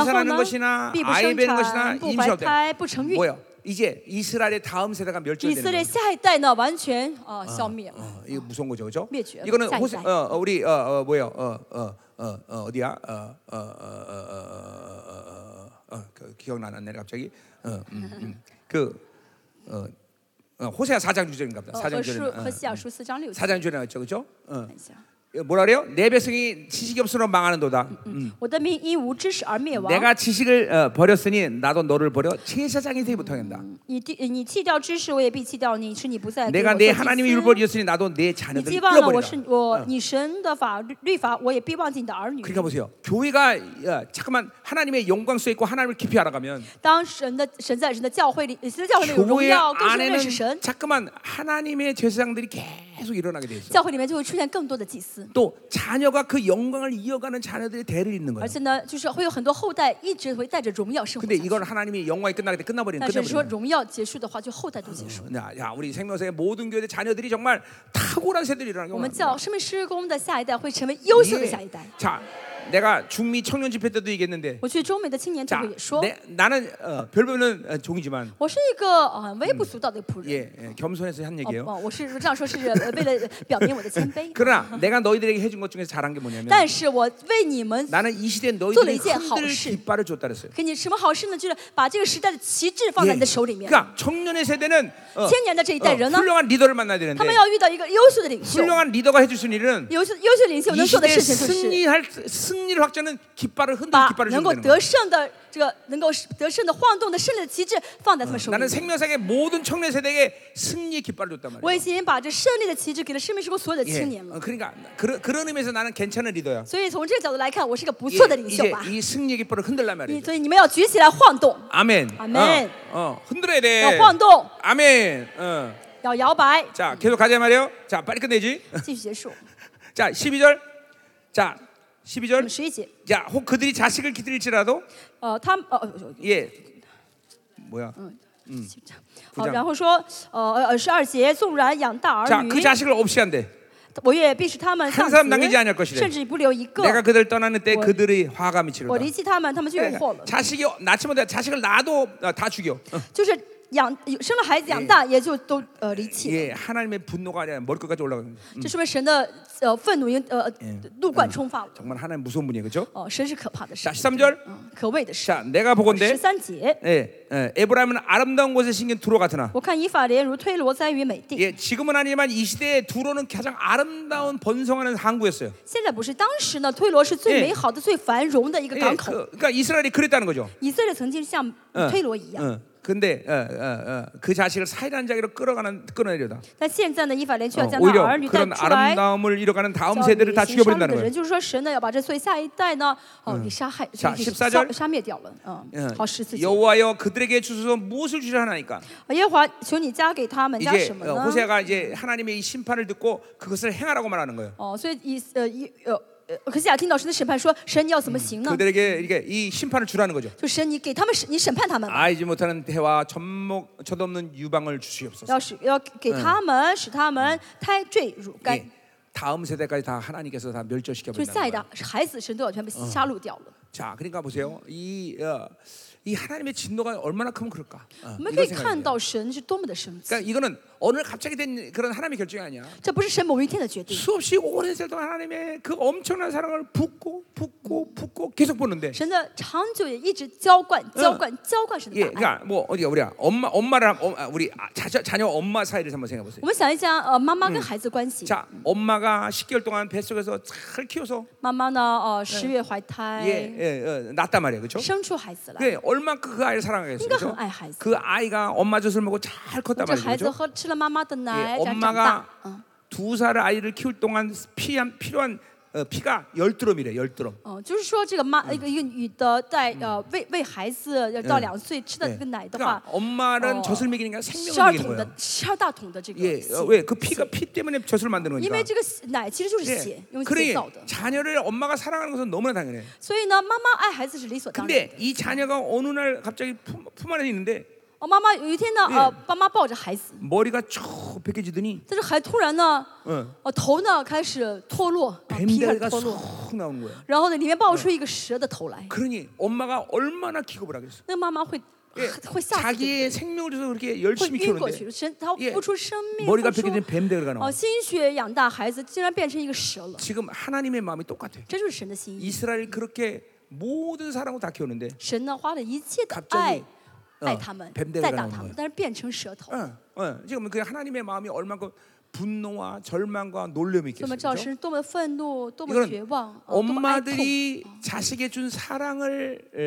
A: 해산하는
B: 呢，
A: 것이나
B: 必不
A: 아이
B: 生
A: 베는 것이나
B: 产，不怀
A: 임신할 때
B: 胎，不成孕。
A: 뭐요? 이제 이스라엘의 다음 세대가
B: 以
A: 멸절되는
B: 色
A: 거예요.
B: 列下一代呢，完全啊、呃消灭了。
A: 어, 이거 무서운 거죠, 그렇죠?
B: 미치요.
A: 이거는
B: 자,
A: 호세,
B: 자.
A: 어, 어, 우리 어, 어, 뭐예요? 어, 어, 어, 어, 어디야? 어, 어, 어, 어, 어, 어, 어, 어, 그 기억나는데 갑자기 어, 음, 음. 그 어, 어, 호세아 사장 주제인가 보다.
B: 呃，
A: 사장
B: 和书
A: 주제.
B: 和西亚书四章六节。
A: 사장 주제가 있죠, 그렇죠? 어.
B: 看一下
A: 뭐라 그래요? 내 백성이 지식이 없으므로 망하는도다.
B: 我的民因无知识而灭亡。
A: 내가 지식을 어, 버렸으니 나도 너를 버려 제사장이 되지 못하겠다.
B: 你地你弃掉知识，我也必弃掉你；使你不再给
A: 내가
B: 我
A: 내
B: 做
A: 하나님의
B: 祭司
A: 율법을 잃었으니 나도 내
B: 你
A: 자녀들을
B: 既忘了我嗯
A: 잃어버리라.
B: 是我，你神的法律律法，我也必忘记你的儿女。
A: 그러니까 보세요. 교회가 야, 잠깐만 하나님의 영광 속에 있고 하나님을 깊이 알아가면
B: 当神的神在神的教会里，呃神在教会里有荣
A: 교회
B: 耀，更深认
A: 안에는
B: 识神。
A: 잠깐만 하나님의 제사장들이 계속 일어나게 돼 있어.
B: 教会里面就会出现更多的祭司，
A: 또 자녀가 그 영광을 이어가는 자녀들의 대를 잇는 거예요.
B: 而且呢，就是会有很多后代一直会带着荣耀生活
A: 근데
B: 下去。
A: 이건 하나님의 영광이 끝나게 돼 끝나버리는
B: 但是说
A: 끝나버리는.
B: 荣耀结束的话，就后代都结束。
A: 거예요. 어, 야, 야, 우리 생명사의 모든 교회 자녀들이 정말 탁월한 세들이 일어나는
B: 我们
A: 거예요.
B: 叫生命施工的下一代会成为优秀的下一代。
A: 자, 내가 중미 청년 집회 때도 얘기했는데,
B: 我去中美的青年聚
A: 자,
B: 会也说，
A: 내, 나는 어, 별별은 어, 종이지만
B: 我是一个啊微不足道的仆人。
A: 예, 예, 겸손해서 한
B: 哦
A: 얘기예요.
B: 哦，我是这样说，是呃为了表明我的谦卑。
A: 그러나 내가 너희들에게 해준 것 중에서 잘한 게 뭐냐면
B: 但是我为你们
A: 나는 이 시대에 너희들이
B: 이제
A: 흔들
B: 好事。
A: 깃발을 줬다 그랬어요.
B: 给你什么好事呢？就是把这个时代的旗帜放在你的手里面。
A: 그러니까 청년의 세대는 어,
B: 千年的这一
A: 어,
B: 代人呢，
A: 훌륭한 리더를 만나야
B: 他
A: 되는데
B: 们要遇到一个优秀的领袖，
A: 훌륭한 리더가 해줄 수 있는 일은
B: 优秀优秀领袖
A: 이
B: 能做的
A: 시대의
B: 事情就是。
A: 승리할 승리를 확자는 깃발을 흔들
B: 把
A: 깃발을
B: 能
A: 주는
B: 够
A: 거예요.
B: 得胜的这个能够得胜的晃动的胜利的旗帜放在他们手里
A: 나는
B: 面。
A: 생명상의 모든 청년 세대에게 승리의 깃발을 줬단
B: 我已
A: 말이에요.
B: 经把这胜利的旗帜给了生命之国所有的
A: 예.
B: 青年
A: 어,
B: 了，
A: 그러니까 그런 그런 의미에서 나는 괜찮은 리더야.
B: 所以从这个角度来看，我是个不
A: 예,
B: 错的领袖
A: 이제
B: 吧。
A: 이 승리의 깃발을 흔들란
B: 你
A: 말이죠.
B: 所以你们要举起来晃动，
A: 아멘.
B: 아멘.
A: 어, 어, 흔들어야 돼.
B: 要晃动，
A: 아멘. 어.
B: 要摇摆。
A: 자 계속 가자 말이에요. 자 빨리 끝내지.
B: 继续结束。
A: 자 12절. 자
B: 嗯
A: 12절.
B: 十一节，
A: 야, 혹 그들이 자식을 기들일지라도
B: 呃，他们呃呃，呃
A: 예. 뭐야? 这
B: 好，
A: 样
B: 然后说，呃呃呃，十二节，纵然养大儿
A: 자,
B: 女
A: 그 ， 자식을 없이 한대.
B: 我也必使他们
A: 한
B: 丧
A: 사람남기지않을
B: 子，
A: 것이래
B: 甚至不留一
A: 내가
B: 个。
A: 그들 떠나는 때
B: 뭐-
A: 그들이 화가 미치리라.
B: 我离弃他们，他们就有祸了
A: 그러니까 。 자식이 낳지면 돼. 자식을 낳아도 어, 다 죽여. 어.
B: 就是养生了孩子养大，也就都呃离弃。
A: 예, 하나님의 분노가 아니라 머리끝까지 올라가는. 거예요.
B: 这说明神的呃愤怒已经呃呃怒贯冲发了。
A: 정말 하나님 무서운 분이에요, 그렇죠?
B: 哦，神是可怕的
A: 자
B: 神，
A: 13절.
B: 嗯，可畏的神。
A: 자, 내가
B: 十
A: 보건대
B: 三节，
A: 예, 예, 에브라임은 아름다운 곳에 신긴 두로 같으나
B: 我看以法莲如推罗栽于美地。
A: 예, 지금은 아니지만 이 시대에 두로는 가장 아름다운 번성하는 항구였어요.
B: 现在不是，当时呢，推罗是最美好的、最繁荣的一个
A: 예,
B: 港
A: 그,
B: 口。
A: 그러니까 이스라엘이 그랬다는 거죠.
B: 以色列曾经像
A: 어,
B: 推罗一样，
A: 어, 근데 어, 어, 어, 그 자식을 사이란 자기로 끌어가는 끌어내려다.
B: 但现在呢，以法莲却
A: 어,
B: 要将那
A: 오히려
B: 儿女带
A: 그런
B: 出来。
A: 아름다움을 잃어가는 다음
B: 叫你
A: 세대를 다
B: 行杀戮
A: 죽여버린다는
B: 的
A: 거예요.
B: 人，就是说神呢要把这所以下一代呢，哦，给杀害，
A: 자
B: 给
A: 14
B: 杀
A: 절
B: 杀灭掉了。嗯，
A: 예,
B: 好，十四节，啊
A: 여호와여 그들에게 주소서 무엇을 주려 하나이까?
B: 耶和华，求你加给呃他们加
A: 이제
B: 什么
A: 어,
B: 呢？
A: 호세아가 이제 하나님의 이 심판을 듣고 그것을 행하라고 말하는 거예요.
B: 哦，所以以呃以呃呃，可西亚听到神的审判说，神你要怎么行呢？
A: 그들에게 이게 이 심판을 주라는 거죠.
B: 就神你给他们审，你审判他们吧，
A: 알지 못하는 대화 전목 젖없는 유방을 주시옵소서.
B: 要使要给他们，使他们胎坠乳干
A: 예, ， 다음 세대까지 다 하나님께서 다
B: 就是
A: 멸절시켜버린다.
B: 下一代孩子神都要全部杀戮掉了。
A: 자, 그러니까 보세요. 이, 어, 이 하나님의 진노가 얼마나 크면 그럴까? 어,
B: 我们
A: 이걸
B: 可以
A: 생각해요.
B: 看到神是多么的生气，
A: 그러니까 이거는 어느 날 갑자기 된 그런 하나님의 결정이 아니야.
B: 这嗯不是神某一天的决定，
A: 수없이 오랜 세월 동안 하나님의 그 엄청난 사랑을 붓고 붓고 붓고 계속 보는데
B: 神的长久也一直浇灌、浇灌、浇灌神
A: 예,
B: 的大爱。
A: 그러니까 뭐 어디가 우리야 엄마 엄마를 한- 엄- 아, 우리 아, 자녀, 자녀 엄마 사이를 한번 생각해 보세요.
B: 我们想一想，呃，妈妈跟孩子关系，
A: 자, 엄마가 10개월 동안 뱃속에서 잘 키워서
B: 妈妈呢，呃，十月怀
A: 예,
B: 胎
A: 예, 어, 낳단 말이에요, 그렇죠?
B: 生出孩子来，
A: 그 얼만큼 그 아이를 사랑하겠어요,
B: 应该
A: 그
B: 很
A: 죠
B: 爱孩子。
A: 그 아이가 엄마 젖을 먹고 잘 컸단
B: 这孩
A: 말이죠. 그렇죠? 그죠?
B: 子喝吃了妈妈的奶，
A: 예,
B: 然后长大
A: 엄마가 。두 살 아이를 키울 동안 피한 필요한 어, 피가 열 드럼이래, 열 드럼.
B: 哦，就是说这个妈一个一个女的在呃喂喂孩子要
A: 嗯
B: 到两岁吃的这个奶的
A: 그러니까
B: 话，
A: 엄마는
B: 어,
A: 젖을 먹이니까
B: 十二
A: 생명을
B: 桶
A: 먹이는
B: 的
A: 거예요.
B: 十二大桶的这个
A: 예,
B: 血
A: 어, 왜? 그 피가 피 때문에 젖을 만드는
B: 因
A: 거니까. 예.
B: 为这个血奶其实就是血，因为血
A: 그래
B: 造的，
A: 자녀를 엄마가 사랑하는 것은 너무나 당연해.
B: 所以呢，妈妈爱孩子是理所当然
A: 근데
B: 的。
A: 이 자녀가 어느 날 갑자기 품, 품 안에 있는데
B: 哦，妈妈有一天呢，
A: 예
B: 呃，爸妈抱着孩子，
A: 머리가 쭉 벗겨지더니
B: 但是还突然呢，
A: 어,
B: 哦，头呢开始脱落，啊皮开始
A: 뱀다리가
B: 脱落，
A: 쏙 나오는 거야.
B: 然后呢，里面爆出一个蛇的头来，
A: 그러니 엄마가 얼마나 기겁을 하겠어.
B: 那妈妈会啊
A: 예,
B: 会吓死的，
A: 자기의 생명을 줘서 그렇게
B: 会
A: 열심히
B: 晕过去，
A: 키우는데
B: 身她
A: 예
B: 付出生命，
A: 머리가
B: 付出
A: 벗겨진 뱀다리가 나와.
B: 哦，心血养大孩子，竟然变成一个蛇了，
A: 지금 하나님의 마음이 똑같아.
B: 这就是神的心意。
A: 이스라엘 그렇게 모든 사랑을 다 키우는데
B: 神呢，花了一切的嗯爱
A: 갑자기 ，
B: 爱他们
A: 뱀대가리 ，
B: 再打
A: 나오는
B: 他们啊
A: 거예요. ，
B: 但是变成舌头。
A: 어, 어, 지금 그 하나님의 마음이 얼만큼 분노와 절망과 놀림이
B: 那
A: 있겠어요.
B: 么赵
A: 그죠?
B: 是多么愤怒，多么
A: 이거는
B: 绝望，啊多么哀痛。
A: 엄마들이 자식에 준 사랑을 에,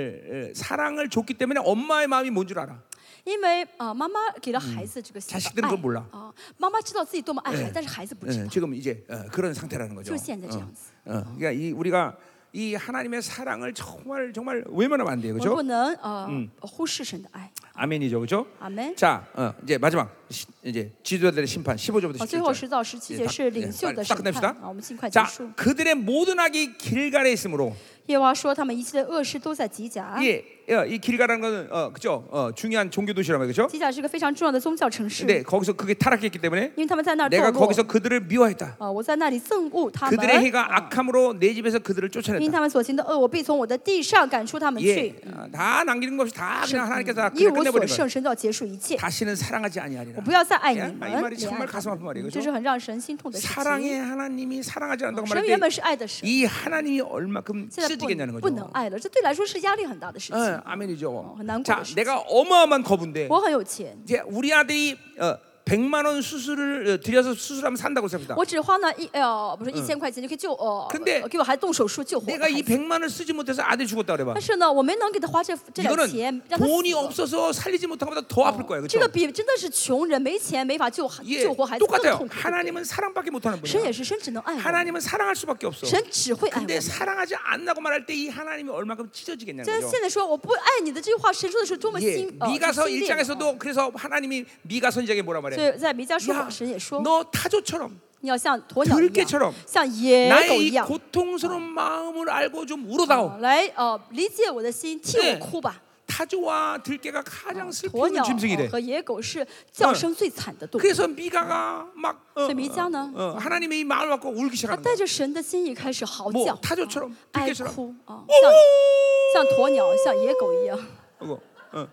A: 에, 사랑을 줬기 때문에 엄마의 마음이 뭔 줄 알아.
B: 因为啊，妈妈给了孩子这个
A: 자식들은
B: 爱
A: 그걸몰라
B: 啊，妈妈知道自己多么爱孩子，但是孩子不
A: 예,
B: 知道。
A: 지금 이제 어, 그런 상태라는 거죠.
B: 저现在这样子。
A: 어, 어, 그러니까 이 우리가 이 하나님의 사랑을 정말 정말 외면하면 안 돼요,
B: 我们不
A: 그렇죠?
B: 能呃忽视神的爱。
A: 아멘이죠, 그렇죠?
B: 阿门。
A: 자, 어, 이제 마지막 시- 이제 지도자들의 심판 15절부터
B: 好，最后
A: 17절.
B: 十到十七
A: 예
B: 节
A: 다
B: 是
A: 예
B: 领袖
A: 빨리
B: 的
A: 싹
B: 审
A: 냅시다
B: 判啊，我们尽快结
A: 자,
B: 束。
A: 그들의 모든 악이 길갈에 있으므로
B: 耶和华说，他们一切的恶事都在吉甲。
A: 예, 예, 이 길가라는 것은 어, 그죠? 어, 중요한 종교 도시라고 그죠?
B: 吉甲是个非常重要的宗教城市，
A: 근데 거기서 그게 타락했기 때문에
B: 因为他们在那儿堕
A: 내가
B: 落。
A: 거기서 그들을 미워했다.
B: 啊，我在那里憎恶他们。
A: 그들의 해가 악함으로 내 집에서 그들을
B: 因为
A: 쫓아냈다.
B: 他们所行的恶，我必从我的地上赶出他们
A: 예,
B: 去。
A: 아, 다 남기는 것 없이 어, 다 그냥 하나님께서 다
B: 一
A: 그냥
B: 无所
A: 끝내버린 거야.
B: 剩，神就要结束一切。
A: 다시는 사랑하지 아니하리라.
B: 我不要再爱你
A: 야,
B: 们，
A: 이 말이
B: 怜爱
A: 정말
B: 他
A: 가슴 아픈
B: 们
A: 말이에요.
B: 这是
A: 그죠?
B: 很让神心痛的事
A: 사랑의
B: 情。
A: 하나님이 사랑하지 않는다고
B: 神
A: 말할
B: 原本是爱的神，
A: 때 어, 이 하나님이 얼마큼
B: 现在不
A: 찢어지겠냐는
B: 能不能
A: 거죠. 嗯
B: 爱了，这对来说是压力很大的事
A: 응,
B: 情。
A: 예, 아멘이죠.
B: 난
A: 자,
B: 그것이지.
A: 내가 어마어마한 거부인데
B: 我很有钱，
A: 이제 우리 아들이 어, 100만 원 수술을 어, 들여서 수술하면 산다고 생각합니다.
B: 我只花呢一呃不是一千块钱就可以救呃
A: 嗯 근데
B: 呃给我孩子动手术救活我的
A: 내가
B: 孩
A: 이
B: 子。
A: 100만 원을 쓰지 못해서 뭐, 아들이 죽었다 그래 봐.
B: 但是呢，我没能给他花这这点钱
A: 이거는 ，
B: 让他
A: 돈이
B: 死了。
A: 없어서 살리지 못한 것보다 더 아플 거야.
B: 这
A: 그렇죠?
B: 个比真的是穷人没钱没法救孩
A: 예,
B: 救活孩子更
A: 똑같아요.
B: 痛苦。
A: 하나님은 사랑밖에 못하는
B: 神
A: 분이야.
B: 也是，神只能爱我们，
A: 하나님은 사랑할 수밖에 없어.
B: 神只会爱我
A: 근데
B: 们。
A: 사랑하지 않나고 말할 때 이 하나님이 얼마큼 찢어지겠냐는
B: 但是
A: 거죠.
B: 现在说我不爱你的这句话，神说的是多么
A: 예,
B: 心呃是
A: 미가서
B: 心裂的啊
A: 1장에서도 그래서 하나님이 미가 선지자에게 뭐라
B: 所
A: 말해?
B: 以在弥迦书
A: 야,
B: 神也说，
A: 너 타조처럼
B: 你要像鸵鸟一样，
A: 들깨처럼
B: 像野狗
A: 나의 네,
B: 一
A: 이
B: 样，
A: 고통스러운 마음을 알고 좀
B: 啊
A: 어. 울어다오.
B: 来呃理解我的心，替
A: 네
B: 我哭吧。
A: 타조와 들깨가 가장
B: 鸵
A: 슬픈
B: 鸟
A: 짐승이래. 嗯
B: 呃和野狗是叫声最惨的动物，
A: 그래서 미가가 막 어,
B: 所以弥迦呢，
A: 어, 하나님의 이 마음을 갖고 울기
B: 他
A: 시작하는
B: 带
A: 거야.
B: 着神的心意开始嚎
A: 뭐
B: 叫，
A: 아, 타조처럼
B: 哀
A: 들깨처럼
B: 哭啊，
A: 오!
B: 像像鸵鸟、像野狗一样，
A: 이거, 어.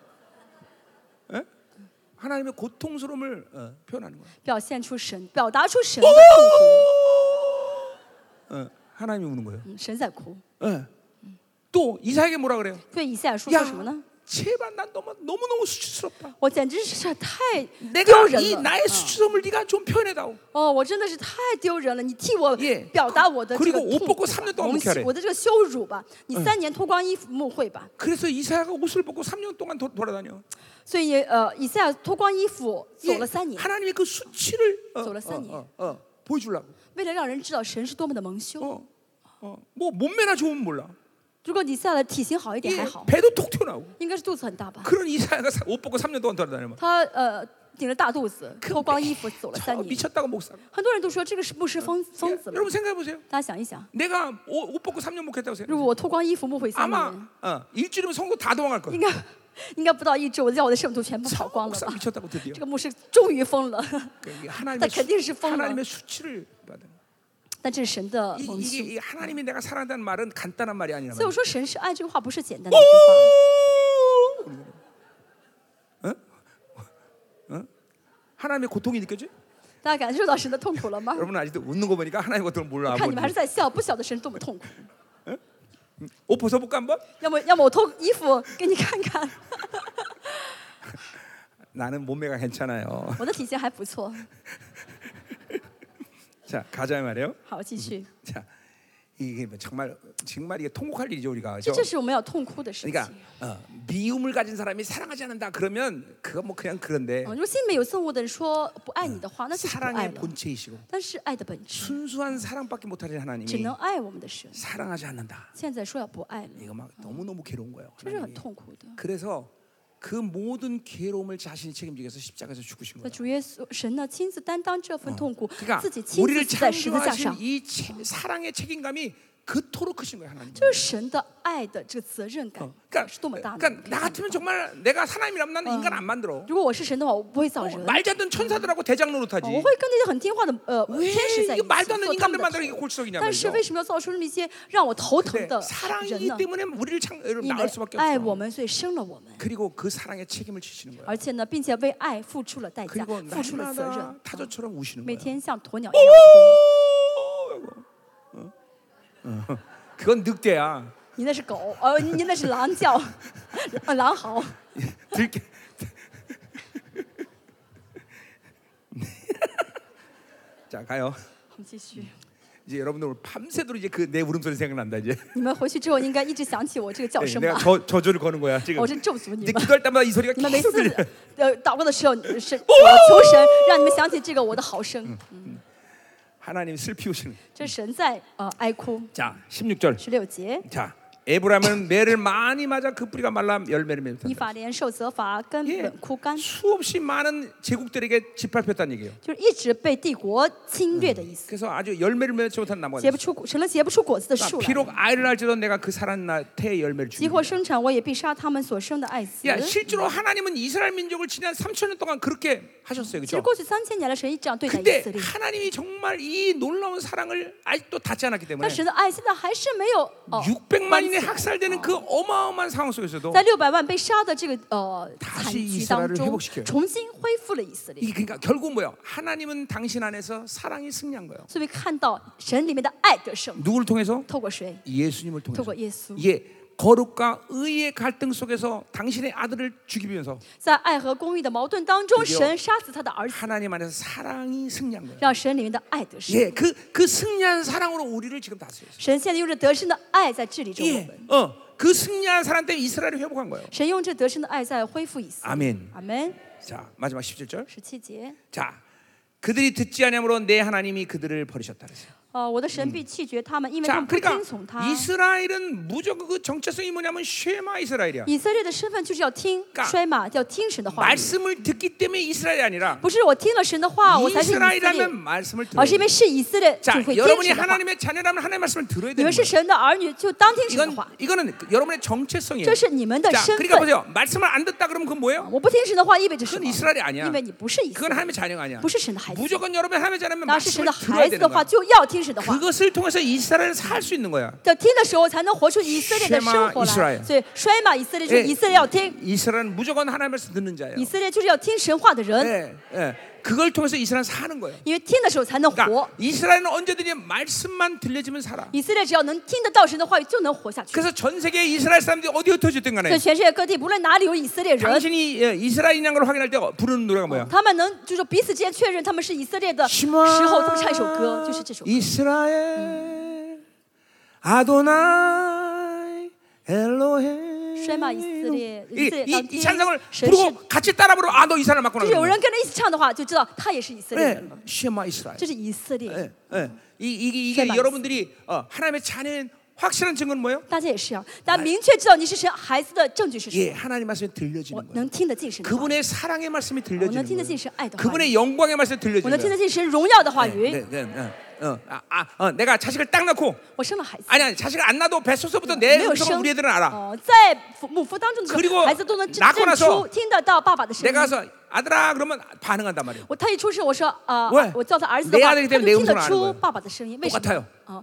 A: 에? 하나님의 고통스러움을 어, 표현하는 거야.
B: 表现出神，表达出神的
A: 哦
B: 痛
A: 어, 하나님이 우는 거예요.
B: 苦。嗯，神在哭。
A: 예. 또 이사에게 뭐라 그래요?
B: 对以赛亚书说
A: 야
B: 什么呢？
A: 제발 난 너무 너무 너무 수치스럽다.
B: 我简直是太
A: 내가
B: 丢人
A: 이
B: 了。
A: 나의 수치스러움을 네가 좀 표현해다오.
B: 哦，我真的是太丢人了！你替我
A: 예
B: 表达我的
A: 그
B: 这
A: 그리고옷 벗
B: 个痛
A: 고
B: 苦
A: 삼
B: 吧
A: 년동안
B: 我
A: 목회하래
B: 们我的这个羞辱吧！你三年脱光衣服牧会吧！
A: 그래서 이사야가 옷을 벗고 3년 동안 도, 돌아다녀.
B: 所以呃，以赛亚脱光衣服
A: 예,
B: 走了三年，
A: 하나님의 그 수치를 어,
B: 走了三年。
A: 어, 어, 어, 보여주려고.
B: 为了让人知道神是多么的蒙羞。
A: 어, 어, 뭐 몸매나 좋으면 몰라.
B: 如果以赛亚的体型好一
A: 예,
B: 点还好，
A: 배도 톡 튀어나오고.
B: 应该是肚子很大吧？
A: 그런 이사야가 사- 옷 벗고 3년 동안 돌아다녀.
B: 他呃顶着大肚子
A: 그
B: 脱光衣服走了
A: 저
B: 三年，
A: 미쳤다고 목사.
B: 很多人都说这个是牧师疯
A: 예,
B: 疯子了。
A: 여러분 생각해 보세요.
B: 大家想一想，
A: 내가 옷, 옷 벗고 3년 목했다고 생각.
B: 如果我脱光衣服牧会三
A: 아마
B: 年，
A: 어, 일주일이면 성도 다 도망갈 거야.
B: 应该应该不到一周，我就叫我的圣徒全部跑光了
A: 사
B: 吧？
A: 미쳤다고 어, 드디어
B: 这个牧师终于疯了。
A: 그러니까 이게 하나님의,
B: 나 견딜 수
A: 수,
B: 없어.
A: 하나님의 수치를 받은
B: 但这是神的
A: 이,
B: 蒙羞
A: 이게 。이 하나님이 내가 사랑한다는 말은 간단한 말이 아니라
B: 所以我说神是爱这个话不是简单的一句
A: 말이야. 어? 어? 하나님의 고통이 느껴지?
B: 话。大家感受到神的痛苦了 吗？
A: 여러분 아직도 웃는 거 보니까 하나님의 고통을 몰라
B: 看你们还是在啊笑，不晓得神多么痛苦。
A: 옷 벗어볼까 한번?
B: 要么要么我脱衣服给你看看，
A: 나는 몸매가 괜찮아요
B: 我的体型还不错。
A: 자 가자 이 말이에요
B: 好，继续。
A: 자 이게 뭐 정말 정말 이게 통곡할 일이죠 우리가
B: 这
A: 그죠?
B: 这是我们要痛哭的事情。
A: 그러니까 어, 미움을 가진 사람이 사랑하지 않는다 그러면 그거 뭐 그냥 그런데
B: 啊，如果心里面有憎恶的人说不爱你的话，那就是不爱
A: 사랑의
B: 了。
A: 본체이시고
B: 但是爱的本质，
A: 순수한 사랑밖에 못하는
B: 只
A: 하나님이
B: 能爱我们的神。
A: 사랑하지 않는다.
B: 现在说要不爱了，
A: 이거 막 너무 너무 괴로운 거예요.
B: 这是很
A: 하나님이.
B: 痛苦的。
A: 그래서 그 모든 괴로움을 자신이 책임지기 위해서 십자가에서 죽으신
B: 那
A: 거예요.
B: 主耶稣神呢，亲自担当这份痛苦，
A: 그러니까
B: 自己亲
A: 우리를
B: 自死在十字架
A: 창조하신 ，
B: 上
A: 그이 체- 사랑의 책임감이 그토록 크신 거예요, 하나님.
B: 就是神的爱的这个责任感
A: 어, 그러니까,
B: 是多么大
A: 그러니까
B: 的。你可以
A: 나
B: 想
A: 같으면 정말 내가 하나님이라면 나는 인간 안 만들어.
B: 如果我是神的话，我不会造
A: 어,
B: 人，哦
A: 말도 안 되는 천사들하고 대장 노릇하지.
B: 我会跟那些很听话的呃
A: 왜
B: 天使在一
A: 이거
B: 起
A: 말도 안
B: 做
A: 되는
B: 他们
A: 인간들
B: 的
A: 만들어
B: 头。
A: 이게 골수적이냐
B: 但是
A: 말이죠.
B: 为什么要造出那些让我头疼
A: 근데
B: 的人
A: 사랑이기
B: 呢？
A: 때문에 우리를 창, 여러분,
B: 因
A: 낳을
B: 为
A: 수밖에
B: 爱
A: 없어.
B: 我们，所以生了我们。
A: 그리고 그 사랑의 책임을 지시는 거예요.
B: 而且呢，并且为爱付出了代价，
A: 그리고
B: 付出了责任，
A: 날마다
B: 啊
A: 타조처럼 우시는
B: 每
A: 거예요.
B: 天像鸵鸟一样哭。
A: 그건 늑대야.
B: 你那是狗，呃，你那是狼 叫，呃，狼嚎。
A: 들깨. 자 가요.
B: 我们继续，
A: 이제 여러분들 오늘 밤새도록 이제 그 내 울음소리 생각난다 이제.
B: 你们回去之后应该一直想起我这个叫
A: 네,
B: 声
A: 내가
B: 吧？
A: 저 저주를 거는 거야 지금.
B: 我真咒诅哎你
A: 이제
B: 们！
A: 기도할 때마다 이 소리가
B: 你们每
A: 계속
B: 次
A: 들려.
B: 呃祷告的时候，是我求神让你们想起这个我的嚎声。
A: 하나님 슬피 우시는.
B: 这神在呃哀哭。
A: 자 16절.
B: 十六节，
A: 자 에브라임은 매를 많이 맞아 그 뿌리가 말라 열매를 맺었다.
B: 以法莲受责罚，根
A: 예,
B: 本枯干，
A: 수없이 많은 제국들에게 짓밟혔다는 얘기예요.
B: 就是一直被帝国侵略的意思，
A: 그래서 아주 열매를 맺지 못한 나무가
B: 结
A: 됐어요.
B: 不出果成了结不出果子的
A: 그러니까
B: 树来了。
A: 비록 아이를 낳을지도 내가 그 살아난 태의 열매를
B: 即
A: 주니.
B: 或生产，我也必杀他们所生的爱子。
A: 야, 실제로 하나님은 이스라엘 민족을 지난 3천 년 동안 그렇게 하셨어요.
B: 其实
A: 그렇죠?
B: 过去三千年来，神一直这样对待以
A: 근데
B: 色列，
A: 하나님이 정말 이 놀라운 사랑을 아직도 닿지 않았기
B: 但
A: 때문에
B: 神的爱现在还是没有哦。
A: 어, 600만인의 학살되는 그 어마어마한 상황 속에서도
B: 在六百万被杀的这个呃
A: 다시
B: 惨剧
A: 이스라엘을회복
B: 当中
A: 시켜요 ，
B: 重新恢复了以色列
A: 이 。 그러니까 결국 뭐예요? 하나님은 당신 안에서 사랑이 승리한 거예요.
B: 所以看到神里面的爱得胜，
A: 누구를 통해서?
B: 透过谁？
A: 예수님을
B: 透
A: 통해서.
B: 过耶稣。
A: 예. 거룩과 의의 갈등 속에서 당신의 아들을 죽이면서
B: 在爱和公义的矛盾当中，
A: 드디어
B: 神杀死他的儿子，
A: 하나님 안에서 사랑이 승리한 거예요.
B: 让神里面的爱得胜。
A: 예, 그 그 승리한 사랑으로 우리를 지금 다스려요.
B: 神现在用这得胜的爱在治理着我
A: 예,
B: 们，
A: 어, 그 승리한 사람 때문에 이스라엘을 회복한 거예요.
B: 神用这得胜的爱在恢复以色列。
A: 아멘.
B: 阿门。
A: 자, 마지막 17절.
B: 十七节，
A: 자, 그들이 듣지 않으므로 내 하나님이 그들을 버리셨다 그랬어요.
B: 哦、呃，我的神必弃绝他们，因为他
A: 자,
B: 们不
A: 그러니까
B: 听从他。
A: 이스라엘은 무조건 그 정체성이 뭐냐면 쉐마 이스라엘이야.
B: 以色列的身份就是要听
A: 까
B: 衰马，要听神的话语，
A: 말씀을 듣기 때문에 이스라엘이 아니라
B: 不是我听了神的
A: 아,
B: 话，
A: 어,
B: 我才是以色列
A: 이스라엘이라면 ， 말씀을
B: 而
A: 들어요.
B: 是因为是以色列就
A: 자,
B: 会听
A: 여러분이
B: 神的话。
A: 하나님의 자녀라면 하나님의 말씀을 들어야
B: 你
A: 되는
B: 们是
A: 거예요.
B: 神的儿女，就当听神的
A: 이건
B: 话，
A: 이거는 그- 여러분의 정체성이에요.
B: 这是你们的
A: 자,
B: 身
A: 그러니까
B: 份。
A: 보세요. 말씀을 안 듣다 그러면 그건 뭐예요?
B: 啊我不听神的话意味着什
A: 그건
B: 么？
A: 이스라엘이 아니야.
B: 因为你不啊是以色
A: 그건
B: 列，
A: 하나님의 자녀가 아니야.
B: 不是神的孩子。
A: 무조건 여러분 하나님의 자녀면
B: 当是神
A: 말씀을
B: 的
A: 들어야
B: 孩子的
A: 되는
B: 话，
A: 거야.
B: 就要听神的话。
A: 그것을 통해서 이스라엘을 살 수 있는 거야.
B: 要听的时候，才能活出以色列的生
A: 쉐마
B: 活
A: 以色列
B: 来。所以，衰马以色列就是哎以色列要听，
A: 이스라엘은 무조건 하나님의 말씀 듣는 자예요.
B: 以色列就是要听神话的人，
A: 예, 예. 그걸 통해서 이스라엘 사는 거예요.
B: 因为听的时候才能活
A: 그러니까 。 이스라엘은 언제든지 말씀만 들려지면 살아.
B: 以色列只要能听得到神的话语，就能活下去。
A: 그래서 전 세계 이스라엘 사람들이 어디 흩어졌든
B: 在
A: 간에
B: 全世界各地，无论哪哎里有以色列人，
A: 당신이 예, 이스라엘인 걸 확인할 때 부르는 노래가 뭐야?
B: 他们能就是彼此之间确认他们是以色列的时候，他们唱一首歌，就是这首歌。
A: 이스라엘 아도나이 엘로헤
B: 衰马以色列，以色列当
A: 이, 이
B: 天
A: 찬송을
B: 神是
A: 부르고 같이 따라 부르고 아너 이스라엘 맞구나
B: 就是有人跟着一起唱的话，就知道他也是以色列
A: 예,
B: 人了。
A: 쉐마 이스라엘
B: 这是以色列人，
A: 예, 예. 이, 게 이게
B: 쉐마
A: 여러분들이 어, 하나님의 자녀인 확실한 증거는 뭐예요?
B: 大家也是啊。大家明确知道你是神孩子的证据是什
A: 예,
B: 么？
A: 하나님 말씀이
B: 我
A: 들려지는 거예요
B: 能听得进神的话，
A: 그분의 사랑의 말씀이
B: 我能
A: 들려지는 어,
B: 听得进
A: 거예요
B: 神爱的话语，
A: 그분의 영광의 말씀이
B: 我
A: 들려지는
B: 能听
A: 거예요
B: 得进神荣耀的话
A: 네,
B: 语。
A: 네, 네, 어, 어, 아, 아, 어, 내가 자식을 딱 낳고
B: 我生了孩子，
A: 아니 아니 자식을 안 낳아도 뱃속서부터
B: 没
A: 내
B: 有
A: 음성을
B: 哎生
A: 우리 애들은 알아
B: 哦，在父母腹当中
A: 그리
B: 的时
A: 고
B: 候，孩子都能
A: 낳
B: 认
A: 고나서
B: 认出听得到爸爸的声
A: 내가
B: 音。
A: 가서 아들아 그러면 반응한단 말이에요
B: 我他一出生，我说啊
A: 왜 ，
B: 我叫他儿子的话，他就听得出爸爸的声音。为什么？
A: 어,
B: 啊，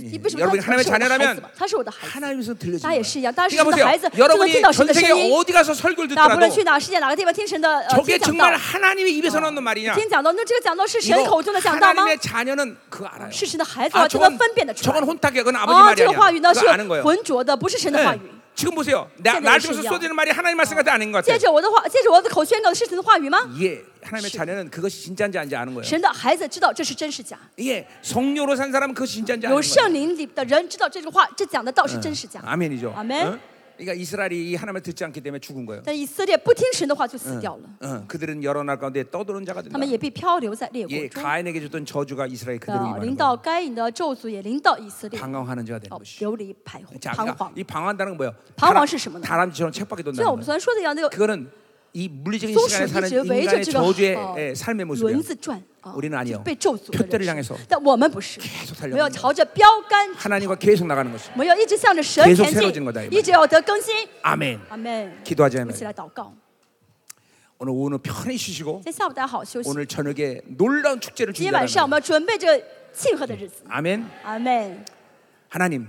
A: 예,
B: 为什么
A: 여러분이
B: 他
A: 하나님의
B: 是我的孩子
A: 자녀라면
B: 嘛？他是我的孩子。
A: 하나님에서 들려지는
B: 他
A: 거예요
B: 也是一样，当时
A: 그러니까
B: 你的
A: 보세요
B: 孩子就能听
A: 여러분이
B: 到神
A: 전
B: 的声
A: 세계
B: 音。
A: 어디 가서 설교를
B: 那
A: 듣더라도
B: 不
A: 어,
B: 论去哪世界哪个地方听神的呃听
A: 저게
B: 讲道
A: 정말 ， 하나님의 입에서 나오는 말이냐
B: 听讲道，那这个讲道是神
A: 어. 이거
B: 口中的讲道吗？
A: 하나님의 자녀는 그거 알아요
B: 是神的孩子啊，
A: 아,
B: 就能
A: 저건,
B: 分辨得出
A: 저건
B: 来。
A: 혼탁이야 그건 아버지
B: 啊，
A: 말이
B: 这个哎
A: 아니야
B: 话语呢是
A: 그거 아는 거예요
B: 浑浊的，不是神的话
A: 예.
B: 语。
A: 지금 보세요 나,
B: 세상에
A: 날 통해서
B: 신기하다.
A: 쏟아지는 말이 하나님 말씀 같아 아닌 것
B: 借
A: 같아요
B: 着我的话，借着我的口宣告的是神的话语吗？
A: 예, 하나님의 자녀는 그것이 진짜인지 아닌지 아는 거예요.
B: 神的孩子知道这是真是假，
A: 예, 성료로 산 사람은 그것이 진짜인지 아는
B: 有
A: 거예요.
B: 圣灵里的人知道这句话，这讲的道是真是假。
A: 아멘이죠. 네.
B: 아멘.
A: 어? 그러니까 이스라엘이 이 하나님을 듣지 않기 때문에 죽은 거예요.
B: 但以色列不听神的话就死掉了，
A: 어, 그들은 여러 나라 가운데 떠도는 자가
B: 他
A: 된다.
B: 们也被漂流在列
A: 예,
B: 国中。
A: 가인에게 줬던 저주가 이스라엘 그대로
B: 呃，
A: 임하는 거예요.
B: 临到该隐的咒诅也临到以色列，
A: 방황하는 자가 되는
B: 哦
A: 것이.
B: 流离徘徊
A: 자,
B: 彷
A: 그러니까
B: 徨。
A: 이 어, 방황한다는 건 뭐예요? 다람-
B: 방황은 是什么呢?
A: 다람쥐처럼 쳇바퀴
B: 就像我们
A: 돈다는 거예요.
B: 昨天说的一样，那个
A: 그거는 이 물리적인
B: 松
A: 시간에
B: 鼠一
A: 사는
B: 直围着
A: 인간의
B: 这个
A: 저주의
B: 呃
A: 예, 삶의
B: 轮
A: 모습이에요.
B: 子转啊，
A: 우리는아니에요
B: 就是被咒诅的
A: 표
B: 人
A: 대를향해서
B: 生。但我们不 是，
A: 계속
B: 我们要
A: 달려가는 거예요.
B: 朝着标杆，
A: 하나님과 계속 나가는 것이.
B: 我们要一直向着神
A: 계속
B: 前
A: 새로워지는거다이
B: 进，
A: 말이야
B: 一直要得更新。
A: 아멘. 네.
B: 阿门。
A: 기도하자
B: 我们
A: 아멘.
B: 一起来祷告。
A: 오늘 오늘 편히 쉬시고
B: 今天下午大家好好休息。
A: 오늘 저녁에 놀라운 축제를
B: 今天晚上
A: 준비하는
B: 我们要准备这庆贺的日子。
A: 아멘.
B: 阿
A: 嗯
B: 门。
A: 하나님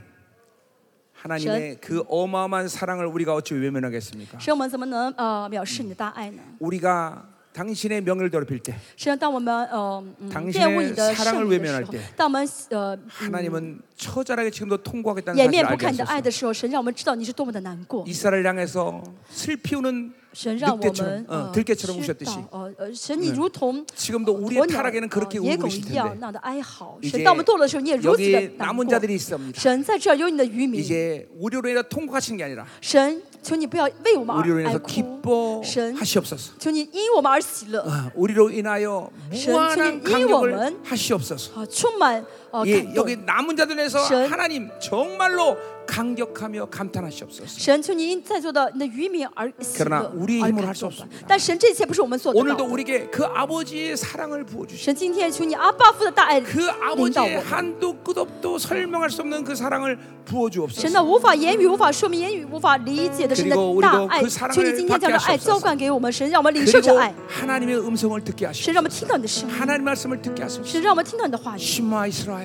A: 하나님의 그 어마어마한 사랑을 우리가 어찌 외면하겠습니까?
B: 神，我们怎么能呃藐视你的大爱呢？
A: 우리가 당신의 명예를 더럽힐 때
B: 神，当我们呃嗯
A: 당신의
B: 玷污你的
A: 사랑을
B: 圣名的时
A: 외면할
B: 候
A: 때 ，
B: 当我们呃
A: 하나님은 처절하게 지금도 통과하겠다는
B: 掩面
A: 사실을
B: 不
A: 알게
B: 看你的爱
A: 하소서.
B: 的时候，神让我们知道你是多么的难过。
A: 이스라엘을 향해서 슬피우는
B: 神让我
A: 늑대처럼,
B: 们
A: 어,
B: 呃
A: 嗯 들깨처럼
B: 知
A: 우셨듯이 嗯
B: 道呃呃，神你如同呃
A: 지금도우리의
B: 鸵鸟
A: 타락에는그렇게
B: 어
A: 울고
B: 野狗
A: 계실
B: 一
A: 텐데
B: 样那样的哀嚎。
A: 이제
B: 神，当我们堕落的时候，你也如此的
A: 여기
B: 难
A: 예, 남은
B: 过。
A: 자들이 있습니다.
B: 神，在这儿有你的渔民。
A: 이제 우리로 인해 통과하시는 게 아니라
B: 神，求你不要为我们而
A: 우리로
B: 哀
A: 인해서
B: 哭。神，
A: 기뻐하시옵소서.
B: 求你因我们而喜乐，
A: 아, 우리로 인하여 무한한
B: 전-
A: 강력을
B: 이워먼.
A: 하시옵소서.
B: 啊，充满呃
A: 예,
B: 感
A: 여기
B: 动。
A: 남은 자들에서
B: 전-
A: 하나님 정말로 감격하며 감탄하시옵소서.
B: 神，求你因在座的你的渔民而喜
A: 그러나
B: 乐，
A: 우리의힘으 로
B: 而
A: 할
B: 感
A: 수
B: 动
A: 없습
B: 吧
A: 니다 。
B: 但神，这一切不是我们做得到
A: 오늘도
B: 的。
A: 우리에게 그 아버지의 사랑을 부어 주시고
B: 神，今天求你阿爸父的大爱
A: 그
B: 领导
A: 아버지의
B: 我们。
A: 한도 끝없도 설명할 수 없는 그 사랑을 부어
B: 神
A: 주옵소서.
B: 的无法言语、无法说明、言语无法理解的神的
A: 그리고우리도
B: 大爱，
A: 그사랑을
B: 求你今天将这
A: 받게하시옵소서
B: 爱浇灌给我们，神让我们领受这
A: 그리고
B: 爱，
A: 하나님의 음성을 듣게
B: 神
A: 하시고
B: 让我们听到你的声音，
A: 하나님 말씀을 듣게 하소서.
B: 神让我们听到你的话语。
A: 시마 이스라엘.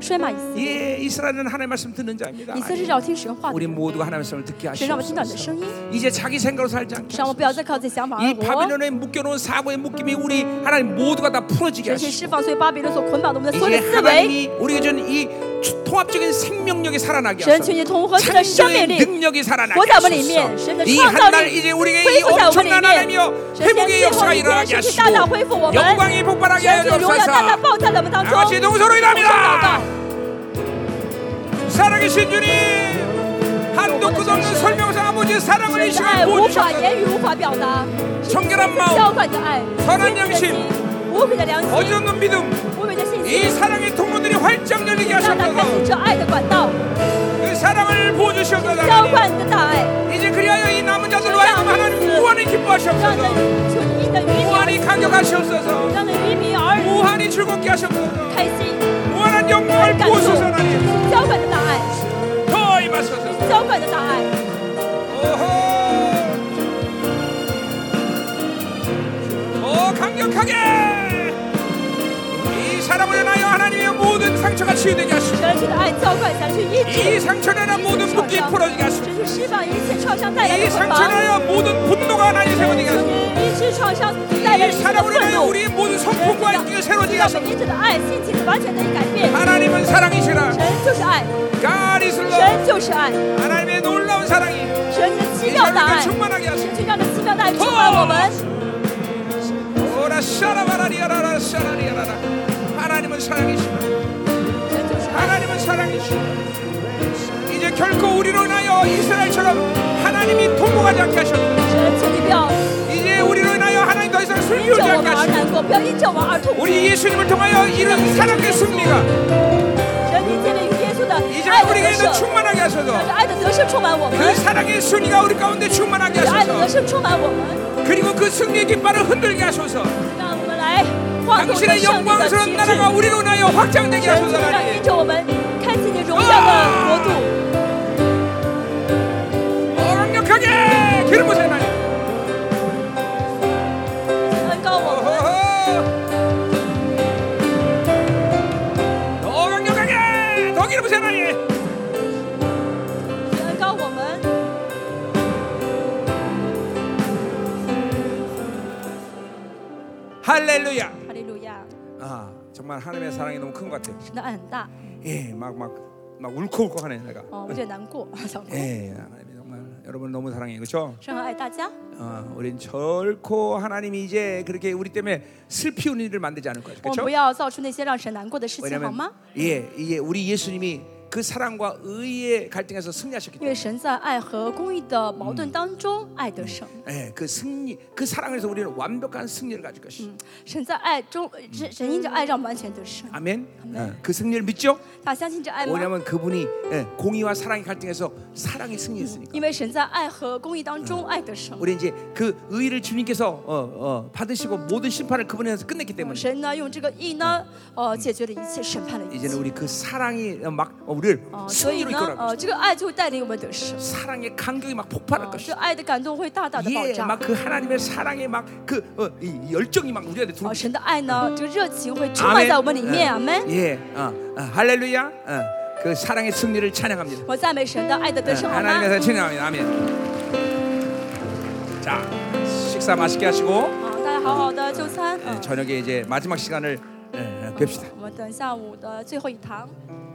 B: 摔马以色列，
A: 예, 이스라엘은 하나님 말씀 듣는 자입니다.
B: 以色列是要听神话的
A: 우리
B: 人，
A: 모두가 하나님 말씀을 듣게
B: 神让我们听到你的
A: 하시옵소서.
B: 声音，
A: 이제 자기 생각으로 살지 않게
B: 神让我们
A: 하소서.
B: 不要再靠自己想法而
A: 이
B: 活。
A: 바빌론에 묶여놓은 사고의 묶임이 우리 하나님 모두가 다 풀어지게
B: 神先
A: 하시고
B: 释放所有巴比伦所捆绑的我们的所有
A: 이제
B: 的思维，
A: 하나님이 우리에게 준 이 통합적인 생명력이 살아나게
B: 神求你
A: 하소서
B: 统合神的生命
A: 창조의
B: 力
A: 능력이 살아나게
B: 活在我们
A: 하소서
B: 里面，神的
A: 이
B: 创造
A: 한 달
B: 力
A: 이제 우리에게 이
B: 恢复在我们里
A: 엄청난
B: 面
A: 하나님이여 。
B: 神先
A: 회복의
B: 最啊后
A: 역사가
B: 一天
A: 일어나게
B: 身体大大
A: 하시고
B: 恢复我们，
A: 영광이 폭발하게
B: 神
A: 하여
B: 最荣耀大大
A: 주옵소서
B: 爆炸在我们当
A: 다
B: 中。
A: 같이 동서로
B: 我们祷告
A: 일합니다 。 살아계신 주님 한도 끝없는 설명상 아버지의 사랑을 이
B: 神的爱
A: 시간
B: 无法
A: 보여주셔서
B: 言语无法表达，
A: 청결한 마음
B: 浇灌你的爱，
A: 선한
B: 清
A: 양심
B: 洁的无愧的良心，
A: 어지없는 믿음
B: 无愧的信
A: 이
B: 心，
A: 사랑의 통로들이 활짝 열리게
B: 让他开
A: 하셨다고
B: 启这爱的管道，
A: 그 사랑을 부어주시옵소서
B: 浇
A: 하나님
B: 灌你的大爱，
A: 이제 그리하여 이 남은 자들로 하여금 하나님 무한히
B: 让那
A: 기뻐하시옵소서
B: 纯一的渔民
A: 무한히 ， 강력하시옵소서
B: 让那渔民儿女
A: 무한히 즐겁게 하시옵소서
B: 开心，
A: 무한한
B: 而
A: 영광을
B: 感动，
A: 부으소서 하나님
B: 去浇灌你的大爱，
A: 더 임하소서
B: 浇灌你的大爱。
A: 오호 더 강력하게 이 사람을 인하여 하나님의 모든 상처가 치유되게 하시고
B: 神你的爱浇灌下去，医
A: 이
B: 治
A: 상처로 인한
B: 一切
A: 모든
B: 创
A: 묶이
B: 伤
A: 풀어지게 ， 하시고
B: 这是释放一切创伤带来
A: 이
B: 的捆
A: 상처로
B: 绑。
A: 인하여 모든 분노가 하나님 세워지게 하시고
B: 医治创伤带来
A: 이
B: 的这个
A: 사랑으로
B: 愤
A: 인하여
B: 怒，
A: 우리의 모든 성품과 인격을 새로지게
B: 让我
A: 하소서
B: 们因着的爱性情完全的改变。
A: 하나님은 사랑이시라
B: 神就是爱，
A: God is love
B: 神就是爱，
A: 하나님의 놀라운 사랑이
B: 神的奇
A: 이
B: 妙的
A: 사랑을
B: 爱，
A: 충만하게 하소서
B: 神就让这奇妙的爱充满我们。
A: 오라 샤라바라리아라라 샤라리아라라 하나님은 사랑이시라
B: 神就是爱，
A: 하나님은 사랑이시라 이제 결코 우리로 인하여 이스라엘처럼 하나님이 통곡하지 않게 하셨고
B: 神求你不要
A: 이제 우리로 인하여 하나님 더 이상
B: 因着
A: 슬피우지
B: 我
A: 않게
B: 们而
A: 하시고
B: 难过，不要因着我们而痛苦。
A: 우리 예수님을 통하여 이런 사랑의 승리가
B: 神因着与耶稣的
A: 이제
B: 爱的
A: 우리가
B: 得
A: 있는
B: 胜，
A: 충만하게
B: 让这
A: 하셔서
B: 爱的得胜充满我们，
A: 그 사랑의 순위가 우리 가운데 충만하게
B: 让爱的得
A: 하소서
B: 胜充满我们，
A: 그리고 그 승리의 깃발을 흔들게 하소서
B: 让我们来晃动
A: 당신의
B: 我们胜利的旗
A: 영광스러운
B: 帜。
A: 나라가 우리로 인하여 확장되게
B: 神就
A: 하소서
B: 让因
A: 하나님
B: 着我们开启你荣耀的国度。
A: 강력하게 기름 부으세요 하나님
B: 恩嗯高我们，
A: 어허허. 더 강력하게 더 기름부세 하나님
B: 恩高我们，
A: 할렐루야
B: 哈利路亚！
A: 아 정말 하나님의 사랑이 너무 큰 것 같아요 예,
B: 神的爱很大，
A: 예막막막 울컥울컥하네 내가
B: 哦，我有点难过，想哭。
A: 예 하나님 정말 여러분 너무 사랑해요 그렇죠
B: 神很爱大家，
A: 어, 우린 결코 하나님이 이제 그렇게 우리 때문에 슬피운 일을 만들지 않을 거예요
B: 我们
A: 그렇죠
B: 不要造出那些让神难过的事情，好
A: 왜냐면
B: 吗？
A: 예 이게 우리 예수님이 그 사랑과 의의 갈등에서 승리하셨기
B: 因
A: 때문에
B: 为神在爱和公义的矛盾当中，爱得胜。
A: 예, 그 승리 그 사랑에서 우리는 완벽한 승리를 가질 것이
B: 嗯，神在爱中，神神因着爱让我们完全得胜。
A: 아멘.
B: 아멘.
A: 어, 그 승리를 믿죠?
B: 他相信这爱吗？
A: 왜냐하면 그분이 예, 공의와 사랑의 갈등에서 사랑이 승리했으니까.
B: 因为神在爱和公义当中爱得胜。
A: 우리 이제 그 의를 주님께서 어, 어, 받으시고 모든 심판을 그분에서 끝냈기
B: 嗯
A: 때문에
B: 神呢，用这个义呢，呃，解决了一切，审判了一
A: 이제는
B: 切。
A: 우리 그 사랑이 막 어, 우리를
B: 哦，所以
A: 승리로
B: 呢，
A: 이끌어갈
B: 呃，
A: 것이다.
B: 这个爱就会带领我们得胜。
A: 사랑의 감격이 막 폭발할
B: 哦这
A: 것이다.
B: 爱的感动会大大的爆
A: 예,
B: 炸。
A: 막 그 하나님의 사랑의 막그 어, 이 열정이 막 우리한테
B: 哦，
A: 들어오고.
B: 神的爱呢，这个热情会充满
A: 아멘.
B: 在我们里面，阿
A: 어,
B: 门。嗯
A: 예, 어, 어, 할렐루야. 어, 그 사랑의 승리를 찬양합니다.
B: 我赞美神的爱的得胜，好吗？
A: 네, 하나님께서 칭찬합니다. 아멘. 자, 식사 맛있게 하시고 네,
B: 好，嗯大家好好的就餐。嗯
A: 예, 저녁에 이제 마지막 시간을 예, 예, 뵙시다.
B: 我们等下午的最后一堂。
A: 예,